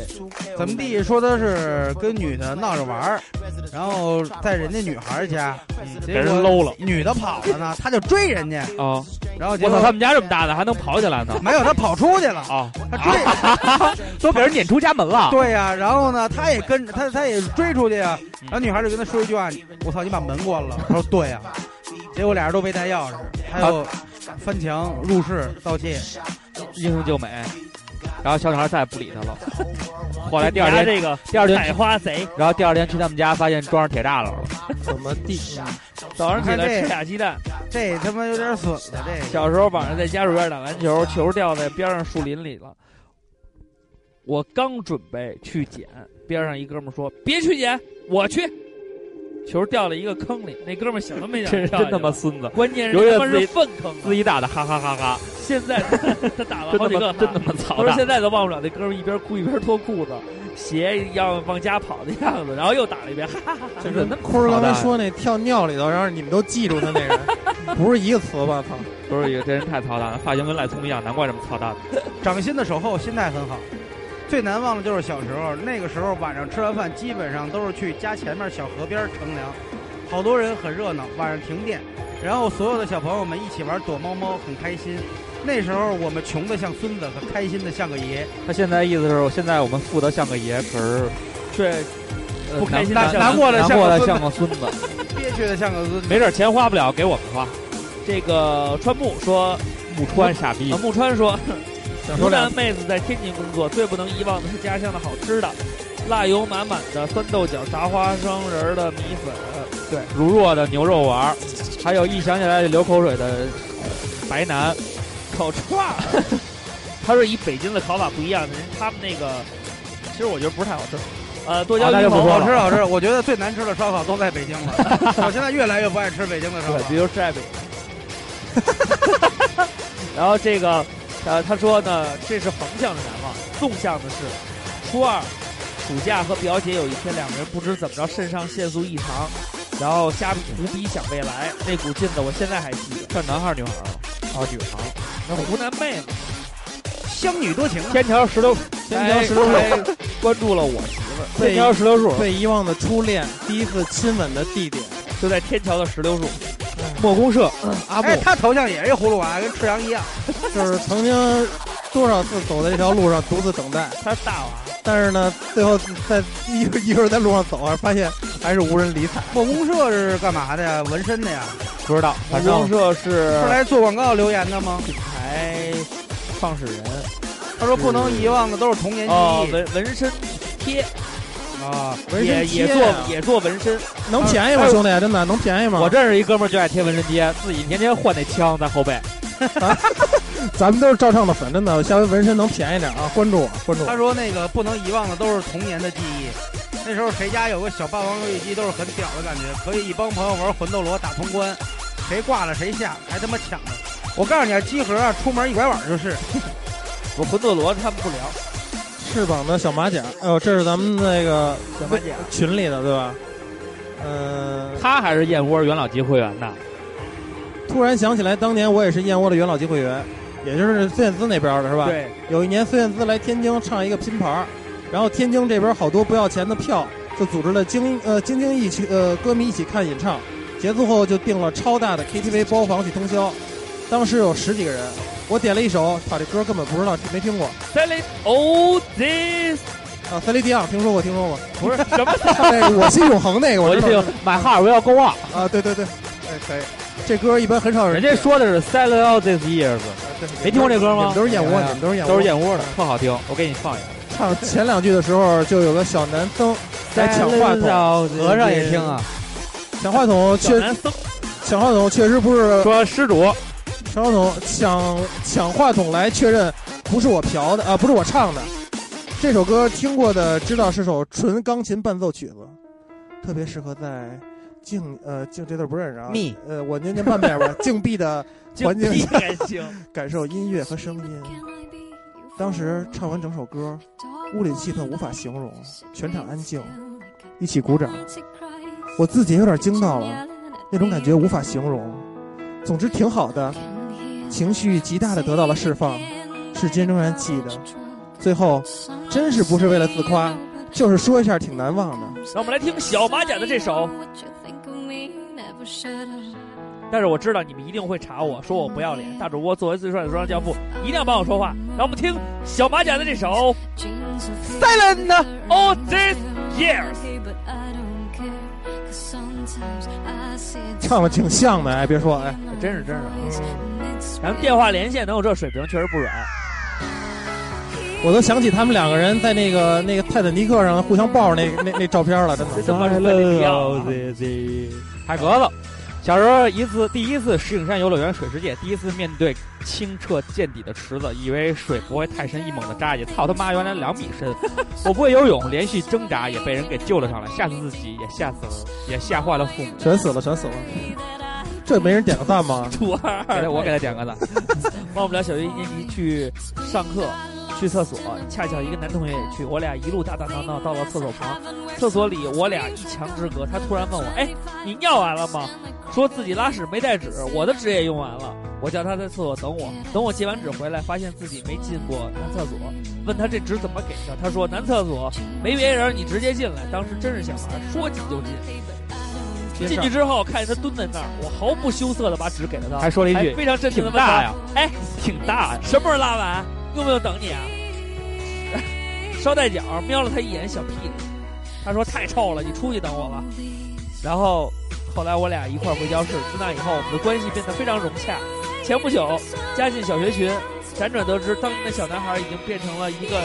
[SPEAKER 31] 怎么地？说他是跟女的闹着玩儿，然后在人家女孩家，嗯
[SPEAKER 32] 给人搂了，
[SPEAKER 31] 女的跑了呢，他就追人家
[SPEAKER 32] 啊。
[SPEAKER 31] 然后
[SPEAKER 32] 我操，他们家这么大的还能跑起来 呢？
[SPEAKER 31] 没有，他跑出去了
[SPEAKER 32] 啊，
[SPEAKER 31] 他追，
[SPEAKER 32] 都给人撵出家门了。
[SPEAKER 31] 对呀，然后呢，他也跟他他也追出去呀，然后女孩就跟他说一句话：“我操，你把门关了。”他说：“对呀。”结果俩人都没带钥匙，还有翻墙入室盗窃，
[SPEAKER 32] 英雄救美。然后小女孩再也不理他了。后来第二 天，
[SPEAKER 19] 这个
[SPEAKER 32] 第二天
[SPEAKER 19] 采花贼，
[SPEAKER 32] 然后第二天去他们家，发现装上铁栅栏了。
[SPEAKER 27] 怎么地？
[SPEAKER 32] 啊
[SPEAKER 19] 早上起来吃俩鸡蛋，
[SPEAKER 31] 这他妈有点损了。这
[SPEAKER 19] 小时候晚上在家属院打篮球，球掉在边上树林里了。我刚准备去捡，边上一哥们说：“别去捡，我去。”球掉了一个坑里，那哥们想都没想，
[SPEAKER 32] 真真他妈孙子！
[SPEAKER 19] 关键是他妈是粪坑，啊
[SPEAKER 32] 自己打的，哈哈哈哈！
[SPEAKER 19] 现 在他打了好几个，
[SPEAKER 32] 真他妈操！
[SPEAKER 19] 我说现在都忘不了那哥们一边哭一边脱裤子，鞋要往家跑的样子，然后又打了一遍，哈哈哈！
[SPEAKER 27] 这是坤儿刚才说那跳尿里头，然后你们都记住他那人， 不是一个词吧？操，
[SPEAKER 32] 不是一个，这人太操蛋了，发型跟赖聪一样，难怪这么操蛋。
[SPEAKER 31] 掌心的守候，心态很好。最难忘的就是小时候，那个时候晚上吃完饭，基本上都是去家前面小河边乘凉，好多人很热闹。晚上停电，然后所有的小朋友们一起玩躲猫猫，很开心。那时候我们穷的像孙子，可开心的像个爷。
[SPEAKER 32] 他现在意思是，现在我们富的像个爷，可是
[SPEAKER 19] 却
[SPEAKER 32] 呃
[SPEAKER 19] 不开心，
[SPEAKER 32] 难
[SPEAKER 31] 过
[SPEAKER 32] 的
[SPEAKER 31] 像
[SPEAKER 32] 个孙子，
[SPEAKER 31] 憋屈的像个孙子。
[SPEAKER 32] 没事，钱花不了，给我们花。
[SPEAKER 19] 这个川木说，
[SPEAKER 32] 木川傻逼。
[SPEAKER 19] 啊木川 说。
[SPEAKER 27] 湖
[SPEAKER 19] 南妹子在天津工作，最不能遗忘的是家乡的好吃的，辣油满满的酸豆角、炸花生仁的米粉，
[SPEAKER 32] 对，如若的牛肉丸，还有一想起来就流口水的、呃、白南
[SPEAKER 19] 烤串儿。 他说以北京的烤法不一样，人他们那个其实我觉得不是太好吃。呃，剁椒鱼头
[SPEAKER 31] 好吃好吃，我觉得最难吃的烧烤都在北京了。我现在越来越不爱吃北京的烧烤，
[SPEAKER 19] 比如在北京。 然后这个。呃，他说呢，这是横向的难忘，纵向的是，初二暑假和表姐有一天，两个人不知怎么着肾上腺素异常，然后瞎胡逼想未来，那股劲子我现在还记得。
[SPEAKER 32] 这男孩女孩啊？
[SPEAKER 19] 哦，女孩，那湖南妹子，
[SPEAKER 31] 湘女多情啊！
[SPEAKER 32] 天桥石榴，
[SPEAKER 19] 天桥石榴树关注了我媳妇。
[SPEAKER 32] 天桥石榴树，
[SPEAKER 27] 被遗忘的初恋，第一次亲吻的地点，
[SPEAKER 19] 就在天桥的石榴树。
[SPEAKER 32] 莫公社，
[SPEAKER 27] 阿布，
[SPEAKER 31] 哎，他头像也是葫芦娃，跟赤羊一样，
[SPEAKER 27] 就是曾经多少次走在这条路上独自等待。
[SPEAKER 19] 他是大娃，
[SPEAKER 27] 但是呢，最后在一一个人在路上走，发现还是无人理睬。
[SPEAKER 31] 莫公社是干嘛的呀？纹身的呀？
[SPEAKER 32] 不知道，反
[SPEAKER 19] 正社是
[SPEAKER 31] 是来做广告留言的吗？
[SPEAKER 19] 品牌创始人，
[SPEAKER 31] 他说不能遗忘的都是
[SPEAKER 32] 哎
[SPEAKER 31] 童年记忆。
[SPEAKER 19] 哦，纹纹身贴。
[SPEAKER 31] 啊，
[SPEAKER 19] 也也做也做纹身，
[SPEAKER 27] 能便宜吗，兄弟？真的能便宜吗？
[SPEAKER 32] 我认识一哥们儿就爱贴纹身贴，自己天天换那枪在后背。
[SPEAKER 27] 咱们都是照唱的粉，真的。下回纹身能便宜点啊！关注我，关注我。
[SPEAKER 31] 他说那个不能遗忘的都是童年的记忆，那时候谁家有个小霸王游戏机都是很屌的感觉，可以一帮朋友玩魂斗罗打通关，谁挂了谁下，还他妈抢着。我告诉你啊，机盒啊，出门一拐弯就是。
[SPEAKER 19] 我魂斗罗他们不聊。
[SPEAKER 27] 翅膀的小马甲，哎呦，这是咱们那个
[SPEAKER 19] 小马甲
[SPEAKER 27] 群里的对吧？嗯、呃，
[SPEAKER 32] 他还是燕窝元老级会员呢。
[SPEAKER 27] 突然想起来，当年我也是燕窝的元老级会员，也就是孙燕姿那边的是吧？
[SPEAKER 19] 对。
[SPEAKER 27] 有一年孙燕姿来天津唱一个拼盘，然后天津这边好多不要钱的票，就组织了京呃京津一区呃歌迷一起看演唱，结束后就订了超大的 KTV 包房去通宵，当时有十几个人。我点了一首，操，这歌根本不知道，没听过。
[SPEAKER 19] Sally all this
[SPEAKER 27] 啊，Sally Dion 听说过，听说过。
[SPEAKER 19] 不是什么？
[SPEAKER 27] 那个我心永恒那个，我
[SPEAKER 32] 就听。买哈尔威要够望
[SPEAKER 27] 啊！对对对，哎可以。这歌一般很少
[SPEAKER 32] 人。人家说的是 Sally all this years，没听过这歌吗？
[SPEAKER 27] 你们都是燕窝，你们都是燕
[SPEAKER 32] 窝，都是燕窝的，特好听。我给你放一下。
[SPEAKER 27] 唱前两句的时候，就有个小男僧在抢话筒，
[SPEAKER 31] 和尚也听啊。
[SPEAKER 27] 抢话筒确，抢话筒确实不是
[SPEAKER 32] 说施主。
[SPEAKER 27] 张总抢抢话筒来确认，不是我嫖的啊，不是我唱的。这首歌听过的知道是首纯钢琴伴奏曲子，特别适合在静呃静这字不认识啊，
[SPEAKER 31] 密
[SPEAKER 27] 呃我年年半边吧，静闭的环境 下
[SPEAKER 19] 感情
[SPEAKER 27] 感受音乐和声音。当时唱完整首歌，屋里气氛无法形容，全场安静，一起鼓掌，我自己有点惊到了，那种感觉无法形容。总之挺好的，情绪极大的得到了释放，至今仍然记得。最后，真是不是为了自夸，就是说一下挺难忘的。
[SPEAKER 19] 让我们来听小马甲的这首。但是我知道你们一定会查我，说我不要脸。大主播作为最帅的说唱教父，一定要帮我说话。让我们听小马甲的这首《Silent All These Years》。
[SPEAKER 27] 唱的挺像的，哎，别说，哎，
[SPEAKER 19] 真是真是。啊咱们电话连线能有这水平，确实不软。
[SPEAKER 27] 我都想起他们两个人在那个那个泰坦尼克上互相抱着那个、那那照片了，真的。
[SPEAKER 19] 他妈是笨掉
[SPEAKER 32] 海格子，小时候一次第一次石景山游乐园水世界，第一次面对清澈见底的池子，以为水不会太深，一猛的扎进去，操他妈，原来两米深！我不会游泳，连续挣扎也被人给救了上来，吓死自己，也吓死了，也吓坏了父母，
[SPEAKER 27] 全死了，全死了。这没人点个赞吗？
[SPEAKER 19] 初二，
[SPEAKER 32] 我给他点个赞。
[SPEAKER 19] 帮我们俩小学一年级去上课。去厕所，恰巧一个男同学也去，我俩一路打打闹闹到了厕所旁。厕所里我俩一墙之隔，他突然问我：“哎，你尿完了吗？”说自己拉屎没带纸，我的纸也用完了。我叫他在厕所等我，等我借完纸回来，发现自己没进过男厕所，问他这纸怎么给的，他说：“男厕所没别人，你直接进来。”当时真是想玩，说进就进。进去之后，看见他蹲在那儿，我毫不羞涩的把纸给了他，哎
[SPEAKER 32] 还说了一句：“
[SPEAKER 19] 非常镇定的
[SPEAKER 32] 问大呀，
[SPEAKER 19] 哎，
[SPEAKER 32] 挺大呀，
[SPEAKER 19] 什么时候拉完？”用不用等你啊？ 捎带脚瞄了他一眼小屁股，他说太臭了，你出去等我吧。然后后来我俩一块回教室，自那以后我们的关系变得非常融洽。前不久加进小学群，辗转得知当年的小男孩已经变成了一个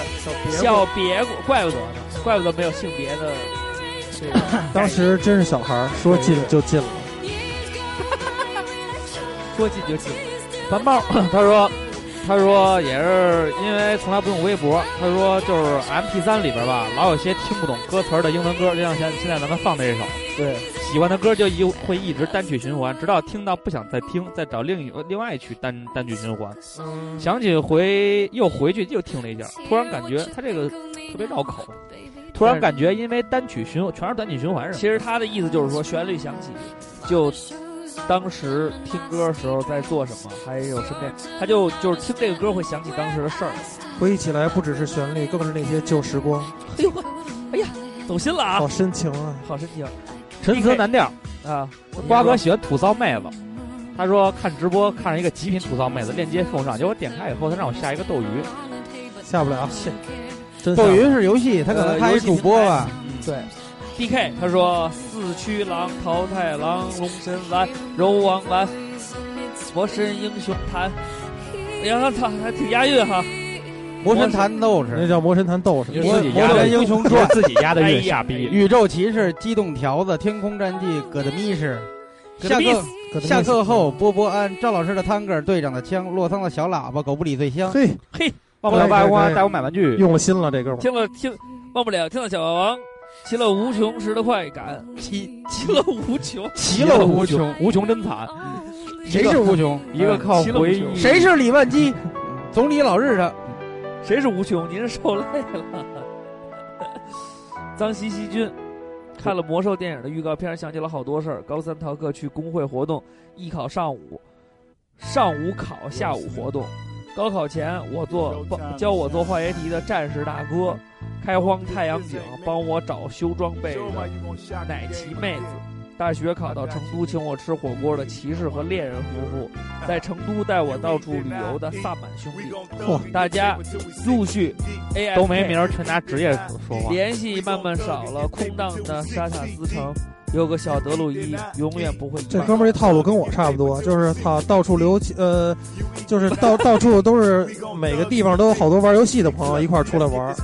[SPEAKER 19] 小别故，怪不得呢，怪不得没有性别的。这个。
[SPEAKER 27] 当时真是小孩，说进就进了，
[SPEAKER 19] 说进就进。
[SPEAKER 32] 樊豹哎 他说。他说也是因为从来不用微博，他说就是 M P 三里边吧，老有些听不懂歌词的英文歌，就像现现在咱们放的这首，
[SPEAKER 27] 对，
[SPEAKER 32] 喜欢的歌就一会一直单曲循环，直到听到不想再听，再找另一另外一曲单单曲循环。嗯、想起回又回去又听了一下，突然感觉他这个特别绕口，突然感觉因为单曲循全是单曲循环
[SPEAKER 19] 其实他的意思就是说旋律响起就。当时听歌时候在做什么，还有身边，他就就是听这个歌会想起当时的事儿，
[SPEAKER 27] 回忆起来不只是旋律，更是那些旧时光。
[SPEAKER 19] 哎呦，哎呀，走心了啊！
[SPEAKER 27] 好深情啊！
[SPEAKER 19] 好深情。
[SPEAKER 32] 陈词难调
[SPEAKER 19] 啊！
[SPEAKER 32] 瓜哥喜欢吐槽妹子，他说看直播看上一个极品吐槽妹子，链接奉上，结果点开以后，他让我下一个斗鱼，
[SPEAKER 27] 下不了。
[SPEAKER 31] 真斗鱼呃是游戏，他可能他是主播吧？
[SPEAKER 19] 嗯、对。D K 他说：“四驱狼、桃太郎、龙神丸、柔王丸、魔神英雄坛，然后他还挺押韵哈。
[SPEAKER 31] 魔神坛斗士，
[SPEAKER 27] 那叫魔神坛斗士。
[SPEAKER 31] 魔神英雄传，
[SPEAKER 32] 自己压
[SPEAKER 19] 哎
[SPEAKER 32] 的越傻逼。
[SPEAKER 31] 宇宙骑士、机动条子、天空战记、葛德米士。下课下课后，波波安、赵老师的汤戈、队长的枪、落汤的小喇叭、狗不理最香。
[SPEAKER 27] 嘿
[SPEAKER 19] 嘿，
[SPEAKER 32] 忘不了外公带我买玩具，
[SPEAKER 27] 用了心了这哥们。
[SPEAKER 19] 听了听，忘不了听了小霸王。”其乐无穷时的快感，其其乐无穷，
[SPEAKER 31] 其乐无穷，
[SPEAKER 32] 无穷真
[SPEAKER 19] 啊
[SPEAKER 32] 惨。
[SPEAKER 31] 谁是无穷？
[SPEAKER 32] 一个靠回忆。
[SPEAKER 31] 谁是李万基？总理老日 上。
[SPEAKER 19] 谁是无穷？您受累了。 脏兮兮君看了魔兽电影的预告片，想起了好多事儿。高三逃课去工会活动，艺考上午，上午考，下午活动。高考前，我做教我做化学题的战士大哥，开荒太阳井帮我找修装备的奶骑妹子，大学考到成都请我吃火锅的骑士和猎人夫妇，在成都带我到处旅游的萨满兄弟，大家陆续 A
[SPEAKER 32] 都没名，全拿职业说话。
[SPEAKER 19] 联系慢慢少了，空荡的沙塔斯城，有个小德鲁伊永远不会。
[SPEAKER 27] 这哥们儿这套路跟我差不多，就是他到处留呃，就是到到处都是每个地方都有好多玩游戏的朋哦友一块儿出来玩。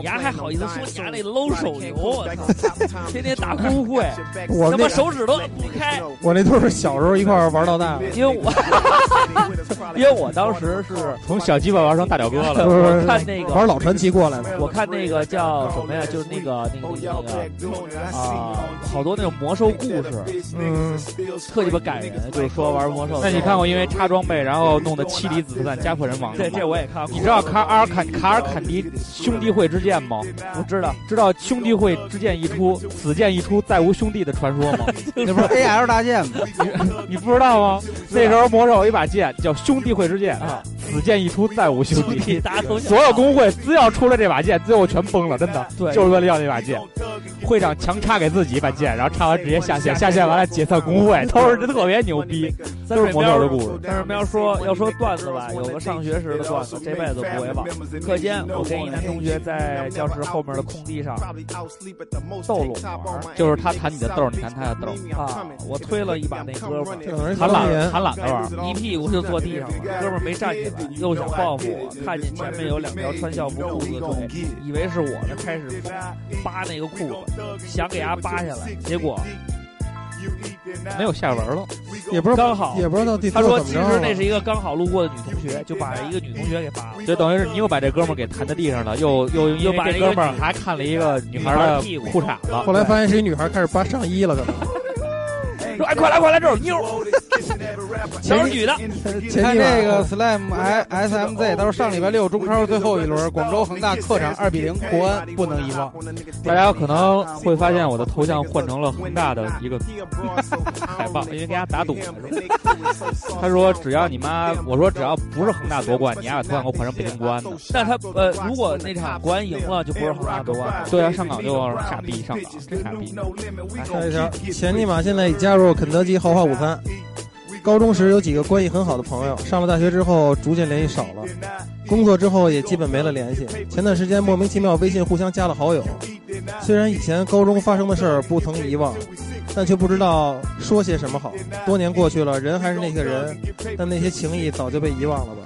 [SPEAKER 19] 你还好意思说你还那搂手游？我操，天天打工会，
[SPEAKER 27] 我
[SPEAKER 19] 他妈手指都不开。
[SPEAKER 27] 我那都是小时候一块儿玩到大的，
[SPEAKER 19] 因为我因为我 当时是
[SPEAKER 32] 从小鸡巴玩成大屌哥了。
[SPEAKER 27] 不是
[SPEAKER 19] 看那个
[SPEAKER 27] 玩老传奇过来的，
[SPEAKER 19] 我看那个叫什么呀？就是那个那个那个啊。好多那种魔兽故事，
[SPEAKER 27] 嗯，
[SPEAKER 19] 特鸡巴感人。就是说玩魔兽，
[SPEAKER 32] 那你看过因为插装备然后弄的妻离子散、家破人亡？
[SPEAKER 19] 这这我也看过。
[SPEAKER 32] 你知道卡尔坎卡尔坎 迪兄弟会之剑吗？
[SPEAKER 19] 我知道，
[SPEAKER 32] 知道兄弟会之剑一出，此剑一出，再无兄弟的传说吗？
[SPEAKER 31] 那不是 A L 大剑 吗？
[SPEAKER 32] 你不知道吗？那时候魔兽有一把剑叫兄弟会之剑啊，此剑一出，再无兄弟。 所有工会只要出了这把剑，最后全崩了，真的，
[SPEAKER 19] 对，
[SPEAKER 32] 就是为了要那把剑。会长强插给自己一把剑，然后插完直接下线，下线完了解散工 会，都是特别牛逼，都是魔 兽的故事。
[SPEAKER 19] 但是要说要说段子吧，有个上学时的段子，这辈子不会忘。课间，我跟一男同学在教室后面的空地上斗拢玩，
[SPEAKER 32] 就是他弹你的豆，你弹他的豆
[SPEAKER 19] 啊。我推了一把那哥们
[SPEAKER 27] 儿，
[SPEAKER 32] 他 懒他懒得玩，
[SPEAKER 19] 一屁股就坐地上了。哥们儿没站起来，又想报复我，看见前面有两条穿校服裤子的腿，以为是我呢，开始扒那个裤子。想给他扒下来，结果
[SPEAKER 32] 没有下文了，
[SPEAKER 27] 也不是
[SPEAKER 19] 刚好，
[SPEAKER 27] 也不知道第
[SPEAKER 19] 他说其
[SPEAKER 27] 啊
[SPEAKER 32] 啊
[SPEAKER 19] 实那是一个刚好路过的女同学，就把一个女同学给扒了，
[SPEAKER 32] 就等于是你又把这哥们儿给弹在地上了，又又
[SPEAKER 19] 又把
[SPEAKER 32] 这哥们儿还看了一个女孩的裤衩子，
[SPEAKER 27] 后来发现是一女孩开始扒上衣了，可能。
[SPEAKER 19] 说哎，快来快来，这有妞，全是女的。
[SPEAKER 31] 看这个 Slam S S M Z，他说上礼拜六中超最后一轮，广州恒大客场二比零国安，不能遗忘。
[SPEAKER 32] 大家可能会发现我的头像换成了恒大的一个海报，因为跟家打赌来着。他说只要你妈，我说只要不是恒大夺冠，你丫把头像给我换成北京国安的。
[SPEAKER 19] 但他呃，如果那场国安赢了，就不是恒大夺冠。
[SPEAKER 32] 对啊，上港就傻逼，上港真傻逼。
[SPEAKER 27] 看一下， 前尼玛现在已加入肯德基豪华午餐。高中时有几个关系很好的朋友，上了大学之后逐渐联系少了，工作之后也基本没了联系。前段时间莫名其妙微信互相加了好友，虽然以前高中发生的事儿不曾遗忘，但却不知道说些什么好。多年过去了，人还是那个人，但那些情谊早就被遗忘了吧？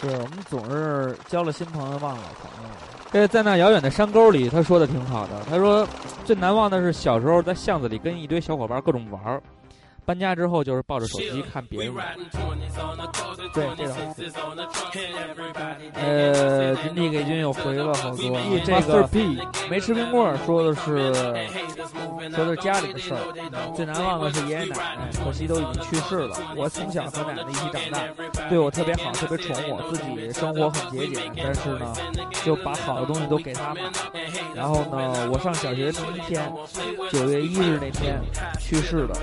[SPEAKER 19] 对，我们总是交了新朋友忘了朋友。
[SPEAKER 32] 这呃在那遥远的山沟里，他说的挺好的。他说最难忘的是小时候在巷子里跟一堆小伙伴各种玩儿。搬家之后就是抱着手机看别人。
[SPEAKER 19] 对，这个。呃，金地给君又回了好多。这个没吃冰棍说的是说的是家里的事儿，最难忘的是爷爷奶奶，可惜都已经去世了。我从小和奶奶一起长大，对我特别好，特别宠我，自己生活很节俭，但是呢，就把好的东西都给他买。然后呢，我上小学第一天，九月一日那天去世的，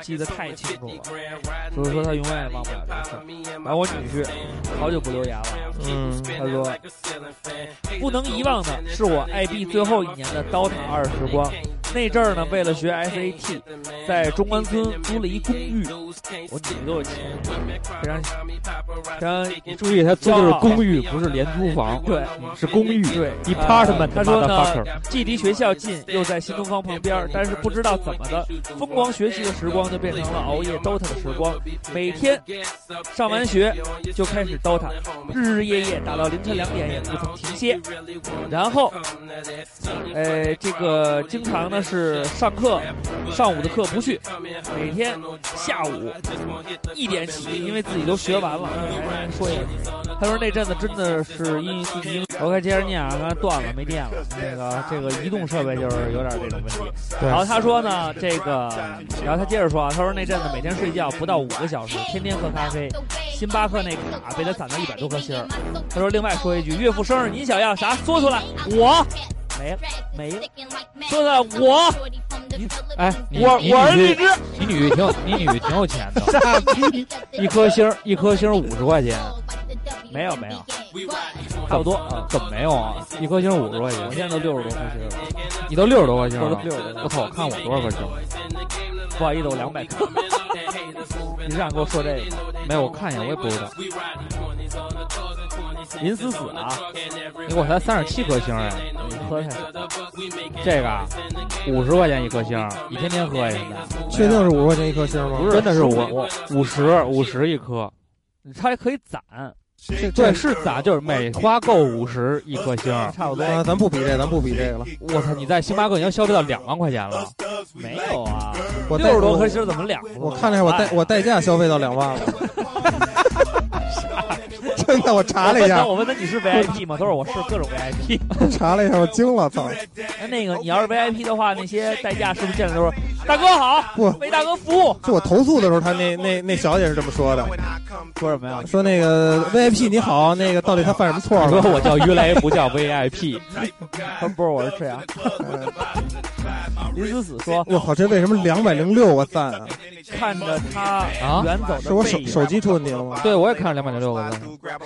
[SPEAKER 19] 记得。太清楚了，所以说他永远也忘不了这事儿。完，我女婿好久不留言了，
[SPEAKER 27] 嗯，
[SPEAKER 19] 他说不能遗忘的是我 IB 最后一年的《刀塔二时光》。那阵儿呢，为了学 SAT，在中关村租了一公寓，我女都有钱，非常非常
[SPEAKER 32] 注意，他租的是公寓，不是廉租房，
[SPEAKER 19] 对，
[SPEAKER 32] 是公寓，
[SPEAKER 19] 嗯对
[SPEAKER 32] ，department。
[SPEAKER 19] 他说呢，既离学校近，又在新东方旁边，但是不知道怎么的，疯狂学习的时光就变成了熬夜 DOTA 的时光，每天上完学就开始 DOTA，日日夜夜打到凌晨两点也不曾停歇，然后，呃，这个经常呢。是上课，上午的课不去，每天下午一点起，因为自己都学完了。哎、说一下，他说那阵子真的是因自己，我该接着念啊，刚才断了，没电了。那个这个移动设备就是有点这种问题。然后他说呢，这个，然后他接着说啊，他说那阵子每天睡觉不到五个小时，天天喝咖啡，星巴克那卡被他攒到一百多颗星儿。他说另外说一句，岳父生日你想要啥？说出来，我。没了，没了。说的我，
[SPEAKER 32] 哎，
[SPEAKER 19] 我我是荔枝。
[SPEAKER 32] 你女挺有，你女挺有钱 的， 一颗星一颗星五十块钱，
[SPEAKER 19] 没有没有，差不多啊？
[SPEAKER 32] 怎么没有啊？一颗星五十块钱，
[SPEAKER 19] 我现在都六十多颗星了。
[SPEAKER 32] 你都六十多块钱了？
[SPEAKER 19] 六十多。
[SPEAKER 32] 我操！我看我多少颗星？
[SPEAKER 19] 不好意思，我两百颗。你是想跟我说这个？
[SPEAKER 32] 没有，我看一眼，我也不知道。林思思啊，你给我才三十七颗星哎，
[SPEAKER 19] 喝下去。
[SPEAKER 32] 这个五十块钱一颗星，你天天喝呀？现在
[SPEAKER 27] 确定是五十块钱一颗星吗？
[SPEAKER 32] 不是，真的是五五十五十一颗，
[SPEAKER 19] 它还可以攒。
[SPEAKER 32] 对，是攒，就是每花够五十一颗星，哎
[SPEAKER 19] 差不多。
[SPEAKER 27] 啊，咱不比这，咱不比这个了。
[SPEAKER 32] 我操，你在星巴克已经消费到两万块钱了，
[SPEAKER 19] 没有啊？
[SPEAKER 27] 我
[SPEAKER 19] 六十多颗星怎么两？啊
[SPEAKER 27] 我看了哎一下，我
[SPEAKER 19] 哎
[SPEAKER 27] 代我代驾消费到两万了。 真的，我查了一下，
[SPEAKER 19] 我问他你是 VIP 吗？他说我是各种 VIP。
[SPEAKER 27] 查了一下，我惊了，操！
[SPEAKER 19] 那那个你要是 VIP 的话，那些代驾是不是见 了都说大哥好，
[SPEAKER 27] 不
[SPEAKER 19] 为大哥服务？
[SPEAKER 27] 就我投诉的时候，他那那那小姐是这么说的，
[SPEAKER 19] 说什么呀？
[SPEAKER 27] 说那个 VIP 你好，那个到底他犯什么错
[SPEAKER 32] 了？说我叫于雷，不叫 VIP。
[SPEAKER 19] 他不是我是啊赤阳。林思思说：“
[SPEAKER 27] 我靠，这为什么两百零六个赞啊？
[SPEAKER 19] 看着他远走的、啊、
[SPEAKER 27] 是我手手机出问题了吗？
[SPEAKER 32] 对，我也看着两百零六个赞，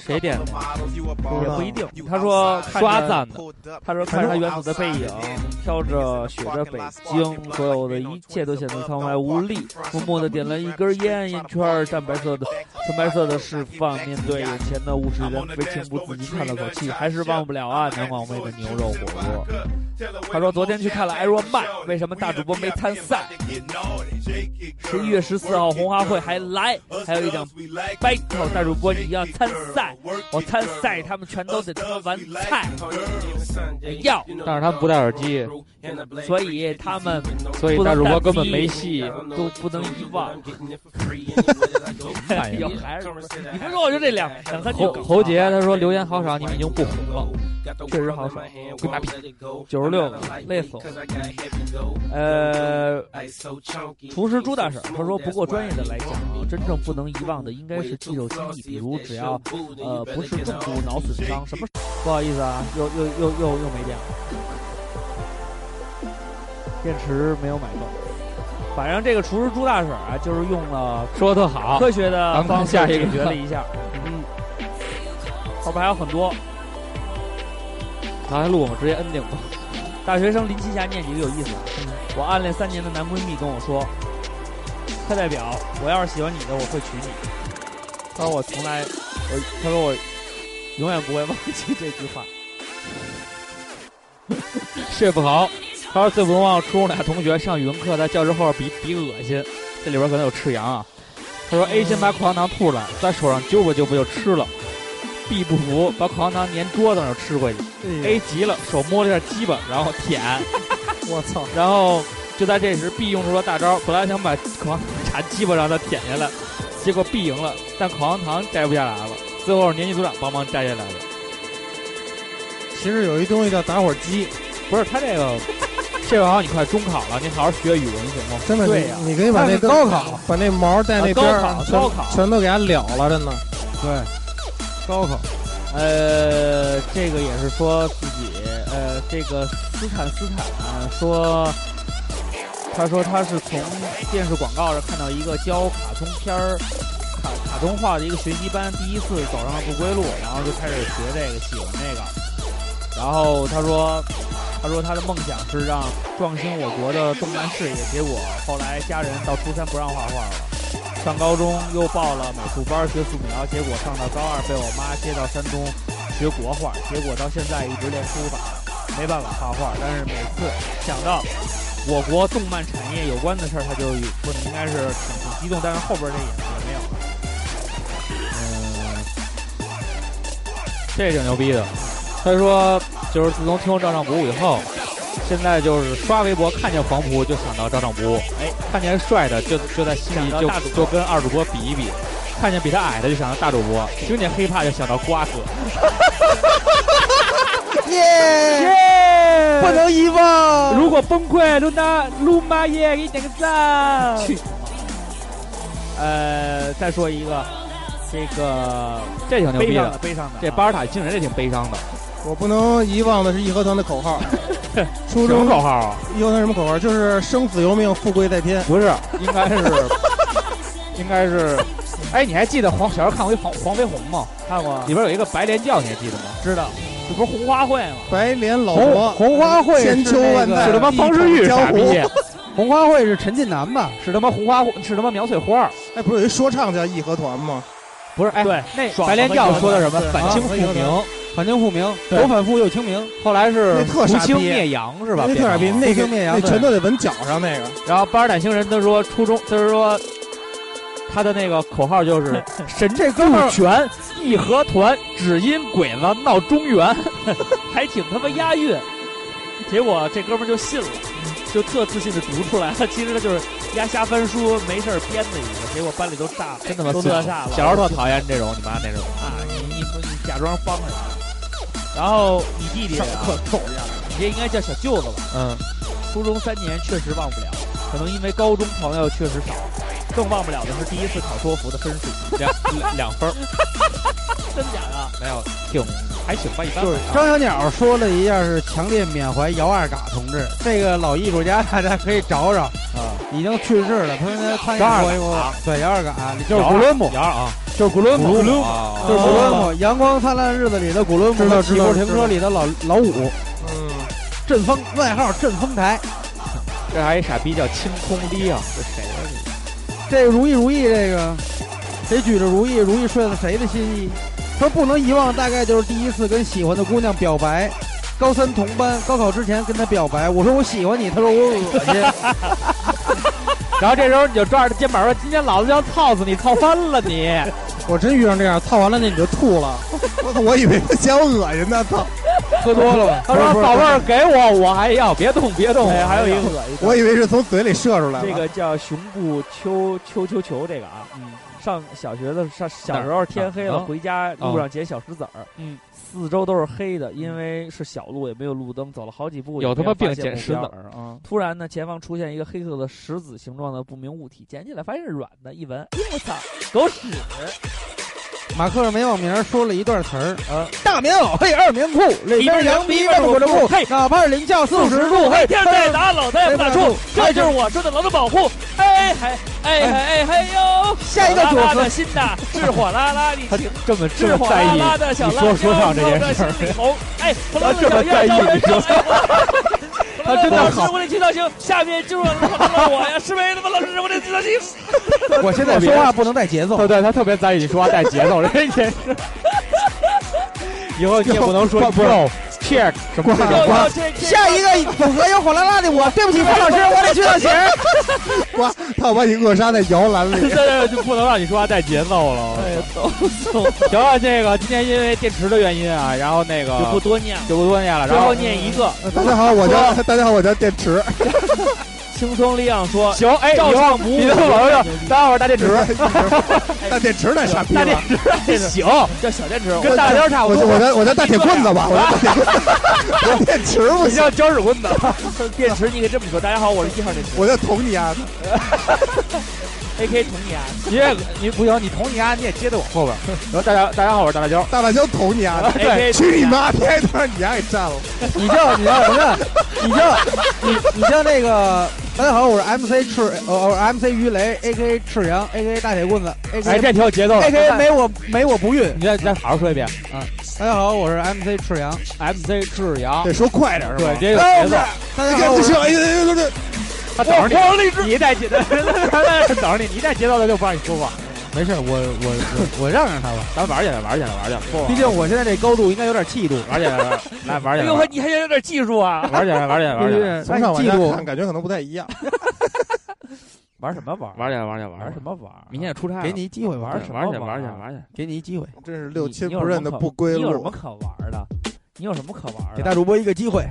[SPEAKER 32] 谁点的？
[SPEAKER 19] 也不一定。他说
[SPEAKER 32] 刷赞的，
[SPEAKER 19] 他说看着他远走的背影，飘着雪着北京，所有的一切都显得苍白 无力。默默的点了一根烟，烟圈淡白色的，纯白色的释放。面对眼前的物是人非，情不自禁叹了口气，还是忘不了啊，南广味的牛肉火锅。他说昨天去看了艾若曼。”为什么大主播没参赛？十一月十四号红花会还来，还有一场 battle，大主播你要参赛，我参赛，他们全都得吃完菜。要，
[SPEAKER 32] 但是他们不戴耳机，
[SPEAKER 19] 所以他们，
[SPEAKER 32] 所以大主播根本没戏，
[SPEAKER 19] 都不能遗忘。哎呦，还是你不说我就这两两三句。
[SPEAKER 32] 侯侯杰他说留言好少，你们已经不红了，
[SPEAKER 19] 确实好少，跟马屁，九十六个，累死我。呃，厨师朱大婶他说：“不过专业的来讲，啊真正不能遗忘的应该是肌肉记忆，比如只要呃不是重度脑损伤，什么…… 不好意思啊，又又又又又没电了，电池没有买够。反正这个厨师朱大婶啊，就是用了
[SPEAKER 32] 说的特好，
[SPEAKER 19] 科学的方式
[SPEAKER 32] 解
[SPEAKER 19] 决了一下。嗯，后边还有很多，
[SPEAKER 32] 咱还录吗？直接 ending 吧。”嗯
[SPEAKER 19] 大学生林青霞念几个有意思、啊。我暗恋三年的男闺蜜跟我说：“课代表，我要是喜欢你的，我会娶你。”他说我从来，我他说我永远不会忘记这句话。
[SPEAKER 32] 睡不好，他说最不能忘初中俩同学上语文课在教室后边比比恶心，这里边可能有赤羊啊。他
[SPEAKER 27] 嗯
[SPEAKER 32] 说 A 先把口香糖吐出来，在手上揪吧揪吧就吃了。B 不服，把口香糖粘桌子上吃过去。A
[SPEAKER 27] 哎
[SPEAKER 32] 急了，手摸了一下鸡巴，然后舔。
[SPEAKER 27] 我操！
[SPEAKER 32] 然后就在这时，B 用出了大招，本来想把口香糖插鸡巴让他舔下来，结果 B 赢了，但口香糖摘不下来了。最后是年级组长帮忙摘下来的。
[SPEAKER 27] 其实有一东西叫打火机，
[SPEAKER 32] 不是他这个。这玩意儿你快中考了，你好好学语文行吗？
[SPEAKER 27] 真的，
[SPEAKER 19] 对呀、啊，
[SPEAKER 27] 你可以把那
[SPEAKER 32] 高考
[SPEAKER 27] 把那毛带那边
[SPEAKER 32] 儿、啊、高考
[SPEAKER 27] 全都给它了了，真的。
[SPEAKER 31] 对。高考，
[SPEAKER 19] 呃，这个也是说自己，呃，这个斯坦斯坦、啊、说，他说他是从电视广告上看到一个教卡通片儿、卡卡通画的一个学习班，第一次走上了不归路，然后就开始学这个，喜欢这个。然后他说，他说他的梦想是让壮兴我国的动漫事业，结果后来家人到初三不让画画了。上高中又报了美术班学素描，结果上到高二被我妈接到山东学国画，结果到现在一直练书法，没办法画画。但是每次想到我国动漫产业有关的事儿，他就不应该是挺挺激动，但是后边这也也没有。
[SPEAKER 32] 嗯，这挺牛逼的。他说，就是自从听说照上不误以后。现在就是刷微博，看见黄渤就想到照上不误，
[SPEAKER 19] 哎，
[SPEAKER 32] 看见帅的就就在心里就就跟二主播比一比，看见比他矮的就想到大主播，听见黑怕就想到瓜
[SPEAKER 27] 哥，耶
[SPEAKER 32] yeah,，
[SPEAKER 27] 不能遗忘。
[SPEAKER 32] 如果崩溃，露娜露妈耶，给你点个赞。
[SPEAKER 19] 去，呃，再说一个，这个
[SPEAKER 32] 这挺牛逼
[SPEAKER 19] 的，悲伤的，
[SPEAKER 32] 这巴尔塔星人这挺悲伤的。
[SPEAKER 27] 我不能遗忘的是义和团的口号，初
[SPEAKER 32] 中口号啊！
[SPEAKER 27] 义和团什么口号？就是生死由命，富贵在天。
[SPEAKER 32] 不是， 应该是，应该是。 哎，你还记得黄小时候看过一黄黄飞鸿吗？
[SPEAKER 19] 看过。
[SPEAKER 32] 里边有一个白莲教，你还记得吗？
[SPEAKER 19] 知道，这不是红花会吗？
[SPEAKER 27] 白莲老婆，
[SPEAKER 31] 红花会
[SPEAKER 27] 千秋万代，
[SPEAKER 32] 是他妈方世玉傻逼。
[SPEAKER 31] 红花会是陈近南吧？
[SPEAKER 32] 是他妈红花，是他妈苗翠花。
[SPEAKER 27] 哎，不是有一说唱叫义和团吗？
[SPEAKER 32] 不是，哎，
[SPEAKER 19] 对，
[SPEAKER 32] 那白莲教说的什么反清复明，
[SPEAKER 31] 反清复明，
[SPEAKER 32] 左
[SPEAKER 31] 反复右清明，
[SPEAKER 32] 后来是
[SPEAKER 27] 特
[SPEAKER 32] 除
[SPEAKER 27] 傻
[SPEAKER 32] 清
[SPEAKER 27] 逼
[SPEAKER 32] 灭洋是吧？
[SPEAKER 27] 那特傻逼，那
[SPEAKER 32] 个
[SPEAKER 31] 灭洋
[SPEAKER 27] 那全都得纹脚上那个。
[SPEAKER 32] 然后巴尔坦星人他说初中，他说他的那个口号 就是“神
[SPEAKER 47] 这哥们儿
[SPEAKER 32] 权义和团，只因鬼子闹中原
[SPEAKER 19] 还挺他妈押韵。结果这哥们儿就信了，就特自信的读出来了。 其实他就是压瞎翻书，没事儿编的一个。结果班里都炸了，”，
[SPEAKER 47] 真他妈
[SPEAKER 19] 都
[SPEAKER 47] 损
[SPEAKER 19] 乐炸了。
[SPEAKER 47] 小时候特讨厌这种你妈那种。
[SPEAKER 19] 啊，你你你假装帮着他，然后你弟弟
[SPEAKER 27] 上
[SPEAKER 19] 啊
[SPEAKER 27] 课揍人家
[SPEAKER 19] 你这应该叫小舅子吧？
[SPEAKER 32] 嗯，
[SPEAKER 19] 初中三年确实忘不了，可能因为高中朋友确实少，更忘不了的是第一次考托福的分数，
[SPEAKER 47] 两两两分儿，
[SPEAKER 19] 真假的？
[SPEAKER 47] 没有，挺还行吧，一般吧。
[SPEAKER 31] 就是张小鸟说了一下是强烈缅怀姚二嘎同志，这个老艺术家大家可以找找啊，已经去世了。他他
[SPEAKER 32] 姚二
[SPEAKER 31] 他也说过
[SPEAKER 32] 嘎，
[SPEAKER 31] 对姚二嘎啊就是古伦姆，
[SPEAKER 47] 摇啊，
[SPEAKER 31] 就是古伦哦姆，
[SPEAKER 32] 古伦姆
[SPEAKER 31] 就是古伦姆，《阳光灿烂的日子》里的古伦姆，
[SPEAKER 27] 知
[SPEAKER 31] 《
[SPEAKER 27] 道
[SPEAKER 31] 起
[SPEAKER 27] 知道
[SPEAKER 31] 步停车》里的老老五，
[SPEAKER 27] 嗯，
[SPEAKER 31] 阵风外号阵风台。
[SPEAKER 47] 这还一傻逼叫清空逼啊，这谁啊你？
[SPEAKER 31] 这如意如意这个，谁举着如意，如意顺了谁的心意？说不能遗忘，大概就是第一次跟喜欢的姑娘表白，高三同班，高考之前跟她表白，我说我喜欢你，她说我恶
[SPEAKER 27] 哎
[SPEAKER 31] 心。
[SPEAKER 47] 然后这时候你就抓着他肩膀说：“今天老子就要操死你，操翻了你
[SPEAKER 27] 我真遇上这样，操完了那你就 吐了，我操我以为他嫌我恶心呢，操！
[SPEAKER 31] 喝多了吧？”
[SPEAKER 47] 他说：“宝贝儿，给我，我还要，别动，别动。”
[SPEAKER 19] 哎，还有一个恶心的
[SPEAKER 27] 我以为是从嘴里射出来
[SPEAKER 19] 这
[SPEAKER 27] 了。
[SPEAKER 19] 个叫熊布秋秋秋球，这个啊，
[SPEAKER 47] 嗯
[SPEAKER 19] 上小学的上小时候天黑
[SPEAKER 47] 哪
[SPEAKER 19] 了
[SPEAKER 47] 儿
[SPEAKER 19] 回家路上捡小石子儿，
[SPEAKER 47] 嗯，
[SPEAKER 19] 四周都是黑的，因为是小路也没有路灯，走了好几步
[SPEAKER 47] 有他妈病捡
[SPEAKER 19] 捡
[SPEAKER 47] 石子儿啊！
[SPEAKER 19] 突然呢，前方出现一个黑色的石子形状的不明物体，捡起来发现是软的，一闻，哎呦我操，狗屎！
[SPEAKER 31] 马克没网名说了一段词儿，
[SPEAKER 19] 啊，
[SPEAKER 31] 大棉袄配二棉裤，里边羊皮外边裹着布，
[SPEAKER 19] 嘿
[SPEAKER 31] 哪怕是零下四十度，嘿，
[SPEAKER 19] 天再打老太也不打住，这就是我说的劳动保护。哎嗨哎嗨哎嗨哟！
[SPEAKER 31] 下一个组
[SPEAKER 19] 火辣辣
[SPEAKER 31] 合
[SPEAKER 19] 的心呐，是火辣辣的情，
[SPEAKER 32] 这么这
[SPEAKER 19] 是
[SPEAKER 32] 么
[SPEAKER 19] 火
[SPEAKER 32] 在
[SPEAKER 19] 辣
[SPEAKER 32] 意
[SPEAKER 19] 辣的小
[SPEAKER 32] 你
[SPEAKER 19] 辣
[SPEAKER 32] 说
[SPEAKER 19] 椒，
[SPEAKER 32] 说唱这件事
[SPEAKER 19] 绕着心里
[SPEAKER 32] 儿，
[SPEAKER 19] 红。哎，火辣辣
[SPEAKER 32] 这
[SPEAKER 19] 的
[SPEAKER 32] 么
[SPEAKER 19] 小
[SPEAKER 32] 在
[SPEAKER 19] 样
[SPEAKER 32] 意
[SPEAKER 19] 招人
[SPEAKER 32] 你说
[SPEAKER 19] 疼。哎
[SPEAKER 32] 他真的
[SPEAKER 19] 老师
[SPEAKER 32] 好，
[SPEAKER 19] 我的青藏星，下面就是我，我呀，师妹他妈老师，我的青藏星。
[SPEAKER 31] 我现在说 话不能带节奏
[SPEAKER 32] 哦对。对，他特别在意你说话带节奏这件事。以后你也不能说 yo check 什么这种
[SPEAKER 19] 要要这这
[SPEAKER 31] 下一个组合有火辣辣的我，对不起，冯老师，我得去趟鞋。
[SPEAKER 27] 哇，他把你扼杀在摇篮
[SPEAKER 47] 现
[SPEAKER 27] 里。
[SPEAKER 47] 在就不能让你说话带节奏了。
[SPEAKER 19] 哎呀，都走，
[SPEAKER 47] 行了，那个今天因为电池的原因啊，然后那个
[SPEAKER 19] 就不多念了，
[SPEAKER 47] 就不多念了。
[SPEAKER 19] 最
[SPEAKER 47] 然后
[SPEAKER 19] 后念一个。
[SPEAKER 27] 大家好，我叫大家好，我叫电池。
[SPEAKER 19] 轻松力量说，
[SPEAKER 47] 行，哎，
[SPEAKER 19] 照
[SPEAKER 47] 以后
[SPEAKER 19] 唱不误
[SPEAKER 47] 你的老友，待会儿大 电池，
[SPEAKER 27] 大电池那傻逼
[SPEAKER 47] 大电
[SPEAKER 27] 了。
[SPEAKER 47] 池还行，
[SPEAKER 19] 叫小电池，
[SPEAKER 47] 跟大雕差不
[SPEAKER 27] 我
[SPEAKER 47] 多
[SPEAKER 27] 就。我叫我叫大铁棍子吧，我叫大铁棍子，我叫电池不
[SPEAKER 47] 你
[SPEAKER 27] 行，
[SPEAKER 47] 叫搅屎棍子，
[SPEAKER 19] 电池，你可以这么说。大家好，我是一号电池
[SPEAKER 27] 我叫捅你啊！
[SPEAKER 19] ，AK 童年。
[SPEAKER 47] 你也你不行，你捅你啊丫你也接在我后边。然后大家大家好，我是大辣椒。
[SPEAKER 27] 大辣椒捅你啊！
[SPEAKER 19] AK
[SPEAKER 27] 去你妈！天天让你丫给占了。
[SPEAKER 31] 你叫你叫什么？你叫你你叫那个大家好，我是 MC 赤呃我是 MC 鱼雷，A K 赤羊，A K 大铁棍子，A
[SPEAKER 47] 哎，
[SPEAKER 31] K
[SPEAKER 47] 这挺有节奏的
[SPEAKER 31] A。K 没我没我不孕。
[SPEAKER 47] 你再再好好说一遍
[SPEAKER 31] 大家好，我是 MC 赤羊。
[SPEAKER 47] ，MC 赤羊
[SPEAKER 27] 得，说快点是吧
[SPEAKER 47] 对，？这个
[SPEAKER 32] 哎
[SPEAKER 47] 节奏，
[SPEAKER 31] 大
[SPEAKER 27] 你
[SPEAKER 31] 家
[SPEAKER 27] 看
[SPEAKER 31] 好，
[SPEAKER 27] 不
[SPEAKER 31] 我
[SPEAKER 27] 行，
[SPEAKER 31] 是
[SPEAKER 27] 哎呀哎呀，
[SPEAKER 47] 他等着你，你一 带节奏，等着你，你一带节奏他就不让你说话。
[SPEAKER 31] 没事，我我我我让让他吧，
[SPEAKER 47] 咱玩起来，玩起来，玩起来，
[SPEAKER 31] 毕竟我现在这高度应该有点气度。
[SPEAKER 47] 玩起来， 来玩起
[SPEAKER 19] 哎
[SPEAKER 47] 来，
[SPEAKER 19] 呦
[SPEAKER 47] 玩
[SPEAKER 19] 呵，你还有点技 术啊！
[SPEAKER 47] 起来，玩起来，玩起来，
[SPEAKER 31] 对
[SPEAKER 27] 从上往
[SPEAKER 31] 记
[SPEAKER 27] 下
[SPEAKER 31] 住
[SPEAKER 27] 看，感觉可能不太一样。
[SPEAKER 19] 玩什么玩？
[SPEAKER 32] 哎
[SPEAKER 47] 玩起来，玩起来，玩
[SPEAKER 19] 玩
[SPEAKER 47] 起
[SPEAKER 19] 什
[SPEAKER 47] 来。
[SPEAKER 19] 么玩？
[SPEAKER 47] 明天就出差，
[SPEAKER 31] 给你一机会玩啊
[SPEAKER 47] 玩
[SPEAKER 31] 儿，
[SPEAKER 47] 玩去，玩去，玩去。
[SPEAKER 31] 给你一机会，
[SPEAKER 27] 真是六亲不认的不归
[SPEAKER 19] 你有什么
[SPEAKER 27] 路。
[SPEAKER 19] 可玩的？你有什么可玩
[SPEAKER 31] 给
[SPEAKER 19] 的？
[SPEAKER 31] 大主播一个机会。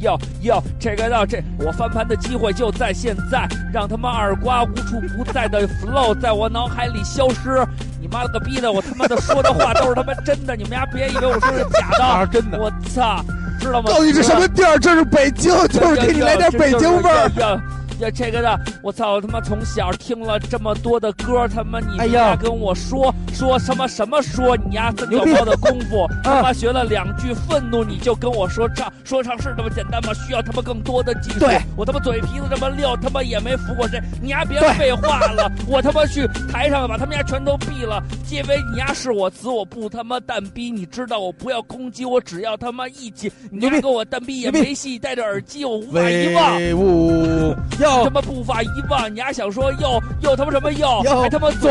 [SPEAKER 19] 要要这个到这，我翻盘的机会就在现在，让他妈二瓜无处不在的 flow 在我脑海里消失。你妈了个逼的，我他妈的说的话都是他妈真的，你们家别以为我说的是假
[SPEAKER 47] 啊
[SPEAKER 19] 的。
[SPEAKER 31] 是真，
[SPEAKER 19] 我操，知道吗？
[SPEAKER 27] 到底是什么地儿？这是北京，就是给你来点北京味儿。
[SPEAKER 19] 要要这个的，我操！我他妈从小听了这么多的歌，他妈你
[SPEAKER 31] 哎
[SPEAKER 19] 们
[SPEAKER 31] 呀
[SPEAKER 19] 丫跟我说说什么什么说你丫这
[SPEAKER 31] 牛
[SPEAKER 19] 么
[SPEAKER 31] 逼啊
[SPEAKER 19] 高的功 夫，他妈学了两句愤怒，你就跟我说唱，说唱是这么简单吗？需要他妈更多的技术。
[SPEAKER 31] 对，
[SPEAKER 19] 我他妈嘴皮子这么溜，他妈也没服过谁，你丫别废话了，我他妈去台上把他们家全都毙了，因为你丫是我子，我不他妈蛋逼，你知道我不要攻击，我只要他妈义气，你
[SPEAKER 31] 牛逼
[SPEAKER 19] 丫跟我蛋逼也
[SPEAKER 31] 牛逼
[SPEAKER 19] 没戏，戴着耳机我无法遗忘。
[SPEAKER 31] 威武要
[SPEAKER 32] 哦
[SPEAKER 19] 他妈步伐一忘，你还想说右右他妈什么右，
[SPEAKER 31] 右
[SPEAKER 19] 还他妈左，
[SPEAKER 31] 左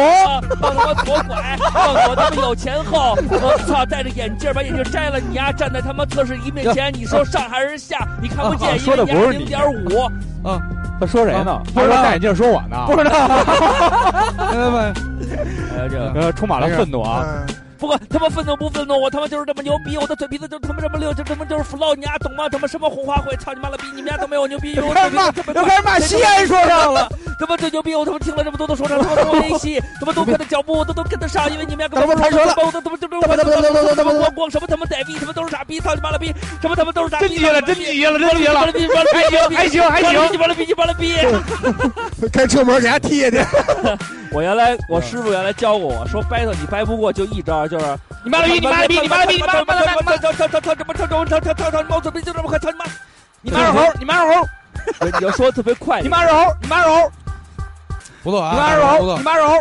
[SPEAKER 19] 帮他妈左拐，来，告诉我他妈有钱后，我操，戴着眼镜把眼镜摘了，你丫站在他妈测试仪面前，你说上还是下？你看不见，
[SPEAKER 32] 啊说的不是
[SPEAKER 19] 零点五
[SPEAKER 32] 啊。他说谁呢？啊
[SPEAKER 27] 不知道
[SPEAKER 32] 戴眼镜说我呢？
[SPEAKER 27] 不知道。
[SPEAKER 32] 哎呀，这个充满了愤怒啊！
[SPEAKER 19] 不过他妈愤怒不愤怒？我他妈就是这么牛逼，我的嘴皮子就是他妈这么溜，就他妈就是 flow，你丫懂吗？什么什么红花会，操你妈了逼！你们家都没有牛逼，我
[SPEAKER 27] 开始骂，又开始骂西安说唱了。
[SPEAKER 19] 他妈最牛逼！我他妈听了这么多的说唱，他妈多没戏，他妈多快的脚步我都能跟得上，因为你们家
[SPEAKER 27] 他妈
[SPEAKER 19] 太
[SPEAKER 27] 说了，
[SPEAKER 19] 我都他妈就就我他妈他妈光光什么他妈呆逼，他妈都是傻逼，操你妈了逼，什么他妈都是傻逼，
[SPEAKER 32] 真急了，真急了，真急了，
[SPEAKER 19] 还
[SPEAKER 32] 行还行还行，
[SPEAKER 19] 你妈了逼你妈了逼！
[SPEAKER 27] 开车门给他踢下去。
[SPEAKER 19] 我原来我师傅原来教过我说，battle 你掰不过就一招，就是
[SPEAKER 32] 你妈了逼，你妈了逼，你妈了逼，你妈了逼，你妈了
[SPEAKER 19] 操操操操什么操操操操操操猫嘴逼就这么快，操你妈！
[SPEAKER 32] 你妈是猴，你妈是猴，
[SPEAKER 19] 你要说特别快，
[SPEAKER 32] 你妈是猴，你妈是猴，
[SPEAKER 31] 不错啊，
[SPEAKER 32] 你妈是猴，你妈是猴。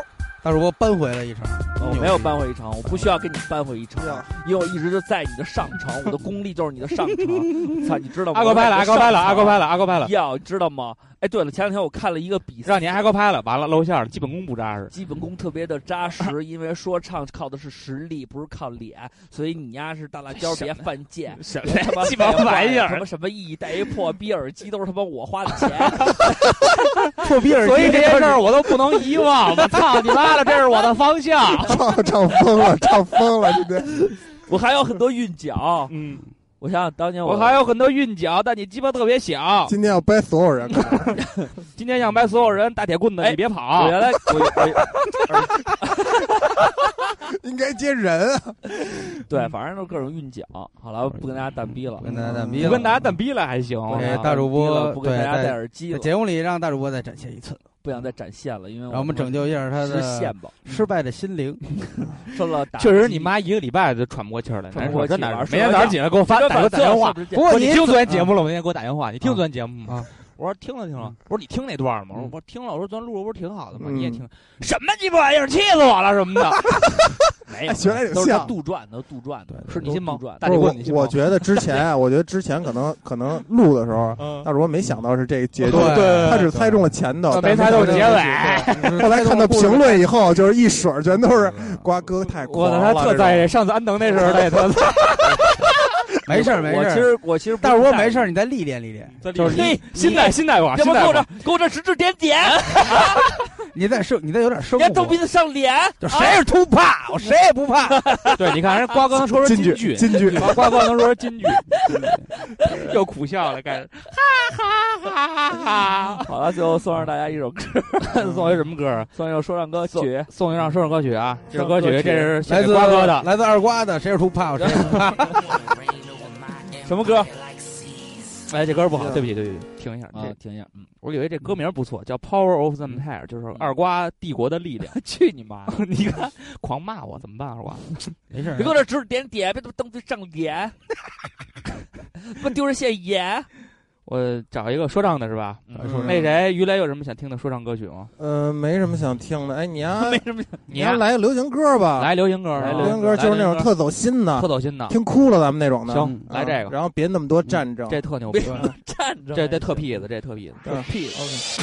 [SPEAKER 31] 大主播扳回了一场，
[SPEAKER 32] 哦
[SPEAKER 19] 我没有扳回一场，我不需要跟你扳回一场，
[SPEAKER 32] 啊
[SPEAKER 19] 因为我一直就在你的上场，我的功力就是你的上场。 操，你知道吗？
[SPEAKER 32] 阿高拍了，阿高拍了，阿高拍了，阿高拍了。
[SPEAKER 19] 要知道吗？哎，对了，前两天我看了一个比赛，
[SPEAKER 32] 让你挨高拍了，完了露馅了，基本功不扎实。
[SPEAKER 19] 基本功特别的扎实，因为说唱靠的是实力，不是靠脸，所以你丫是大辣椒，别犯贱。
[SPEAKER 32] 什么鸡巴玩意儿？
[SPEAKER 19] 什么什么意义？戴一破逼耳机都是他妈我花的钱。
[SPEAKER 32] 破逼耳机，所以这件事儿我都不能遗 忘。我操你妈的，这是我的方 向。
[SPEAKER 27] 唱唱疯了，唱疯了，今天。
[SPEAKER 19] 我还有很多韵脚，嗯。我想想，当年
[SPEAKER 32] 我还有很多韵脚，但你鸡巴特别 小。
[SPEAKER 27] 今天要掰所有人，
[SPEAKER 32] 今天想掰所有人，大铁棍子你别跑。
[SPEAKER 19] 我原来
[SPEAKER 27] 我应该接人啊。
[SPEAKER 19] 对，反正都各种韵脚。好了，不跟大家蛋逼了，嗯啊
[SPEAKER 31] 跟大家蛋逼了，
[SPEAKER 32] 不跟大家蛋逼了还行。啊
[SPEAKER 31] 大主播
[SPEAKER 19] 不跟大家戴耳机了，
[SPEAKER 31] 节目里让大主播再展现一次。
[SPEAKER 19] 不想再展现了，因
[SPEAKER 32] 嗯
[SPEAKER 19] 为
[SPEAKER 31] 让我们拯救一下他的失败的心灵。
[SPEAKER 19] 受了打，
[SPEAKER 32] 确实你妈一个礼拜都喘不过气来，
[SPEAKER 19] 喘不过
[SPEAKER 32] 气来。每天早上起来给我发打打电话，不过你听昨天节
[SPEAKER 19] 嗯
[SPEAKER 32] 目了吗？那天给我打电话，你
[SPEAKER 19] 啊
[SPEAKER 32] 听昨天节目吗？我说听了听了，我说你听那段了
[SPEAKER 19] 嗯
[SPEAKER 32] 吗？我说听了，我说咱录的不是挺好的吗？你也听什么鸡巴玩意儿，气死我了什么的。
[SPEAKER 19] 没有，
[SPEAKER 27] 哎
[SPEAKER 19] 都是杜撰的，杜撰的，
[SPEAKER 32] 是你信吗？
[SPEAKER 19] 大哥，你
[SPEAKER 27] 我觉得之前 啊，我觉得之前可能可能录的时
[SPEAKER 32] 嗯
[SPEAKER 27] 候，大主播没想到是这个结局，
[SPEAKER 32] 哦
[SPEAKER 27] 他只猜中了前头，
[SPEAKER 32] 没猜中结尾。
[SPEAKER 27] 后来看到评论以后，就是一水全都是瓜哥太
[SPEAKER 32] 我操，他特在意。上次安藤那时候，他也特。
[SPEAKER 31] 没事儿，没事儿。
[SPEAKER 19] 我其实我其实，
[SPEAKER 31] 大主播没事儿，你再历练历练。
[SPEAKER 32] 就是你心态心态吧，
[SPEAKER 19] 要不给我这给我这指指点点。
[SPEAKER 31] 你再生，你再有点生活。
[SPEAKER 19] 别蹬鼻子上脸。
[SPEAKER 32] 就谁是秃怕，我谁也不怕。对，你看人瓜哥能说出
[SPEAKER 27] 金
[SPEAKER 32] 句，
[SPEAKER 27] 金句，
[SPEAKER 32] 瓜哥能说出 金句，又苦笑了，开始 哈哈哈哈哈。
[SPEAKER 19] 好了，最后送上大家一首歌，
[SPEAKER 32] 送一什么歌？啊
[SPEAKER 19] 送一首说唱歌曲，
[SPEAKER 32] 送一首说唱歌曲啊！这首歌曲这是
[SPEAKER 31] 来自
[SPEAKER 32] 瓜哥的，
[SPEAKER 31] 来自二瓜的，谁是秃怕，我谁 也不怕。
[SPEAKER 32] 什么歌？哎，这歌不好，对不起，对不起，停一下，
[SPEAKER 19] 啊，停一下。嗯，
[SPEAKER 32] 我以为这歌名不错，叫《Power of the Empire》，就是二瓜帝国的力量。
[SPEAKER 19] 去你妈！
[SPEAKER 32] 你看，狂骂我怎么办？二瓜，
[SPEAKER 31] 没事，
[SPEAKER 19] 别给我这指指点点，别他妈蹬上 脸，不丢人现眼。
[SPEAKER 32] 我找一个说唱的是吧？嗯那谁，于雷有什么想听的说唱歌曲吗？
[SPEAKER 27] 呃，没什么想听的。哎，你呀，
[SPEAKER 32] 没什么，
[SPEAKER 27] 你呀，来个流行歌吧，
[SPEAKER 32] 来流行歌，啊
[SPEAKER 27] 来流行歌就是那种特走心的，
[SPEAKER 32] 特走心的，
[SPEAKER 27] 听哭了咱们那种的。啊
[SPEAKER 32] 行，来这个，
[SPEAKER 27] 然后别那么多战争，
[SPEAKER 32] 这特牛逼，啊
[SPEAKER 19] 战争，
[SPEAKER 32] 这这特痞子，这特痞子，
[SPEAKER 19] 这痞子。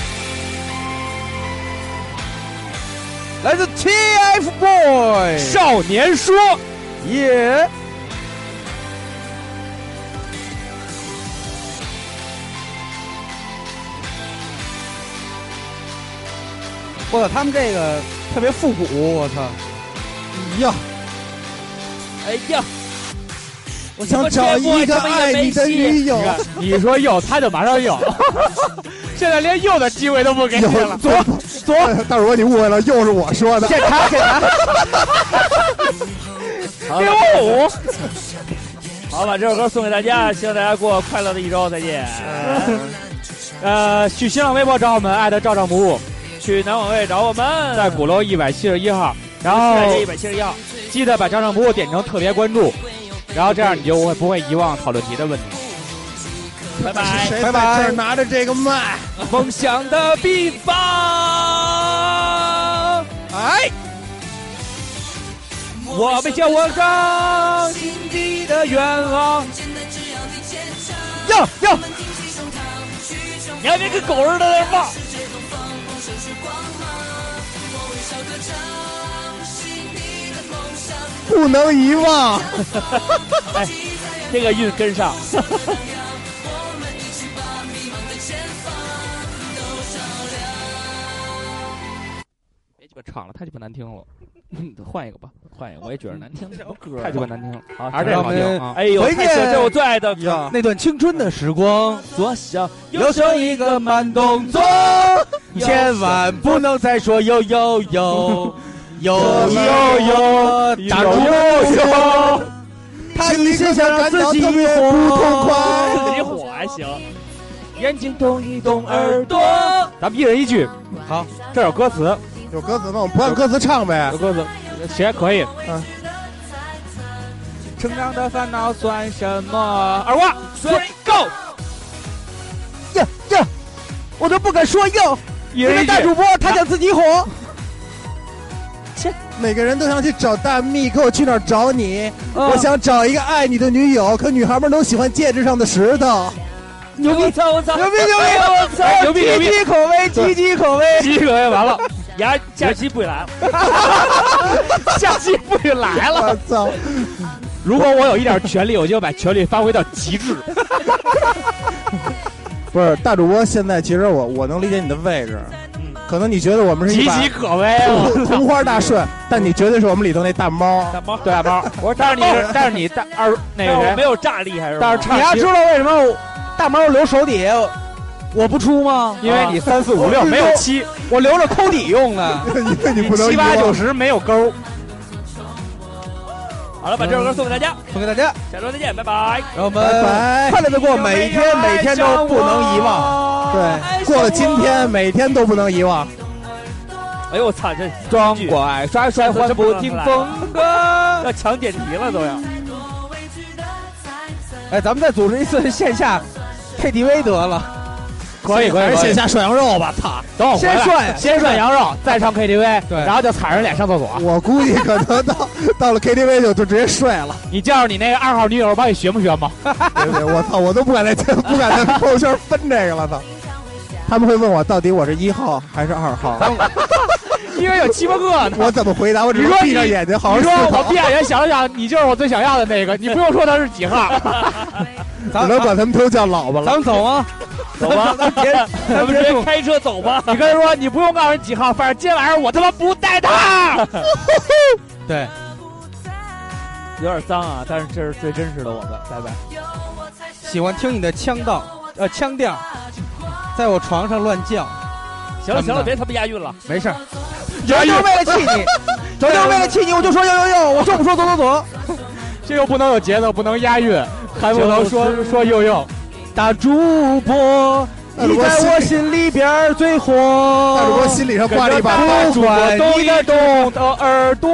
[SPEAKER 31] 来自 TFBOY
[SPEAKER 32] 少年说，
[SPEAKER 31] 耶。我操，他们这个特别复古，我操！
[SPEAKER 27] 呀，
[SPEAKER 19] 哎呀，
[SPEAKER 27] 我想找一个爱你的女友。
[SPEAKER 32] 你说有，他就马上有。 现在连有的机会都不给你了。
[SPEAKER 27] 左左， 大主播你误会了，又是我说的。
[SPEAKER 32] 检查检查。六五。
[SPEAKER 19] 好，把这首歌送给大家，希望大家过快乐的一周，再 见。
[SPEAKER 32] 呃，去新浪微博找我们，艾特照照不误。
[SPEAKER 19] 去南广卫找我们，
[SPEAKER 32] 在鼓楼一百七十一号，然后
[SPEAKER 19] 一百七十一号，
[SPEAKER 32] 记得把张尚博点成特别关注，然后这样你就会不会遗忘讨论题的问题。
[SPEAKER 19] 拜拜
[SPEAKER 27] 拜拜！这拿着这个麦，
[SPEAKER 19] 梦想的地方，
[SPEAKER 32] 哎，
[SPEAKER 19] 我们向我刚，心底的愿望。
[SPEAKER 32] 要要，
[SPEAKER 19] 你还别跟狗似的在放。
[SPEAKER 48] 光芒，我微笑歌唱，是你。
[SPEAKER 31] 不能遗 忘。
[SPEAKER 19] 哎，这个韵跟上。
[SPEAKER 32] 别鸡巴唱了，太鸡巴难听了， 换一个吧，换一个，我也觉得难听，
[SPEAKER 19] 什么歌？
[SPEAKER 32] 太鸡巴难听了。
[SPEAKER 19] 好，
[SPEAKER 32] 还是这个好听啊！
[SPEAKER 19] 哎呦，
[SPEAKER 31] 回
[SPEAKER 19] 太喜欢这是我最爱的
[SPEAKER 31] 呀，那段青春的时光，
[SPEAKER 19] 左想
[SPEAKER 31] 右手一个慢动作，千万不能再说呦呦呦。有有有，打住有有，心里想让自己不痛快，
[SPEAKER 19] 自己哎火还行。
[SPEAKER 32] 眼睛动一动，耳朵，咱们一人一句。
[SPEAKER 31] 好，
[SPEAKER 32] 这有歌词，
[SPEAKER 27] 有歌词，那我们不按歌词唱呗。
[SPEAKER 32] 有歌词，谁可以？
[SPEAKER 27] 嗯。
[SPEAKER 32] 成长的烦恼算什么？二瓜，Three Go！
[SPEAKER 31] 呀呀，我都不敢说哟，
[SPEAKER 32] 一人一句。
[SPEAKER 31] 大主播他想自己 火。
[SPEAKER 27] 每个人都想去找大蜜，可我去哪儿找你？
[SPEAKER 32] 嗯
[SPEAKER 27] 我想找一个爱你的女友，可女孩们都喜欢戒指上的 石头。
[SPEAKER 31] 牛逼！
[SPEAKER 19] 我操！
[SPEAKER 31] 牛逼！牛
[SPEAKER 32] 哎
[SPEAKER 31] 逼！我操！
[SPEAKER 32] 牛逼！牛逼！
[SPEAKER 31] 鸡鸡口碑，鸡鸡口碑，
[SPEAKER 32] 鸡口碑完 了，
[SPEAKER 19] 牙下期不许来了，
[SPEAKER 32] 下期不许来了。
[SPEAKER 27] 我操！
[SPEAKER 32] 如果我有一点权利，我就把权利发挥到极致。
[SPEAKER 27] 不是大主播，现在其实我我能理解你的位置。可能你觉得我们是
[SPEAKER 32] 岌岌可危啊，
[SPEAKER 27] 红花大顺，但你绝对是我们里头那大猫，
[SPEAKER 19] 大猫，
[SPEAKER 32] 对大猫。我说，但是你 是，但是你大二那个谁
[SPEAKER 19] 没有炸厉害是吧？
[SPEAKER 32] 但是
[SPEAKER 31] 你要知道为什么大猫留手底下我不出吗？
[SPEAKER 32] 因为你三四五六没有七，
[SPEAKER 31] 我留着抠底用的，
[SPEAKER 27] 因 为你不能
[SPEAKER 32] 七八九十没有勾。
[SPEAKER 19] 好了，把这首歌送给大家，
[SPEAKER 31] 送给大家，
[SPEAKER 19] 下周再见，拜拜。
[SPEAKER 31] 让我们快乐的过每一天，每天都不能遗忘。
[SPEAKER 27] 对，过了今天，每天都不能遗忘。
[SPEAKER 19] 哎呦我操，这
[SPEAKER 32] 装乖耍帅，还不听风歌，
[SPEAKER 19] 要抢点题了都要。
[SPEAKER 31] 哎，咱们再组织一次线下 KTV 得了，
[SPEAKER 32] 可以可以，
[SPEAKER 27] 还是线下涮羊肉吧，操！
[SPEAKER 32] 等我回
[SPEAKER 31] 先
[SPEAKER 32] 来，
[SPEAKER 31] 涮
[SPEAKER 32] 先涮羊肉，再上 KTV，
[SPEAKER 31] 对
[SPEAKER 32] 然后就踩着脸上厕所。
[SPEAKER 27] 我估计可能到到了 KTV 就就直接睡了。
[SPEAKER 32] 你叫上你那个二号女友帮你学不学吗？
[SPEAKER 27] 对不对？我操，我都不敢在不敢在朋友圈分这个了，操！他们会问我到底我是一号还是二号，
[SPEAKER 32] 因为有七八个呢。
[SPEAKER 27] 我怎么回答？我只
[SPEAKER 32] 你
[SPEAKER 27] 能
[SPEAKER 32] 说
[SPEAKER 27] 闭上
[SPEAKER 32] 你
[SPEAKER 27] 眼睛好好
[SPEAKER 32] 你
[SPEAKER 27] 思
[SPEAKER 32] 说我
[SPEAKER 27] 考
[SPEAKER 32] 闭，眼睛想了想，你就是我最想要的那个，你不用说他是几 号。
[SPEAKER 27] 只
[SPEAKER 31] 咱
[SPEAKER 27] 能
[SPEAKER 31] 咱
[SPEAKER 27] 管他们都叫老婆了。
[SPEAKER 31] 咱走吗？
[SPEAKER 19] 走 吧，
[SPEAKER 31] 别
[SPEAKER 19] 咱们直接开车走 吧。
[SPEAKER 32] 你跟他说你不用告诉人几号，反正今天晚上我他妈不带他。
[SPEAKER 31] 对，
[SPEAKER 19] 有点脏啊，但是这是最真实的我们。拜拜。
[SPEAKER 31] 喜欢听你的腔道，呃，腔调，在我床上乱叫，
[SPEAKER 19] 行了行了，别他妈押韵了。
[SPEAKER 31] 没事儿。我就为了气你，我就为了气你，我就说呦呦呦，我说不说走走走，
[SPEAKER 32] 这又不能有节奏，不能押韵，还不能说说又又。
[SPEAKER 31] 大主播，
[SPEAKER 27] 大
[SPEAKER 31] 你
[SPEAKER 27] 主播
[SPEAKER 31] 在
[SPEAKER 27] 心里
[SPEAKER 31] 我心里边儿最火。
[SPEAKER 27] 大主播心理上挂了一把刀，
[SPEAKER 31] 不管你的动的耳朵，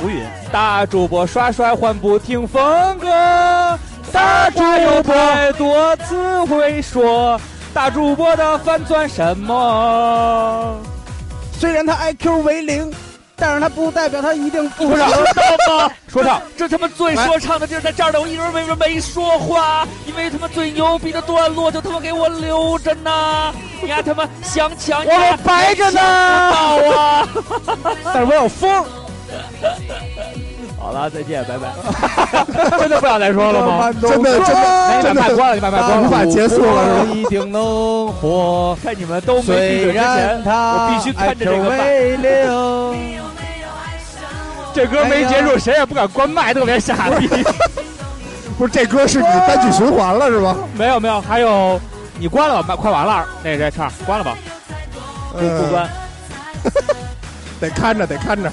[SPEAKER 19] 浮云，
[SPEAKER 32] 大主播刷刷换不听风格，大主播多次会说，大主播的饭算什么？
[SPEAKER 31] 虽然他 IQ 为零，但是他不代表他一定不
[SPEAKER 19] 知
[SPEAKER 31] 让。
[SPEAKER 19] 道吗？
[SPEAKER 32] 说唱，
[SPEAKER 19] 这他妈最说唱的地儿在这儿呢，我一直为什么没说话？因为他妈最牛逼的段落就他妈给我留着呢，你丫他妈想抢
[SPEAKER 31] 我们白着呢，
[SPEAKER 19] 到啊！
[SPEAKER 31] 但是我有风，
[SPEAKER 19] 好了，再见，拜 拜。
[SPEAKER 32] 真的不想再说了 吗？
[SPEAKER 27] 真的真的
[SPEAKER 32] 你把
[SPEAKER 27] 真
[SPEAKER 32] 麦
[SPEAKER 27] 的
[SPEAKER 32] 关了，你把麦关
[SPEAKER 27] 无
[SPEAKER 32] 了。
[SPEAKER 27] 法结束了，是吧？
[SPEAKER 31] 一定能火。
[SPEAKER 19] 看你们都没闭
[SPEAKER 31] 虽
[SPEAKER 19] 嘴之前
[SPEAKER 31] 然，他
[SPEAKER 19] 我必须看着这
[SPEAKER 31] IQ
[SPEAKER 19] 个麦。
[SPEAKER 31] 为零。
[SPEAKER 32] 这歌没结束，谁也不敢关麦，特别傻逼。
[SPEAKER 27] 不是这歌是你的单曲循环了是吧？
[SPEAKER 32] 没有没有，还有你关了吧，麦快完了，那个这唱关了吧。
[SPEAKER 27] 不
[SPEAKER 19] 不不，关，
[SPEAKER 27] 呃 得看着得看着。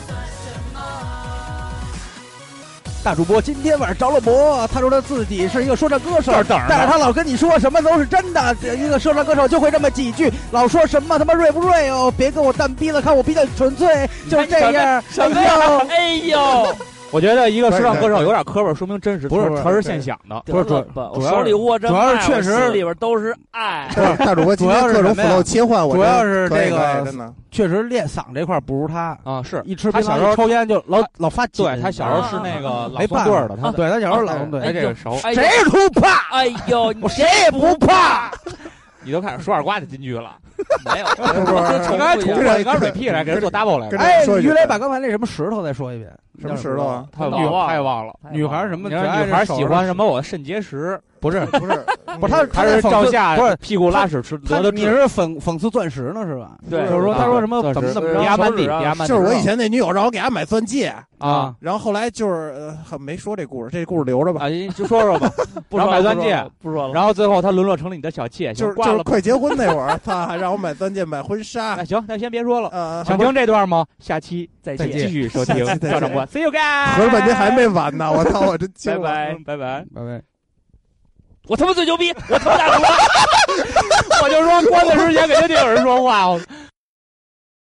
[SPEAKER 31] 大主播今天晚上着了魔，他说他自己是一个说唱歌手
[SPEAKER 32] 这儿等着，呢
[SPEAKER 31] 但是他老跟你说什么都是真的，这一个说唱歌手就会这么几句，老说什么他妈锐不锐哦，别跟我蛋逼了，看我比较纯粹，就是这样。
[SPEAKER 19] 什么
[SPEAKER 31] 哎
[SPEAKER 19] 呀
[SPEAKER 31] 呦？
[SPEAKER 19] 哎呦，
[SPEAKER 32] 我觉得一个说唱歌手有点磕巴，说明真实，
[SPEAKER 27] 不是
[SPEAKER 32] 词儿词儿是现想的。
[SPEAKER 19] 不是吧？我手里握着
[SPEAKER 31] 主要是
[SPEAKER 19] 麦，
[SPEAKER 31] 确
[SPEAKER 19] 我
[SPEAKER 31] 实
[SPEAKER 19] 心里边都是爱。
[SPEAKER 27] 大主播今天各种腐肉切换，我
[SPEAKER 31] 主要是这
[SPEAKER 27] 这
[SPEAKER 31] 个
[SPEAKER 27] 真的
[SPEAKER 31] 确实练嗓这块不是他，
[SPEAKER 32] 啊，是啊
[SPEAKER 31] 一吃
[SPEAKER 32] 他
[SPEAKER 31] 槟榔
[SPEAKER 32] 小时候
[SPEAKER 31] 一抽烟就老老发紧。啊
[SPEAKER 32] 对他小时候是那个朗诵队
[SPEAKER 31] 没办法啊
[SPEAKER 32] 儿的，他
[SPEAKER 31] 对他小时候老对
[SPEAKER 32] 哎，这个熟，
[SPEAKER 19] 哎呦
[SPEAKER 31] 谁不怕？
[SPEAKER 19] 哎呦，
[SPEAKER 31] 我谁也不怕。
[SPEAKER 32] 你都开始说二瓜的金句 了，
[SPEAKER 19] 没有，
[SPEAKER 32] 哎你刚才重复，你刚才 repeat 来给人做 double 来
[SPEAKER 27] 跟
[SPEAKER 32] 着。
[SPEAKER 31] 哎，
[SPEAKER 27] 说一句
[SPEAKER 31] 于雷把刚才那什么石头再说一遍。
[SPEAKER 27] 什么石头啊？
[SPEAKER 2] 太忘
[SPEAKER 32] 太忘了。
[SPEAKER 31] 女孩什么？
[SPEAKER 32] 女孩喜欢什么？我肾结石
[SPEAKER 31] 不是
[SPEAKER 27] 不是
[SPEAKER 31] 不是他
[SPEAKER 32] 他是照下
[SPEAKER 31] 不是
[SPEAKER 32] 屁股拉屎吃
[SPEAKER 31] 他
[SPEAKER 32] 得
[SPEAKER 31] 你是讽讽刺钻石呢是吧？
[SPEAKER 32] 对，啊
[SPEAKER 31] 就是说他说什么怎么怎么着，
[SPEAKER 32] 压满地压
[SPEAKER 27] 就是我以前那女友让我给她买钻戒
[SPEAKER 32] 啊，
[SPEAKER 27] 然后后来就是呃没说这故事，这故事留着
[SPEAKER 31] 哎
[SPEAKER 27] 吧，
[SPEAKER 32] 啊，就说说吧。
[SPEAKER 39] 不说
[SPEAKER 32] 买钻戒，
[SPEAKER 39] 不说 了。
[SPEAKER 32] 然后最后他沦落成了你的小妾，
[SPEAKER 27] 就是
[SPEAKER 32] 挂
[SPEAKER 27] 就是
[SPEAKER 32] 了吧。
[SPEAKER 27] 快结婚那会儿，他还让我买钻戒、买婚纱
[SPEAKER 32] 那。
[SPEAKER 31] 哎
[SPEAKER 32] 行，那先别说了。
[SPEAKER 27] 呃，
[SPEAKER 32] 想听这段吗？下期
[SPEAKER 39] 再
[SPEAKER 32] 再
[SPEAKER 39] 见
[SPEAKER 32] 继续收听
[SPEAKER 27] 下期再见
[SPEAKER 32] 赵长官，See you guys。
[SPEAKER 27] 合着半天还没完呢，我操！我真惊
[SPEAKER 39] 拜
[SPEAKER 27] 了。
[SPEAKER 39] 拜
[SPEAKER 32] 拜拜。
[SPEAKER 31] 拜拜。
[SPEAKER 39] 我他妈最牛逼，我他妈大主播。
[SPEAKER 32] 我就说关的时间肯定得有人说话，我